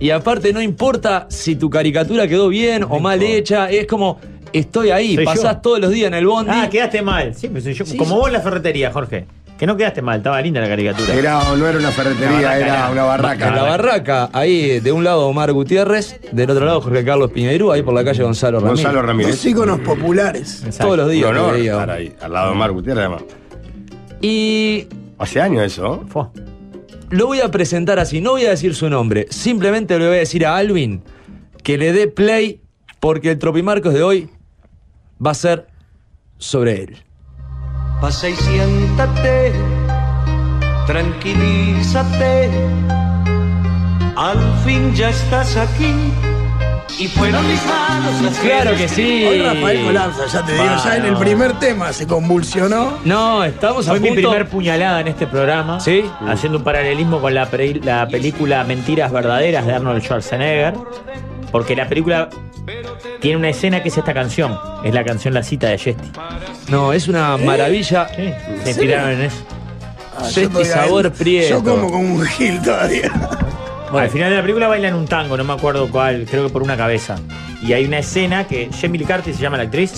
Speaker 12: Y aparte, no importa si tu caricatura quedó bien o mal hecha, es como, estoy ahí,
Speaker 2: Soy yo.
Speaker 12: pasás todos los días en el bondi.
Speaker 2: Ah, quedaste mal. Sí, pues soy yo. Como vos en la ferretería, Jorge. Que no quedaste mal, estaba linda la caricatura.
Speaker 7: Era, no era una ferretería,
Speaker 2: Una barraca,
Speaker 7: era
Speaker 2: era.
Speaker 7: una barraca.
Speaker 12: En la barraca, ahí de un lado Omar Gutiérrez, del otro lado Jorge Carlos Piñeirú, ahí por la calle Gonzalo Ramírez.
Speaker 7: Gonzalo Ramírez.
Speaker 3: Los íconos populares.
Speaker 12: Todos los días.
Speaker 7: Un
Speaker 12: todos
Speaker 7: honor
Speaker 12: los días.
Speaker 7: estar ahí, al lado de Mar Gutiérrez, además.
Speaker 12: Y
Speaker 7: Hace años eso.
Speaker 12: lo voy a presentar así, no voy a decir su nombre, simplemente le voy a decir a Alvin que le dé play porque el Tropimarcos de hoy va a ser sobre él.
Speaker 13: Pasa y siéntate, tranquilízate. Al fin ya estás aquí. Y fueron mis manos las
Speaker 3: Hoy Rafael colapsa, ya te digo, ya en el primer tema se
Speaker 12: Ah,
Speaker 3: convulsionó.
Speaker 12: No, estamos a
Speaker 2: Fue mi
Speaker 12: punto-
Speaker 2: primer puñalada en este programa.
Speaker 12: Sí.
Speaker 2: Haciendo un paralelismo con la, pre- la película Mentiras Verdaderas de Arnold Schwarzenegger. Porque la película tiene una escena que es esta canción. Es la canción La cita de Jesty.
Speaker 12: No, es una maravilla.
Speaker 2: Se inspiraron en eso.
Speaker 3: Ah, yo
Speaker 12: Sesti
Speaker 3: todavía-
Speaker 12: este sabor prieto.
Speaker 3: Yo como con un gil todavía.
Speaker 2: Al final de la película bailan un tango, no me acuerdo cuál, creo que por una cabeza. Y hay una escena que Jamie Lee Curtis se llama la actriz.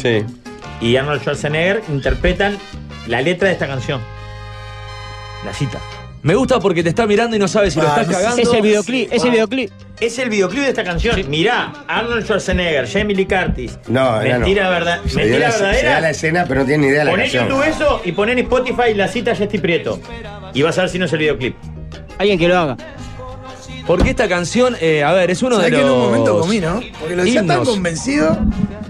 Speaker 2: Y Arnold Schwarzenegger interpretan la letra de esta canción. La cita.
Speaker 12: Me gusta porque te está mirando y no sabe si lo
Speaker 2: Ah,
Speaker 12: estás
Speaker 2: no sé.
Speaker 12: cagando.
Speaker 2: Es el videoclip, es el
Speaker 12: videoclip.
Speaker 2: Ah. Es el videoclip de esta canción. Mirá, Arnold Schwarzenegger, Jamie Lee Curtis.
Speaker 7: No, era
Speaker 2: mentira
Speaker 7: no.
Speaker 2: verdad,
Speaker 7: Se dio
Speaker 2: mentira
Speaker 7: la- Se da la
Speaker 2: verdadera.
Speaker 7: escena, pero no tiene ni idea de la
Speaker 2: Poné
Speaker 7: canción.
Speaker 2: YouTube eso y poné en Spotify la cita Jesti Prieto. Y vas a ver si no es el videoclip.
Speaker 6: Alguien que lo haga.
Speaker 12: Porque esta canción, eh, a ver, es uno de
Speaker 3: ¿Sabés
Speaker 12: los.
Speaker 3: que en un momento comí, no? Porque lo decía tan
Speaker 12: himnos
Speaker 3: convencido.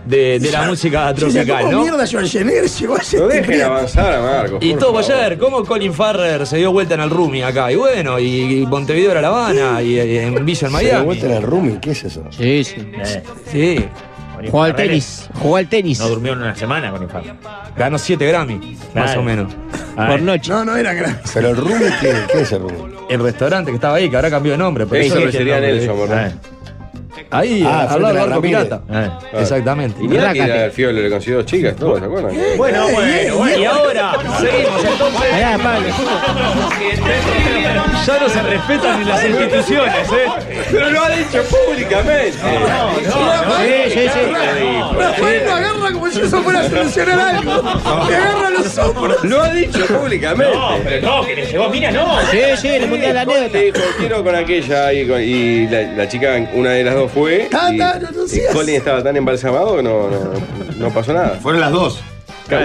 Speaker 12: de, de la
Speaker 3: Ya-
Speaker 12: música
Speaker 3: Yo decía,
Speaker 12: tropical,
Speaker 3: ¿cómo
Speaker 12: ¿no?
Speaker 3: mierda Schwarzenegger llegó a
Speaker 5: No
Speaker 3: Jesse
Speaker 5: dejen avanzar a Marco.
Speaker 12: Y
Speaker 5: por
Speaker 12: todo,
Speaker 5: favor.
Speaker 12: vaya a ver cómo Colin Farrer se dio vuelta en el Rumi acá. Y bueno, y, y Montevideo era La Habana, y, y en Villa en
Speaker 7: Se dio
Speaker 12: Miami.
Speaker 7: vuelta en el rooming, ¿qué es eso?
Speaker 6: Sí, sí.
Speaker 2: Eh,
Speaker 12: Sí,
Speaker 6: Jugó al tenis. Jugó al tenis.
Speaker 2: No durmió en una semana con infarto.
Speaker 12: ganó 7 Grammy, más
Speaker 2: Claro.
Speaker 12: o menos.
Speaker 2: Ah,
Speaker 6: Por
Speaker 2: eh.
Speaker 6: noche.
Speaker 3: No, no era grave.
Speaker 7: Pero el rooming, ¿qué, qué es el rooming?
Speaker 12: El restaurante que estaba ahí, que ahora cambió de nombre. Pero yo
Speaker 5: Eso lo
Speaker 12: dije el
Speaker 5: sería
Speaker 12: nombre,
Speaker 5: Nelson,
Speaker 12: ¿viste?
Speaker 5: ¿verdad?
Speaker 12: Ahí, al
Speaker 7: Ah,
Speaker 12: lado
Speaker 7: frente
Speaker 12: del
Speaker 7: a
Speaker 12: barco
Speaker 7: Ramírez. Ah.
Speaker 12: pirata.
Speaker 2: Eh.
Speaker 12: Exactamente.
Speaker 5: Ah, Y mira que
Speaker 6: Rácate.
Speaker 5: era el Fiole le consiguió dos chicas, ¿no? ¿Se acuerdan?
Speaker 2: Bueno,
Speaker 3: Eh,
Speaker 2: bueno,
Speaker 12: Y
Speaker 2: bueno.
Speaker 12: ahora, seguimos entonces.
Speaker 6: Pará, Pablo.
Speaker 12: Ya no se respetan ni las instituciones, ¿eh?
Speaker 5: Pero lo ha dicho públicamente.
Speaker 2: Sí, sí, sí.
Speaker 3: Rafael lo agarra como si eso fuera a solucionar algo. Te agarra los hombros.
Speaker 5: Lo ha dicho públicamente.
Speaker 2: No, pero no, que le llegó Mira, no.
Speaker 6: Sí, sí, le conté la anécdota.
Speaker 5: Le dijo, quiero con aquella y, con- y la, la chica, una de las dos fue.
Speaker 3: Ta,
Speaker 5: y-
Speaker 3: ta, no, no
Speaker 5: y
Speaker 3: seas.
Speaker 5: Colin estaba tan embalsamado que no, no, no pasó nada.
Speaker 7: Fueron las dos.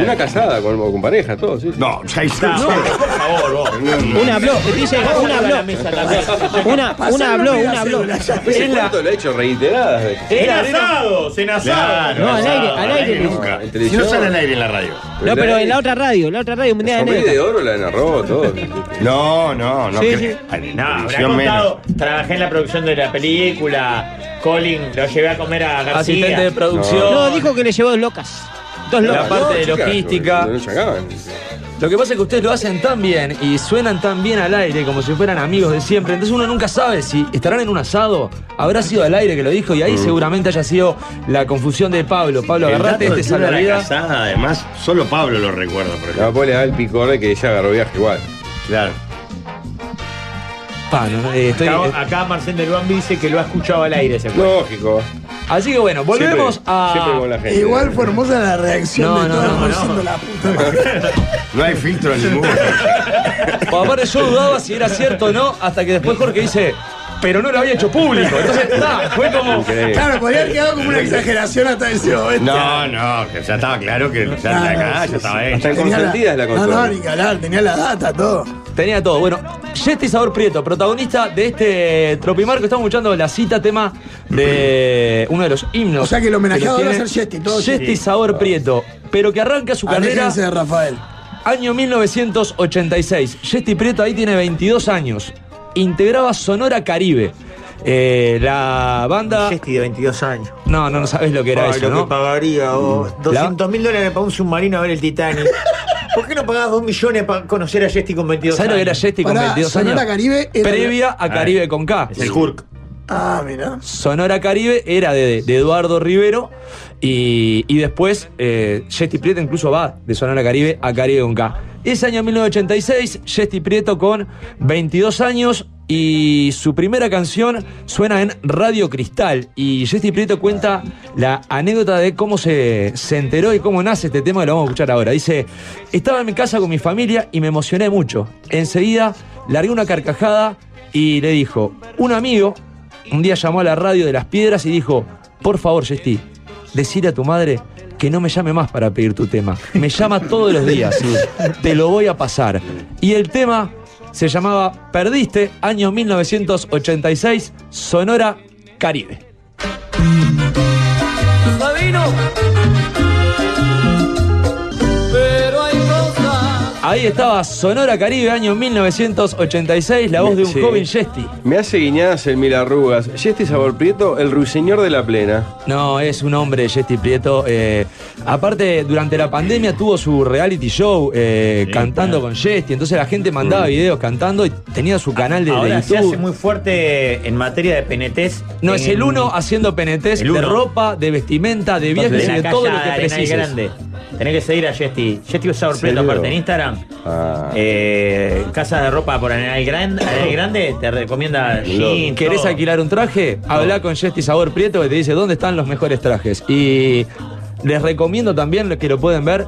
Speaker 5: Una casada con, con pareja, todo, sí. Eh. Mm. No,
Speaker 2: No, por favor, vos.
Speaker 6: Una habló, dice, una habló. Una, una habló, una habló.
Speaker 5: Ese cuento lo he hecho reiteradas veces.
Speaker 2: En asados, en asados.
Speaker 6: No, al aire, al aire.
Speaker 5: Nunca.
Speaker 6: En
Speaker 5: Si no sale al aire en la radio.
Speaker 6: No, pero en la otra radio, la otra radio mundial
Speaker 5: Hombre
Speaker 6: de
Speaker 5: de oro la narró todo.
Speaker 7: No, no,
Speaker 2: no Sí, cre- sí. No, habrá contado, trabajé en la producción de la película, Colin, lo llevé a comer a García.
Speaker 12: Asistente de producción.
Speaker 6: No, dijo que le llevó dos locas. Dos
Speaker 12: la
Speaker 6: locas.
Speaker 12: parte de logística. Lo que pasa es que ustedes lo hacen tan bien y suenan tan bien al aire como si fueran amigos de siempre. Entonces uno nunca sabe si estarán en un asado, habrá sido al aire que lo dijo y ahí seguramente haya sido la confusión de Pablo. Pablo,
Speaker 9: Mm. El
Speaker 12: agarrate
Speaker 9: dato de
Speaker 12: este
Speaker 9: que uno
Speaker 12: salvavidas.
Speaker 9: era casada, además, solo Pablo lo recuerda, por ejemplo.
Speaker 5: No, pues le da el picor de que ella agarró viaje igual.
Speaker 9: Claro.
Speaker 2: Ah,
Speaker 12: Pa, no, eh, estoy-
Speaker 2: acá, acá Marcel de Luambi dice que lo ha escuchado al aire ese cuento.
Speaker 5: Lógico.
Speaker 12: Así que bueno, volvemos
Speaker 2: Siempre-
Speaker 12: a.
Speaker 2: siempre con la gente.
Speaker 3: Igual fue hermosa la reacción
Speaker 12: No,
Speaker 3: de
Speaker 12: no,
Speaker 3: todos
Speaker 12: no, no.
Speaker 3: diciendo la puta madre.
Speaker 9: No hay filtro en ninguno.
Speaker 12: Pues aparte yo dudaba si era cierto o no, hasta que después Jorge dice, pero no lo había hecho público. Entonces, está, fue como.
Speaker 3: Claro, podría haber quedado como una exageración hasta ese momento.
Speaker 9: No, no, que ya estaba claro que ya está acá, ya estaba hecho.
Speaker 3: Tenía No, no, ni que hablar, tenía la data, todo.
Speaker 12: Tenía todo. Bueno, Yeti Sabor Prieto, protagonista de este Tropimarco. Estamos escuchando la cita tema de uno de los himnos.
Speaker 3: O sea que el homenajeado
Speaker 12: que lo
Speaker 3: va a
Speaker 12: tiene
Speaker 3: ser Yeti, todo
Speaker 12: Yeti
Speaker 3: Yeti.
Speaker 12: Sabor Prieto, pero que arranca su carrera.
Speaker 3: Aléjense de Rafael.
Speaker 12: Año 1986. Yesti Prieto ahí tiene 22 años. Integraba Sonora Caribe. Eh, la banda. Yesti
Speaker 2: de 22 años.
Speaker 12: No, no, no sabes lo que era
Speaker 2: Ay,
Speaker 12: eso,
Speaker 2: lo
Speaker 12: ¿no?
Speaker 2: que pagaría vos. 200 mil dólares para un submarino a ver
Speaker 12: (laughs)
Speaker 2: el Titanic. ¿Por qué no pagás 2 millones para conocer a Jesty con 22
Speaker 12: ¿Sabes
Speaker 2: años?
Speaker 12: lo que era Yesti con 22 años? Previa a Caribe con K.
Speaker 2: el Hulk.
Speaker 3: Ah, mira.
Speaker 12: Sonora Caribe era de, de Eduardo Rivero y, y después eh, Yesti Prieto incluso va de Sonora Caribe a Caribe con K. Ese año 1986, Yesti Prieto con 22 años y su primera canción suena en Radio Cristal. Y Yesti Prieto cuenta la anécdota de cómo se, se enteró y cómo nace este tema que lo vamos a escuchar ahora. Dice, estaba en mi casa con mi familia y me emocioné mucho. Enseguida largué una carcajada y le dijo, un amigo un día llamó a la radio de Las Piedras y dijo, por favor, Yesti, decile a tu madre que no me llame más para pedir tu tema. Me llama todos los días. Te lo voy a pasar. Y el tema se llamaba Perdiste, año 1986, Sonora Caribe.
Speaker 8: Sabino. Pero hay cosas.
Speaker 12: Ahí estaba Sonora Caribe, año 1986, la voz de un
Speaker 5: Sí.
Speaker 12: joven Yesti.
Speaker 5: Me hace guiñadas el mil arrugas. Y este sabor prieto, el ruiseñor de la plena.
Speaker 12: No, es un hombre, Jesse Prieto. eh, aparte, durante la pandemia tuvo su reality show eh, cantando con Jesse. Entonces la gente mandaba videos cantando y tenía su canal de, de
Speaker 2: Ahora se hace
Speaker 12: YouTube.
Speaker 2: muy fuerte en materia de penetes.
Speaker 12: No, es el uno haciendo PNTs
Speaker 2: El
Speaker 12: de
Speaker 2: uno.
Speaker 12: ropa, de vestimenta, de viajes y de todo lo que precises.
Speaker 2: grande. Tenés que seguir a Jesty. Jesty usa sorpresa
Speaker 12: Seguro.
Speaker 2: aparte en Instagram. Eh, casa de ropa por Arenal Grande, Arenal Grande te recomienda jeans.
Speaker 12: ¿Querés
Speaker 2: todo.
Speaker 12: alquilar un traje? Habla con Jesti Sabor Prieto que te dice dónde están los mejores trajes. Y les recomiendo también lo que lo pueden ver.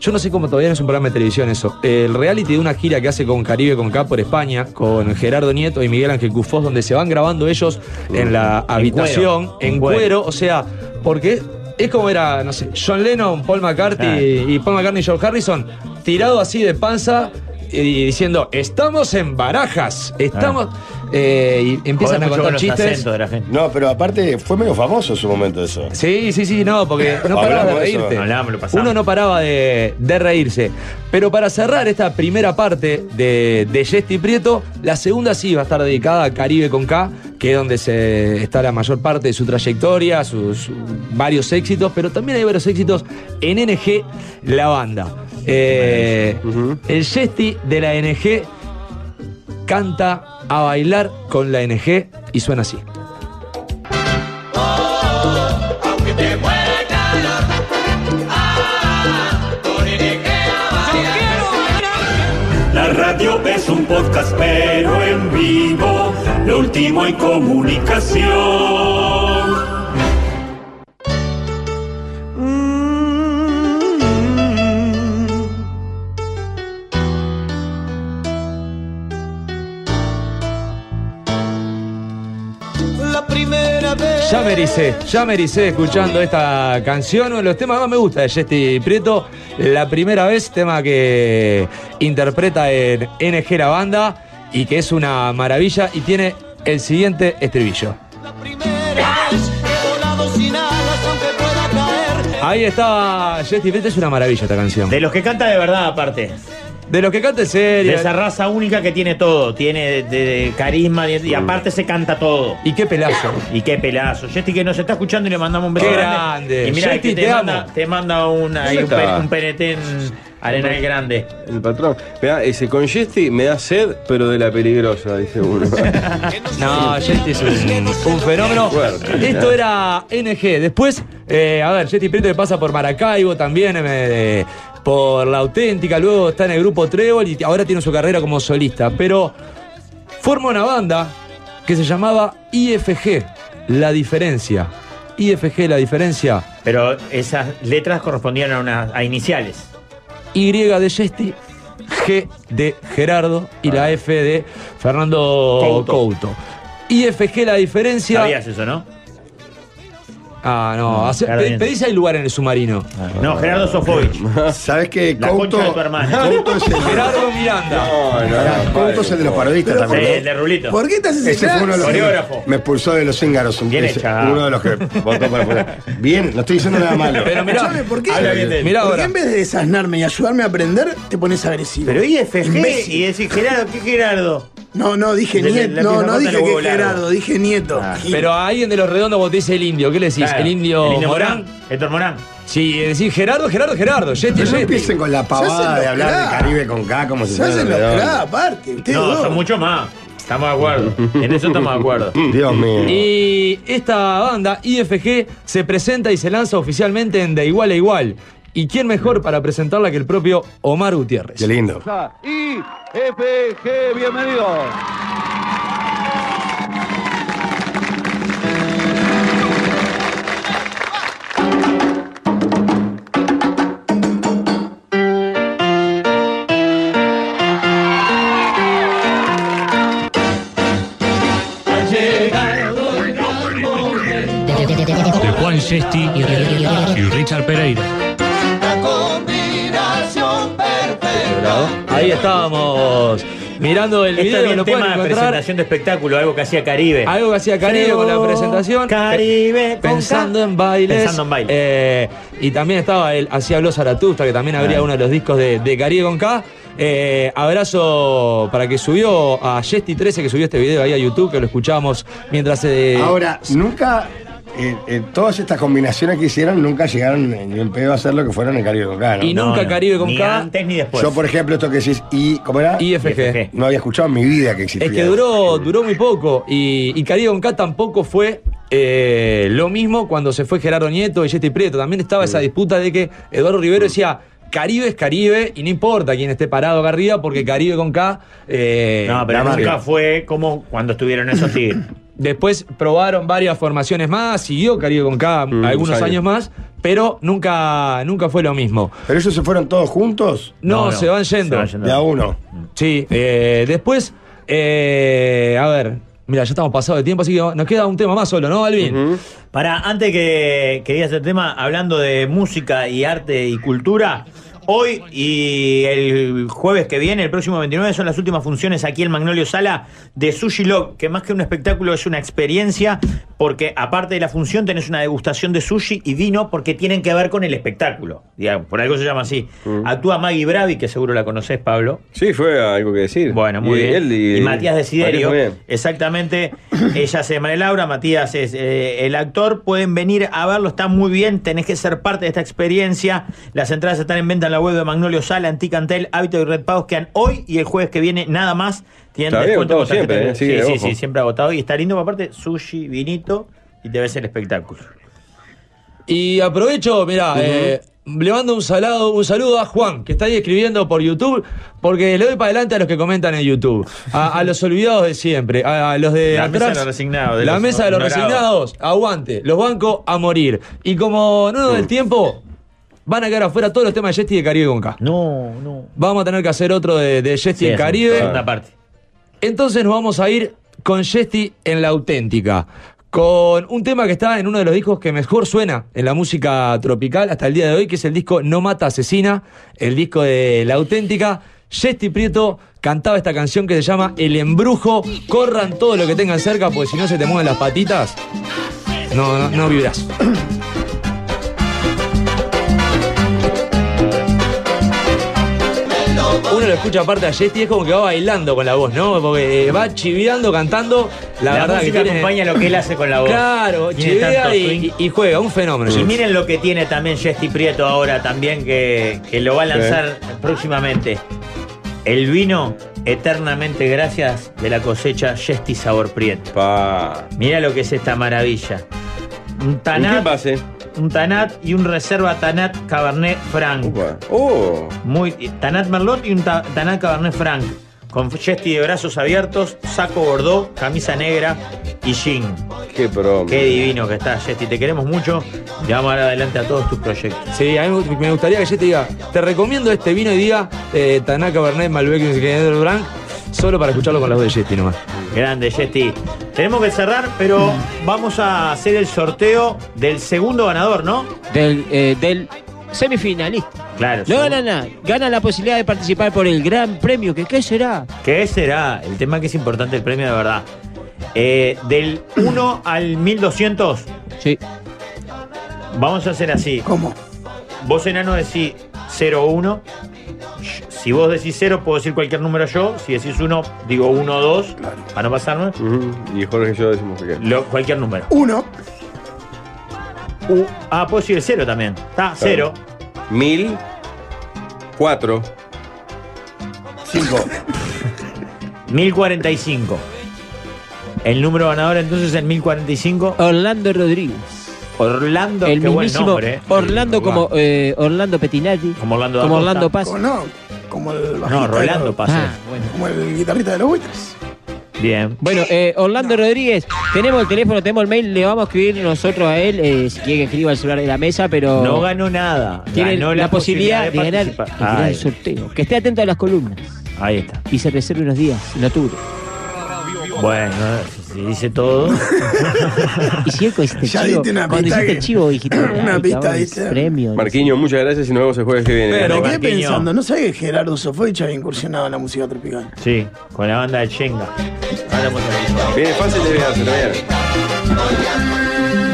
Speaker 12: Yo no sé cómo todavía no es un programa de televisión eso. El reality de una gira que hace con Caribe con K por España, con Gerardo Nieto y Miguel Ángel Cufós, donde se van grabando ellos en la habitación,
Speaker 2: cuero.
Speaker 12: en
Speaker 2: En
Speaker 12: cuero.
Speaker 2: cuero.
Speaker 12: O sea, porque es como era, no sé, John Lennon, Paul McCartney y Paul McCartney y George Harrison, tirado así de panza y diciendo, estamos en barajas, estamos. Eh, y empiezan a contar chistes.
Speaker 9: No, pero aparte fue medio famoso en su momento eso.
Speaker 12: Sí, sí, sí, no, porque no
Speaker 9: Hablamos
Speaker 12: parabas de
Speaker 9: de eso.
Speaker 12: reírte.
Speaker 9: Hablamos, lo pasamos.
Speaker 12: Uno no paraba de, de reírse. Pero para cerrar esta primera parte de, de Yesti Prieto, la segunda sí va a estar dedicada a Caribe con K, que es donde se está la mayor parte de su trayectoria, sus sus varios éxitos, pero también hay varios éxitos en NG, la banda. Eh, El Yesti de la NG canta a bailar con la NG y suena así.
Speaker 8: Aunque te muera el calor. Ah, con NG a bailar.
Speaker 11: La radio es un podcast, pero en vivo, lo último en comunicación.
Speaker 13: La primera
Speaker 12: Ya me ericé, ya me ericé escuchando esta canción, uno de los temas que más me gusta de Jesti Prieto. La primera vez, tema que interpreta en NG La Banda y que es una maravilla y tiene el siguiente estribillo. Ahí está Jesti Prieto, es una maravilla esta canción.
Speaker 2: De los que canta de verdad, aparte.
Speaker 12: De los que canta en serio.
Speaker 2: De esa raza única que tiene todo, tiene de- de- de carisma de- y aparte se canta todo.
Speaker 12: Y qué pelazo.
Speaker 2: Y qué pelazo. Yeti que nos está escuchando y le mandamos un beso.
Speaker 12: Qué grande.
Speaker 2: Y mira,
Speaker 12: Yeti,
Speaker 2: que te,
Speaker 12: te amo.
Speaker 2: manda, te manda un, ahí
Speaker 5: ¿Dónde
Speaker 2: un, pe-
Speaker 5: está?
Speaker 2: un PNT en Arenal Grande.
Speaker 5: El patrón. Mirá, ese con Jesti me da sed, pero de la peligrosa, dice uno.
Speaker 12: (laughs) No, Jetty es un, un fenómeno.
Speaker 5: Fuerte.
Speaker 12: Esto era NG. Después, eh, a ver, Jetty Prieto que pasa por Maracaibo también, eh, eh, por La Auténtica, luego está en el grupo Trébol y ahora tiene su carrera como solista. Pero forma una banda que se llamaba IFG, La Diferencia. IFG, La Diferencia.
Speaker 2: Pero esas letras correspondían a, unas, a iniciales.
Speaker 12: Y de Jesti, G de Gerardo y la F de Fernando
Speaker 2: Ah. Couto.
Speaker 12: Couto. IFG la diferencia.
Speaker 2: Sabías eso, ¿no? Mm,
Speaker 12: Ah, no. hace-
Speaker 2: Gerardo
Speaker 12: pe-
Speaker 2: Nieto.
Speaker 12: pedís el lugar en el submarino.
Speaker 2: Ah,
Speaker 12: Ah.
Speaker 2: No, Gerardo Sofovich.
Speaker 7: ¿Sabes qué?
Speaker 2: La concha de tu hermana.
Speaker 7: Couto es el-
Speaker 12: Gerardo Miranda.
Speaker 7: Couto es el de los parodistas
Speaker 2: Pero-
Speaker 7: también.
Speaker 2: Sí,
Speaker 7: ¿no?
Speaker 2: el de Rulito.
Speaker 3: ¿Por qué te haces
Speaker 7: Ese fue uno de los
Speaker 2: Coreógrafo.
Speaker 7: que me expulsó de los cíngaros. un-
Speaker 2: Bien
Speaker 7: ese-
Speaker 2: hecha.
Speaker 7: Uno de
Speaker 2: (laughs)
Speaker 7: los que votó para fuera. Bien, no estoy diciendo nada malo.
Speaker 12: Pero mirá,
Speaker 7: Escuchame,
Speaker 3: ¿Por qué?
Speaker 7: Habla bien de él.
Speaker 12: Mirá
Speaker 3: ¿Por qué
Speaker 12: ahora.
Speaker 3: en vez de desasnarme y ayudarme a aprender, te pones agresivo?
Speaker 2: Pero IFG
Speaker 3: Imbécil.
Speaker 2: y decís Gerardo, ¿qué Gerardo?
Speaker 3: No, no, dije
Speaker 2: Desde
Speaker 3: nieto.
Speaker 2: la
Speaker 3: No,
Speaker 2: misma
Speaker 3: no
Speaker 2: nota
Speaker 3: dije
Speaker 2: lo
Speaker 3: que
Speaker 2: hubo largo. Ah,
Speaker 3: Gerardo, dije nieto. Gil.
Speaker 12: Pero a alguien de los redondos vos te dice el indio. ¿Qué le decís?
Speaker 2: Claro.
Speaker 12: El indio, Morán.
Speaker 2: Héctor Morán.
Speaker 12: Sí, eh, decís Gerardo, Gerardo, Gerardo. Yeti,
Speaker 7: No
Speaker 12: Yeti.
Speaker 7: empiecen con la
Speaker 3: Se hacen
Speaker 7: pavada
Speaker 3: los
Speaker 7: de hablar
Speaker 3: crack.
Speaker 7: de Caribe con K como si
Speaker 3: Se hacen los
Speaker 7: redondos.
Speaker 3: crack, aparte. ustedes
Speaker 2: No,
Speaker 3: dos.
Speaker 2: son mucho más. Estamos
Speaker 12: (laughs)
Speaker 2: de acuerdo. En eso estamos de acuerdo.
Speaker 7: Mm, Dios mío.
Speaker 12: Y esta banda, IFG, se presenta y se lanza oficialmente en De Igual a Igual. ¿Y quién mejor para presentarla que el propio Omar Gutiérrez?
Speaker 7: Qué lindo.
Speaker 13: IFG, bienvenidos.
Speaker 14: De Juan Sesti y Richard Pereira.
Speaker 12: Ahí estábamos mirando el
Speaker 2: Esto es
Speaker 12: video,
Speaker 2: bien
Speaker 12: lo pueden
Speaker 2: tema de
Speaker 12: encontrar.
Speaker 2: presentación de espectáculo, algo que hacía Caribe.
Speaker 12: Algo que hacía Caribe con la presentación.
Speaker 2: Caribe, con
Speaker 12: Pensando
Speaker 2: K.
Speaker 12: en bailes.
Speaker 2: Pensando en bailes.
Speaker 12: Eh, y también estaba el Hacía Los Aratusta, que también abría uno de los discos de, de Caribe con K. Eh, abrazo para que subió a Jesti 13, que subió este video ahí a YouTube, que lo escuchamos mientras. eh,
Speaker 7: Ahora, nunca. eh, eh, todas estas combinaciones que hicieron nunca llegaron eh, ni en pedo a hacer lo que fueron en Caribe con K. ¿no?
Speaker 12: Y nunca Caribe con
Speaker 2: ni
Speaker 12: K.
Speaker 2: antes ni después.
Speaker 7: Yo, por ejemplo, esto que decís, y, ¿cómo era?
Speaker 12: IFG.
Speaker 7: No había escuchado en mi vida que existía.
Speaker 12: Es que
Speaker 2: Eh,
Speaker 12: duró, duró muy poco. Y, y Caribe con K tampoco fue eh, lo mismo cuando se fue Gerardo Nieto y Yeti Prieto. También estaba esa disputa de que Eduardo Rivero decía. Caribe es Caribe y no importa quién esté parado acá arriba porque Caribe con K. eh,
Speaker 2: No, pero
Speaker 7: La
Speaker 2: nunca
Speaker 7: marca.
Speaker 2: fue como cuando estuvieron esos tigres.
Speaker 12: (clears throat) Después probaron varias formaciones más, siguió Caribe con K
Speaker 2: Mm,
Speaker 12: algunos
Speaker 7: años.
Speaker 12: años. más, pero nunca, nunca fue lo mismo.
Speaker 7: ¿Pero ellos se fueron todos juntos?
Speaker 12: No,
Speaker 2: No, no,
Speaker 12: se van yendo.
Speaker 2: se van yendo.
Speaker 7: De a uno.
Speaker 12: Sí, eh, después, eh, a ver, mira, ya estamos pasados de tiempo, así que nos queda un tema más solo, ¿no, Alvin?
Speaker 2: Para, antes que, que digas el tema, hablando de música y arte y cultura, hoy y el jueves que viene, el próximo 29, son las últimas funciones aquí en Magnolio Sala de Sushi Log, que más que un espectáculo es una experiencia, porque aparte de la función tenés una degustación de sushi y vino porque tienen que ver con el espectáculo. Digamos, por algo se llama así. Actúa Maggie Bravi, que seguro la conocés, Pablo.
Speaker 5: Mm. Sí, fue algo que decir.
Speaker 2: Bueno, muy
Speaker 5: Y
Speaker 2: bien.
Speaker 5: él
Speaker 2: y, Matías Desiderio.
Speaker 5: Matías, muy bien. (coughs)
Speaker 2: Exactamente. Ella se llama Laura, Matías es eh, el actor. Pueden venir a verlo, está muy bien. Tenés que ser parte de esta experiencia. Las entradas están en venta en la web de Magnolio Sala, Anticantel, Hábito y Red Pagos. Quedan hoy y el jueves que viene, nada más. Tienen
Speaker 5: Está bien agotado
Speaker 2: con tarjeta
Speaker 5: siempre,
Speaker 2: de-
Speaker 5: eh, sigue,
Speaker 2: Sí, sí,
Speaker 5: ojo.
Speaker 2: sí, siempre agotado. Y está lindo, aparte, sushi, vinito y te ves el espectáculo.
Speaker 12: Y aprovecho, mira, eh, le mando un, salado, un saludo a Juan, que está ahí escribiendo por YouTube, porque le doy para adelante a los que comentan en YouTube, a, a los olvidados de siempre, a, a los de
Speaker 2: La mesa
Speaker 12: atrás.
Speaker 2: de los resignados, de
Speaker 12: la
Speaker 2: los
Speaker 12: mesa de los
Speaker 2: ignorados.
Speaker 12: resignados, aguante, los bancos a morir. Y como no nos da el tiempo, van a quedar afuera todos los temas de Jesti y de Caribe con K.
Speaker 2: No, no.
Speaker 12: Vamos a tener que hacer otro de, de Jesti en Caribe.
Speaker 2: Segunda parte.
Speaker 12: Entonces nos vamos a ir con Jesti en la auténtica. con un tema que está en uno de los discos que mejor suena en la música tropical hasta el día de hoy, que es el disco No Mata Asesina, el disco de La Auténtica. Jesti Prieto cantaba esta canción que se llama El Embrujo. Corran todo lo que tengan cerca, porque si no se te mueven las patitas, no, no, no vibrás. Uno lo escucha aparte a Jesti, es como que va bailando con la voz, ¿no? Porque eh, va chiviando, cantando. La,
Speaker 2: La
Speaker 12: verdad
Speaker 2: música
Speaker 12: que tiene-
Speaker 2: acompaña lo que él hace con la voz.
Speaker 12: Claro,
Speaker 2: Tiene
Speaker 12: chivea
Speaker 2: tanto
Speaker 12: y, y- y juega, un fenómeno.
Speaker 2: Y miren lo que tiene también Jesse Prieto ahora también, que, que lo va a
Speaker 12: Sí.
Speaker 2: lanzar próximamente. El vino eternamente gracias de la cosecha Jesti Sabor Prieto. Mira lo que es esta maravilla. Un tanat, un tanat y un reserva tanat Cabernet Franc.
Speaker 5: Oh.
Speaker 2: Muy, tanat Merlot y un ta- tanat Cabernet Franc. Con Jesti de brazos abiertos, saco bordó, camisa negra y jean.
Speaker 5: Qué pro.
Speaker 2: Qué divino que estás, Jesti. Te queremos mucho. Te vamos a dar adelante a todos tus proyectos.
Speaker 12: Sí, a mí me gustaría que yo te diga, te recomiendo este vino y día, eh, Tanaka Bernet, Malbec, no sé qué, Edel Blanc, solo para escucharlo con la voz de Jetty nomás.
Speaker 2: Grande, Jesti. Tenemos que cerrar, pero vamos a hacer el sorteo del segundo ganador, ¿no?
Speaker 6: Del, eh, del semifinalista.
Speaker 2: Claro.
Speaker 6: No gana nada. Gana la posibilidad de participar por el gran premio. que qué será?
Speaker 2: ¿Qué será? El tema que es importante, el premio de verdad. Eh, del 1 al 1200.
Speaker 6: Sí.
Speaker 2: Vamos a hacer así.
Speaker 3: ¿Cómo?
Speaker 2: Vos, enano, decís 01. Si vos decís 0, puedo decir cualquier número yo. Si decís 1, digo 1 o 2. Para no pasarme.
Speaker 5: Y Jorge y yo decimos que.
Speaker 2: Lo- cualquier número.
Speaker 3: Uno.
Speaker 6: Uh,
Speaker 2: U- ah, puedo decir el 0 también. Está, 0.
Speaker 5: Mil. Cuatro.
Speaker 2: (laughs) Cinco. 1045. El número ganador entonces en 1045.
Speaker 6: Orlando Rodríguez.
Speaker 2: Orlando,
Speaker 6: El
Speaker 2: qué buen
Speaker 6: mismísimo
Speaker 2: nombre. eh.
Speaker 6: Orlando
Speaker 2: Va.
Speaker 6: como eh, Orlando Petinati.
Speaker 2: Como Orlando da
Speaker 6: Como
Speaker 2: Costa.
Speaker 6: Orlando Paz.
Speaker 2: Como
Speaker 3: no, como el
Speaker 2: No, Rolando Paz.
Speaker 6: Ah, bueno.
Speaker 3: Como el guitarrista de los buitres.
Speaker 2: Bien.
Speaker 6: Bueno, eh, Orlando Rodríguez, tenemos el teléfono, tenemos el mail, le vamos a escribir nosotros a él, eh, si quiere que escriba el celular de la mesa, pero...
Speaker 2: No ganó nada.
Speaker 6: Tiene
Speaker 2: Ganó
Speaker 6: la, posibilidad, de, ganar,
Speaker 2: participar.
Speaker 6: de ganar
Speaker 2: Ay,
Speaker 6: el sorteo. Que esté atento a las columnas.
Speaker 2: Ahí está.
Speaker 6: Y se reserve unos días, en
Speaker 5: (laughs)
Speaker 6: octubre.
Speaker 2: Bueno, se dice todo.
Speaker 6: y si él coincide
Speaker 5: Ya
Speaker 6: chivo,
Speaker 5: diste una
Speaker 6: cuando
Speaker 5: pista
Speaker 6: hiciste
Speaker 5: que- (laughs)
Speaker 6: chivo, dijiste,
Speaker 5: Una
Speaker 6: "Ay,
Speaker 5: pista,
Speaker 6: cabrón,
Speaker 5: dice.
Speaker 6: premio.
Speaker 5: Marquiño, muchas gracias y nos vemos el jueves que
Speaker 2: Eh,
Speaker 5: viene.
Speaker 3: Me quedé pensando, no sabía que Gerardo Sofovich había incursionado en la música tropical.
Speaker 2: Sí, con la banda de Chenga.
Speaker 5: Viene fácil de verse también.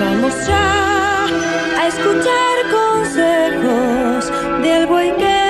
Speaker 15: Vamos ya a escuchar consejos del buen que